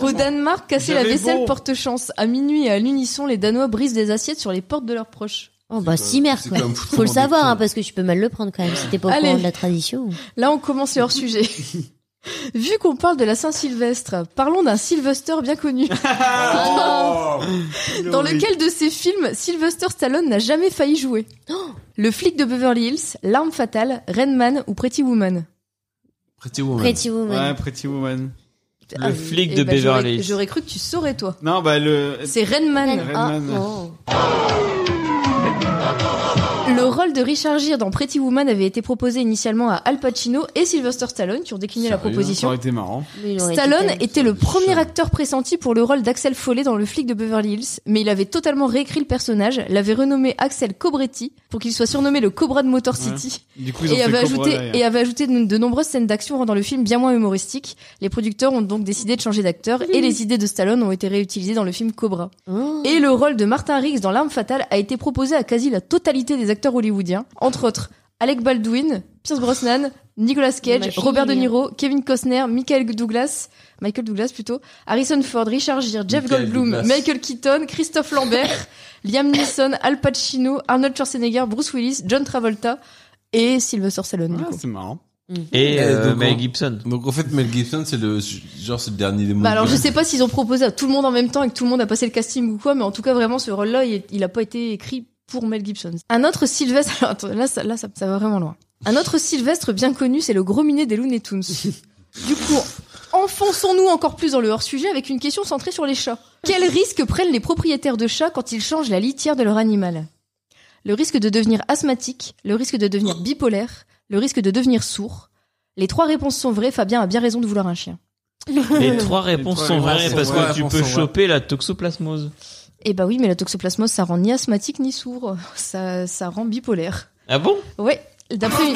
[SPEAKER 3] Au Danemark, casser la
[SPEAKER 28] J'avais
[SPEAKER 3] vaisselle
[SPEAKER 28] bon.
[SPEAKER 3] porte chance. À minuit et à l'unisson, les Danois brisent des assiettes sur les portes de leurs proches.
[SPEAKER 7] Oh bah
[SPEAKER 14] C'est
[SPEAKER 7] si merde
[SPEAKER 14] c'est
[SPEAKER 7] quoi.
[SPEAKER 14] quand même foutre
[SPEAKER 7] Faut le
[SPEAKER 14] en
[SPEAKER 7] savoir
[SPEAKER 14] déconne.
[SPEAKER 7] hein, parce que tu peux mal le prendre quand même si t'es pas au
[SPEAKER 3] Allez.
[SPEAKER 7] courant de la tradition.
[SPEAKER 3] Là, on commence les hors-sujets. Vu qu'on parle de la Saint-Sylvestre, parlons d'un Sylvester bien connu,
[SPEAKER 2] Oh.
[SPEAKER 3] dans lequel de ses films, Sylvester Stallone n'a jamais failli jouer. Le flic de Beverly Hills, L'arme fatale, Rain Man ou Pretty Woman.
[SPEAKER 14] Pretty Woman.
[SPEAKER 7] Pretty Woman.
[SPEAKER 28] Ouais, Pretty Woman.
[SPEAKER 4] Le
[SPEAKER 3] Ah,
[SPEAKER 4] flic
[SPEAKER 3] eh
[SPEAKER 4] de
[SPEAKER 3] ben, j'aurais-
[SPEAKER 4] Beverly Hills.
[SPEAKER 3] J'aurais cru que tu saurais, toi.
[SPEAKER 28] Non, bah le.
[SPEAKER 3] C'est Rain Man.
[SPEAKER 7] Rain-
[SPEAKER 28] Rain
[SPEAKER 7] oh,
[SPEAKER 28] Man.
[SPEAKER 7] non.
[SPEAKER 3] Le rôle de Richard Gere dans Pretty Woman avait été proposé initialement à Al Pacino et Sylvester Stallone, qui ont décliné la
[SPEAKER 28] Sérieux, Ça
[SPEAKER 4] hein,
[SPEAKER 3] proposition.
[SPEAKER 28] aurait été marrant.
[SPEAKER 7] Mais il aurait été
[SPEAKER 3] Stallone
[SPEAKER 7] tellement-
[SPEAKER 3] était le premier
[SPEAKER 14] Sure.
[SPEAKER 3] acteur pressenti pour le rôle d'Axel Follet dans Le flic de Beverly Hills, mais il avait totalement réécrit le personnage, l'avait renommé Axel Cobretti pour qu'il soit surnommé le Cobra de Motor
[SPEAKER 28] Ouais.
[SPEAKER 3] City,
[SPEAKER 28] Du coup, ils
[SPEAKER 3] et,
[SPEAKER 28] ont fait
[SPEAKER 3] avait
[SPEAKER 28] Cobra
[SPEAKER 3] ajouté,
[SPEAKER 28] derrière.
[SPEAKER 3] et avait ajouté de, de nombreuses scènes d'action rendant le film bien moins humoristique. Les producteurs ont donc décidé de changer d'acteur, et les idées de Stallone ont été réutilisées dans le film Cobra.
[SPEAKER 7] Oh.
[SPEAKER 3] Et le rôle de Martin Riggs dans L'Arme Fatale a été proposé à quasi la totalité des acteurs hollywoodiens, entre autres Alec Baldwin, Pierce Brosnan, Nicolas Cage,
[SPEAKER 7] Machine.
[SPEAKER 3] Robert De Niro, Kevin Costner, Michael Douglas, Michael Douglas plutôt, Harrison Ford, Richard Gere, Jeff
[SPEAKER 14] Michael
[SPEAKER 3] Goldblum,
[SPEAKER 14] Douglas.
[SPEAKER 3] Michael Keaton, Christophe Lambert, Liam Neeson, Al Pacino, Arnold Schwarzenegger, Bruce Willis, John Travolta et Sylvester Stallone. du
[SPEAKER 28] Ah,
[SPEAKER 3] coup.
[SPEAKER 28] c'est marrant.
[SPEAKER 4] Et euh,
[SPEAKER 14] donc,
[SPEAKER 4] Mel
[SPEAKER 14] on-
[SPEAKER 4] Gibson.
[SPEAKER 14] Donc en fait, Mel Gibson, c'est le genre c'est le dernier des mondes.
[SPEAKER 3] Bah alors je sais pas s'ils ont proposé à tout le monde en même temps et que tout le monde a passé le casting ou quoi, mais en tout cas vraiment ce rôle-là, il, il a pas été écrit pour Mel Gibson. Un autre Sylvestre, alors attends, là, ça, là ça, ça va vraiment loin. Un autre Sylvestre bien connu, c'est le gros minet des Looney Tunes. Du coup, enfonçons-nous encore plus dans le hors-sujet avec une question centrée sur les chats. Quels risques prennent les propriétaires de chats quand ils changent la litière de leur animal Le risque de devenir asthmatique, le risque de devenir bipolaire, le risque de devenir sourd. Les trois réponses sont vraies, Fabien a bien raison de vouloir un chien.
[SPEAKER 4] Les trois réponses sont vraies parce que tu peux choper la toxoplasmose.
[SPEAKER 3] Eh bah oui, mais la toxoplasmose, ça rend ni asthmatique ni sourd. Ça, ça rend bipolaire.
[SPEAKER 4] Ah bon
[SPEAKER 3] Ouais. D'après une,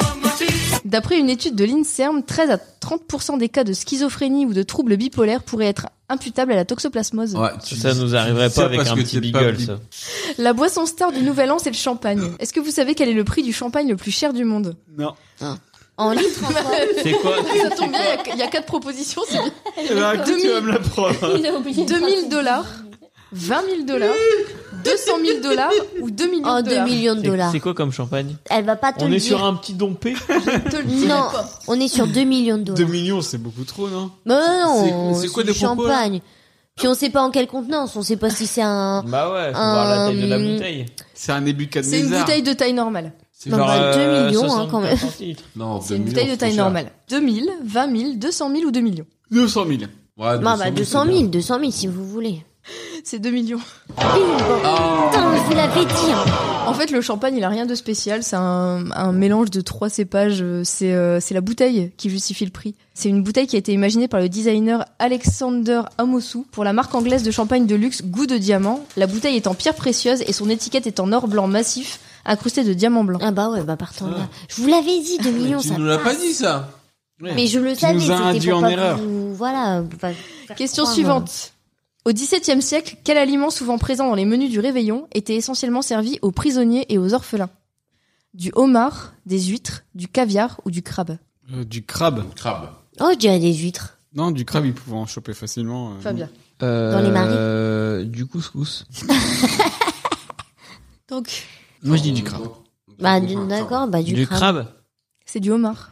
[SPEAKER 3] d'après une étude de l'INSERM, 13 à 30% des cas de schizophrénie ou de troubles bipolaires pourraient être imputables à la toxoplasmose.
[SPEAKER 4] Ouais, ça nous arriverait pas avec un petit beagle, ça.
[SPEAKER 3] La boisson star du Nouvel An, c'est le champagne. Est-ce que vous savez quel est le prix du champagne le plus cher du monde
[SPEAKER 4] Non.
[SPEAKER 7] En litre
[SPEAKER 4] C'est quoi
[SPEAKER 3] Ça tombe bien, il y a- il y, a quatre propositions. c'est bien.
[SPEAKER 4] Bah, écoute, tu vas me l'apprendre.
[SPEAKER 3] 2000 dollars, 20 000 dollars, 200 000 dollars ou 2 millions
[SPEAKER 7] Oh,
[SPEAKER 3] de
[SPEAKER 7] 2
[SPEAKER 3] dollars
[SPEAKER 7] millions de
[SPEAKER 4] C'est-
[SPEAKER 7] dollars.
[SPEAKER 4] C'est quoi comme champagne
[SPEAKER 7] Elle va pas te
[SPEAKER 4] On
[SPEAKER 7] le
[SPEAKER 4] est
[SPEAKER 7] dire.
[SPEAKER 4] sur un petit dompé
[SPEAKER 3] Te le dis
[SPEAKER 7] Non,
[SPEAKER 3] pas.
[SPEAKER 7] on est sur 2 millions de
[SPEAKER 2] 2
[SPEAKER 7] dollars.
[SPEAKER 2] millions, c'est beaucoup trop, non
[SPEAKER 7] Mais non,
[SPEAKER 2] C'est- c'est quoi
[SPEAKER 7] du
[SPEAKER 2] les propos, là
[SPEAKER 7] champagne. Puis on sait pas en quelle contenance, on sait pas si c'est un...
[SPEAKER 4] Bah ouais, faut voir la taille de la
[SPEAKER 7] Euh,
[SPEAKER 4] bouteille.
[SPEAKER 2] C'est un début de 4
[SPEAKER 3] C'est une bouteille de taille normale.
[SPEAKER 7] C'est Non, bah, 2
[SPEAKER 4] euh,
[SPEAKER 7] millions, hein, quand même.
[SPEAKER 5] Non,
[SPEAKER 3] C'est une bouteille de taille normale. 2000, 20 000, 200 000 ou 2 millions
[SPEAKER 2] 200 000.
[SPEAKER 5] Ouais,
[SPEAKER 7] Non, bah 200
[SPEAKER 5] c'est
[SPEAKER 7] 000, 200 000 si vous voulez.
[SPEAKER 3] C'est 2 millions.
[SPEAKER 7] Putain, je vous l'avais dit. hein.
[SPEAKER 3] En fait, le champagne, il a rien de spécial. C'est un, un mélange de trois cépages. Euh, C'est euh, c'est la bouteille qui justifie le prix. C'est une bouteille qui a été imaginée par le designer Alexander Amossou pour la marque anglaise de champagne de luxe Goût de Diamant. La bouteille est en pierre précieuse et son étiquette est en or blanc massif incrusté de diamants blancs.
[SPEAKER 7] Ah bah ouais, bah partons de là. Je vous l'avais dit, 2 millions,
[SPEAKER 5] Tu
[SPEAKER 7] ça
[SPEAKER 5] nous l'as pas
[SPEAKER 7] passe.
[SPEAKER 5] dit, ça
[SPEAKER 7] Mais je le
[SPEAKER 2] Tu
[SPEAKER 7] savais,
[SPEAKER 2] nous as
[SPEAKER 7] c'était
[SPEAKER 2] induit
[SPEAKER 7] pour
[SPEAKER 2] en
[SPEAKER 7] pas
[SPEAKER 2] erreur.
[SPEAKER 7] vous... Voilà. bah, pour pas vous faire
[SPEAKER 3] Question
[SPEAKER 7] croire,
[SPEAKER 3] suivante. Au XVIIe siècle, quel aliment souvent présent dans les menus du réveillon était essentiellement servi aux prisonniers et aux orphelins Du homard, des huîtres, du caviar ou du crabe
[SPEAKER 2] Euh, du crabe.
[SPEAKER 5] Crabe.
[SPEAKER 7] euh. Oh, je dirais des huîtres.
[SPEAKER 2] Non, du crabe, ils pouvaient en choper facilement. euh.
[SPEAKER 3] Fabien.
[SPEAKER 7] Dans les maris.
[SPEAKER 4] Euh, du couscous.
[SPEAKER 3] Donc,
[SPEAKER 2] Moi, je dis du crabe.
[SPEAKER 7] Bah du- d'accord, bah du,
[SPEAKER 4] Du
[SPEAKER 7] crabe.
[SPEAKER 4] crabe.
[SPEAKER 3] c'est du homard.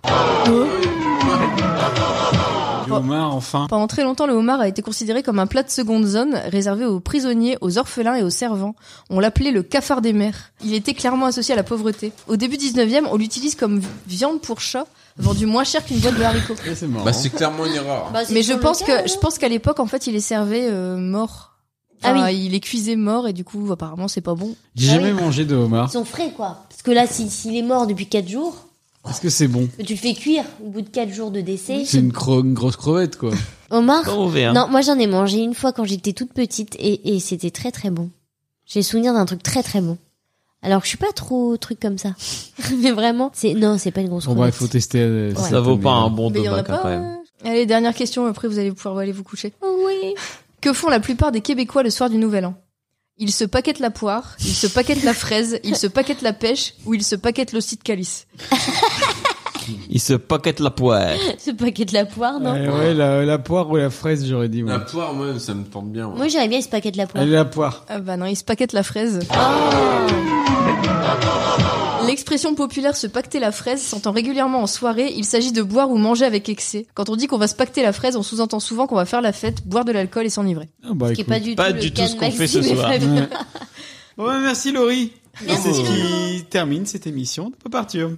[SPEAKER 2] Du homard, enfin.
[SPEAKER 3] Pendant très longtemps, le homard a été considéré comme un plat de seconde zone réservé aux prisonniers, aux orphelins et aux servants. On l'appelait le cafard des mers. Il était clairement associé à la pauvreté. Au début 19e, on l'utilise comme viande pour chat, vendue moins cher qu'une boîte de haricots.
[SPEAKER 2] Ouais, c'est marrant.
[SPEAKER 5] Bah, c'est clairement une erreur.
[SPEAKER 7] Bah, c'est
[SPEAKER 3] Mais je
[SPEAKER 7] sur le
[SPEAKER 3] pense
[SPEAKER 7] cas,
[SPEAKER 3] que je
[SPEAKER 7] hein.
[SPEAKER 3] pense qu'à l'époque, en fait, il est servi euh, mort. Enfin,
[SPEAKER 7] Ah
[SPEAKER 3] il est cuisé mort et du coup, apparemment, c'est pas bon.
[SPEAKER 2] J'ai
[SPEAKER 7] Ah
[SPEAKER 2] jamais mangé de homard.
[SPEAKER 7] Ils sont frais, quoi. Parce que là, si- s'il est mort depuis 4 jours,
[SPEAKER 2] Est-ce que c'est bon
[SPEAKER 7] tu le fais cuire au bout de 4 jours de décès.
[SPEAKER 2] C'est Oh, une, cro- une grosse crevette, quoi.
[SPEAKER 7] Omar
[SPEAKER 4] Pas mauvais, hein.
[SPEAKER 7] Non, moi j'en ai mangé une fois quand j'étais toute petite et, et c'était très très bon. J'ai souvenir d'un truc très très bon. Alors que je suis pas trop truc comme ça. Mais vraiment, c'est non, c'est pas une grosse
[SPEAKER 2] Bon, bah, il
[SPEAKER 7] crevette.
[SPEAKER 2] faut tester. euh,
[SPEAKER 7] Ouais.
[SPEAKER 4] Ça
[SPEAKER 2] cette
[SPEAKER 4] vaut pas
[SPEAKER 2] année-là.
[SPEAKER 4] hein. un bon
[SPEAKER 3] Mais il y en a
[SPEAKER 4] demain, quand
[SPEAKER 3] pas.
[SPEAKER 4] même.
[SPEAKER 3] euh. Allez, dernière question. Après, vous allez pouvoir aller vous coucher.
[SPEAKER 7] Oui.
[SPEAKER 3] Que font la plupart des Québécois le soir du Nouvel An Ils se paquettent la poire, ils se paquettent la fraise, ils se paquettent la pêche ou ils se paquettent l'ostie de calice.
[SPEAKER 4] Il se pocket la poire.
[SPEAKER 7] Ce paquet de la poire, non
[SPEAKER 2] Eh ouais, la, la poire ou la fraise, j'aurais dit. ouais.
[SPEAKER 5] La poire, moi, ça me tente bien. ouais.
[SPEAKER 7] Moi j'aimais bien ce paquet de la poire.
[SPEAKER 2] Allez, la poire.
[SPEAKER 3] Ah bah non, ils se paquettent la fraise.
[SPEAKER 7] Oh
[SPEAKER 3] L'expression populaire se pacter la fraise s'entend régulièrement en soirée, il s'agit de boire ou manger avec excès. Quand on dit qu'on va se pacter la fraise, on sous-entend souvent qu'on va faire la fête, boire de l'alcool et s'enivrer.
[SPEAKER 2] Ah, bah,
[SPEAKER 7] ce qui est
[SPEAKER 2] écoute.
[SPEAKER 7] pas du
[SPEAKER 4] Pas
[SPEAKER 7] tout,
[SPEAKER 4] du
[SPEAKER 7] le
[SPEAKER 4] tout
[SPEAKER 7] cas
[SPEAKER 4] ce
[SPEAKER 7] de
[SPEAKER 4] qu'on fait ce
[SPEAKER 7] Maxime et
[SPEAKER 4] soir.
[SPEAKER 7] Fabien.
[SPEAKER 2] Ouais. Bon, bah, merci Laurie. Et
[SPEAKER 7] Merci,
[SPEAKER 2] c'est ce
[SPEAKER 7] Laurie.
[SPEAKER 2] qui termine cette émission de Pas Partir.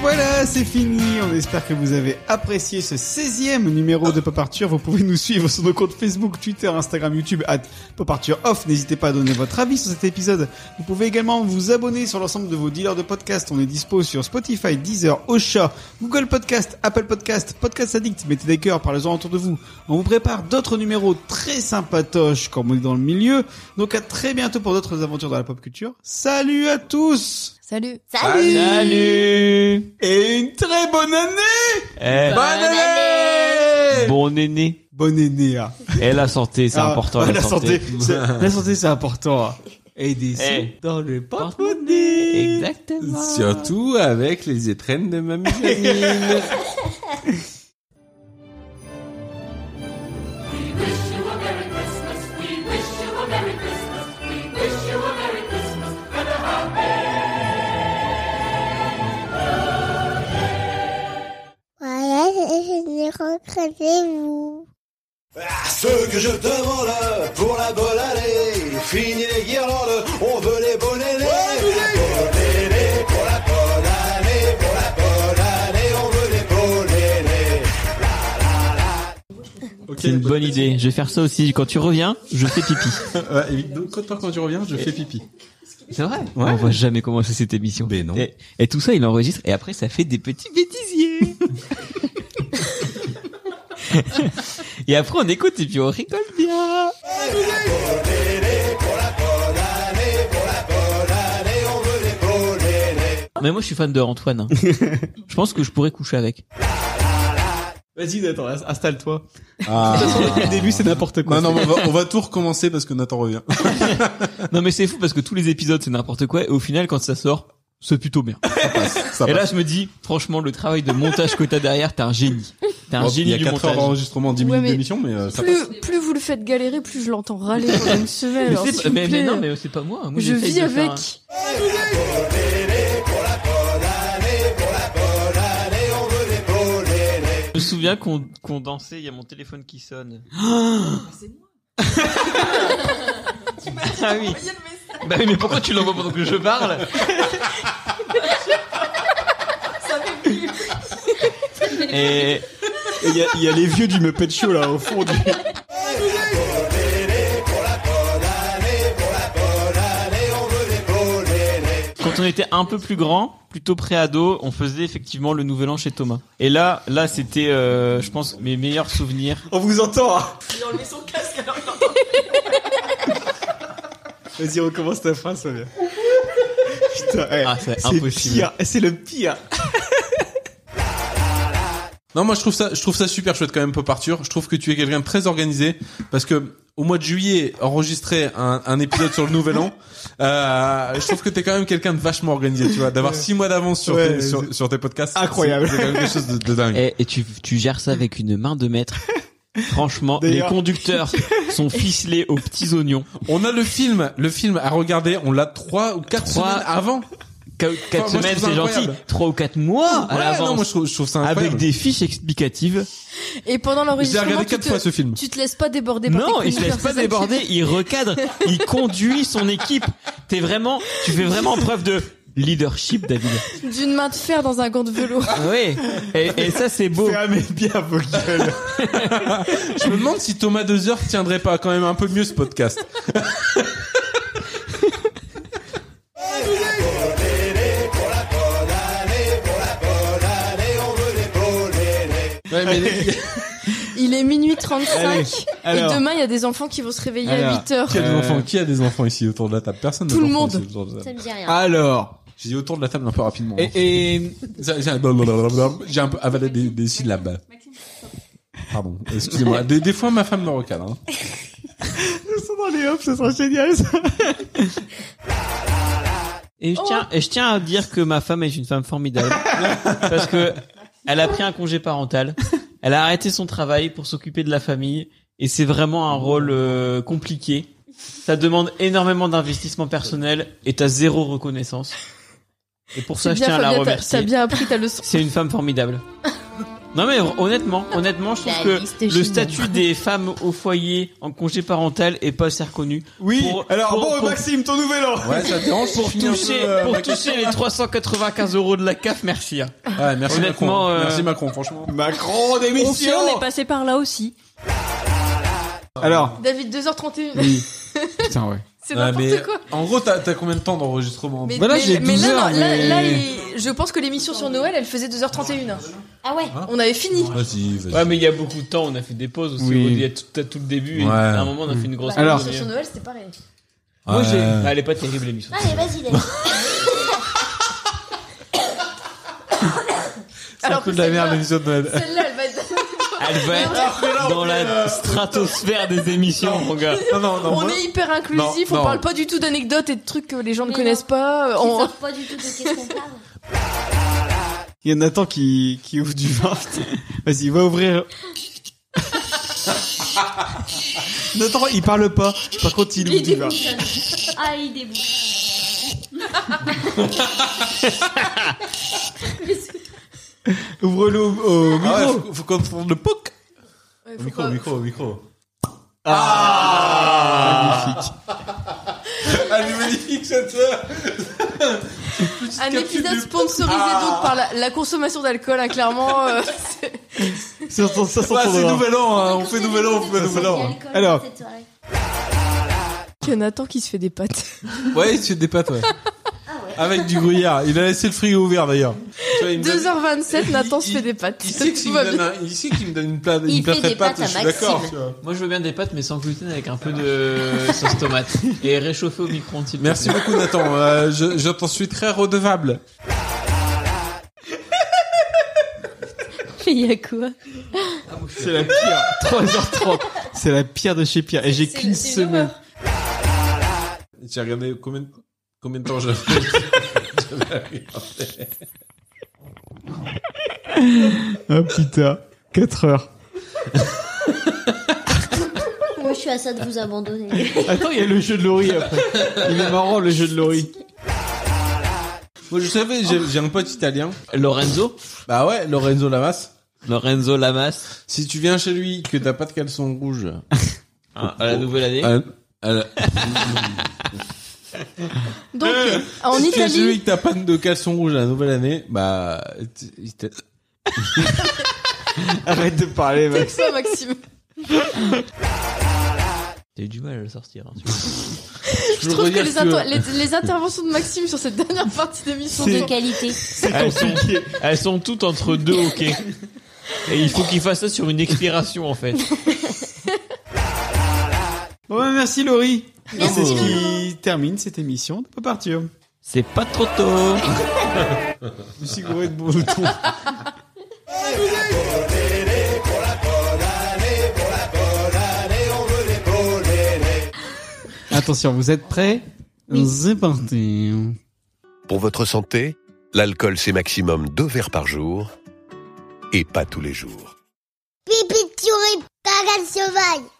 [SPEAKER 2] Voilà, c'est fini. On espère que vous avez apprécié ce 16e numéro de Pop Arthur. Vous pouvez nous suivre sur nos comptes Facebook, Twitter, Instagram, YouTube, at Pop Arthur Off. N'hésitez pas à donner votre avis sur cet épisode. Vous pouvez également vous abonner sur l'ensemble de vos dealers de podcasts. On est dispo sur Spotify, Deezer, Ocha, Google Podcast, Apple Podcast, Podcast Addict. Mettez des cœurs, parlez-en autour de vous. On vous prépare d'autres numéros très sympatoches, comme on est dans le milieu. Donc à très bientôt pour d'autres aventures dans la pop culture. Salut à tous
[SPEAKER 3] Salut
[SPEAKER 7] Salut
[SPEAKER 4] Ah, Salut
[SPEAKER 2] et une très bonne année
[SPEAKER 4] Eh,
[SPEAKER 7] Bonne année
[SPEAKER 4] Bon néné.
[SPEAKER 2] Bonne année hein.
[SPEAKER 4] Et la santé, c'est
[SPEAKER 2] Ah,
[SPEAKER 4] important,
[SPEAKER 2] ouais,
[SPEAKER 4] la,
[SPEAKER 2] la santé. c'est- La santé, c'est important. hein. Et des
[SPEAKER 4] Eh.
[SPEAKER 2] dans le porte
[SPEAKER 4] Exactement.
[SPEAKER 5] Surtout euh, avec les étrennes de mamie Janine.
[SPEAKER 6] Voilà, je vais rencontrer vous.
[SPEAKER 8] Ce que je demande pour la bonne année, fini les guirlandes, on veut les bonnets. Bonne année, pour la bonne année, pour la bonne année, on veut les bonnets. La la la.
[SPEAKER 4] C'est une bonne idée. Je vais faire ça aussi. Quand tu reviens, je fais pipi.
[SPEAKER 5] ouais, et donc, quand, quand tu reviens, je fais pipi.
[SPEAKER 4] C'est vrai. Ouais. On voit jamais comment c'est cette émission.
[SPEAKER 28] Ben
[SPEAKER 5] Mais non.
[SPEAKER 4] Et, et tout ça, il enregistre et après, ça fait des petits bêtisiers. et après, on écoute et puis on rigole bien. Mais moi, je suis fan de Antoine. je pense que je pourrais coucher avec.
[SPEAKER 28] Vas-y Nathan, installe-toi.
[SPEAKER 5] Ah.
[SPEAKER 28] De toute façon, depuis le début, c'est n'importe quoi.
[SPEAKER 5] Non, non, on va, on va tout recommencer parce que Nathan revient.
[SPEAKER 4] non, mais c'est fou parce que tous les épisodes, c'est n'importe quoi. Et au final, quand ça sort, c'est plutôt bien.
[SPEAKER 28] Ah
[SPEAKER 5] Ça passe, ça
[SPEAKER 4] et là,
[SPEAKER 28] bah.
[SPEAKER 5] passe.
[SPEAKER 4] je me dis, franchement, le travail de montage que t'as derrière, t'es un génie. T'es
[SPEAKER 28] Oh,
[SPEAKER 4] un
[SPEAKER 5] Bon, Il
[SPEAKER 4] génie
[SPEAKER 5] y a
[SPEAKER 4] du
[SPEAKER 5] 4 heures
[SPEAKER 4] montage.
[SPEAKER 5] d'enregistrement, 10
[SPEAKER 3] Ouais,
[SPEAKER 5] minutes
[SPEAKER 3] mais
[SPEAKER 5] d'émission, mais euh, ça passe.
[SPEAKER 3] Plus, plus vous le faites galérer, plus je l'entends râler pendant une semaine.
[SPEAKER 4] Mais,
[SPEAKER 3] alors,
[SPEAKER 4] c'est-
[SPEAKER 3] s'il vous
[SPEAKER 4] mais- mais
[SPEAKER 3] plaît.
[SPEAKER 4] non, mais c'est pas moi. Moi,
[SPEAKER 3] je
[SPEAKER 4] j'essaye
[SPEAKER 3] vis
[SPEAKER 4] de faire
[SPEAKER 3] avec.
[SPEAKER 4] un- Je me souviens qu'on qu'on dansait, il y a mon téléphone qui sonne. Ah oui. Bah oui, mais pourquoi tu l'envoies pendant que je parle Et
[SPEAKER 28] Et il y a, il y a les vieux du Muppet Show là au fond du.
[SPEAKER 4] quand on était un peu plus grand, plutôt pré-ado, on faisait effectivement le Nouvel An chez Thomas. Et là, là, c'était, euh, je pense, mes meilleurs souvenirs.
[SPEAKER 28] On vous entend. hein.
[SPEAKER 6] Il a enlevé son casque alors il
[SPEAKER 28] Vas-y, recommence ta phrase, Fabien. Putain,
[SPEAKER 2] eh,
[SPEAKER 28] ouais,
[SPEAKER 4] Ah, c'est
[SPEAKER 28] c'est
[SPEAKER 4] impossible.
[SPEAKER 28] pire, c'est le pire.
[SPEAKER 5] Non, moi je trouve ça, je trouve ça super chouette quand même, Pop Arthur. Je trouve que tu es quelqu'un de très organisé parce que au mois de juillet, enregistrer un, un épisode sur le Nouvel An, euh, je trouve que t'es quand même quelqu'un de vachement organisé, tu vois, d'avoir six mois d'avance sur,
[SPEAKER 28] Ouais,
[SPEAKER 5] tes, sur,
[SPEAKER 28] c'est-
[SPEAKER 5] sur tes podcasts.
[SPEAKER 28] Incroyable.
[SPEAKER 5] C'est c'est quand même quelque chose de, de dingue.
[SPEAKER 4] Eh, Et, et tu, tu gères ça avec une main de maître. Franchement, les
[SPEAKER 28] D'ailleurs-
[SPEAKER 4] conducteurs sont ficelés aux petits oignons.
[SPEAKER 5] On a le film, le film à regarder. On l'a trois ou quatre
[SPEAKER 4] Trois-
[SPEAKER 5] semaines avant.
[SPEAKER 4] Qu- Quatre
[SPEAKER 5] Enfin, moi, je
[SPEAKER 4] semaines,
[SPEAKER 5] trouve ça
[SPEAKER 4] c'est gentil.
[SPEAKER 5] incroyable.
[SPEAKER 4] Trois ou quatre mois à
[SPEAKER 5] Ouais, non, moi
[SPEAKER 4] l'avance.
[SPEAKER 5] je trouve, je trouve ça incroyable.
[SPEAKER 4] Avec des fiches explicatives.
[SPEAKER 3] Et pendant
[SPEAKER 5] J'ai
[SPEAKER 3] l'enregistrement,
[SPEAKER 5] regardé
[SPEAKER 3] tu,
[SPEAKER 5] quatre
[SPEAKER 3] te-
[SPEAKER 5] fois ce film.
[SPEAKER 3] tu te laisses pas déborder par
[SPEAKER 4] Non,
[SPEAKER 3] tes
[SPEAKER 4] il se laisse
[SPEAKER 3] chroniqueurs,
[SPEAKER 4] pas
[SPEAKER 3] c'est ça le
[SPEAKER 4] déborder,
[SPEAKER 3] truc.
[SPEAKER 4] il recadre, il conduit son équipe. T'es vraiment, tu fais vraiment preuve de leadership, David.
[SPEAKER 3] D'une main de fer dans un gant de velours.
[SPEAKER 4] Oui. Et, et ça, c'est beau.
[SPEAKER 28] Fermez bien vos gueules.
[SPEAKER 5] Je me demande si Thomas Deux Heures tiendrait pas quand même un peu mieux ce podcast.
[SPEAKER 28] Ouais, mais les-
[SPEAKER 3] Il est minuit 35
[SPEAKER 28] Allez, alors.
[SPEAKER 3] et demain il y a des enfants qui vont se réveiller
[SPEAKER 28] Alors.
[SPEAKER 3] à 8 heures.
[SPEAKER 5] Qui a des
[SPEAKER 28] Euh.
[SPEAKER 5] enfants Qui a des enfants ici autour de la table Personne. n'a
[SPEAKER 3] Tout le
[SPEAKER 5] d'enfants
[SPEAKER 3] monde.
[SPEAKER 5] ici autour de la table.
[SPEAKER 7] Ça me dit rien.
[SPEAKER 28] Alors.
[SPEAKER 5] J'ai dit autour de la table un peu rapidement.
[SPEAKER 28] Et, et
[SPEAKER 5] Ça, J'ai blablabla, j'ai un peu avalé des, des syllabes. Pardon, excusez-moi. Des, des fois, ma femme me recadre. Hein.
[SPEAKER 28] Allez hop, ça sera génial ça.
[SPEAKER 4] Et je tiens, et je tiens à dire que ma femme est une femme formidable. parce que elle a pris un congé parental. Elle a arrêté son travail pour s'occuper de la famille. Et c'est vraiment un rôle euh, compliqué. Ça demande énormément d'investissement personnel et t'as zéro reconnaissance. Et pour ça,
[SPEAKER 3] C'est
[SPEAKER 4] je
[SPEAKER 3] bien,
[SPEAKER 4] tiens à la
[SPEAKER 3] Fabien, t'as-
[SPEAKER 4] remercier.
[SPEAKER 3] T'as bien appris ta leçon.
[SPEAKER 4] C'est une femme formidable. Non mais honnêtement, honnêtement, je trouve
[SPEAKER 7] La liste est
[SPEAKER 4] que le
[SPEAKER 7] géniale.
[SPEAKER 4] statut des femmes au foyer en congé parental est pas assez reconnu.
[SPEAKER 28] Oui.
[SPEAKER 4] Pour-
[SPEAKER 28] alors
[SPEAKER 4] pour-
[SPEAKER 28] bon,
[SPEAKER 4] pour-
[SPEAKER 28] Maxime, ton nouvel an.
[SPEAKER 5] Ouais, ça te dérange
[SPEAKER 4] Pour
[SPEAKER 5] je finis un
[SPEAKER 4] toucher,
[SPEAKER 5] peu, euh,
[SPEAKER 4] pour
[SPEAKER 5] Macron.
[SPEAKER 4] toucher les 395 euros de la CAF, merci. hein.
[SPEAKER 5] Ouais, merci
[SPEAKER 4] Honnêtement,
[SPEAKER 5] Macron.
[SPEAKER 4] euh,
[SPEAKER 5] Merci Macron, franchement.
[SPEAKER 28] Macron
[SPEAKER 6] Si
[SPEAKER 28] démission.
[SPEAKER 6] on est passé par là aussi.
[SPEAKER 2] Ah,
[SPEAKER 28] Alors.
[SPEAKER 3] David 2h31.
[SPEAKER 28] Oui. Putain ouais.
[SPEAKER 3] C'est
[SPEAKER 5] Ouais,
[SPEAKER 3] n'importe
[SPEAKER 5] mais
[SPEAKER 3] quoi.
[SPEAKER 5] en gros, t'as t'as combien de temps d'enregistrement
[SPEAKER 3] Mais,
[SPEAKER 28] bah là,
[SPEAKER 3] mais-
[SPEAKER 28] j'ai
[SPEAKER 3] mais
[SPEAKER 28] 12
[SPEAKER 3] là,
[SPEAKER 28] heures,
[SPEAKER 3] non, là,
[SPEAKER 28] mais-
[SPEAKER 3] là, il- je pense que l'émission sur Noël, elle faisait 2h31.
[SPEAKER 7] Ah ouais.
[SPEAKER 3] On avait fini.
[SPEAKER 5] Vas-y, vas-y.
[SPEAKER 4] Ouais, mais il y a beaucoup de temps, on a fait des pauses aussi.
[SPEAKER 28] Oui.
[SPEAKER 4] Il y a tout, à tout le début, et
[SPEAKER 5] Ouais.
[SPEAKER 4] à un moment, on a fait une grosse
[SPEAKER 3] Bah,
[SPEAKER 4] pause. euh,
[SPEAKER 28] Alors.
[SPEAKER 3] L'émission sur Noël, c'était pareil.
[SPEAKER 4] Moi, j'ai-
[SPEAKER 5] Ouais.
[SPEAKER 4] Ah, elle est pas terrible, l'émission.
[SPEAKER 7] Allez, vas-y, David.
[SPEAKER 5] C'est un
[SPEAKER 3] Alors
[SPEAKER 5] peu de
[SPEAKER 3] que
[SPEAKER 5] la merde
[SPEAKER 3] celle-là-
[SPEAKER 5] l'émission de Noël.
[SPEAKER 3] Celle-là, elle va être.
[SPEAKER 4] Elle va
[SPEAKER 28] Ah,
[SPEAKER 4] être dans
[SPEAKER 28] euh,
[SPEAKER 4] la stratosphère des émissions, mon gars.
[SPEAKER 5] Non, non, non.
[SPEAKER 3] on
[SPEAKER 5] moi-
[SPEAKER 3] est hyper inclusif,
[SPEAKER 5] non.
[SPEAKER 3] on parle pas du tout d'anecdotes et de trucs que les gens ne
[SPEAKER 7] Mais
[SPEAKER 3] connaissent
[SPEAKER 7] non.
[SPEAKER 3] pas. euh,
[SPEAKER 7] Qui
[SPEAKER 3] On-
[SPEAKER 7] savent pas du tout de qu'est-ce qu'on parle.
[SPEAKER 28] Il y a Nathan qui qui ouvre du vin. Vas-y, va ouvrir. Nathan, il parle pas. Par contre, il ouvre du vin.
[SPEAKER 7] Ah, il débouche.
[SPEAKER 28] Ouvre-le au, au micro.
[SPEAKER 5] Ah ouais, faut, faut confondre le poc.
[SPEAKER 3] Ouais,
[SPEAKER 5] Au
[SPEAKER 3] faut
[SPEAKER 5] micro,
[SPEAKER 3] pas-
[SPEAKER 5] au micro, au micro.
[SPEAKER 28] Ah, magnifique.
[SPEAKER 5] Ah, Elle est magnifique cette heure.
[SPEAKER 3] Un épisode sponsorisé donc par
[SPEAKER 5] Ah.
[SPEAKER 3] la, la consommation d'alcool, hein, clairement. euh, c'est-
[SPEAKER 2] Ça, ça, ça, ça,
[SPEAKER 5] Bah, c'est
[SPEAKER 2] ça,
[SPEAKER 5] nouvel an, hein, on fait nouvel an, on fait nouvel an.
[SPEAKER 2] Alors,
[SPEAKER 3] Il y en a tant qui se fait des pâtes.
[SPEAKER 5] Ouais, tu te dépattes, ouais. Avec du gruyère. Il a laissé le frigo ouvert d'ailleurs. Tu vois, il me donne-
[SPEAKER 3] 2h27, Nathan se fait des pâtes.
[SPEAKER 5] Il sait qu'il
[SPEAKER 3] Tout
[SPEAKER 5] me
[SPEAKER 3] va
[SPEAKER 5] donne
[SPEAKER 3] bien.
[SPEAKER 5] un- il sait qu'il me donne une plate,
[SPEAKER 7] Il
[SPEAKER 5] une plâtrée
[SPEAKER 7] fait des
[SPEAKER 5] de pâtes,
[SPEAKER 7] pâtes à
[SPEAKER 5] je suis
[SPEAKER 7] Maxime.
[SPEAKER 5] d'accord, tu vois.
[SPEAKER 4] Moi, je veux bien des pâtes, mais sans gluten, avec un peu de sauce tomate. Et réchauffé au micro-ondes, s'il te
[SPEAKER 5] Merci
[SPEAKER 4] plaît.
[SPEAKER 5] beaucoup Nathan, Euh, je, je t'en suis très redevable.
[SPEAKER 7] Mais il y a quoi
[SPEAKER 2] c'est la pire. 3h30. C'est la pire de chez pire. Et j'ai
[SPEAKER 7] C'est-
[SPEAKER 2] qu'une
[SPEAKER 7] c'est une
[SPEAKER 2] semaine.
[SPEAKER 5] J'ai regardé combien de, combien de temps j'avais j'avais regardé.
[SPEAKER 2] Ah putain. 4 heures.
[SPEAKER 7] Moi, je suis à ça de vous abandonner.
[SPEAKER 2] Attends, il y a le jeu de Laurie après. Il est marrant le jeu de Laurie.
[SPEAKER 5] Moi je savais, j'ai j'ai un pote italien.
[SPEAKER 4] Lorenzo
[SPEAKER 5] Bah ouais, Lorenzo Lamas.
[SPEAKER 4] Lorenzo Lamas,
[SPEAKER 5] Si tu viens chez lui que t'as pas de caleçon rouge euh,
[SPEAKER 4] à, à la nouvelle année.
[SPEAKER 5] à- à la-
[SPEAKER 3] Donc,
[SPEAKER 5] Euh,
[SPEAKER 3] en
[SPEAKER 5] si tu viens chez lui
[SPEAKER 3] Italie,
[SPEAKER 5] que t'as pas de caleçon rouge à la nouvelle année, bah t- il t'a-
[SPEAKER 2] Arrête de parler, mec.
[SPEAKER 3] ça, Maxime.
[SPEAKER 4] T'as eu du mal à le sortir. hein,
[SPEAKER 3] Je
[SPEAKER 5] veux
[SPEAKER 3] trouve que
[SPEAKER 5] redire
[SPEAKER 3] les,
[SPEAKER 5] que-
[SPEAKER 3] inter- les- les interventions de Maxime sur cette dernière partie d'émission
[SPEAKER 7] Pour de
[SPEAKER 3] sont-
[SPEAKER 7] qualité.
[SPEAKER 4] elles, sont, elles sont toutes entre deux ok. Et il faut qu'il fasse ça sur une expiration en fait.
[SPEAKER 2] Bon, bah, merci Laurie.
[SPEAKER 7] Merci,
[SPEAKER 2] C'est ce
[SPEAKER 7] Lolo.
[SPEAKER 2] qui termine cette émission de Pas Partir.
[SPEAKER 4] C'est pas trop tôt.
[SPEAKER 2] Je suis gouré de bon ton. Attention, vous êtes prêts C'est parti.
[SPEAKER 29] Pour votre santé, l'alcool c'est maximum deux verres par jour et pas tous les jours.
[SPEAKER 6] Pipi de souris, cagade sauvage.